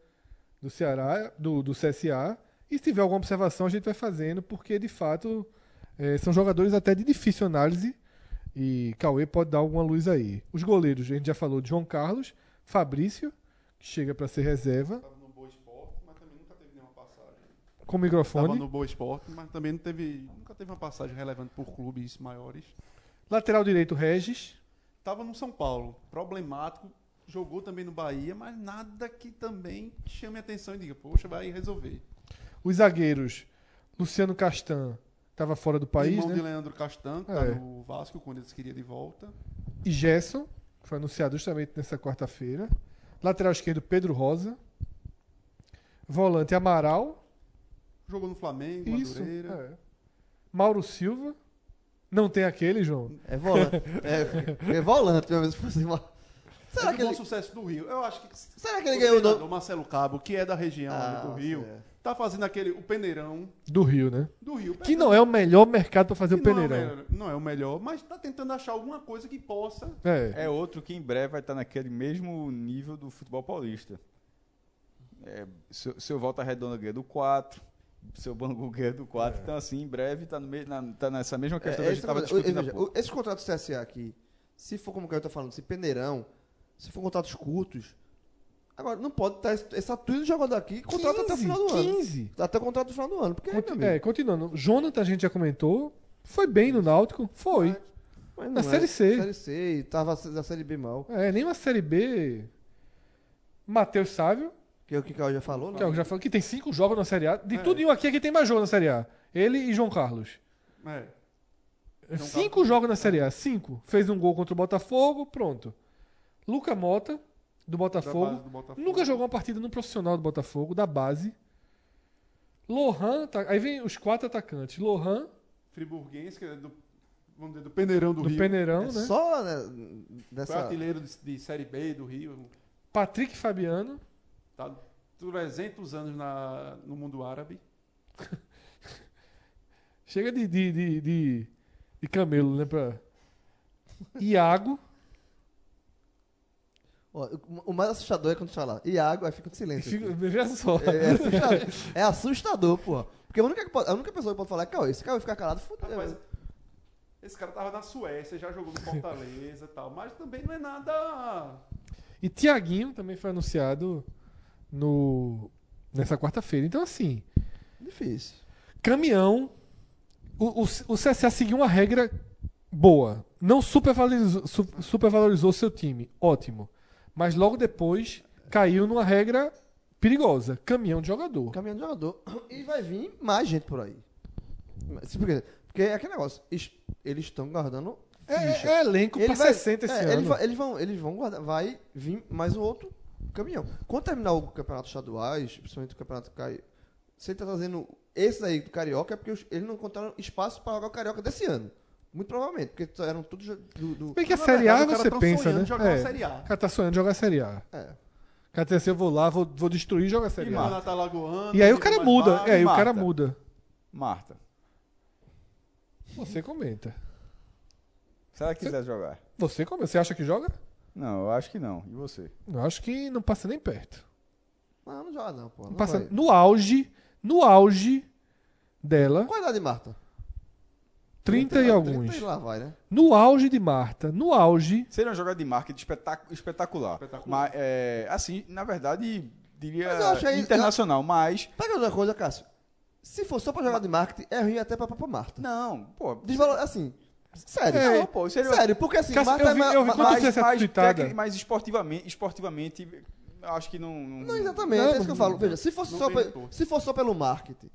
Speaker 2: do Ceará, do, do CSA. E se tiver alguma observação, a gente vai fazendo, porque de fato eh, são jogadores até de difícil análise. E Cauê pode dar alguma luz aí. Os goleiros, a gente já falou de João Carlos, Fabrício, que chega pra ser reserva,
Speaker 6: Tava no Boa Esporte, mas também nunca teve nenhuma passagem.
Speaker 2: com
Speaker 6: Tava
Speaker 2: microfone.
Speaker 6: no Boa Esporte, mas também não teve, nunca teve uma passagem relevante por clubes maiores.
Speaker 2: Lateral direito, Regis.
Speaker 6: Tava no São Paulo, problemático, jogou também no Bahia, mas nada que também chame atenção e diga, poxa, vai resolver.
Speaker 2: Os zagueiros, Luciano Castan, estava fora do país,
Speaker 6: Irmão de
Speaker 2: né?
Speaker 6: Leandro Castan, que
Speaker 2: É.
Speaker 6: tá no Vasco, quando eles queriam de volta.
Speaker 2: E Gerson, que foi anunciado justamente nessa quarta-feira. Lateral esquerdo, Pedro Rosa. Volante, Amaral.
Speaker 6: Jogou no Flamengo,
Speaker 2: Isso.
Speaker 6: Madureira.
Speaker 2: é. Mauro Silva. Não tem aquele, João.
Speaker 5: É volante. É, é volante, meu amigo, se fosse vol-
Speaker 6: Será
Speaker 5: Será que
Speaker 6: bom
Speaker 5: ele,
Speaker 6: sucesso do Rio. Eu acho que
Speaker 5: será que ele ganhou o nome?
Speaker 6: Marcelo Cabo, que é da região
Speaker 5: Ah,
Speaker 6: ali do Rio,
Speaker 5: é.
Speaker 6: tá fazendo aquele o peneirão
Speaker 2: Do Rio, né?
Speaker 6: do Rio.
Speaker 2: Que não é o melhor mercado para fazer
Speaker 6: Que
Speaker 2: o
Speaker 6: não é
Speaker 2: peneirão.
Speaker 6: melhor- não é o melhor, mas tá tentando achar alguma coisa que possa.
Speaker 2: É.
Speaker 4: É outro que em breve vai estar naquele mesmo nível do futebol paulista. É, seu, seu Volta Redonda ganha do 4, seu Bangu ganha do 4. Então, assim, em breve está tá nessa mesma questão
Speaker 5: É,
Speaker 4: que a
Speaker 5: esse
Speaker 4: gente estava
Speaker 5: contrato-
Speaker 4: discutindo. há
Speaker 5: veja,
Speaker 4: pouco.
Speaker 5: o- Esses contratos CSA aqui, se for como o Caio tá falando, se peneirão, se for contratos curtos, agora não pode estar esse- essa turma de jogador aqui contrato até o final do ano.
Speaker 2: 15.
Speaker 5: Até o contrato do final do ano, porque é,
Speaker 2: Conti-
Speaker 5: meu amigo,
Speaker 2: é, continuando. Jonathan, a gente já comentou. Foi bem no Náutico. Foi.
Speaker 5: mas
Speaker 2: na
Speaker 5: não
Speaker 2: É,
Speaker 5: é.
Speaker 2: Série C.
Speaker 5: Série C, e tava na Série B mal,
Speaker 2: É, nem uma Série B. Matheus Sávio.
Speaker 5: que é o que o Caio já falou, né?
Speaker 2: Que Então, eu já falei que tem cinco jogos na Série A. De tudo em um aqui, aqui tem mais jogo na Série A. Ele e João Carlos.
Speaker 6: É.
Speaker 2: cinco jogos na Série A. Cinco. Fez um gol contra o Botafogo, pronto. Luca Mota, do
Speaker 6: da
Speaker 2: Botafogo.
Speaker 6: base do Botafogo.
Speaker 2: Nunca jogou uma partida no profissional do Botafogo, da base. Lohan, tá- aí vem os quatro atacantes. Lohan,
Speaker 6: Friburguense, que é do, vamos dizer, do peneirão do,
Speaker 2: do
Speaker 6: Rio.
Speaker 2: Peneirão, né?
Speaker 5: É Só né,
Speaker 6: Foi
Speaker 5: nessa.
Speaker 6: artilheiro de, de Série B do Rio.
Speaker 2: Patrick Fabiano.
Speaker 6: Tá 300 anos na, no mundo árabe.
Speaker 2: Chega de, de, de, de, de camelo, né? Pra... Iago.
Speaker 5: Ó, o- o mais assustador é quando fala Iago, aí fica um
Speaker 2: e
Speaker 5: silêncio.
Speaker 2: fica-
Speaker 5: aqui.
Speaker 2: Veja só.
Speaker 5: É, assustador, é assustador, porra. Porque a única, que pode- a única pessoa que pode falar é Cauê. Se Cauê ficar calado,
Speaker 2: É.
Speaker 5: fudeu.
Speaker 6: Rapaz, esse cara tava na Suécia, já jogou no Fortaleza e tal. Mas também não é nada.
Speaker 2: E Tiaguinho também foi anunciado no nessa quarta-feira. Então, assim,
Speaker 5: é Difícil.
Speaker 2: caminhão. O, o, o CSA seguiu uma regra boa. Não supervalorizou, su, supervalorizou seu time. Ótimo. Mas logo depois caiu numa regra perigosa. Caminhão de jogador.
Speaker 5: Caminhando de jogador. E vai vir mais gente por aí. Se- Porque, porque é aquele negócio. es- Eles estão guardando
Speaker 2: É,
Speaker 5: ficha.
Speaker 2: é elenco pra 60 esse
Speaker 5: é,
Speaker 2: ano.
Speaker 5: Eles, va- eles vão, eles vão guardar. Vai vir mais um outro caminhão. Quando terminar o campeonato estaduais, principalmente o campeonato carioca, você tá trazendo esse aí do carioca é porque os- eles não encontraram espaço para jogar o carioca desse ano. Muito provavelmente, porque t- eram todos jo- do. do-
Speaker 2: Bem que a
Speaker 6: Na
Speaker 2: Série A
Speaker 6: verdade, o cara
Speaker 2: você
Speaker 6: tá
Speaker 2: pensa,
Speaker 6: sonhando
Speaker 2: né?
Speaker 6: jogar uma
Speaker 2: É.
Speaker 6: Série A.
Speaker 2: O cara tá sonhando jogar a Série A.
Speaker 5: É.
Speaker 2: O cara tá assim, eu vou lá, vou, vou destruir e jogar a Série A.
Speaker 6: Mano, tá lagoando, tá
Speaker 2: E aí o
Speaker 6: fica
Speaker 2: cara
Speaker 6: mais
Speaker 2: muda.
Speaker 6: baixo.
Speaker 2: É, aí o
Speaker 4: mata.
Speaker 2: cara muda.
Speaker 4: Marta,
Speaker 2: Você comenta.
Speaker 4: se ela quiser jogar.
Speaker 2: Você como? Você acha que joga?
Speaker 4: Não, eu acho que não. E você?
Speaker 2: Eu acho que não passa nem perto.
Speaker 5: Não, não joga não, pô.
Speaker 2: Não
Speaker 5: Não
Speaker 2: passa-
Speaker 5: vai.
Speaker 2: no auge, no auge dela,
Speaker 5: Qual a idade de Marta?
Speaker 2: 30 e alguns.
Speaker 5: 30 e lá vai, né?
Speaker 2: No auge de Marta, no auge,
Speaker 4: Seria uma jogada de marketing espetacu- espetacular. Mas, é, assim, na verdade, diria
Speaker 5: Mas eu acho aí-
Speaker 4: internacional, mas.
Speaker 5: Pega outra coisa, Cássio. Se for só pra jogar de marketing, é ruim até pra Papa Marta.
Speaker 4: Não, pô.
Speaker 5: Desvalor... Assim, sério.
Speaker 2: É.
Speaker 4: Não, pô, seria
Speaker 5: Sério, porque assim,
Speaker 2: Cássio,
Speaker 5: Marta
Speaker 2: eu
Speaker 5: é
Speaker 2: vi-
Speaker 5: ma-
Speaker 2: eu vi
Speaker 5: ma-
Speaker 2: quando
Speaker 5: mais-
Speaker 2: você- Essa
Speaker 4: mais,
Speaker 2: fritada.
Speaker 4: técnica- mais esportivamente, esportivamente, acho que não. não-
Speaker 5: Não, exatamente, é isso que eu falo. Veja, se fosse,
Speaker 6: não
Speaker 5: só,
Speaker 6: tem
Speaker 5: pe-
Speaker 6: retorno.
Speaker 5: se fosse só pelo marketing,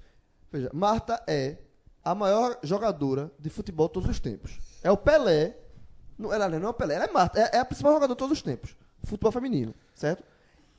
Speaker 5: veja, Marta é a maior jogadora de futebol de todos os tempos. É o Pelé. Não, ela não é o Pelé, ela é Marta. É, é a principal jogadora de todos os tempos. Futebol feminino, certo?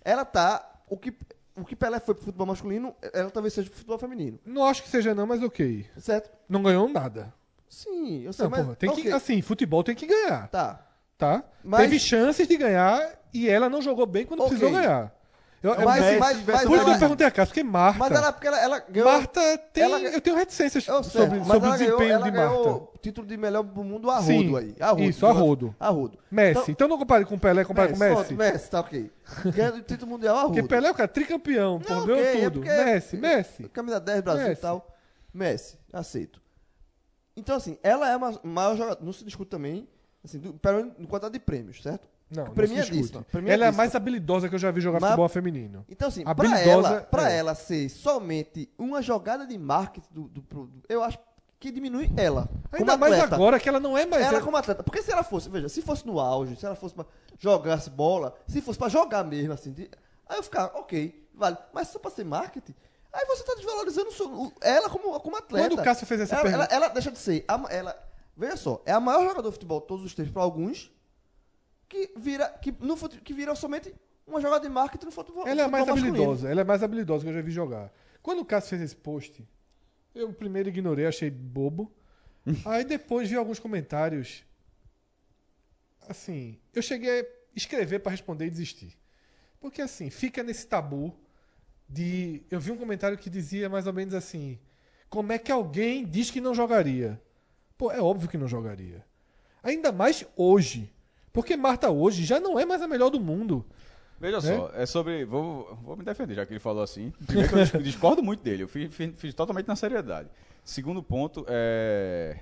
Speaker 5: Ela tá. O que, o que Pelé foi pro futebol masculino, ela talvez seja pro futebol feminino,
Speaker 2: não acho que seja não, mas ok.
Speaker 5: certo?
Speaker 2: Não ganhou nada.
Speaker 5: Sim, eu sei,
Speaker 2: Não,
Speaker 5: mas. tá
Speaker 2: porra, tem que,
Speaker 5: ok,
Speaker 2: assim, futebol tem que ganhar,
Speaker 5: Tá.
Speaker 2: tá?
Speaker 5: Mas-
Speaker 2: Teve chances de ganhar e ela não jogou bem quando
Speaker 5: Ok.
Speaker 2: precisou ganhar. Eu, é-
Speaker 5: Mas,
Speaker 2: é-
Speaker 5: mas, mas,
Speaker 2: por isso que eu
Speaker 5: ela,
Speaker 2: perguntei a Cássio, porque Marta...
Speaker 5: mas ela, porque ela, ela ganhou.
Speaker 2: Marta tem...
Speaker 5: ela-
Speaker 2: eu tenho reticências
Speaker 5: Eu sei,
Speaker 2: sobre,
Speaker 5: mas
Speaker 2: sobre o
Speaker 5: ela
Speaker 2: desempenho
Speaker 5: ganhou, ela
Speaker 2: de Marta.
Speaker 5: ganhou o título de melhor do mundo a rodo
Speaker 2: Sim,
Speaker 5: aí. A rodo.
Speaker 2: isso, a rodo.
Speaker 5: A rodo.
Speaker 2: Messi. Então, não compare com Pelé, compare com Messi.
Speaker 5: Pronto, Messi, tá ok. Ganhando o título mundial a
Speaker 2: Porque
Speaker 5: rodo.
Speaker 2: Pelé é o cara tricampeão, pô,
Speaker 5: Não,
Speaker 2: ganhou
Speaker 5: ok, é
Speaker 2: tudo.
Speaker 5: porque-
Speaker 2: Messi, Messi.
Speaker 5: Camisa 10 Brasil
Speaker 2: Messi.
Speaker 5: e tal. Messi, aceito. Então, assim, ela é uma maior jogadora. Não se discute também, assim, do, pelo menos em quantidade de prêmios, certo?
Speaker 2: Não, não
Speaker 5: Pra
Speaker 2: se
Speaker 5: mim é
Speaker 2: discute.
Speaker 5: disso, pra mim é
Speaker 2: Ela é a
Speaker 5: disso.
Speaker 2: mais habilidosa que eu já vi jogar
Speaker 5: Mas-
Speaker 2: futebol feminino.
Speaker 5: Então, assim, pra
Speaker 2: Habilidosa,
Speaker 5: ela, pra
Speaker 2: é.
Speaker 5: ela ser somente uma jogada de marketing do, do produto, eu acho que diminui ela. como
Speaker 2: Ainda mais
Speaker 5: atleta.
Speaker 2: agora que ela não é mais...
Speaker 5: ela
Speaker 2: é-
Speaker 5: como atleta. Porque se ela fosse, veja, se fosse no auge, se ela fosse pra jogar bola, se fosse pra jogar mesmo, assim, de- aí eu ficava, ok, vale. Mas só pra ser marketing, aí você tá desvalorizando o seu- o- ela como, como atleta.
Speaker 2: Quando o Cássio fez essa
Speaker 5: ela,
Speaker 2: pergunta-
Speaker 5: Ela, ela deixa de ser. a ma- ela, veja só, é a maior jogadora de futebol de todos os tempos pra alguns, que vira, que, no, fute- que vira somente uma jogada de marketing no futebol.
Speaker 2: Ela é a
Speaker 5: futebol
Speaker 2: mais
Speaker 5: masculino.
Speaker 2: habilidosa, ela é a mais habilidosa que eu já vi jogar. Quando o Cássio fez esse post, eu primeiro ignorei, achei bobo. Aí depois vi alguns comentários. Assim, eu cheguei a escrever pra responder e desistir. Porque assim, fica nesse tabu de. Eu vi um comentário que dizia mais ou menos assim: como é que alguém diz que não jogaria? Pô, é óbvio que não jogaria. Ainda mais hoje. Porque Marta hoje já não é mais a melhor do mundo.
Speaker 4: Veja só, é sobre. Vou, vou me defender, já que ele falou assim. Primeiro que eu dis- discordo muito dele, eu fiz, fiz- fiz totalmente na seriedade. Segundo ponto, é.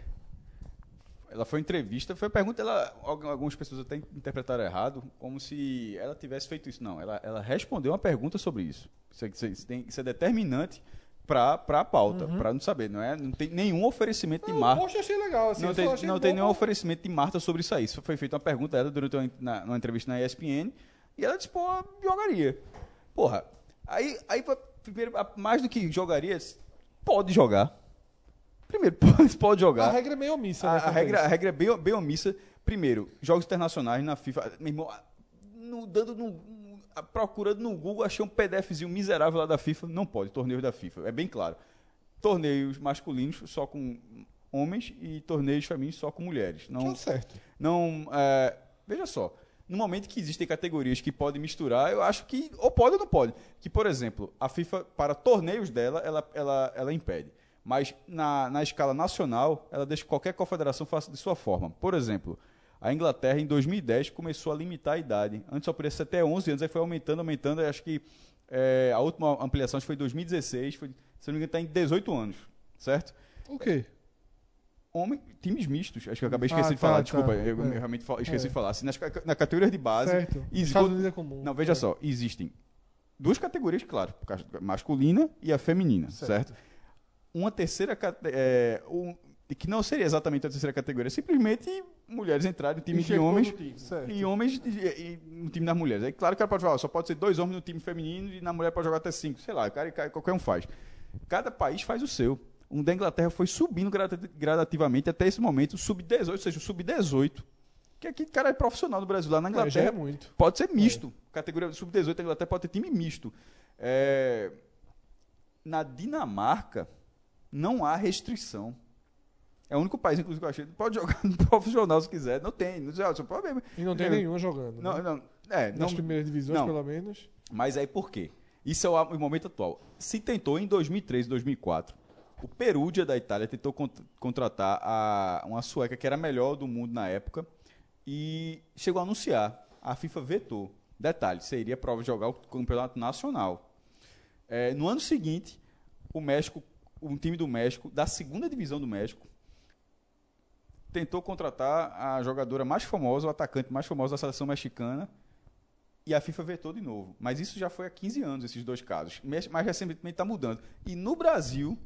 Speaker 4: Ela foi em entrevista, foi pergunta, ela, algu- algumas pessoas até interpretaram errado, como se ela tivesse feito isso. Não, ela, ela respondeu uma pergunta sobre isso. Isso, é- isso é- isso tem, isso é determinante para a pauta, para não saber. Não, é, não tem nenhum oferecimento de
Speaker 2: o
Speaker 4: marca.
Speaker 2: post eu achei legal. Assim,
Speaker 4: não
Speaker 2: eu
Speaker 4: tem,
Speaker 2: só achei
Speaker 4: não tem
Speaker 2: bom.
Speaker 4: nenhum oferecimento de Marta sobre isso aí. Isso foi feita uma pergunta a ela durante uma, na- uma entrevista na ESPN e ela disse, pô, jogaria. Porra, aí, aí pra- primeiro, a- mais do que jogaria, pode jogar. Primeiro, pode, pode
Speaker 2: A
Speaker 4: jogar.
Speaker 2: regra é meio omissa.
Speaker 4: A,
Speaker 2: né,
Speaker 4: a
Speaker 2: também.
Speaker 4: regra, a regra é bem, bem omissa. Primeiro, jogos internacionais na FIFA. Meu irmão, ah, no, dando no, no- ah, procurando no Google, achei um PDFzinho miserável lá da FIFA. Não pode, torneios da FIFA. É bem claro. Torneios masculinos só com homens e torneios femininos só com mulheres. Não,
Speaker 2: Tá certo.
Speaker 4: não é, veja só no momento que existem categorias que podem misturar eu acho que ou pode ou não pode que por exemplo a FIFA para torneios dela ela, ela, ela impede mas na, na escala nacional ela deixa que qualquer confederação faça de sua forma por exemplo a Inglaterra em 2010 começou a limitar a idade antes só podia ser até 11 anos aí foi aumentando aumentando aí acho que é, a última ampliação acho que foi em 2016 foi, se não me engano está em 18 anos certo
Speaker 2: O quê?
Speaker 4: homem, times mistos. Acho que eu acabei
Speaker 2: Ah,
Speaker 4: esquecendo de
Speaker 2: tá,
Speaker 4: falar,
Speaker 2: tá.
Speaker 4: desculpa. Eu
Speaker 2: É.
Speaker 4: realmente fa- esqueci
Speaker 2: É.
Speaker 4: de falar. Assim, nas, ca- na categoria de base.
Speaker 2: certo.
Speaker 4: existe-
Speaker 2: Estados Unidos é comum.
Speaker 4: Não, veja
Speaker 2: É.
Speaker 4: só, existem duas categorias, claro, a masculina e a feminina, certo? Uma terceira cate- é, um- que não seria exatamente a terceira categoria, é simplesmente mulheres entrarem no time
Speaker 2: é
Speaker 4: de
Speaker 6: Enxergou
Speaker 4: homens
Speaker 6: no time.
Speaker 4: e homens e, e- no time das mulheres. É claro que o cara pode falar, ó, só pode ser dois homens no time feminino e na mulher pode jogar até cinco. Sei lá, o cara, cara- qualquer um faz. Cada país faz o seu. Um da Inglaterra foi subindo grada- gradativamente até esse momento, o sub-18, ou seja, o sub-18. Que aqui, cara, é profissional do Brasil. Lá na
Speaker 2: É, já é
Speaker 4: Inglaterra
Speaker 2: muito. É.
Speaker 4: pode ser misto. Categoria sub-18 da Inglaterra pode ter time misto. É, Na Dinamarca, não há restrição. É o único país, inclusive, que eu achei. Pode jogar no profissional se quiser. Não tem. Não, sei, ah, só pode mesmo.
Speaker 2: E não tem
Speaker 4: É.
Speaker 2: nenhuma jogando.
Speaker 4: Não,
Speaker 2: né?
Speaker 4: não, é, não,
Speaker 2: Nas primeiras divisões,
Speaker 4: não.
Speaker 2: pelo menos.
Speaker 4: mas aí por quê? Isso é o, o momento atual. Se tentou em 2003, 2004, o Perugia da Itália tentou con- contratar a, uma sueca que era a melhor do mundo na época e chegou a anunciar. A FIFA vetou. Detalhe, seria para jogar o campeonato nacional. É, no ano seguinte, o México, um time do México, da segunda divisão do México, tentou contratar a jogadora mais famosa, o atacante mais famoso da seleção mexicana, e a FIFA vetou de novo. Mas isso já foi há 15 anos, esses dois casos. Mex- Mais recentemente está mudando. E no Brasil,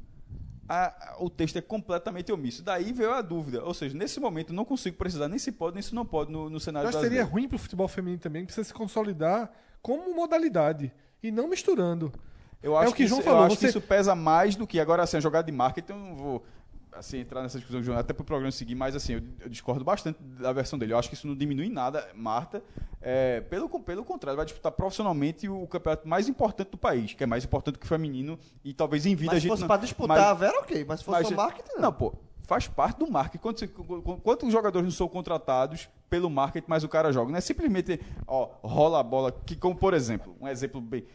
Speaker 4: a- a- o texto é completamente omisso. Daí veio a dúvida. Ou seja, nesse momento eu não consigo precisar, nem se pode, nem se não pode no, no cenário
Speaker 2: Mas seria
Speaker 4: brasileiro.
Speaker 2: ruim pro futebol feminino também, que precisa se consolidar como modalidade e não misturando.
Speaker 4: Eu
Speaker 2: é
Speaker 4: acho
Speaker 2: o que
Speaker 4: isso,
Speaker 2: João
Speaker 4: eu
Speaker 2: falou,
Speaker 4: acho que
Speaker 2: você-
Speaker 4: isso pesa mais do que agora assim, a jogada de marketing, eu não vou assim, entrar nessa discussão, João, até pro programa seguir, mas assim, eu, eu discordo bastante da versão dele. Eu acho que isso não diminui em nada, Marta. É, pelo, con- pelo contrário, vai disputar profissionalmente o campeonato mais importante do país, que é mais importante que o feminino, e talvez em vida a
Speaker 5: Mas se
Speaker 4: gente.
Speaker 5: fosse
Speaker 4: não-
Speaker 5: pra disputar
Speaker 4: mas-
Speaker 5: a Vera, ok. Mas se fosse
Speaker 4: mas- é-
Speaker 5: o marketing,
Speaker 4: Não, pô, faz parte do marketing. Quantos, quantos jogadores não são contratados pelo marketing, mas o cara joga? Não é simplesmente, ó, rola a bola, que como, por exemplo, um exemplo bem...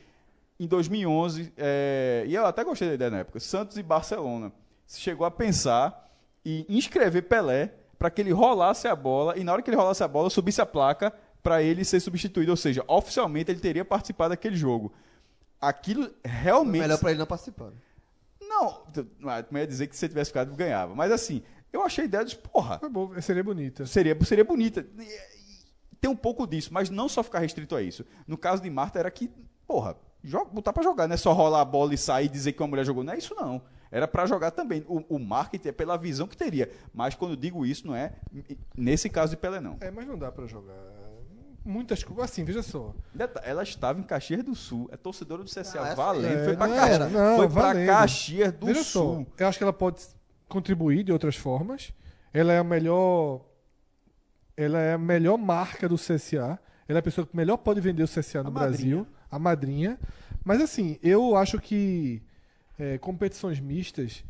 Speaker 4: Em 2011, é, e eu até gostei da ideia na época, Santos e Barcelona se chegou a pensar em inscrever Pelé para que ele rolasse a bola e na hora que ele rolasse a bola subisse a placa para ele ser substituído, ou seja, oficialmente ele teria participado daquele jogo. Aquilo realmente
Speaker 5: É Melhor pra ele não participar. né?
Speaker 4: não, tu- ah, tu ia dizer que se você tivesse ficado, ganhava. Mas assim, eu achei a ideia de porra.
Speaker 2: Tá bom, seria bonita.
Speaker 4: Seria, seria bonita. E- e Tem um pouco disso, mas não só ficar restrito a isso. No caso de Marta, era que, porra, joga, botar pra jogar, não é só rolar a bola e sair e dizer que uma mulher jogou. Não é isso, não. Era pra jogar também. O, o marketing é pela visão que teria. Mas quando eu digo isso, não é nesse caso de Pelé, não.
Speaker 2: É, mas não dá pra jogar. Muitas coisas. Assim, veja só.
Speaker 4: Deta- Ela estava em Caxias do Sul, é torcedora do CSA.
Speaker 5: Ah, essa-
Speaker 4: valendo,
Speaker 2: é,
Speaker 4: foi pra,
Speaker 2: não,
Speaker 4: Ca-
Speaker 2: não,
Speaker 4: foi pra
Speaker 2: valendo.
Speaker 4: Caxias do
Speaker 2: Veja
Speaker 4: Sul.
Speaker 2: só, eu acho que ela pode contribuir de outras formas. Ela é a melhor. Ela é a melhor marca do CSA. Ela é a pessoa que melhor pode vender o CSA no Brasil. A madrinha. Mas assim, eu acho que é, competições mistas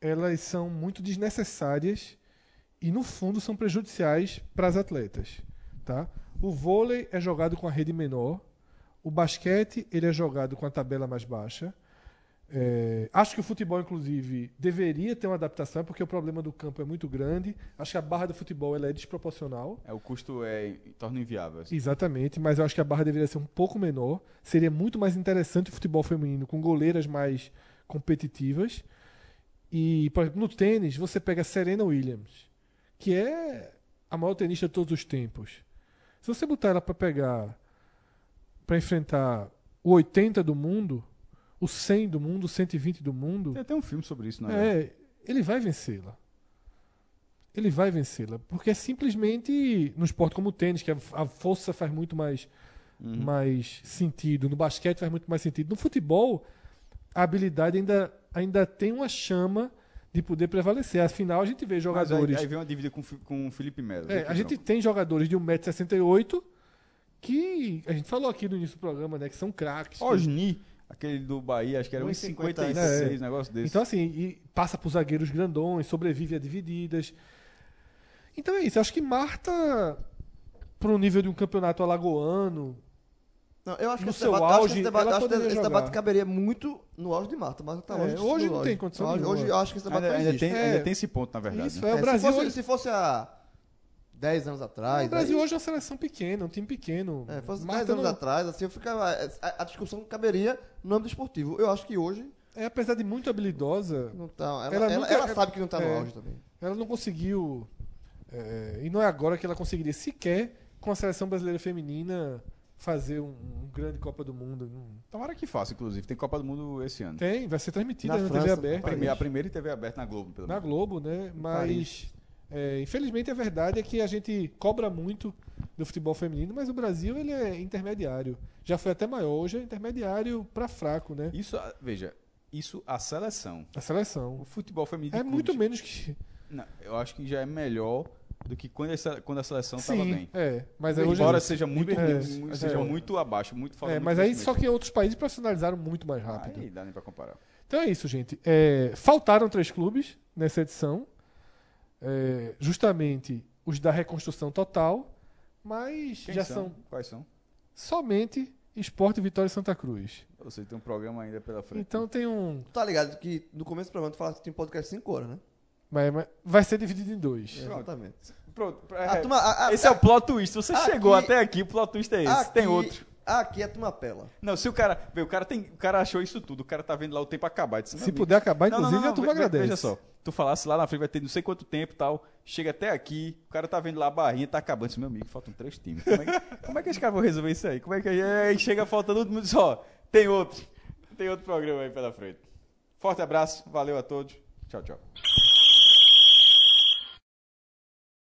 Speaker 2: elas são muito desnecessárias e no fundo são prejudiciais para as atletas, tá? O vôlei é jogado com a rede menor, o basquete ele é jogado com a tabela mais baixa. É, acho que o futebol, inclusive, deveria ter uma adaptação, porque o problema do campo é muito grande. Acho que a barra do futebol ela é desproporcional.
Speaker 4: É, o custo é, torna inviável. assim.
Speaker 2: Exatamente, mas eu acho que a barra deveria ser um pouco menor. Seria muito mais interessante o futebol feminino, com goleiras mais competitivas. E, por exemplo, no tênis, você pega a Serena Williams, que é a maior tenista de todos os tempos. Se você botar ela para pegar, para enfrentar o 80 do mundo, o 100 do mundo, o 120 do mundo,
Speaker 4: Tem até um filme sobre isso, não é?
Speaker 2: é, ele vai vencê-la. Ele vai vencê-la. Porque é simplesmente no esporte como o tênis, que a, a força faz muito mais,
Speaker 4: Uhum.
Speaker 2: mais sentido, no basquete faz muito mais sentido. No futebol, a habilidade ainda, ainda tem uma chama de poder prevalecer. Afinal, a gente vê
Speaker 4: Mas
Speaker 2: jogadores.
Speaker 4: Aí, aí vem uma dívida com, o Fi- com o Felipe Melo.
Speaker 2: É, a gente tem jogadores de 1,68m que a gente falou aqui no início do programa, né? Que são craques. que-
Speaker 4: Osni, aquele do Bahia, acho que era 1,56,
Speaker 2: É.
Speaker 4: negócio desse.
Speaker 2: Então, assim, e passa por zagueiros grandões, sobrevive a divididas. Então é isso. Eu acho que Marta, pro nível de um campeonato alagoano,
Speaker 5: Não, eu acho que
Speaker 2: No
Speaker 5: esse
Speaker 2: seu
Speaker 5: debate, eu acho que
Speaker 2: auge,
Speaker 5: esse debate,
Speaker 2: ela
Speaker 5: eu acho que
Speaker 2: poderia
Speaker 5: esse
Speaker 2: jogar.
Speaker 5: debate caberia muito no auge de Marta, mas tá
Speaker 2: É,
Speaker 5: longe. disso,
Speaker 2: hoje
Speaker 5: no
Speaker 2: não
Speaker 5: auge.
Speaker 2: tem condição
Speaker 5: Hoje,
Speaker 2: nenhuma.
Speaker 5: hoje eu acho que esse debate
Speaker 4: ainda,
Speaker 5: não
Speaker 4: ainda
Speaker 5: existe.
Speaker 4: tem,
Speaker 2: É.
Speaker 4: ainda tem esse ponto, na verdade. né?
Speaker 2: isso é,
Speaker 5: É,
Speaker 2: o Brasil.
Speaker 5: se, fosse,
Speaker 2: hoje,
Speaker 5: se fosse há 10 anos atrás.
Speaker 2: o Brasil
Speaker 5: aí-
Speaker 2: hoje é uma seleção pequena, um time pequeno.
Speaker 5: É, fosse 10
Speaker 2: Marta
Speaker 5: anos
Speaker 2: não-
Speaker 5: atrás, assim, eu ficava. A, a discussão caberia no âmbito esportivo. Eu acho que hoje
Speaker 2: é, apesar de muito habilidosa,
Speaker 5: não tá. Ela,
Speaker 2: Ela
Speaker 5: ela-
Speaker 2: nunca-
Speaker 5: ela sabe que não tá no
Speaker 2: é.
Speaker 5: auge também.
Speaker 2: ela não conseguiu. é, e não é agora que ela conseguiria sequer com a seleção brasileira feminina fazer um, um grande Copa do Mundo. Não-
Speaker 4: Tomara que faça, inclusive. Tem Copa do Mundo esse ano.
Speaker 2: é. Tem, vai ser transmitida
Speaker 5: Na
Speaker 2: na, TV
Speaker 5: França,
Speaker 2: aberta.
Speaker 5: Paris.
Speaker 4: Prime- a primeira em TV aberta na Globo, pelo
Speaker 2: na
Speaker 4: menos.
Speaker 2: Globo, né? Mas é, infelizmente a verdade é que a gente cobra muito do futebol feminino, mas o Brasil ele é intermediário. Já foi até maior, hoje é intermediário pra fraco, né?
Speaker 4: Isso, ah, veja, isso a seleção.
Speaker 2: A
Speaker 4: O Então,
Speaker 2: seleção
Speaker 4: futebol feminino de
Speaker 2: é muito
Speaker 4: clubes,
Speaker 2: menos que
Speaker 4: não, Eu acho que já é melhor do que quando a, se- quando a seleção estava
Speaker 2: sim,
Speaker 4: bem.
Speaker 2: é, mas aí hoje
Speaker 4: Embora seja muito,
Speaker 2: É,
Speaker 4: muito- seja
Speaker 2: é.
Speaker 4: muito abaixo, muito falta
Speaker 2: é,
Speaker 4: muito
Speaker 2: mas aí só
Speaker 4: investimento.
Speaker 2: que outros países profissionalizaram muito
Speaker 4: Ah, é
Speaker 2: mais rápido.
Speaker 4: Aí dá nem pra comparar.
Speaker 2: Então é isso, gente. É, faltaram três clubes nessa edição. É, justamente os da reconstrução total, mas
Speaker 4: Quem
Speaker 2: já são
Speaker 4: Quais são?
Speaker 2: somente Esporte Vitória e Santa Cruz.
Speaker 4: Ou seja, tem um programa ainda pela frente.
Speaker 2: Então tem um.
Speaker 5: um Tu tá ligado que no começo do programa tu fala que tem podcast 5 horas, né?
Speaker 2: Mas, mas vai ser dividido em dois.
Speaker 4: É.
Speaker 5: Exatamente.
Speaker 10: Pronto.
Speaker 5: A
Speaker 10: é,
Speaker 5: turma- a- a-
Speaker 10: Esse é o plot twist. Você
Speaker 5: Aqui-
Speaker 10: chegou até aqui, o plot twist é esse.
Speaker 5: aqui-
Speaker 10: Tem outro.
Speaker 5: Aqui é a turma apela.
Speaker 4: Não, se o cara. vê, O cara, tem, o cara achou isso tudo, o cara tá vendo lá o tempo acabar. Disse, meu
Speaker 2: Se
Speaker 4: amigo,
Speaker 2: puder acabar,
Speaker 4: Não,
Speaker 2: inclusive,
Speaker 4: não, não,
Speaker 2: a turma
Speaker 4: ve- ve-
Speaker 2: agradece.
Speaker 4: Veja só, tu falasse lá na frente vai ter não sei quanto tempo e tal, chega até aqui, o cara tá vendo lá a barrinha, tá acabando, disse, meu amigo, faltam três times. Como é, que- como é que os caras vão resolver isso aí? Como é que aí chega faltando outro mundo diz, ó, tem outro, tem outro programa aí pela frente. Forte abraço, valeu a todos, tchau, tchau.